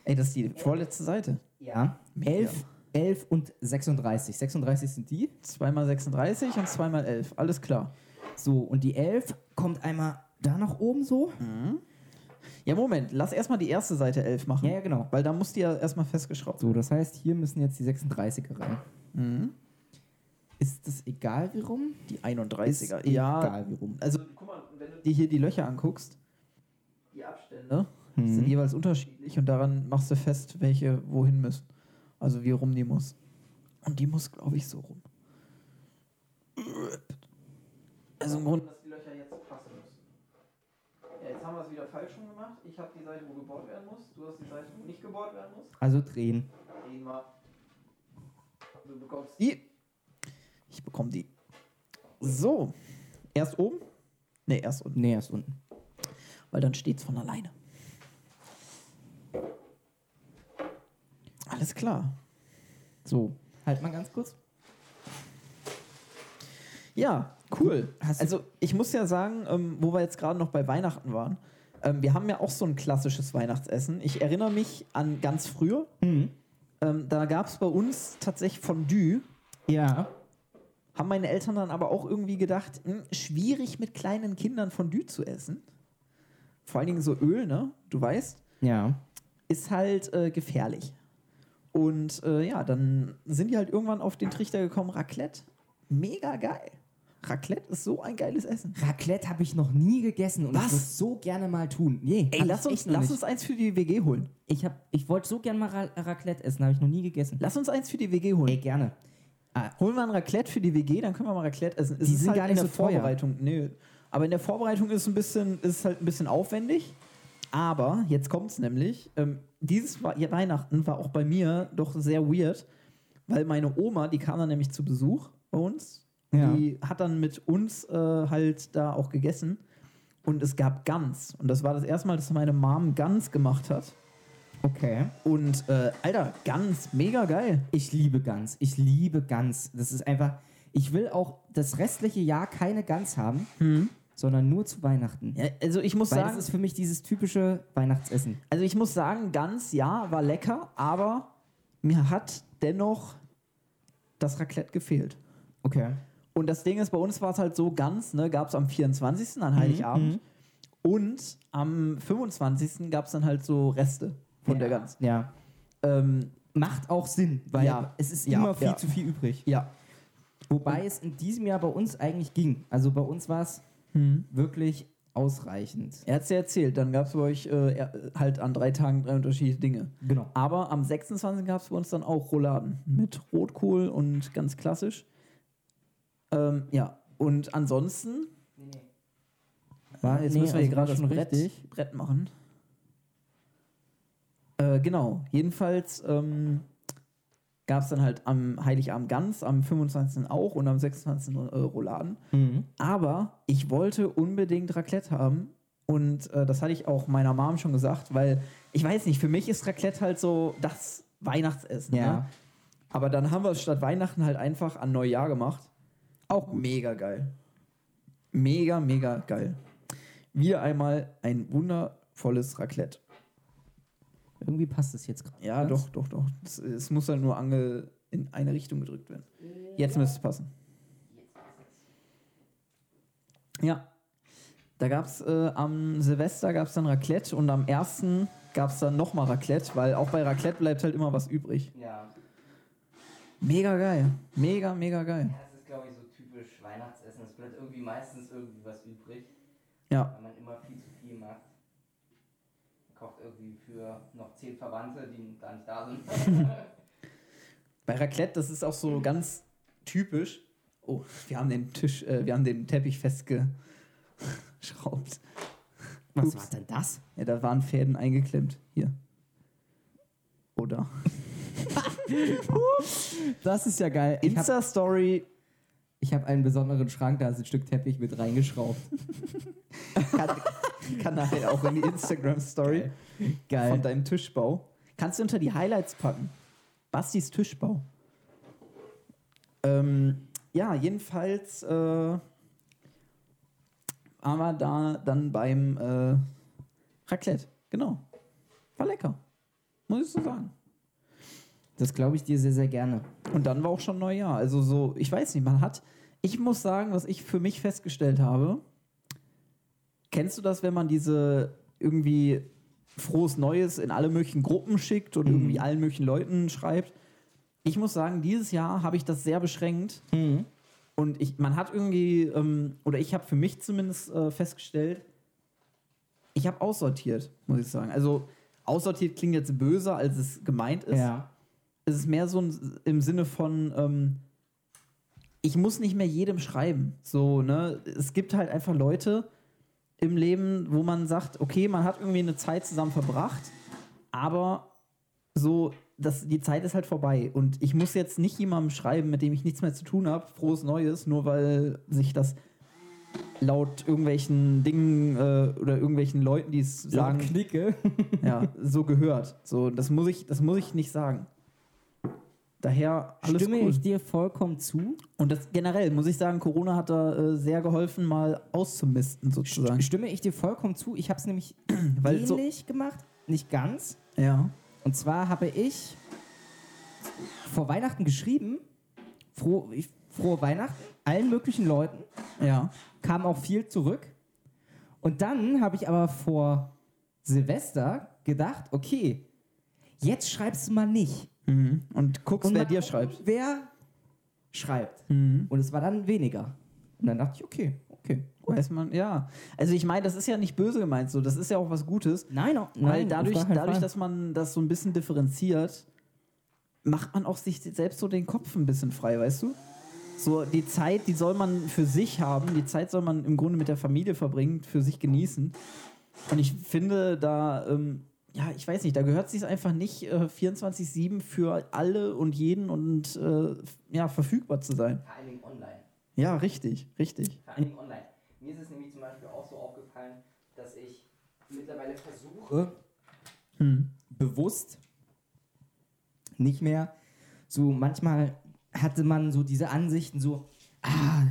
Speaker 2: Ey, das ist die vorletzte Seite.
Speaker 1: ja, 11, 11 und 36. 36 sind die.
Speaker 2: 2x36 und 2x11. Alles klar.
Speaker 1: So, und die 11 kommt einmal da nach oben so.
Speaker 2: Ja, Moment. Lass erstmal die erste Seite 11 machen.
Speaker 1: Ja, ja, genau.
Speaker 2: Weil da muss die ja erstmal festgeschraubt
Speaker 1: So, das heißt, hier müssen jetzt die 36er rein.
Speaker 2: Mhm.
Speaker 1: Ist das egal, wie rum?
Speaker 2: Die 31er.
Speaker 1: Ist
Speaker 2: ja.
Speaker 1: Egal, wie rum.
Speaker 2: Also,
Speaker 4: Guck mal, wenn du
Speaker 2: dir hier die Löcher anguckst,
Speaker 4: die Abstände.
Speaker 2: ne?
Speaker 1: Mhm.
Speaker 2: sind jeweils unterschiedlich und daran machst du fest, welche wohin müssen. Also wie rum die muss. Und die muss, glaube ich, so rum. Also im Grunde.
Speaker 4: dass die Löcher jetzt passen müssen. Ja, jetzt haben wir es wieder falsch rum gemacht. Ich habe die Seite, wo gebohrt werden muss. Du hast die Seite, wo nicht gebohrt werden muss.
Speaker 1: Also drehen.
Speaker 4: Gehen wir. Du bekommst
Speaker 2: I. Ich bekomme die. So. Erst oben? Ne, erst unten.
Speaker 1: Nee, erst unten.
Speaker 2: Weil dann steht's von alleine. Alles klar.
Speaker 1: So, halt mal ganz kurz.
Speaker 2: Ja, cool.
Speaker 1: Hast du-
Speaker 2: also ich muss ja sagen, ähm, wo wir jetzt gerade noch bei Weihnachten waren, ähm, wir haben ja auch so ein klassisches Weihnachtsessen. Ich erinnere mich an ganz früher. Ähm, da gab es bei uns tatsächlich Fondue.
Speaker 1: Ja.
Speaker 2: Haben meine Eltern dann aber auch irgendwie gedacht, hm, schwierig mit kleinen Kindern Fondue zu essen. Vor allen Dingen so Öl, ne? Du weißt
Speaker 1: Ja.
Speaker 2: ist halt äh, gefährlich. Und äh, ja, dann sind die halt irgendwann auf den Trichter gekommen, Raclette, mega geil. Raclette ist so ein geiles Essen.
Speaker 1: Raclette habe ich noch nie gegessen und
Speaker 2: Was?
Speaker 1: ich würde so gerne mal tun. Nee,
Speaker 2: Ey,
Speaker 1: hab
Speaker 2: lass
Speaker 1: ich
Speaker 2: uns,
Speaker 1: echt noch
Speaker 2: lass
Speaker 1: nicht.
Speaker 2: uns eins für die WG holen.
Speaker 1: Ich, hab- ich wollte so gerne mal Ra Raclette essen, habe ich noch nie gegessen.
Speaker 2: Lass uns eins für die WG holen.
Speaker 1: Ey, gerne.
Speaker 2: Holen wir ein Raclette für die WG, dann können wir mal Raclette essen. Es
Speaker 1: Die
Speaker 2: ist
Speaker 1: sind
Speaker 2: halt
Speaker 1: gar
Speaker 2: in
Speaker 1: nicht
Speaker 2: der
Speaker 1: so teuer.
Speaker 2: Vorbereitung. Nö. Aber in der Vorbereitung ist es ein bisschen, ist es halt ein bisschen aufwendig. Aber jetzt kommt's nämlich. Ähm, dieses Wa- ja, Weihnachten war auch bei mir doch sehr weird, weil meine Oma, die kam dann nämlich zu Besuch bei uns.
Speaker 1: Ja.
Speaker 2: Die hat dann mit uns äh, halt da auch gegessen. Und es gab Gans. Und das war das erste Mal, dass meine Mom Gans gemacht hat.
Speaker 1: Okay.
Speaker 2: Und äh, Alter, Gans, mega geil.
Speaker 1: Ich liebe Gans. Ich liebe Gans. Das ist einfach. Ich will auch das restliche Jahr keine Gans haben,
Speaker 2: Hm.
Speaker 1: sondern nur zu Weihnachten.
Speaker 2: Ja, also ich muss
Speaker 1: Weil
Speaker 2: sagen,
Speaker 1: das ist für mich dieses typische Weihnachtsessen.
Speaker 2: Also ich muss sagen, ganz ja, war lecker, aber mir hat dennoch das Raclette gefehlt.
Speaker 1: Okay.
Speaker 2: Und das Ding ist, bei uns war es halt so ganz, ne, gab es am 24. an Heiligabend und am 25. gab es dann halt so Reste von der Gans.
Speaker 1: Ja.
Speaker 2: Ähm,
Speaker 1: Macht auch Sinn, weil
Speaker 2: Ja.
Speaker 1: es ist
Speaker 2: Ja,
Speaker 1: immer viel
Speaker 2: ja.
Speaker 1: zu viel übrig.
Speaker 2: ja,
Speaker 1: Wobei es in diesem Jahr bei uns eigentlich ging. Also bei uns war es Hm. wirklich ausreichend.
Speaker 2: er hat es ja erzählt, dann gab es bei euch äh, er- halt an drei Tagen drei unterschiedliche Dinge.
Speaker 1: Genau.
Speaker 2: Aber am 26. gab es bei uns dann auch Rouladen mit Rotkohl und ganz klassisch. Ähm, ja, und ansonsten
Speaker 4: Nee, nee.
Speaker 2: War, jetzt
Speaker 1: Nee,
Speaker 2: müssen wir
Speaker 1: also
Speaker 2: hier gerade
Speaker 1: war
Speaker 2: das
Speaker 1: schon
Speaker 2: Brett,
Speaker 1: richtig.
Speaker 2: Brett machen. Äh, genau, jedenfalls ähm, gab es dann halt am Heiligabend ganz, am 25. auch und am 26. Äh, Rouladen.
Speaker 1: Mhm.
Speaker 2: Aber ich wollte unbedingt Raclette haben. Und äh, das hatte ich auch meiner Mom schon gesagt, weil ich weiß nicht, für mich ist Raclette halt so das Weihnachtsessen. Ne?
Speaker 1: Ja.
Speaker 2: Aber dann haben wir es statt Weihnachten halt einfach an Neujahr gemacht. Auch mega geil. Mega, mega geil. Wieder einmal ein wundervolles Raclette.
Speaker 1: Irgendwie passt es jetzt gerade.
Speaker 2: Ja, doch, doch, doch. Es, es muss halt nur ange in eine Richtung gedrückt werden. Jetzt müsste es passen. Ja. Da gab es äh, am Silvester gab es dann Raclette und am 1. gab es dann nochmal Raclette, weil auch bei Raclette bleibt halt immer was übrig.
Speaker 4: Ja,
Speaker 2: Mega geil. Mega, mega geil.
Speaker 4: das ist, glaube ich, so typisch Weihnachtsessen. Es bleibt irgendwie meistens irgendwie was übrig,
Speaker 2: Ja.
Speaker 4: weil man immer viel zu viel macht. Man kocht irgendwie für noch zehn Verwandte, die gar nicht da sind.
Speaker 2: Bei Raclette, das ist auch so ganz typisch. Oh, wir haben den Tisch, äh, wir haben den Teppich festgeschraubt.
Speaker 1: Was
Speaker 2: Ups.
Speaker 1: war denn das?
Speaker 2: Ja, da waren Fäden eingeklemmt. Hier. Oder?
Speaker 1: Das ist ja geil. Ich habe
Speaker 2: Insta-Story.
Speaker 1: hab einen besonderen Schrank, da ist ein Stück Teppich mit reingeschraubt.
Speaker 2: Kann, kann nachher auch in die Instagram-Story von
Speaker 1: Geil.
Speaker 2: deinem Tischbau. Kannst du unter die Highlights packen. Bastis Tischbau. Ähm, ja, jedenfalls äh, waren wir da dann beim äh, Raclette. Genau. War lecker. Muss ich so sagen.
Speaker 1: Das glaube ich dir sehr, sehr gerne.
Speaker 2: Und dann war auch schon Neujahr. Also so, ich weiß nicht, man hat, ich muss sagen, was ich für mich festgestellt habe, kennst du das, wenn man diese irgendwie frohes Neues in alle möglichen Gruppen schickt und irgendwie allen möglichen Leuten schreibt? Ich muss sagen, dieses Jahr habe ich das sehr beschränkt. Und ich, man hat irgendwie, ähm, oder ich habe für mich zumindest äh, festgestellt, ich habe aussortiert, muss ich sagen. Also aussortiert klingt jetzt böser, als es gemeint ist
Speaker 1: Ja.
Speaker 2: es ist mehr so ein, im Sinne von, ähm, ich muss nicht mehr jedem schreiben. So, ne? Es gibt halt einfach Leute im Leben, wo man sagt, okay, man hat irgendwie eine Zeit zusammen verbracht, aber so, das, die Zeit ist halt vorbei. Und ich muss jetzt nicht jemandem schreiben, mit dem ich nichts mehr zu tun habe, frohes Neues, nur weil sich das laut irgendwelchen Dingen äh, oder irgendwelchen Leuten, die es sagen,
Speaker 1: Knicke.
Speaker 2: ja, so gehört. So, das muss ich, das muss ich nicht sagen. Daher alles
Speaker 1: Stimme
Speaker 2: cool.
Speaker 1: ich dir vollkommen zu?
Speaker 2: Und das generell muss ich sagen, Corona hat da äh, sehr geholfen, mal auszumisten sozusagen.
Speaker 1: Stimme ich dir vollkommen zu? Ich habe es nämlich
Speaker 2: Weil so,
Speaker 1: ähnlich gemacht, nicht ganz.
Speaker 2: ja,
Speaker 1: Und zwar habe ich vor Weihnachten geschrieben, froh, ich, frohe Weihnachten, allen möglichen Leuten,
Speaker 2: ja,
Speaker 1: kam auch viel zurück. Und dann habe ich aber vor Silvester gedacht, okay, jetzt schreibst du mal nicht.
Speaker 2: mhm. und guckst,
Speaker 1: Und
Speaker 2: wer
Speaker 1: mal
Speaker 2: dir
Speaker 1: gucken,
Speaker 2: schreibt.
Speaker 1: Wer schreibt.
Speaker 2: Mhm.
Speaker 1: Und es war dann weniger. Und dann dachte ich, okay, okay.
Speaker 2: Weiß man, ja. Also ich meine, das ist ja nicht böse gemeint, so das ist ja auch was Gutes.
Speaker 1: Nein, nein,
Speaker 2: weil dadurch,
Speaker 1: auf gar keinen
Speaker 2: dadurch,
Speaker 1: Fall.
Speaker 2: dass man das so ein bisschen differenziert, macht man auch sich selbst so den Kopf ein bisschen frei, weißt du? So die Zeit, die soll man für sich haben, die Zeit soll man im Grunde mit der Familie verbringen, für sich genießen. Und ich finde, da, ähm, ja, ich weiß nicht, da gehört sich einfach nicht äh, 24-7 für alle und jeden und äh, f- ja, verfügbar zu sein.
Speaker 4: Vor allen Dingen online.
Speaker 2: Ja, richtig, richtig.
Speaker 4: Vor allen Dingen online. Mir ist es nämlich zum Beispiel auch so aufgefallen, dass ich mittlerweile versuche,
Speaker 2: Hm.
Speaker 1: bewusst nicht mehr. So manchmal hatte man so diese Ansichten so, ah,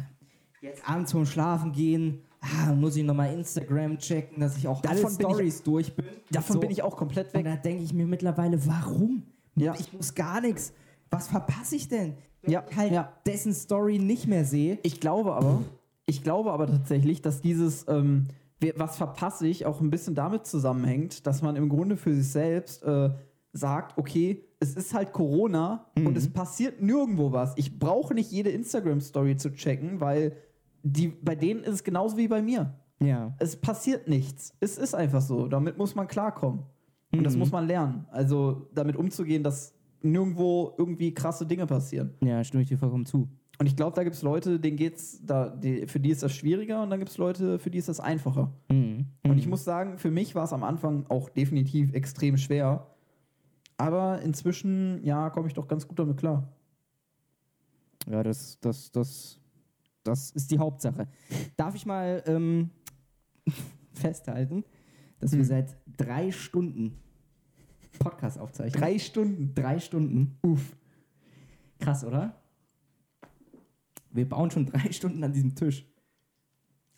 Speaker 1: jetzt abends zum Schlafen gehen, ah, muss ich nochmal Instagram checken, dass ich auch alle
Speaker 2: Davon bin ich-
Speaker 1: Stories durch bin.
Speaker 2: Davon
Speaker 1: so.
Speaker 2: bin ich auch komplett
Speaker 1: Und
Speaker 2: weg.
Speaker 1: da denke ich mir mittlerweile, warum?
Speaker 2: Ja.
Speaker 1: Ich muss gar nichts. Was verpasse ich denn? Wenn
Speaker 2: Ja,
Speaker 1: ich halt
Speaker 2: ja.
Speaker 1: dessen Story nicht mehr sehe.
Speaker 2: Ich glaube aber, ich glaube aber tatsächlich, dass dieses ähm, wer- was verpasse ich auch ein bisschen damit zusammenhängt, dass man im Grunde für sich selbst äh, sagt, okay, es ist halt Corona und es passiert nirgendwo was. Ich brauche nicht jede Instagram Story zu checken, weil die bei denen ist es genauso wie bei mir.
Speaker 1: Ja.
Speaker 2: Es passiert nichts. Es ist einfach so. Damit muss man klarkommen. Und das
Speaker 1: Mhm.
Speaker 2: muss man lernen. Also damit umzugehen, dass nirgendwo irgendwie krasse Dinge passieren.
Speaker 1: Ja, stimme ich dir vollkommen zu.
Speaker 2: Und ich glaube, da gibt es Leute, denen geht's, da, die, für die ist das schwieriger und dann gibt es Leute, für die ist das einfacher. Mhm.
Speaker 1: Mhm.
Speaker 2: Und ich muss sagen, für mich war es am Anfang auch definitiv extrem schwer. Aber inzwischen, ja, komme ich doch ganz gut damit klar.
Speaker 1: Ja, das, das, das, das ist die Hauptsache. Darf ich mal ähm, [laughs] festhalten, dass wir
Speaker 2: Hm.
Speaker 1: seit drei Stunden Podcast aufzeichnen?
Speaker 2: Drei Stunden.
Speaker 1: Drei Stunden. Uff. Krass, oder? Wir bauen schon [laughs] drei Stunden an diesem Tisch.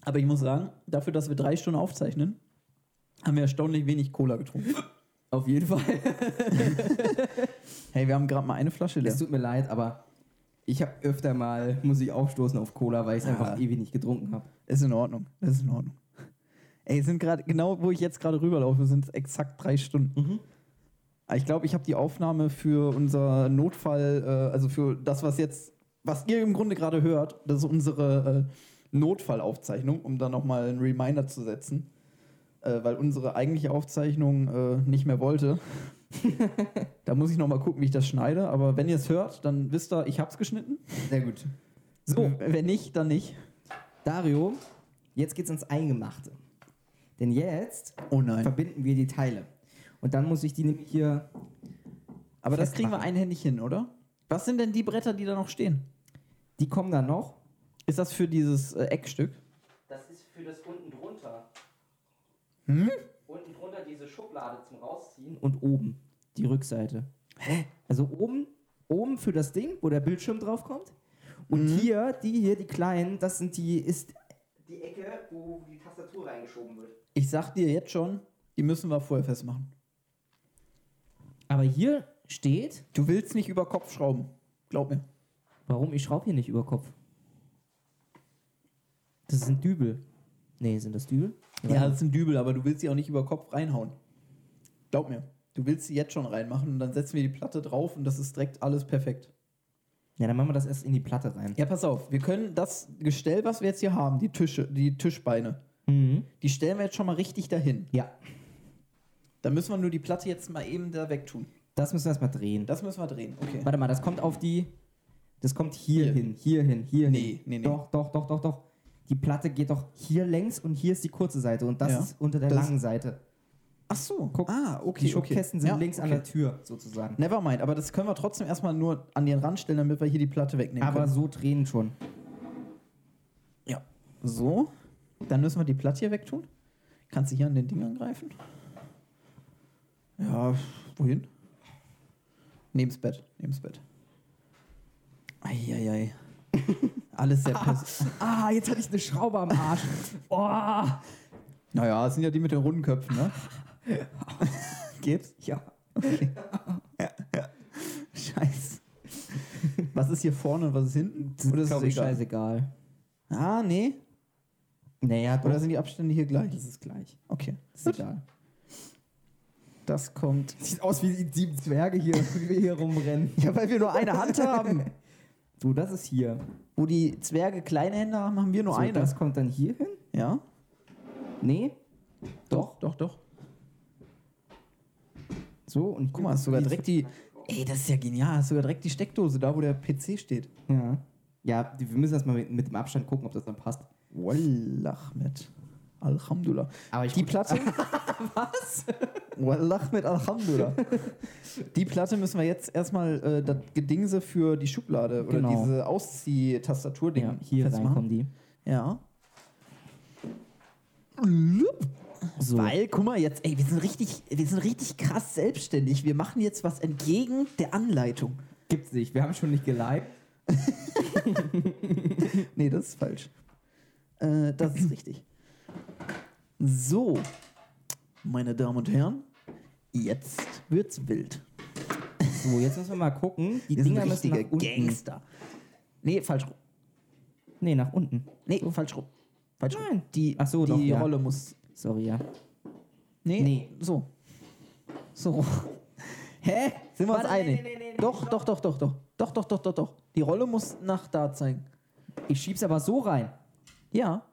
Speaker 2: Aber ich muss sagen, dafür, dass wir drei Stunden aufzeichnen, haben wir erstaunlich wenig Cola getrunken.
Speaker 1: Auf jeden Fall.
Speaker 2: [laughs] Hey, wir haben gerade mal eine Flasche leer.
Speaker 1: Es tut mir leid, aber ich habe öfter mal, muss ich aufstoßen auf Cola, weil ich es einfach
Speaker 2: Ja.
Speaker 1: ewig nicht getrunken habe.
Speaker 2: Ist in Ordnung. Ist in Ordnung. Ey, es sind gerade, genau wo ich jetzt gerade rüberlaufe, sind es exakt drei Stunden. Aber Ich glaube, ich habe die Aufnahme für unser Notfall, äh, also für das, was jetzt, was ihr im Grunde gerade hört, das ist unsere äh, Notfallaufzeichnung, um da nochmal einen Reminder zu setzen. Äh, weil unsere eigentliche Aufzeichnung äh, nicht mehr wollte. da muss ich nochmal gucken, wie ich das schneide. Aber wenn ihr es hört, dann wisst ihr, ich hab's geschnitten.
Speaker 1: Sehr gut.
Speaker 2: So, wenn nicht, dann nicht.
Speaker 1: Dario, jetzt geht's ans Eingemachte. Denn jetzt
Speaker 2: Oh nein.
Speaker 1: verbinden wir die Teile. Und dann muss ich die nämlich hier.
Speaker 2: Aber das kriegen wir
Speaker 1: Festmachen.
Speaker 2: einhändig hin, oder? Was sind denn die Bretter, die da noch stehen?
Speaker 1: Die kommen dann noch.
Speaker 2: Ist das für dieses äh, Eckstück?
Speaker 4: Das ist für das unten drunter.
Speaker 2: Hm?
Speaker 4: Unten drunter diese Schublade zum Rausziehen.
Speaker 1: und oben die Rückseite. Also oben, oben für das Ding, wo der Bildschirm draufkommt. Und
Speaker 4: Mhm.
Speaker 1: hier, die hier, die kleinen, das sind die, ist.
Speaker 4: Die Ecke, wo die Tastatur reingeschoben wird.
Speaker 2: Ich sag dir jetzt schon, die müssen wir vorher festmachen.
Speaker 1: Aber hier steht,
Speaker 2: Du willst nicht über Kopf schrauben. Glaub mir.
Speaker 1: warum ich schraube hier nicht über Kopf. Das sind Dübel. Nee, sind das Dübel?
Speaker 2: Ja, das ist ein Dübel, aber du willst sie auch nicht über Kopf reinhauen. Glaub mir. Du willst sie jetzt schon reinmachen und dann setzen wir die Platte drauf und das ist direkt alles perfekt.
Speaker 1: Ja, dann machen wir das erst in die Platte rein.
Speaker 2: Ja, pass auf. Wir können das Gestell, was wir jetzt hier haben, die Tische, die Tischbeine,
Speaker 1: Mhm.
Speaker 2: die stellen wir jetzt schon mal richtig dahin.
Speaker 1: Ja,
Speaker 2: Dann müssen wir nur die Platte jetzt mal eben da wegtun.
Speaker 1: das müssen wir erstmal drehen.
Speaker 2: Das müssen wir drehen. Okay.
Speaker 1: Warte mal, das kommt auf die. Das kommt hier
Speaker 2: Hier.
Speaker 1: hin, hier hin, hier
Speaker 2: Nee,
Speaker 1: hin.
Speaker 2: nee, nee.
Speaker 1: Doch, doch, doch, doch, doch. Die Platte geht doch hier längs und hier ist die kurze Seite und das
Speaker 2: Ja.
Speaker 1: ist unter der
Speaker 2: Das-
Speaker 1: langen Seite.
Speaker 2: Ach so.
Speaker 1: Guck,
Speaker 2: ah, okay.
Speaker 1: Die Schubkästen sind
Speaker 2: okay. Ja,
Speaker 1: links an
Speaker 2: okay.
Speaker 1: der Tür sozusagen.
Speaker 2: Nevermind, aber das können wir trotzdem erstmal nur an den Rand stellen, damit wir hier die Platte wegnehmen
Speaker 1: Aber
Speaker 2: können.
Speaker 1: so drehen schon.
Speaker 2: Ja. So. Dann müssen wir die Platte hier wegtun. Kannst du hier an den Ding angreifen? Ja, wohin? Neben's Bett. Neben's Bett. Eieiei. [laughs] Alles sehr pass.
Speaker 1: Ah, jetzt hatte ich eine Schraube am Arsch. oh,
Speaker 2: Naja, es sind ja die mit den runden Köpfen, ne? [laughs] Geht's?
Speaker 1: ja.
Speaker 2: [laughs] Scheiße. Was ist hier vorne und was ist hinten? Oder ist es
Speaker 1: glaube ich,
Speaker 2: egal?
Speaker 1: scheißegal.
Speaker 2: Ah, nee.
Speaker 1: Naja, doch,
Speaker 2: Oder sind die Abstände hier gleich?
Speaker 1: das ist gleich.
Speaker 2: Okay.
Speaker 1: Ist egal.
Speaker 2: Das kommt.
Speaker 1: Sieht aus wie die sieben Zwerge [laughs] hier, wie wir hier [laughs] rumrennen.
Speaker 2: Ja, weil wir nur eine Hand [laughs] haben.
Speaker 1: Du, das ist hier.
Speaker 2: Wo die Zwerge kleine Hände haben, haben wir nur
Speaker 1: So,
Speaker 2: eine.
Speaker 1: das kommt dann hier hin?
Speaker 2: Ja?
Speaker 1: Nee.
Speaker 2: Doch, doch, doch.
Speaker 1: So, und
Speaker 2: Guck mal, hast sogar direkt die. Ey, das ist ja genial. Hast sogar direkt die Steckdose da, wo der PC steht.
Speaker 1: Ja. Ja, die, wir müssen erstmal mit, mit dem Abstand gucken, ob das dann passt.
Speaker 2: Wallachmet. Alhamdulillah.
Speaker 1: Aber ich [laughs]
Speaker 2: Die Platte. Was? Wallachmet Alhamdulillah. Die Platte müssen wir jetzt erstmal äh, das Gedingse für die Schublade oder
Speaker 1: Genau.
Speaker 2: diese Ausziehtastatur-Ding
Speaker 1: ja, hier reinkommen die.
Speaker 2: Ja.
Speaker 1: So.
Speaker 2: Weil, guck mal, jetzt, ey, wir sind richtig, wir sind richtig krass selbstständig. Wir machen jetzt was entgegen der Anleitung.
Speaker 1: Gibt's nicht. Wir haben schon nicht geliked.
Speaker 2: Nee, das ist falsch. Äh, das ist richtig. So, meine Damen und Herren, jetzt wird's wild.
Speaker 1: So, jetzt müssen wir mal gucken. Die
Speaker 2: Wir sind
Speaker 1: Dinger müssen nach
Speaker 2: richtige
Speaker 1: unten.
Speaker 2: Gangster. Nee, falsch rum.
Speaker 1: Nee, nach unten.
Speaker 2: Nee, falsch rum. Falsch rum.
Speaker 1: Nein.
Speaker 2: Die,
Speaker 1: Ach so,
Speaker 2: die
Speaker 1: doch, ja.
Speaker 2: Rolle muss.
Speaker 1: Sorry, [laughs] ja.
Speaker 2: Nee,
Speaker 1: Nee.
Speaker 2: so. So. [laughs] Hä? Sind wir uns
Speaker 1: Warte, nee,
Speaker 2: einig?
Speaker 1: nee, nee, nee,
Speaker 2: doch, doch, doch, doch, doch. Doch, doch, doch, doch, doch. Die Rolle muss nach da zeigen.
Speaker 1: Ich schieb's aber so rein.
Speaker 2: Ja.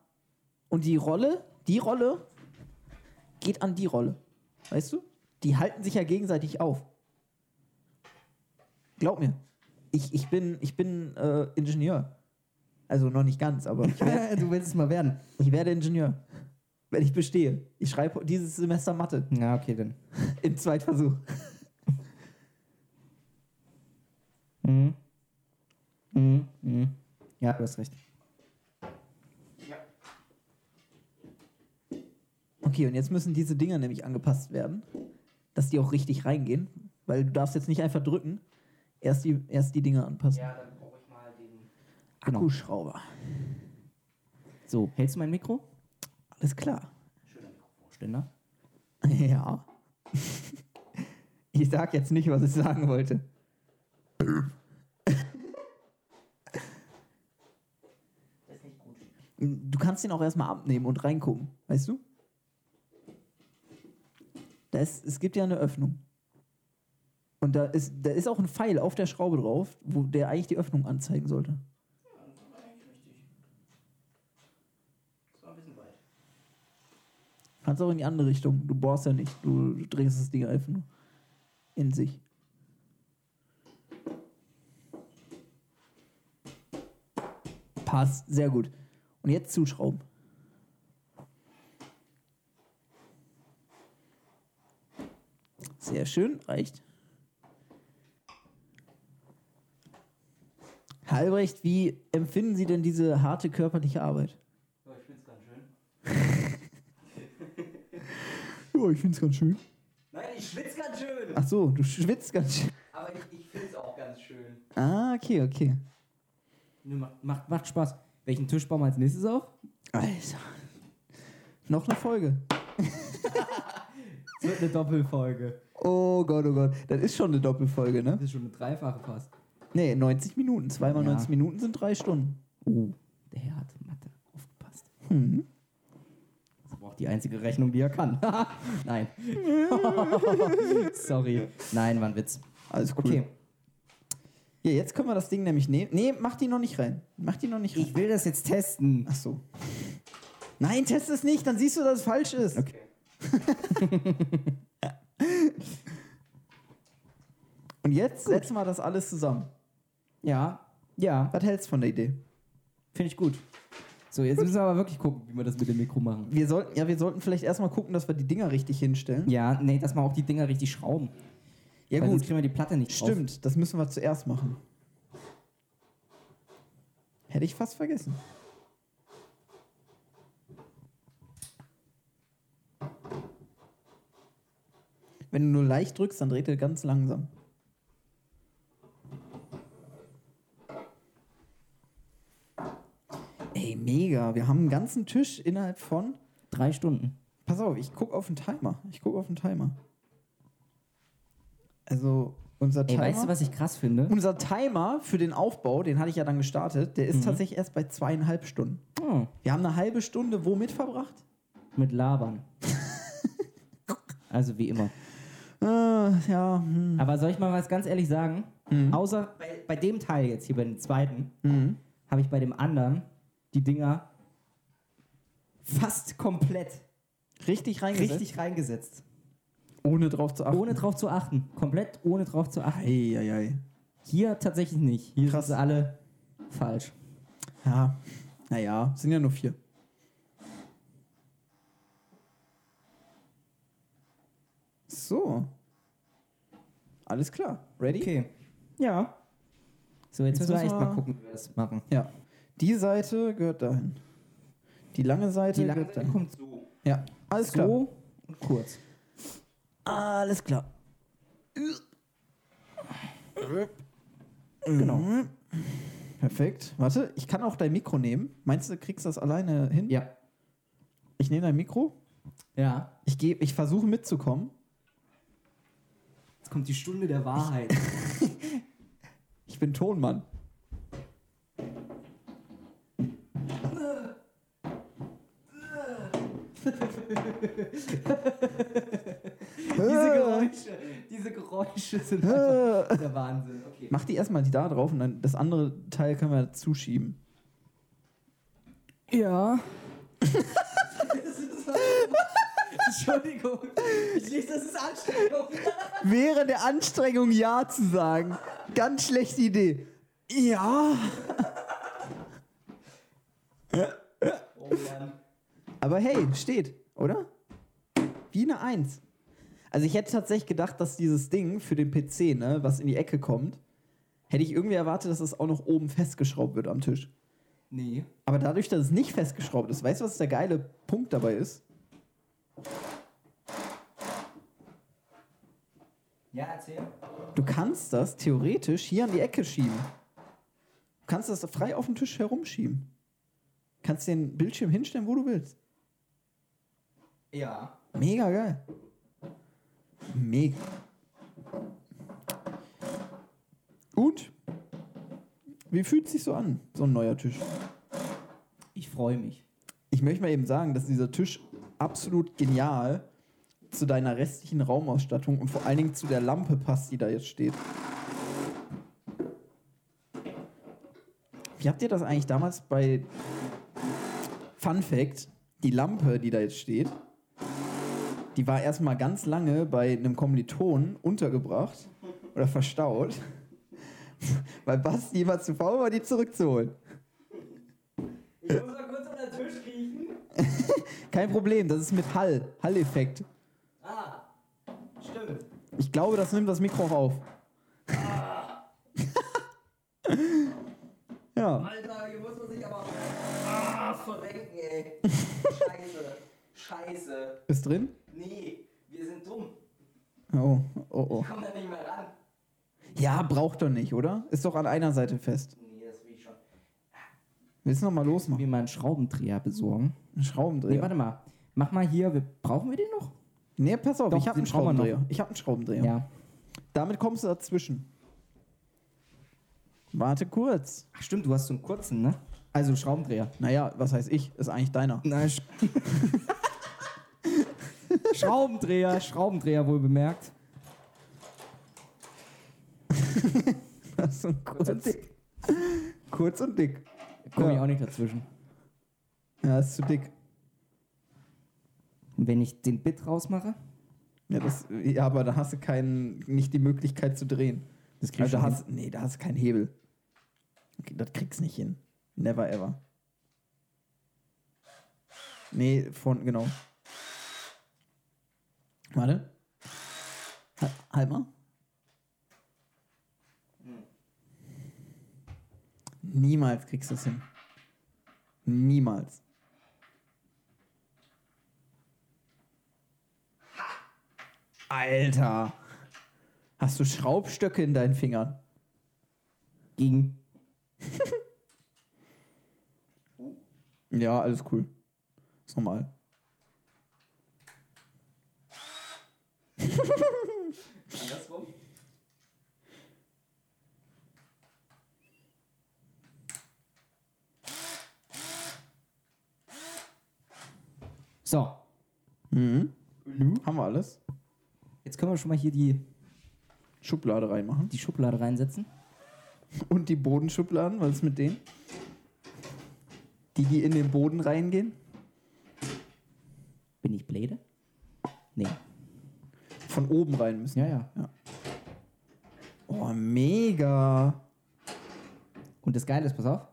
Speaker 2: Und die Rolle, die Rolle geht an die Rolle. Weißt du? Die halten sich ja gegenseitig auf. Glaub mir. Ich, ich bin, ich bin äh, Ingenieur. Also noch nicht ganz, aber ich,
Speaker 1: [laughs]
Speaker 2: werd,
Speaker 1: du willst es mal werden.
Speaker 2: ich werde Ingenieur. Wenn ich bestehe. Ich schreibe dieses Semester Mathe
Speaker 1: Na, okay, dann.
Speaker 2: im Zweitversuch.
Speaker 1: Mhm. Mhm. Mhm. Ja, du hast recht.
Speaker 2: Okay, und jetzt müssen diese Dinger nämlich angepasst werden, dass die auch richtig reingehen, weil du darfst jetzt nicht einfach drücken, erst die, erst die Dinger anpassen.
Speaker 4: Ja, dann brauche ich mal den.
Speaker 1: genau.
Speaker 2: Akkuschrauber.
Speaker 1: So, hältst du mein Mikro?
Speaker 2: Alles klar.
Speaker 1: Ständer.
Speaker 2: Ja. [laughs] Ich sag jetzt nicht, was ich sagen wollte.
Speaker 4: Das ist nicht gut. Ich
Speaker 2: Du kannst den auch erstmal abnehmen und reingucken, weißt du? Da ist, es gibt ja eine Öffnung. Und da ist, da ist auch ein Pfeil auf der Schraube drauf, wo der eigentlich die Öffnung anzeigen sollte. Kannst auch in die andere Richtung. Du bohrst ja nicht. Du drehst das Ding einfach nur in sich. Passt. Sehr gut. Und jetzt zuschrauben. Sehr schön. Reicht. Herr Albrecht, wie empfinden Sie denn diese harte körperliche Arbeit?
Speaker 4: finde es ganz schön.
Speaker 2: Ja, ich finde es ganz schön.
Speaker 4: Nein, ich schwitze ganz schön.
Speaker 2: Ach so, du schwitzt ganz schön.
Speaker 4: Aber ich, ich finde es auch ganz schön.
Speaker 2: Ah, okay, okay.
Speaker 1: Nö, macht, macht, macht Spaß. Welchen Tisch bauen wir als nächstes auf?
Speaker 2: Alter. Also, Noch eine Folge.
Speaker 1: Es wird eine Doppelfolge.
Speaker 2: Oh Gott, oh Gott. Das ist schon eine Doppelfolge, ne?
Speaker 1: Das ist schon eine dreifache fast.
Speaker 2: Nee, 90 Minuten. Zweimal
Speaker 1: Ja.
Speaker 2: 90 Minuten sind drei Stunden.
Speaker 1: Oh, der Herr hat Mathe aufgepasst.
Speaker 2: Hm.
Speaker 1: Das war auch die einzige Rechnung, die er kann. [laughs]
Speaker 2: [laughs]
Speaker 1: Nein. Sorry. Nein, war ein Witz.
Speaker 2: Alles cool.
Speaker 1: Okay.
Speaker 2: Ja, jetzt können wir das Ding nämlich nehmen. Nee, mach die noch nicht rein. Mach die noch nicht rein.
Speaker 1: Ich will das jetzt testen.
Speaker 2: Ach so. Nein, test es nicht, dann siehst du, dass es falsch ist.
Speaker 1: Okay.
Speaker 2: [laughs] Und jetzt setzen wir das alles zusammen.
Speaker 1: Ja, ja,
Speaker 2: Was hältst du von der Idee?
Speaker 1: finde ich gut. So, jetzt müssen wir aber wirklich gucken, wie wir das mit dem Mikro machen.
Speaker 2: Wir sollten, ja, wir sollten vielleicht erstmal gucken, dass wir die Dinger richtig hinstellen.
Speaker 1: Ja, nee, dass wir auch die Dinger richtig schrauben.
Speaker 2: Ja,
Speaker 1: weil Sonst kriegen wir die Platte nicht drauf.
Speaker 2: Stimmt, das müssen wir zuerst machen. Hätte ich fast vergessen. Wenn du nur leicht drückst, dann dreht er ganz langsam. Ey, mega. Wir haben einen ganzen Tisch innerhalb von.
Speaker 1: Drei Stunden.
Speaker 2: Pass auf, ich gucke auf den Timer. Ich gucke auf den Timer. Also, unser
Speaker 1: Ey,
Speaker 2: Timer.
Speaker 1: weißt du, was ich krass finde?
Speaker 2: Unser Timer für den Aufbau, den hatte ich ja dann gestartet, der ist
Speaker 1: Mhm.
Speaker 2: tatsächlich erst bei zweieinhalb Stunden.
Speaker 1: Oh,
Speaker 2: Wir haben eine halbe Stunde womit verbracht?
Speaker 1: mit Labern. also wie immer.
Speaker 2: Äh, ja. hm.
Speaker 1: Aber soll ich mal was ganz ehrlich sagen? Außer bei, bei dem Teil jetzt, hier bei dem zweiten,
Speaker 2: hm.
Speaker 1: habe ich bei dem anderen die Dinger fast komplett
Speaker 2: Richtig reingesetzt.
Speaker 1: richtig reingesetzt.
Speaker 2: Ohne drauf zu achten.
Speaker 1: Ohne drauf zu achten. Komplett ohne drauf zu achten.
Speaker 2: Eieiei.
Speaker 1: Hier tatsächlich nicht. Hier
Speaker 2: Krass.
Speaker 1: sind sie alle falsch.
Speaker 2: Ja. Naja, sind ja nur vier. So. Alles klar. Ready?
Speaker 1: Okay. Ja. So, jetzt,
Speaker 2: Jetzt
Speaker 1: müssen wir echt
Speaker 2: müssen wir-
Speaker 1: mal gucken, wie wir das machen.
Speaker 2: Ja. Die Seite gehört dahin. Die lange Seite
Speaker 1: Die lange
Speaker 2: gehört
Speaker 1: Seite
Speaker 2: dahin.
Speaker 1: kommt so.
Speaker 2: Ja. Alles klar.
Speaker 1: So und kurz.
Speaker 2: Alles klar.
Speaker 1: Mhm.
Speaker 2: Genau. Perfekt. Warte, ich kann auch dein Mikro nehmen. Meinst du, kriegst du das alleine hin?
Speaker 1: Ja.
Speaker 2: Ich nehme dein Mikro.
Speaker 1: Ja.
Speaker 2: Ich, geb- ich versuche mitzukommen.
Speaker 1: Jetzt kommt die Stunde der Wahrheit.
Speaker 2: Ich bin Tonmann.
Speaker 1: [laughs] diese Geräusche, diese Geräusche sind einfach der Wahnsinn. Okay.
Speaker 2: Mach die erstmal die da drauf und dann das andere Teil können wir zuschieben.
Speaker 1: Ja. [laughs] Entschuldigung. Ich lese, das ist Anstrengung.
Speaker 2: Wäre der Anstrengung Ja zu sagen. Ganz schlechte Idee. Ja.
Speaker 4: Oh Mann.
Speaker 2: Aber hey, steht, oder? Wie eine Eins. Also ich hätte tatsächlich gedacht, dass dieses Ding für den PC, ne, was in die Ecke kommt, hätte ich irgendwie erwartet, dass das auch noch oben festgeschraubt wird am Tisch.
Speaker 1: Nee.
Speaker 2: Aber dadurch, dass es nicht festgeschraubt ist, weißt du, was der geile Punkt dabei ist?
Speaker 1: Ja, erzähl.
Speaker 2: Du kannst das theoretisch hier an die Ecke schieben. Du kannst das frei auf dem Tisch herumschieben. Kannst den Bildschirm hinstellen, wo du willst.
Speaker 1: Ja.
Speaker 2: Mega geil. Mega. Und? Wie fühlt sich so an, so ein neuer Tisch?
Speaker 1: Ich freue mich.
Speaker 2: Ich möchte mal eben sagen, dass dieser Tisch absolut genial zu deiner restlichen Raumausstattung und vor allen Dingen zu der Lampe passt, die da jetzt steht. Wie habt ihr das eigentlich damals bei Fun Fact? Die Lampe, die da jetzt steht, die war erstmal ganz lange bei einem Kommiliton untergebracht oder verstaut, [laughs] weil Basti immer zu faul war, die zurückzuholen.
Speaker 4: Ich muss mal kurz unter den Tisch kriechen.
Speaker 2: Kein Problem, das ist mit Hall, Hall-Effekt.
Speaker 4: Ah, stimmt.
Speaker 2: Ich glaube, das nimmt das Mikro auch auf. [laughs] ja,
Speaker 4: Alter, hier muss man sich aber ah, verrenken, ey. Scheiße. Scheiße.
Speaker 2: ist drin?
Speaker 4: Nee, wir sind dumm.
Speaker 2: Oh, oh, oh.
Speaker 4: Wir kommen da nicht mehr ran.
Speaker 2: Ja, braucht doch nicht, oder? Ist doch an einer Seite fest.
Speaker 4: Nee, das will ich schon.
Speaker 2: Willst du nochmal losmachen?
Speaker 1: Mir mal einen Schraubendreher besorgen.
Speaker 2: Ein
Speaker 1: Nee,
Speaker 2: Schraubendreher.
Speaker 1: warte mal. Mach mal hier. Wir, brauchen wir den noch?
Speaker 2: Nee, pass auf,
Speaker 1: Doch,
Speaker 2: ich habe einen
Speaker 1: den brauchen wir
Speaker 2: Schraubendreher.
Speaker 1: noch.
Speaker 2: Ich habe einen Schraubendreher.
Speaker 1: Ja.
Speaker 2: Damit kommst du dazwischen. Warte kurz.
Speaker 1: Ach stimmt, du hast so einen kurzen, ne? Also Schraubendreher.
Speaker 2: Naja, was heißt ich? Ist eigentlich deiner.
Speaker 1: Nein. Sch [laughs] Schraubendreher, Schraubendreher wohl bemerkt.
Speaker 2: Das ist kurz und dick. kurz und dick.
Speaker 1: Komme ich
Speaker 2: Ja.
Speaker 1: auch nicht dazwischen.
Speaker 2: Ja, ist zu dick.
Speaker 1: Und wenn ich den Bit rausmache,
Speaker 2: Ja, das, ja, aber da hast du keinen, nicht die Möglichkeit zu drehen.
Speaker 1: das krieg ich
Speaker 2: Also da
Speaker 1: schon hin.
Speaker 2: hast, nee, da hast du keinen Hebel. Okay, das kriegst du nicht hin. Never ever. Nee, von, genau. Warte. Ha- Halt mal. Niemals kriegst du es hin. Niemals. Alter. Hast du Schraubstöcke in deinen Fingern?
Speaker 1: gegen.
Speaker 2: Ja, alles cool. Ist normal.
Speaker 4: Andersrum.
Speaker 1: So,
Speaker 2: Mhm. Haben wir alles?
Speaker 1: jetzt können wir schon mal hier die,
Speaker 2: Schublade reinmachen.
Speaker 1: die Schublade reinsetzen.
Speaker 2: Und die Bodenschubladen, was ist mit denen? Die, die in den Boden reingehen?
Speaker 1: Bin ich Blade? Nee.
Speaker 2: Von oben rein müssen.
Speaker 1: Ja, ja.
Speaker 2: Oh, mega
Speaker 1: Und das Geile ist, pass auf,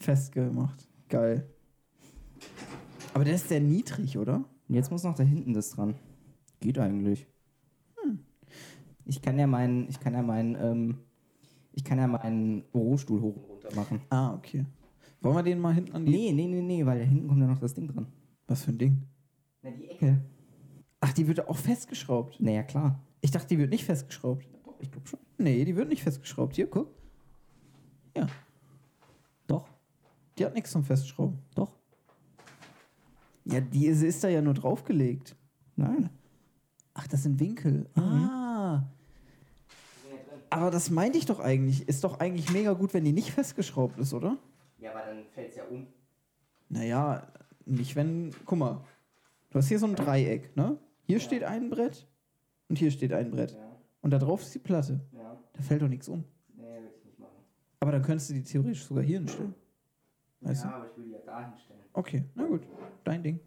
Speaker 2: festgemacht. Geil. Aber der ist sehr niedrig, oder?
Speaker 1: jetzt muss noch da hinten das dran. Geht eigentlich. Hm. Ich kann ja meinen, ich kann ja meinen, ähm, ich kann ja meinen Bürostuhl hoch und runter machen.
Speaker 2: Ah, okay. Wollen wir den mal hinten an die...
Speaker 1: Nee, nee, nee, nee, weil da hinten kommt ja noch das Ding dran.
Speaker 2: Was für ein Ding?
Speaker 1: Na, die Ecke.
Speaker 2: Ach, die wird auch festgeschraubt.
Speaker 1: Naja, klar.
Speaker 2: Ich dachte, die wird nicht festgeschraubt.
Speaker 1: Ich glaube schon.
Speaker 2: Nee, die wird nicht festgeschraubt. Hier, guck. Ja,
Speaker 1: Doch,
Speaker 2: die hat nichts zum Festschrauben.
Speaker 1: doch.
Speaker 2: Ja, die ist, ist da ja nur draufgelegt.
Speaker 1: Nein.
Speaker 2: Ach, das sind Winkel. Ah. Aber das meinte ich doch eigentlich. Ist doch eigentlich mega gut, wenn die nicht festgeschraubt ist, oder?
Speaker 4: Ja, aber dann fällt's ja um.
Speaker 2: Naja, nicht wenn. Guck mal. Du hast hier so ein Dreieck, ne? Hier steht ein Brett und hier steht ein Brett.
Speaker 4: Ja,
Speaker 2: Und da drauf ist die Platte.
Speaker 4: ja.
Speaker 2: Da fällt doch nichts um.
Speaker 4: Nee, will ich nicht machen.
Speaker 2: Aber dann könntest du die theoretisch sogar hier hinstellen. Weißt
Speaker 4: ja,
Speaker 2: du?
Speaker 4: aber ich will die ja da hinstellen.
Speaker 2: Okay, na gut. Dein Ding.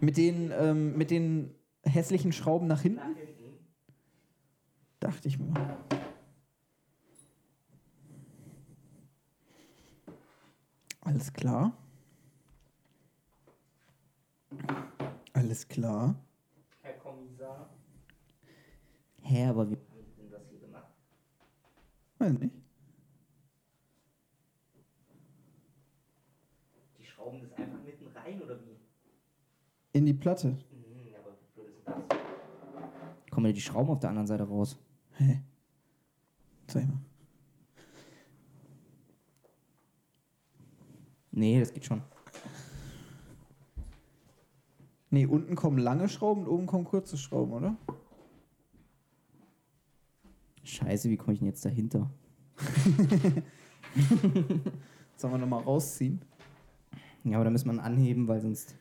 Speaker 2: Mit den, ähm, mit den hässlichen Schrauben nach hinten?
Speaker 4: Nach hinten.
Speaker 2: Dachte ich mir. Alles klar. Alles klar.
Speaker 4: Herr Kommissar.
Speaker 1: Hä, aber wie
Speaker 4: Haben Sie denn das hier
Speaker 2: Weiß nicht.
Speaker 4: Die schrauben das einfach mitten rein oder wie?
Speaker 2: In die Platte.
Speaker 4: Mhm, aber wie blöd ist denn das?
Speaker 1: Kommen ja die Schrauben auf der anderen Seite raus.
Speaker 2: Hä? Zeig mal.
Speaker 1: Nee, das geht schon.
Speaker 2: Nee, unten kommen lange Schrauben und oben kommen kurze Schrauben, oder?
Speaker 1: Scheiße, wie komme ich denn jetzt dahinter?
Speaker 2: Sollen wir nochmal rausziehen?
Speaker 1: Ja, aber da müssen wir ihn anheben, weil sonst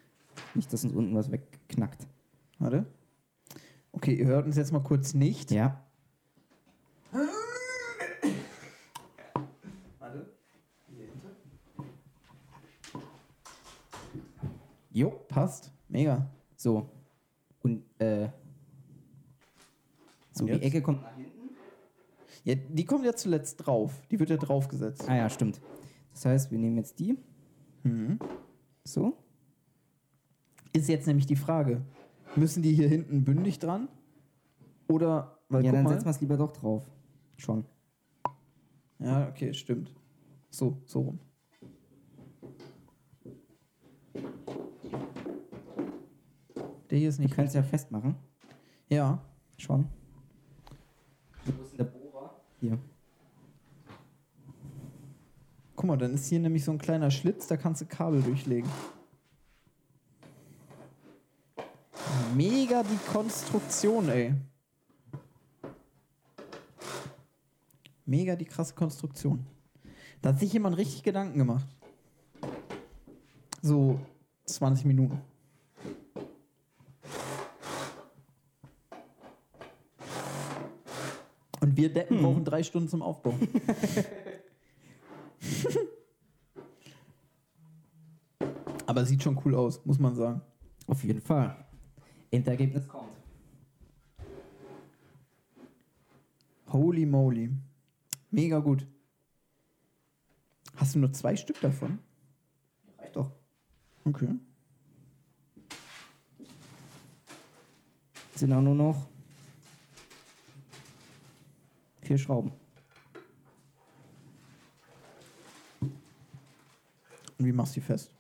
Speaker 1: nicht, dass uns unten was wegknackt.
Speaker 2: Warte. Okay, ihr hört uns jetzt mal kurz
Speaker 1: [coughs]
Speaker 2: nicht.
Speaker 1: Ja.
Speaker 4: Warte. Hier hinten.
Speaker 2: Jo, passt. Mega.
Speaker 1: So. Und, äh. So,
Speaker 2: Und
Speaker 1: die
Speaker 2: jetzt?
Speaker 1: Ecke kommt.
Speaker 2: Ja, die kommt ja zuletzt drauf. Die wird ja draufgesetzt.
Speaker 1: Ah ja, stimmt. Das heißt, wir nehmen jetzt die.
Speaker 2: Mhm.
Speaker 1: So.
Speaker 2: Ist jetzt nämlich die Frage: Müssen die hier hinten bündig dran? Oder, weil
Speaker 1: ja,
Speaker 2: guck
Speaker 1: dann
Speaker 2: mal.
Speaker 1: setzen wir es lieber doch drauf. Schon.
Speaker 2: Ja, okay, stimmt. So, so rum. Der hier ist
Speaker 1: Wir
Speaker 2: nicht.
Speaker 1: können es ja festmachen.
Speaker 2: Ja.
Speaker 1: Schon.
Speaker 4: Wo ist denn der Bohrer?
Speaker 1: Hier.
Speaker 2: Guck mal, dann ist hier nämlich so ein kleiner Schlitz, da kannst du Kabel durchlegen. Mega die Konstruktion, ey. Mega die krasse Konstruktion. Da hat sich jemand richtig Gedanken gemacht. So 20 Minuten. Und wir Deppen brauchen drei Stunden zum Aufbau. Aber sieht schon cool aus, muss man sagen.
Speaker 1: Auf jeden Fall. Endergebnis kommt.
Speaker 2: Holy moly. Mega gut. Hast du nur zwei Stück davon?
Speaker 4: Reicht doch.
Speaker 2: Okay.
Speaker 1: Sind auch nur noch vier Schrauben.
Speaker 2: Und wie machst du die fest?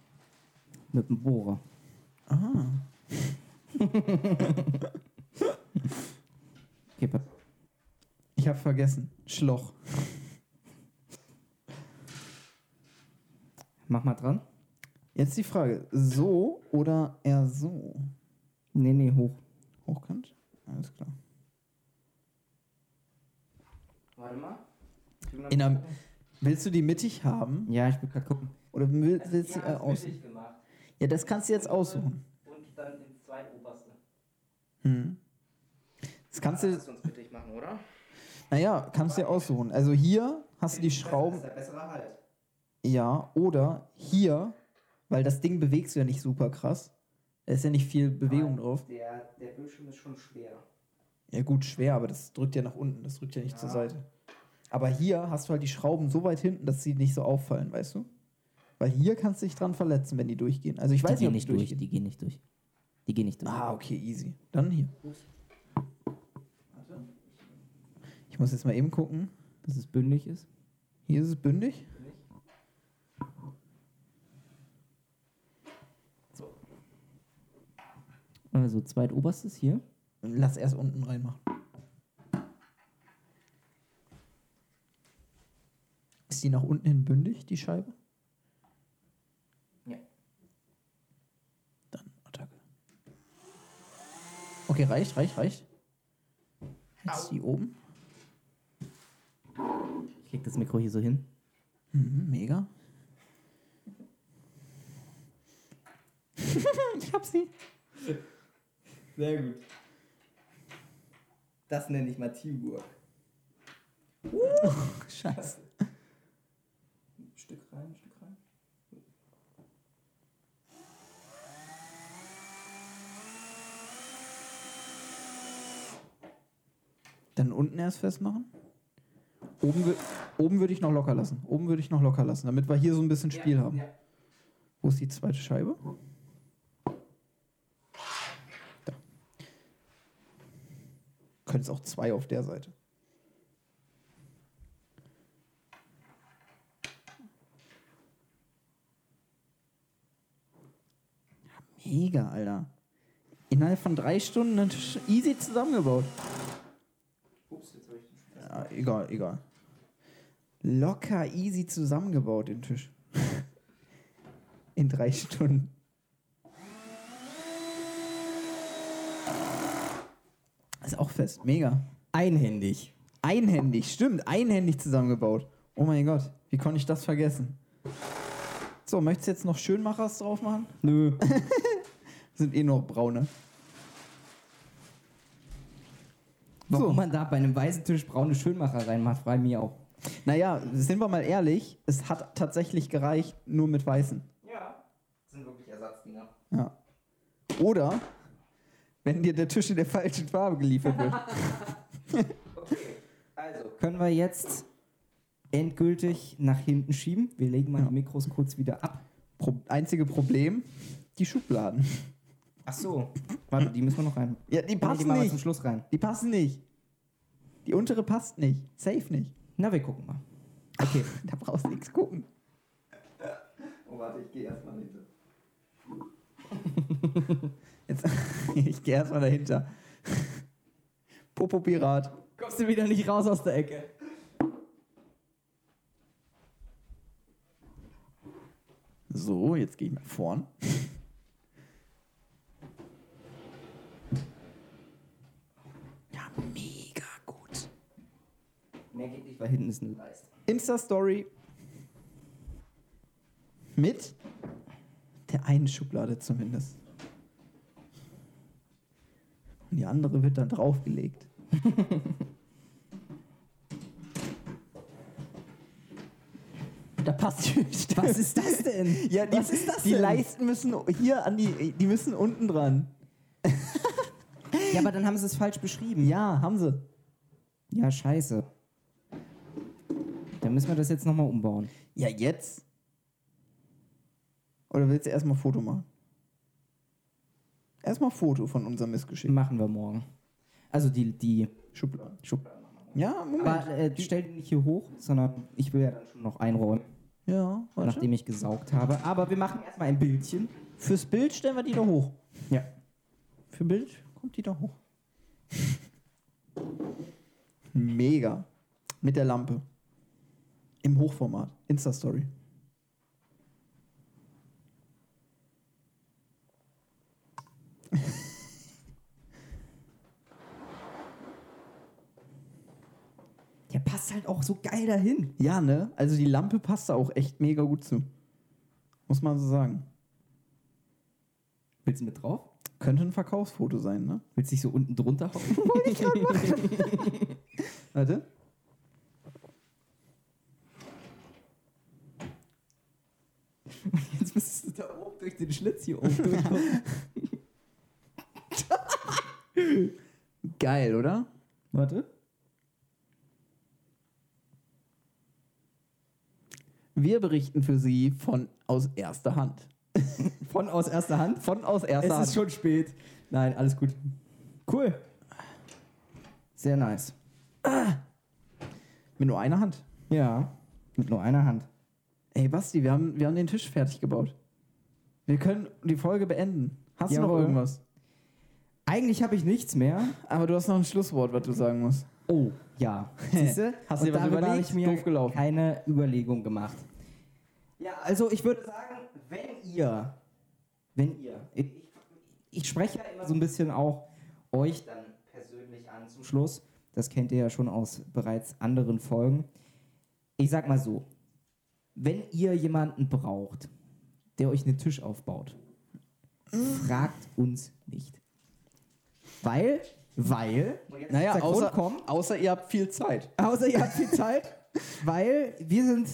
Speaker 1: Mit dem Bohrer.
Speaker 2: Ah.
Speaker 1: Kippe.
Speaker 2: Ich habe vergessen. Schloch.
Speaker 1: Mach mal dran.
Speaker 2: Jetzt die Frage: So oder eher so?
Speaker 1: Nee, nee, hoch.
Speaker 2: Hochkant? Alles klar.
Speaker 1: Warte mal.
Speaker 2: In der, willst du die mittig haben?
Speaker 1: Ja, ich will gerade gucken.
Speaker 2: Oder will-
Speaker 4: Also
Speaker 2: willst
Speaker 4: die
Speaker 2: du
Speaker 4: haben
Speaker 2: eher
Speaker 4: es
Speaker 2: außen?
Speaker 4: mittig gemacht.
Speaker 2: Ja, das kannst du jetzt aussuchen.
Speaker 4: Und dann ins zweitoberste.
Speaker 2: Hm. Das kannst du,
Speaker 4: uns mittig machen, oder?
Speaker 2: naja, kannst du dir aussuchen. Also hier hast du die Schrauben.
Speaker 4: Das ist der bessere Halt.
Speaker 2: Ja, oder hier, weil das Ding bewegst du ja nicht super krass. Da ist ja nicht viel Bewegung drauf.
Speaker 4: Der, der Bildschirm ist schon schwer.
Speaker 2: Ja, gut, schwer, aber das drückt ja nach unten, das drückt ja nicht zur
Speaker 4: Ja.
Speaker 2: Seite. Aber hier hast du halt die Schrauben so weit hinten, dass sie nicht so auffallen, weißt du? Weil hier kannst du dich dran verletzen, wenn die durchgehen. Also ich
Speaker 1: Die
Speaker 2: weiß
Speaker 1: gehen
Speaker 2: ob
Speaker 1: nicht durch. Die gehen nicht durch. Die gehen nicht durch.
Speaker 2: Ah, okay, easy. Dann hier. Ich muss jetzt mal eben gucken.
Speaker 1: Dass es bündig ist.
Speaker 2: Hier ist es bündig.
Speaker 1: Also zweitoberstes hier.
Speaker 2: Lass erst unten reinmachen. Ist die nach unten hin bündig, die Scheibe?
Speaker 1: Ja.
Speaker 2: Dann Attacke. Okay, reicht, reicht, reicht. Jetzt die oben.
Speaker 1: Ich leg das Mikro hier so hin.
Speaker 2: Mhm, mega. ich hab sie.
Speaker 1: Sehr gut. Das nenne ich mal Teamwork.
Speaker 2: Oh, Scheiße.
Speaker 1: Stück rein, Stück rein.
Speaker 2: Dann unten erst festmachen. Oben, wü- oben würde ich noch locker lassen. Oben würde ich noch locker lassen, damit wir hier so ein bisschen Spiel haben.
Speaker 4: Ja.
Speaker 2: Wo ist die zweite Scheibe? Da. Können es auch zwei auf der Seite. Mega, Alter. Innerhalb von drei Stunden ein Tisch easy zusammengebaut.
Speaker 4: Ups, jetzt habe ich den Spaß.
Speaker 2: Ja, egal, egal. Locker easy zusammengebaut, den Tisch. In drei Stunden. Ist auch fest, mega.
Speaker 1: Einhändig.
Speaker 2: Einhändig, stimmt, einhändig zusammengebaut. Oh mein Gott, wie konnte ich das vergessen? So, möchtest du jetzt noch Schönmachers drauf machen?
Speaker 1: Nö.
Speaker 2: [laughs] Sind eh noch braune.
Speaker 1: Warum
Speaker 2: So.
Speaker 1: man da bei einem weißen Tisch braune Schönmacher reinmacht, frei mir auch.
Speaker 2: Naja, sind wir mal ehrlich, es hat tatsächlich gereicht, nur mit Weißen.
Speaker 4: Ja. Das sind wirklich Ersatzdinger.
Speaker 2: Ja. Oder wenn dir der Tisch in der falschen Farbe geliefert wird.
Speaker 4: Okay, also.
Speaker 1: Können wir jetzt endgültig nach hinten schieben? Wir legen mal
Speaker 2: Ja.
Speaker 1: die Mikros kurz wieder ab.
Speaker 2: Pro einzige Problem, die Schubladen.
Speaker 1: Ach so. Warte, die müssen wir noch rein.
Speaker 2: Ja, die
Speaker 1: Nee, die
Speaker 2: passen
Speaker 1: machen wir zum
Speaker 2: nicht.
Speaker 1: Schluss rein.
Speaker 2: Die passen nicht. Die untere passt nicht. Safe nicht.
Speaker 1: Na, wir gucken mal. Okay.
Speaker 2: [laughs] Da brauchst du nichts gucken.
Speaker 4: Oh, warte, ich gehe erstmal hinter.
Speaker 2: [laughs] Jetzt, ich gehe erstmal dahinter. [laughs] Popo Pirat.
Speaker 1: Kommst du wieder nicht raus aus der Ecke?
Speaker 2: So, jetzt gehe ich mal vorn. [laughs] Ja, mega gut.
Speaker 1: Mehr geht nicht, weil hinten ist eine Leiste.
Speaker 2: Insta-Story mit der einen Schublade zumindest. Und die andere wird dann draufgelegt. da passt die Stirn.
Speaker 1: Was ist das denn?
Speaker 2: [laughs] Ja, die,
Speaker 1: Was ist das
Speaker 2: die
Speaker 1: denn?
Speaker 2: Leisten müssen hier an die, die müssen unten dran.
Speaker 1: Ja, aber dann haben sie es falsch beschrieben.
Speaker 2: Ja, haben sie.
Speaker 1: Ja, scheiße. Dann müssen wir das jetzt nochmal umbauen.
Speaker 2: Ja, jetzt? Oder willst du erstmal Foto machen? Erstmal Foto von unserem Missgeschick.
Speaker 1: Machen wir morgen. Also die, die
Speaker 2: Schubladen.
Speaker 1: Schublade.
Speaker 2: Ja, Moment.
Speaker 1: Aber äh, stell die nicht hier hoch, sondern ich will ja dann schon noch einräumen,
Speaker 2: ja, warte.
Speaker 1: nachdem ich gesaugt habe. Aber wir machen erstmal ein Bildchen.
Speaker 2: Fürs Bild stellen wir die da hoch.
Speaker 1: Ja.
Speaker 2: Für Bild kommt die da hoch. Mega. Mit der Lampe. Im Hochformat. Insta-Story.
Speaker 1: Der passt halt auch so geil dahin.
Speaker 2: Ja, ne? Also die Lampe passt da auch echt mega gut zu. Muss man so sagen.
Speaker 1: Willst du mit drauf?
Speaker 2: Könnte ein Verkaufsfoto sein, ne?
Speaker 1: Willst du dich so unten drunter hauen?
Speaker 2: Warte.
Speaker 1: Jetzt bist du da oben durch den Schlitz hier oben durchkommen.
Speaker 2: Geil, oder?
Speaker 1: Warte.
Speaker 2: Wir berichten für Sie von aus erster Hand.
Speaker 1: Von aus erster Hand.
Speaker 2: Von aus erster
Speaker 1: Es
Speaker 2: Hand.
Speaker 1: ist schon spät. Nein, alles gut. Cool. Sehr nice.
Speaker 2: Mit nur einer Hand.
Speaker 1: Ja. Mit nur einer Hand.
Speaker 2: Ey, Basti, wir haben, wir haben den Tisch fertig gebaut. Wir können die Folge beenden. Hast du noch
Speaker 1: Jawohl.
Speaker 2: irgendwas?
Speaker 1: Eigentlich habe ich nichts mehr.
Speaker 2: Aber du hast noch ein Schlusswort, was du sagen musst.
Speaker 1: Oh, ja. [laughs] Siehste?
Speaker 2: Hast du dir
Speaker 1: Und darüber
Speaker 2: was
Speaker 1: habe
Speaker 2: überlegt?
Speaker 1: ich mir
Speaker 2: Doof gelaufen.
Speaker 1: keine Überlegung gemacht. Ja, also ich würde sagen, wenn ihr, wenn ihr, ich, ich spreche ja immer so ein bisschen auch euch dann persönlich an zum Schluss. Das kennt ihr ja schon aus bereits anderen Folgen. Ich sag mal so, wenn ihr jemanden braucht, der euch einen Tisch aufbaut, fragt uns nicht. Weil, weil,
Speaker 2: Naja,
Speaker 1: der Grund
Speaker 2: außer,
Speaker 1: kommt,
Speaker 2: außer ihr habt viel Zeit.
Speaker 1: Außer ihr habt viel Zeit, weil wir sind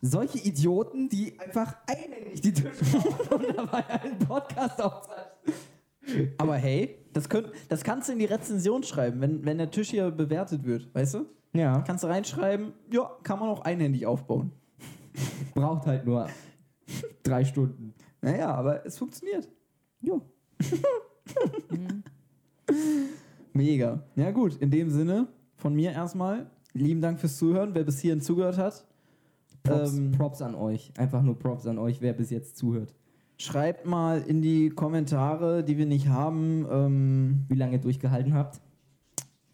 Speaker 1: solche Idioten, die einfach einhändig die Tische machen und dabei einen Podcast aufzeichnen.
Speaker 2: Aber hey, das, könnt, das kannst du in die Rezension schreiben, wenn, wenn der Tisch hier bewertet wird, weißt du?
Speaker 1: Ja,
Speaker 2: Kannst du reinschreiben, ja, kann man auch einhändig aufbauen.
Speaker 1: braucht halt nur drei Stunden.
Speaker 2: Naja, aber es funktioniert.
Speaker 1: Jo.
Speaker 2: Mega. Ja gut, in dem Sinne, von mir erstmal, lieben Dank fürs Zuhören, wer bis hierhin zugehört hat.
Speaker 1: Props,
Speaker 2: Ähm.
Speaker 1: Props an euch. Einfach nur Props an euch, wer bis jetzt zuhört.
Speaker 2: Schreibt mal in die Kommentare, die wir nicht haben, ähm,
Speaker 1: Wie lange ihr durchgehalten habt.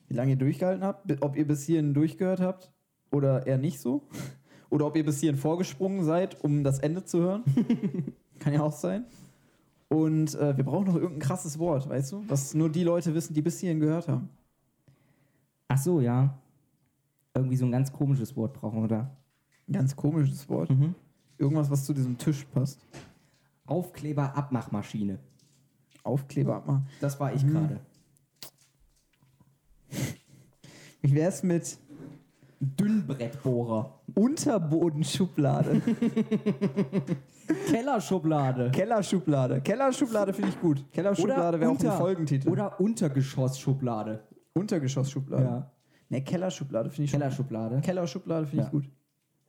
Speaker 2: wie lange ihr durchgehalten habt, bi- ob ihr bis hierhin durchgehört habt oder eher nicht so. [laughs] Oder ob ihr bis hierhin vorgesprungen seid, um das Ende zu
Speaker 1: [laughs]
Speaker 2: hören. Kann ja auch sein. Und äh, wir brauchen noch irgendein krasses Wort, weißt du? Was nur die Leute wissen, die bis hierhin gehört haben.
Speaker 1: Ach so, ja. Irgendwie so ein ganz komisches Wort brauchen wir da.
Speaker 2: Ein Ganz komisches Wort.
Speaker 1: Mhm.
Speaker 2: Irgendwas, was zu diesem Tisch passt.
Speaker 1: Aufkleber Abmachmaschine.
Speaker 2: Aufkleber abmachen.
Speaker 1: Das war
Speaker 2: Mhm.
Speaker 1: ich gerade.
Speaker 2: Wie wär's mit
Speaker 1: Dünnbrettbohrer. [laughs]
Speaker 2: Unterbodenschublade?
Speaker 1: Kellerschublade.
Speaker 2: Kellerschublade. Kellerschublade finde ich gut. Kellerschublade wäre auch ein
Speaker 1: unter-
Speaker 2: Folgentitel.
Speaker 1: Oder Untergeschossschublade.
Speaker 2: Untergeschossschublade. Ne, Kellerschublade finde ich schon-
Speaker 1: Kellerschublade.
Speaker 2: Kellerschublade finde ich
Speaker 1: Ja.
Speaker 2: gut.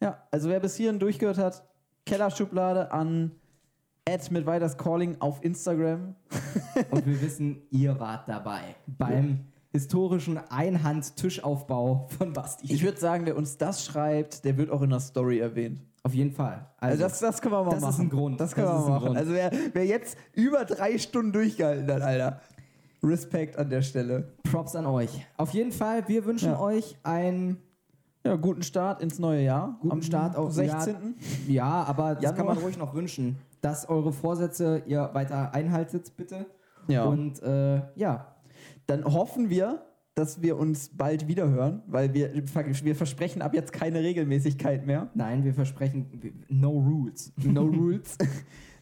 Speaker 2: Ja, also wer bis hierhin durchgehört hat, Kellerschublade an Ad mit Weiders Calling auf Instagram.
Speaker 1: Und wir wissen, ihr wart dabei beim historischen Einhand-Tischaufbau von Basti.
Speaker 2: Ich würde sagen, wer uns das schreibt, der wird auch in der Story erwähnt.
Speaker 1: Auf jeden Fall.
Speaker 2: Also das, das können wir mal
Speaker 1: das ist
Speaker 2: machen.
Speaker 1: ein Grund.
Speaker 2: Das können
Speaker 1: Das
Speaker 2: wir
Speaker 1: ist
Speaker 2: mal
Speaker 1: ein
Speaker 2: machen.
Speaker 1: Grund.
Speaker 2: Also wer, wer jetzt über drei Stunden durchgehalten hat, Alter. Respekt an der Stelle.
Speaker 1: Props an euch. Auf jeden Fall, wir wünschen
Speaker 2: Ja.
Speaker 1: euch einen,
Speaker 2: Ja, guten Start ins neue Jahr.
Speaker 1: Guten
Speaker 2: Am
Speaker 1: Start auf-
Speaker 2: 16.
Speaker 1: ja, aber das kann
Speaker 2: Januar.
Speaker 1: man ruhig noch wünschen, dass eure Vorsätze ihr weiter einhaltet, bitte.
Speaker 2: Ja. Und
Speaker 1: Und äh, ja,
Speaker 2: dann hoffen wir, dass wir uns bald wiederhören, weil wir, wir versprechen ab jetzt keine Regelmäßigkeit mehr.
Speaker 1: nein, wir versprechen, no
Speaker 2: [laughs]
Speaker 1: rules. [laughs]
Speaker 2: No rules.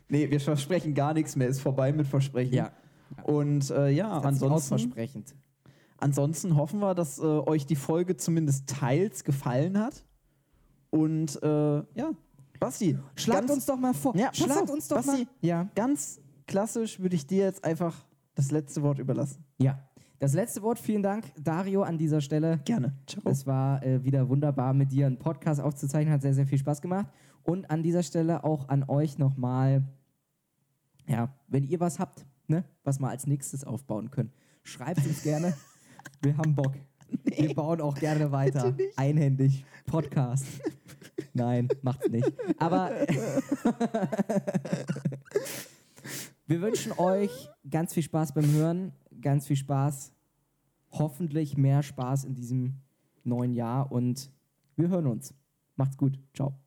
Speaker 2: nee, wir versprechen gar nichts mehr. Ist vorbei mit Versprechen.
Speaker 1: Ja.
Speaker 2: Und äh, ja,
Speaker 1: Ganz
Speaker 2: ansonsten,
Speaker 1: Ausversprechend.
Speaker 2: ansonsten hoffen wir, dass äh, euch die Folge zumindest teils gefallen hat. Und äh, ja, Basti,
Speaker 1: Schlagt
Speaker 2: ganz,
Speaker 1: uns doch mal vor.
Speaker 2: Ja, pass
Speaker 1: Schlagt
Speaker 2: auf,
Speaker 1: uns doch
Speaker 2: Basti.
Speaker 1: mal. Ja.
Speaker 2: ganz klassisch würde ich dir jetzt einfach das letzte Wort überlassen.
Speaker 1: ja. Das letzte Wort, vielen Dank, Dario, an dieser Stelle.
Speaker 2: Gerne. Ciao.
Speaker 1: Es war äh, wieder wunderbar, mit dir einen Podcast aufzuzeichnen. Hat sehr, sehr viel Spaß gemacht. Und an dieser Stelle auch an euch nochmal, ja, wenn ihr was habt, ne, was wir als nächstes aufbauen können, schreibt uns gerne. Wir haben Bock. Wir bauen auch gerne weiter. Einhändig. Podcast. Nein, macht's nicht. Aber [laughs] wir wünschen euch ganz viel Spaß beim Hören, ganz viel Spaß hoffentlich mehr Spaß in diesem neuen Jahr und wir hören uns. Macht's gut. Ciao.